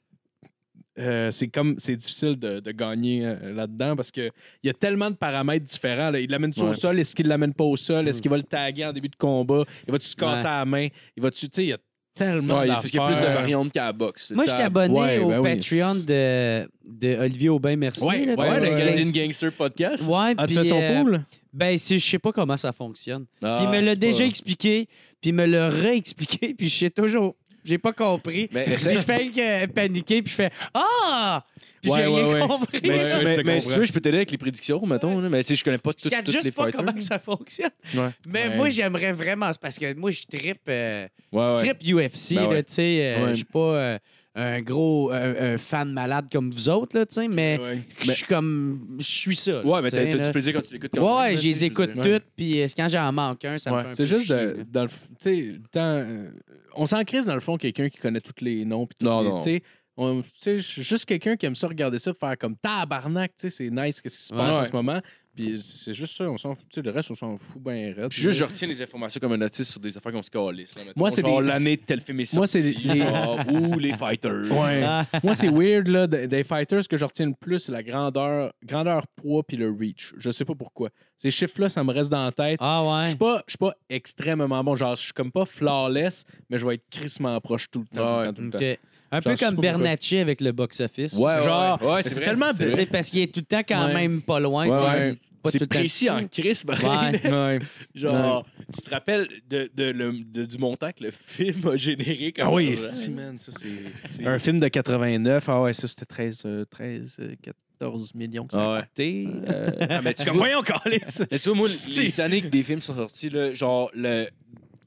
Speaker 4: euh, c'est comme c'est difficile de, de gagner euh, là-dedans parce que il y a tellement de paramètres différents. là. Il l'amène tu au
Speaker 2: Ouais.
Speaker 4: sol, est-ce qu'il l'amène pas au sol,
Speaker 2: Mm.
Speaker 4: est-ce qu'il va le taguer en début de combat, il va-tu se casser
Speaker 5: Ouais.
Speaker 4: à la main, il va-tu, tu sais, il y a tellement
Speaker 2: Ouais,
Speaker 4: d'affaires.
Speaker 2: parce qu'il y a plus de variantes qu'à la boxe.
Speaker 5: Moi, je suis abonné
Speaker 4: Ouais,
Speaker 5: au
Speaker 4: ben oui.
Speaker 5: Patreon de, de Olivier Aubin Mercier.
Speaker 4: Ouais,
Speaker 5: là, tu
Speaker 4: ouais,
Speaker 5: sais,
Speaker 2: Ouais,
Speaker 4: le
Speaker 2: le Canadian
Speaker 5: gangster.
Speaker 2: Gangster Podcast.
Speaker 5: Ouais,
Speaker 4: Ah, tu
Speaker 5: puis,
Speaker 4: sais, son
Speaker 5: euh,
Speaker 4: pool?
Speaker 5: ben, c'est- je sais pas comment ça fonctionne.
Speaker 2: Ah,
Speaker 5: puis il me l'a
Speaker 2: c'est
Speaker 5: déjà
Speaker 2: pas-
Speaker 5: expliqué, puis il me l'a réexpliqué, puis je sais toujours. J'ai pas compris.
Speaker 2: Mais
Speaker 5: Puis je fais que euh, paniquer, puis je fais Ah! Puis j'ai
Speaker 4: Ouais, ouais,
Speaker 5: rien
Speaker 4: ouais.
Speaker 5: compris.
Speaker 2: Mais,
Speaker 4: Ouais, ouais, je
Speaker 2: mais,
Speaker 4: te
Speaker 2: mais si tu
Speaker 4: comprends.
Speaker 2: veux, je peux t'aider avec les prédictions, mettons. là. Mais tu sais, je connais pas tout-
Speaker 5: Je capte
Speaker 2: toutes les
Speaker 5: juste pas
Speaker 2: fighters.
Speaker 5: comment ça fonctionne.
Speaker 2: Mhm. Ouais.
Speaker 5: Mais
Speaker 4: Ouais.
Speaker 5: moi, j'aimerais vraiment. c'est Parce que moi, je trippe, euh,
Speaker 2: Ouais,
Speaker 5: je
Speaker 2: ouais.
Speaker 5: trippe UFC.
Speaker 2: Ben
Speaker 5: là,
Speaker 2: ouais.
Speaker 5: tu sais, euh,
Speaker 2: Ouais.
Speaker 5: Je suis pas euh, un gros un, un fan malade comme vous autres, là, tu sais, mais je suis comme. Je suis ça. là,
Speaker 2: Ouais, mais
Speaker 5: tu
Speaker 2: t'as
Speaker 5: sais,
Speaker 2: t'as
Speaker 5: là.
Speaker 2: du plaisir quand tu l'écoutes. quand
Speaker 5: Ouais,
Speaker 2: même,
Speaker 5: ouais,
Speaker 2: là,
Speaker 5: je
Speaker 2: tu sais,
Speaker 5: les
Speaker 2: je veux
Speaker 5: écoute
Speaker 2: dire.
Speaker 5: toutes, puis euh, quand j'en manque un, ça me
Speaker 2: Ouais.
Speaker 5: fait un peu
Speaker 4: C'est juste
Speaker 5: chier,
Speaker 4: de-
Speaker 5: là.
Speaker 4: dans le f- tu sais, dans, euh, on s'en crise dans le fond quelqu'un qui connaît tous les noms puis tous
Speaker 2: Non,
Speaker 4: les-
Speaker 2: non.
Speaker 4: tu sais, on- tu sais, je suis juste quelqu'un qui aime ça regarder ça faire comme tabarnak, tu sais, c'est nice qu'est-ce qui se
Speaker 5: Ouais.
Speaker 4: passe en
Speaker 2: Ouais.
Speaker 4: ce moment. Puis c'est juste ça, on s'en fout, tu sais, le reste on s'en fout bien raide.
Speaker 2: Puis juste, je retiens les informations comme un autiste sur des affaires qu'on se calisse. là, mettons.
Speaker 4: Moi, c'est
Speaker 2: Genre,
Speaker 4: des-
Speaker 2: l'année de tel film est
Speaker 4: Moi, c'est
Speaker 2: sorti,
Speaker 4: des- des-
Speaker 2: genre, ou les fighters.
Speaker 4: Ouais.
Speaker 5: Ah.
Speaker 4: Moi, c'est weird, là, de- des fighters, ce que je retiens le plus, c'est la grandeur, grandeur poids puis le reach. Je sais pas pourquoi. Ces chiffres-là, ça me reste dans la tête.
Speaker 5: Ah
Speaker 4: Je
Speaker 5: ouais.
Speaker 4: suis pas, je suis pas extrêmement bon. Genre, je suis comme pas flawless, mais je vais être crissement proche tout le temps.
Speaker 2: Ah, Ouais.
Speaker 4: tout le temps, tout le temps.
Speaker 5: Ok. Un
Speaker 4: Genre,
Speaker 5: peu
Speaker 4: je sais
Speaker 5: comme
Speaker 4: pas pourquoi.
Speaker 5: Bernatchez avec le box-office.
Speaker 2: Ouais,
Speaker 4: Genre,
Speaker 2: ouais, ouais. ouais,
Speaker 4: c'est
Speaker 2: vrai,
Speaker 4: tellement
Speaker 2: c'est
Speaker 5: Tu
Speaker 2: vrai.
Speaker 5: sais, Parce qu'il est tout le temps quand
Speaker 4: Ouais.
Speaker 5: même pas loin.
Speaker 4: Ouais,
Speaker 5: tu sais,
Speaker 4: ouais.
Speaker 5: pas tout
Speaker 2: C'est
Speaker 5: le temps
Speaker 2: précis
Speaker 5: dessus.
Speaker 2: en crise, pareil.
Speaker 5: Ouais.
Speaker 4: Ouais.
Speaker 2: Genre, tu te rappelles de, de, le- de- du montant que le film a généré quand
Speaker 4: Ah oui,
Speaker 2: même.
Speaker 4: esti, man,
Speaker 2: ça c'est.
Speaker 4: Un film de 89, ah ouais, ça c'était 13, euh, 13 euh, 14 millions que ça
Speaker 2: Ah
Speaker 4: a
Speaker 2: ouais.
Speaker 4: coûté. euh,
Speaker 2: Ah, mais tu
Speaker 4: comme,
Speaker 2: vois-
Speaker 4: voyons, câlisse!
Speaker 2: Mais tu vois, moi,
Speaker 4: Esti.
Speaker 2: les années que des films sont sortis, là, genre, le-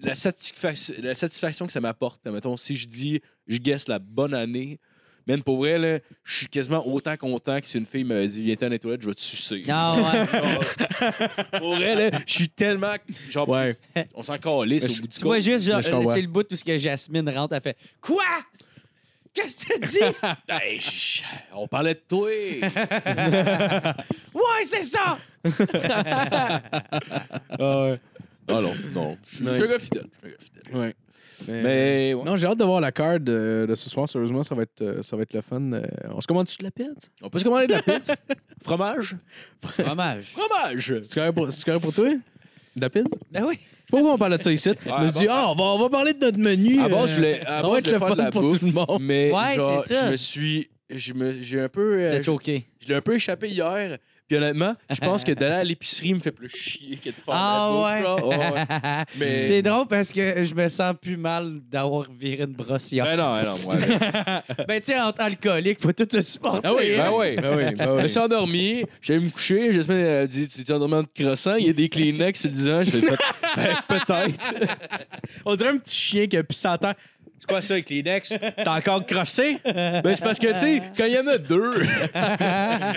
Speaker 2: la, satisfaction, la satisfaction que ça m'apporte, mettons, si je dis, je guesse la bonne année, même pour vrai, là, je suis quasiment autant content que si une fille me dit, viens-t'en dans les toilettes, je vais te sucer.
Speaker 5: Ah ouais.
Speaker 2: Genre, pour vrai, là, je suis tellement. Genre,
Speaker 4: Ouais.
Speaker 2: c'est- on s'en calisse
Speaker 4: Mais
Speaker 2: au
Speaker 4: je-
Speaker 2: bout du
Speaker 5: Tu vois
Speaker 2: compte.
Speaker 5: juste, genre,
Speaker 4: Mais je comprends.
Speaker 5: c'est le bout où ce que Jasmine rentre, elle fait Quoi Qu'est-ce que tu dis
Speaker 2: Ben, je- on parlait de toi.
Speaker 5: Ouais, c'est ça
Speaker 2: Ah non, non. Je suis je suis un gars fidèle. je suis un gars fidèle.
Speaker 4: Ouais. Mais, euh,
Speaker 2: Mais ouais.
Speaker 4: Non, j'ai hâte de voir la carte euh, de ce soir. Sérieusement, ça va être, euh, ça va être le fun. Euh, on se commande-tu de la pizza?
Speaker 2: on peut se commander de la pizza. Fromage.
Speaker 5: Fromage.
Speaker 2: Fromage.
Speaker 4: C'est correct pour, c'est correct pour toi? De la pizza?
Speaker 5: Ben oui.
Speaker 4: Je sais pas pourquoi on parle de ça ici. on se
Speaker 2: bon.
Speaker 4: dit, ah, on, va, on va parler de notre menu.
Speaker 2: À base,
Speaker 4: euh,
Speaker 2: Ah je voulais, à
Speaker 4: ça
Speaker 2: base,
Speaker 4: va
Speaker 2: je
Speaker 4: être
Speaker 2: voulais
Speaker 4: le
Speaker 2: faire de
Speaker 4: fun
Speaker 2: la
Speaker 4: pour
Speaker 2: bouffe,
Speaker 4: tout le monde.
Speaker 2: mais
Speaker 5: Ouais,
Speaker 2: genre,
Speaker 5: c'est ça.
Speaker 2: je me suis, je me, j'ai un peu, euh,
Speaker 5: T'es
Speaker 2: je,
Speaker 5: choqué.
Speaker 2: je l'ai un peu échappé hier. Puis honnêtement, je pense que d'aller à l'épicerie me fait plus chier que de faire
Speaker 5: Ah
Speaker 2: de la bouffe, là. Ah ouais.
Speaker 5: ouais.
Speaker 2: Mais-
Speaker 5: C'est drôle parce que je me sens plus mal d'avoir viré une brossière.
Speaker 2: Ben non, ben non, ouais.
Speaker 5: Ben, tu sais, entre alcoolique, faut tout te supporter.
Speaker 2: Ah oui, ben
Speaker 5: hein.
Speaker 2: oui.
Speaker 4: Ben oui,
Speaker 2: Je
Speaker 4: ben
Speaker 2: me
Speaker 4: oui.
Speaker 2: suis endormi, j'allais me coucher, Jasmine elle a dit Tu t'es endormi en te crossant, il y a des Kleenex sur le disant, je fais peut- ben, peut-être.
Speaker 4: On dirait un petit chien qui a pissé à terre. C'est quoi ça, avec les Kleenex? T'as encore crossé?
Speaker 2: Ben c'est parce que, tu sais, quand il y en a deux,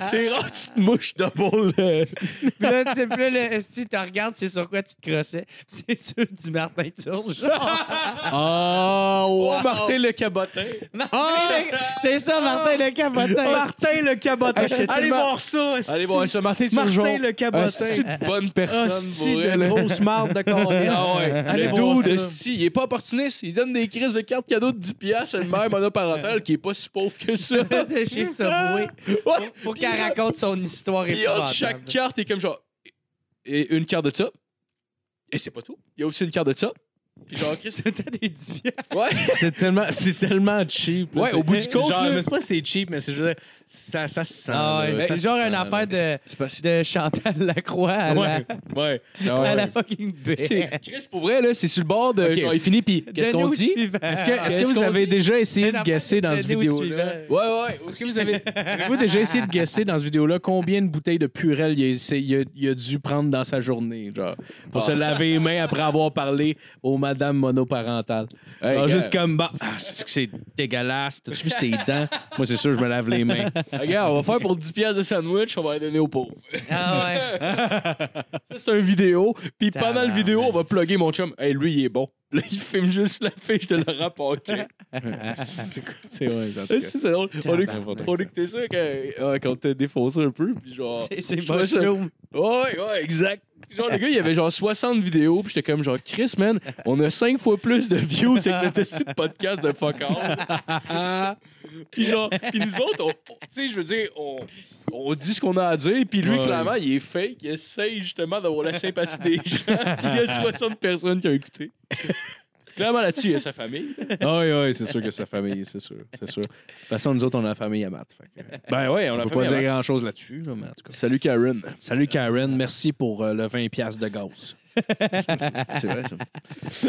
Speaker 2: c'est rare que tu te mouches double. euh.
Speaker 5: Puis là, tu sais, puis là, le esti, tu regardes, c'est sur quoi tu te crossais. C'est sûr du Martin Turgeon.
Speaker 4: Ah,
Speaker 2: Oh, Martin le cabotin. Ah!
Speaker 5: Martin, C'est ça, Martin le capotin.
Speaker 4: Martin le cabotin. Allez
Speaker 2: Ah, tellement-
Speaker 4: voir ça, esti.
Speaker 2: Allez voir ça, Martin Turgeon.
Speaker 4: Martin le
Speaker 2: Un
Speaker 4: cabotin.
Speaker 2: esti de bonne personne
Speaker 4: Hostie
Speaker 2: pour
Speaker 4: de
Speaker 2: elle.
Speaker 4: grosse marde de calice.
Speaker 2: Ah ouais,
Speaker 4: Allez
Speaker 2: le
Speaker 4: voir
Speaker 2: dude,
Speaker 4: ça.
Speaker 2: esti, il est pas opportuniste, il donne des crises de cartes cadeaux de 10 piastres à une mère monoparentale qui est pas si pauvre que ça.
Speaker 5: de chez Subway
Speaker 2: Ouais.
Speaker 5: pour qu'elle raconte son histoire
Speaker 2: Puis entre chaque
Speaker 5: épouvantable.
Speaker 2: carte est comme genre et une carte de ça. Et c'est pas tout. Il y a aussi une carte de ça. Puis genre Chris.
Speaker 5: C'était des diviens.
Speaker 2: Ouais.
Speaker 4: C'est tellement, c'est tellement cheap. là.
Speaker 2: Ouais, au bout du compte,
Speaker 4: Genre,
Speaker 2: là. Ben,
Speaker 4: mais c'est pas que c'est cheap, mais c'est juste. Ça, ça se sent.
Speaker 5: Ah ouais,
Speaker 4: là. Ça
Speaker 5: c'est
Speaker 4: se
Speaker 5: genre une
Speaker 4: sent,
Speaker 5: affaire
Speaker 4: là.
Speaker 5: de,
Speaker 2: C'est pas si.
Speaker 5: de Chantal Lacroix à,
Speaker 2: Ouais.
Speaker 5: la,
Speaker 2: Ouais.
Speaker 4: Ah ouais.
Speaker 5: à la fucking
Speaker 2: C'est-
Speaker 5: baie.
Speaker 2: Chris pour vrai là, c'est sur le bord de
Speaker 4: Ok.
Speaker 2: genre il finit puis qu'est-ce qu'on dit
Speaker 4: Est-ce que, Euh, est-ce que
Speaker 2: Qu'est-ce
Speaker 4: vous
Speaker 2: qu'on
Speaker 4: avez
Speaker 2: dit?
Speaker 4: déjà essayé de guesser dans cette vidéo-là?
Speaker 2: Ouais ouais, est-ce que vous avez
Speaker 4: Avez-vous déjà essayé de guesser dans cette vidéo-là combien de bouteilles de Purel il a, essayé- il a- il a dû prendre dans sa journée, genre, pour se laver les mains après avoir parlé aux madames monoparentales?
Speaker 2: Hey,
Speaker 4: Genre,
Speaker 2: gars.
Speaker 4: juste comme, bah, ah, c'est-tu que c'est dégueulasse, t'as-tu vu ses dents? Moi, c'est sûr, je me lave les mains.
Speaker 2: Regarde, on va faire pour 10 pièces de sandwich, on va les donner aux pauvres.
Speaker 5: Ah ouais.
Speaker 2: Ça c'est un vidéo, puis
Speaker 5: Tabarnak.
Speaker 2: pendant le vidéo, on va plugger mon chum. Hey, lui il est bon. Là, il filme juste la fiche de Laurent Paquin.
Speaker 4: Ah, c'est quoi, c'est ouais, en tout
Speaker 2: Ah,
Speaker 4: cas.
Speaker 2: si, c'est drôle. On,
Speaker 5: Tabarnak.
Speaker 2: écoute- on écoutait ça quand, euh, quand on était défoncé un peu, puis genre.
Speaker 5: C'est- C'est
Speaker 2: je trouvais ça-
Speaker 5: mushroom.
Speaker 2: Ouais, ouais, exact. Genre, le gars, il avait genre 60 vidéos, puis j'étais comme genre, Chris, man, on a 5 fois plus de views avec notre esti de podcast de fuck off. puis genre, puis nous autres, on- on- tu sais, je veux dire, on, on dit ce qu'on a à dire, puis lui,
Speaker 4: Ouais.
Speaker 2: clairement, il est fake, il essaye justement d'avoir la sympathie des gens, puis il y a 60 personnes qui ont écouté. Clairement, là-dessus, il y a sa famille.
Speaker 4: Ah oui, oui, c'est sûr que sa famille, c'est sûr, c'est sûr. De toute façon, nous autres, on a la famille à Matt. fait que, euh,
Speaker 2: Ben ouais,
Speaker 4: On ne peut pas dire grand-chose là-dessus, là, mais en tout cas.
Speaker 2: Salut Karen.
Speaker 4: Salut Karen, merci pour euh, le 20$ de gaz.
Speaker 2: C'est vrai, ça.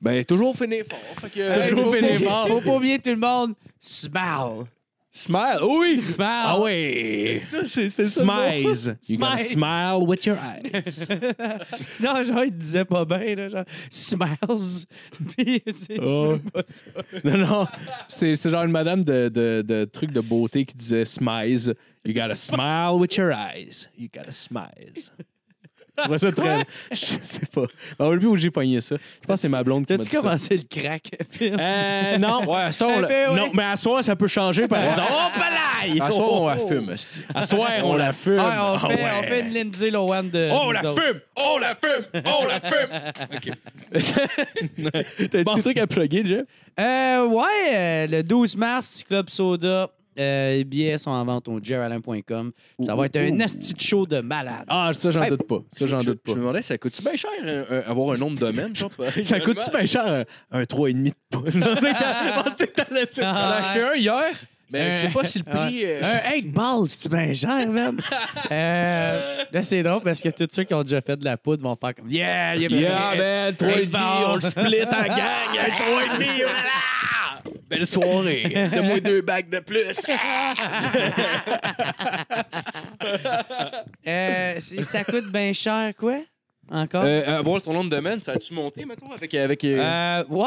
Speaker 2: ben, toujours finir fort. Fait que,
Speaker 4: Toujours
Speaker 2: Hey,
Speaker 4: finir
Speaker 5: fort. Faut pas oublier tout le monde. Smile.
Speaker 2: Smile, oh oui!
Speaker 5: Smile.
Speaker 4: Ah oui!
Speaker 2: Ça, c'est- c'était ça.
Speaker 4: Smiles. You gotta
Speaker 5: Smile.
Speaker 4: smile with your eyes.
Speaker 5: Non, genre, il disait pas bien, là, genre, smiles. Puis, c'est
Speaker 4: Oh.
Speaker 5: c'est pas ça.
Speaker 4: non, non. C'est c'est genre une madame de, de, de truc de beauté qui disait smiles. You gotta smile with your eyes. You gotta smiles. Je trouvais ça très. Je sais pas. Je me rappelle plus où j'ai pogné ça. Je pense que c'est ma blonde qui m'a dit
Speaker 5: T'as-tu
Speaker 4: ça.
Speaker 5: commencé le crack? Puis-
Speaker 4: Euh, non, ouais, à soir, on
Speaker 5: Eh
Speaker 4: la...
Speaker 5: ben, ouais.
Speaker 4: non, mais à soir, ça peut changer par exemple. Oh, palaille!
Speaker 2: À soir, on la
Speaker 4: Oh, oh.
Speaker 2: fume, esti.
Speaker 4: À soir, on la fume.
Speaker 5: Ah, on,
Speaker 4: Ah
Speaker 5: fait, on
Speaker 4: ouais. Oh,
Speaker 5: fait une Lindsay Lohan de.
Speaker 2: On
Speaker 5: nous
Speaker 2: la
Speaker 5: autres.
Speaker 2: fume! On la fume! On la fume!
Speaker 4: T'as des trucs à plugger, déjà?
Speaker 5: Euh, ouais, euh, le 12 mars, Club Soda. Euh, les billets sont en vente au jeralin.com. Ça va être un asti de show de malade.
Speaker 4: Ah, ça, j'en
Speaker 5: Hey,
Speaker 4: doute pas. Ça, j'en
Speaker 2: Je-
Speaker 4: doute pas.
Speaker 2: Je me demandais, ça coûte-tu bien cher euh, euh, avoir un nom de domaine? genre, pour-
Speaker 4: Ça coûte-tu bien cher un, un 3,5 de pouce? Non, c'est que- on sait que t'allais dire ça.
Speaker 2: J'en ai acheté un hier, mais Ben, je sais pas si le prix. euh,
Speaker 5: Un 8 ball, c'est-tu bien cher, man? Euh, là, c'est drôle parce que tous ceux qui ont déjà fait de la poudre vont faire comme Yeah, yeah,
Speaker 2: Yeah, man, 3,5, on le split en gang, un 3,5, voilà! Belle soirée! Donne-moi deux bacs de plus!
Speaker 5: Euh, c'est- ça coûte bien cher, quoi? Encore? Euh,
Speaker 2: Euh, avoir ton nom de domaine, ça a-tu monté, mettons, avec. avec euh,
Speaker 5: ouais.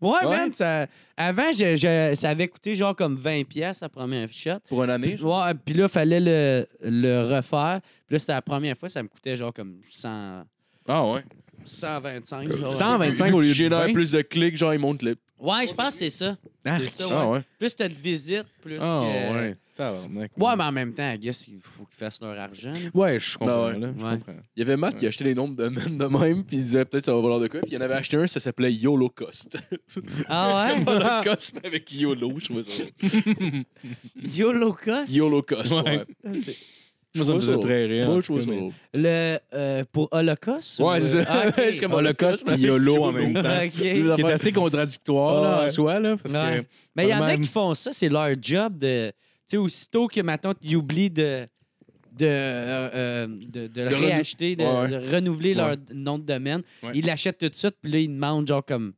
Speaker 5: Ouais,
Speaker 2: Ouais.
Speaker 5: man. ça- avant, je, je- ça avait coûté genre comme 20$ piastres la première shot.
Speaker 2: pour une année? genre?
Speaker 5: Ouais, puis là, fallait le, le refaire. Puis là, c'était la première fois, ça me coûtait genre comme 100,
Speaker 2: Ah ouais.
Speaker 5: 125. genre.
Speaker 4: 125 au lieu de
Speaker 2: Génère
Speaker 4: 20.
Speaker 2: plus de clics, genre, il monte le.
Speaker 5: Ouais, je pense que c'est ça.
Speaker 4: Ah,
Speaker 5: C'est ça, ouais.
Speaker 4: ah, ouais.
Speaker 5: Plus t'as de visites, plus
Speaker 4: Ah,
Speaker 5: que.
Speaker 4: ouais. Tabarnak.
Speaker 5: Ouais, mais en même temps, I guess, il faut qu'ils fassent leur argent. là.
Speaker 4: Ouais, je comprends.
Speaker 2: Ah, ouais.
Speaker 4: là, je
Speaker 5: Ouais.
Speaker 4: comprends.
Speaker 2: Il y avait Matt qui achetait des nombres de domaines de même, puis il disait peut-être ça va valoir de quoi. Puis il y en avait acheté un, ça s'appelait YOLO Cost.
Speaker 5: Ah ouais?
Speaker 2: Holocaust, mais avec YOLO, je trouvais ça.
Speaker 5: YOLO cost?
Speaker 2: YOLO Cost, ouais.
Speaker 4: Ouais. Moi,
Speaker 2: Je
Speaker 4: ça me
Speaker 2: trouve
Speaker 4: faisait
Speaker 2: ça
Speaker 4: très rire.
Speaker 2: Moi,
Speaker 4: en
Speaker 2: je
Speaker 4: tout
Speaker 2: trouve
Speaker 4: cas,
Speaker 2: ça
Speaker 4: mais-
Speaker 2: drôle.
Speaker 5: Le, euh, pour Holocauste? ou-
Speaker 4: Ouais, c'est ça.
Speaker 5: Ah, ok.
Speaker 4: C'est comme Holocauste et YOLO en même temps.
Speaker 5: Ok.
Speaker 4: Ce qui est assez contradictoire là,
Speaker 2: Ouais.
Speaker 4: en soi, là, parce
Speaker 5: Ouais.
Speaker 4: que
Speaker 5: Mais il y en a
Speaker 4: Vraiment-
Speaker 5: qui font ça, c'est leur job de. Tu sais, aussitôt que maintenant tu oublies de. De, euh, euh, de, de le
Speaker 2: De renou-
Speaker 5: réacheter, de,
Speaker 2: Ouais, ouais.
Speaker 5: de renouveler leur
Speaker 4: Ouais.
Speaker 5: nom de domaine.
Speaker 4: Ouais.
Speaker 5: Ils l'achètent tout de suite, puis là, ils demandent genre comme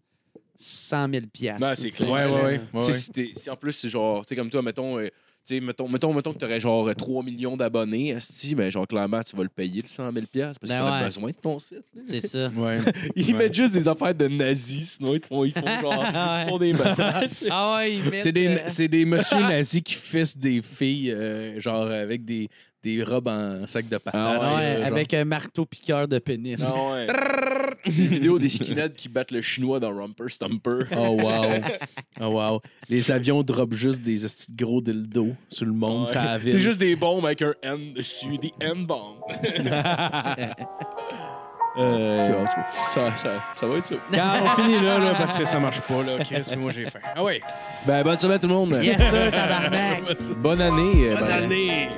Speaker 5: 100 000 piastres.
Speaker 2: Ben, c'est
Speaker 5: tu sais.
Speaker 2: clair.
Speaker 4: Ouais, ouais, ouais. ouais.
Speaker 2: Tu sais, si t'es- si en plus, c'est genre, tu sais, comme toi, mettons, euh, tu sais, mettons, mettons, mettons que t'aurais genre euh, 3 millions d'abonnés, Asti, mais genre, clairement, tu vas le payer le 100 000 piastres, parce que
Speaker 5: Ben
Speaker 2: t'en
Speaker 5: ouais.
Speaker 2: as besoin de ton site.
Speaker 5: C'est ça.
Speaker 4: Ouais.
Speaker 2: Ils
Speaker 4: Ouais.
Speaker 2: mettent juste des affaires de nazis, sinon ils te font, ils font genre.
Speaker 5: Ah
Speaker 2: ils
Speaker 5: ouais.
Speaker 2: font des menaces.
Speaker 5: Ah ouais, ils mettent,
Speaker 4: C'est des,
Speaker 5: euh,
Speaker 4: c'est des messieurs nazis qui fessent des filles, euh, genre avec des, des robes en sac de patates.
Speaker 2: Ah
Speaker 5: ouais,
Speaker 4: euh, genre.
Speaker 5: avec un marteau piqueur de pénis.
Speaker 2: Ah ouais. C'est une vidéo des skinheads qui battent le chinois dans Rumper Stumper.
Speaker 4: Oh wow. Oh wow. Les avions drop juste des hosties de gros dildos sur le monde, ça la ville.
Speaker 2: C'est juste des bombes avec un N dessus, des N-bombes.
Speaker 4: Euh,
Speaker 2: Ça, ça, ça va être ça.
Speaker 4: regarde, on finit là, là, parce que ça marche pas, là. Chris, mais moi j'ai faim. Ah ouais.
Speaker 2: Ben, bonne semaine tout le monde.
Speaker 5: Yes, sir, tabarnak.
Speaker 4: euh,
Speaker 2: Bonne année.
Speaker 4: Bonne année.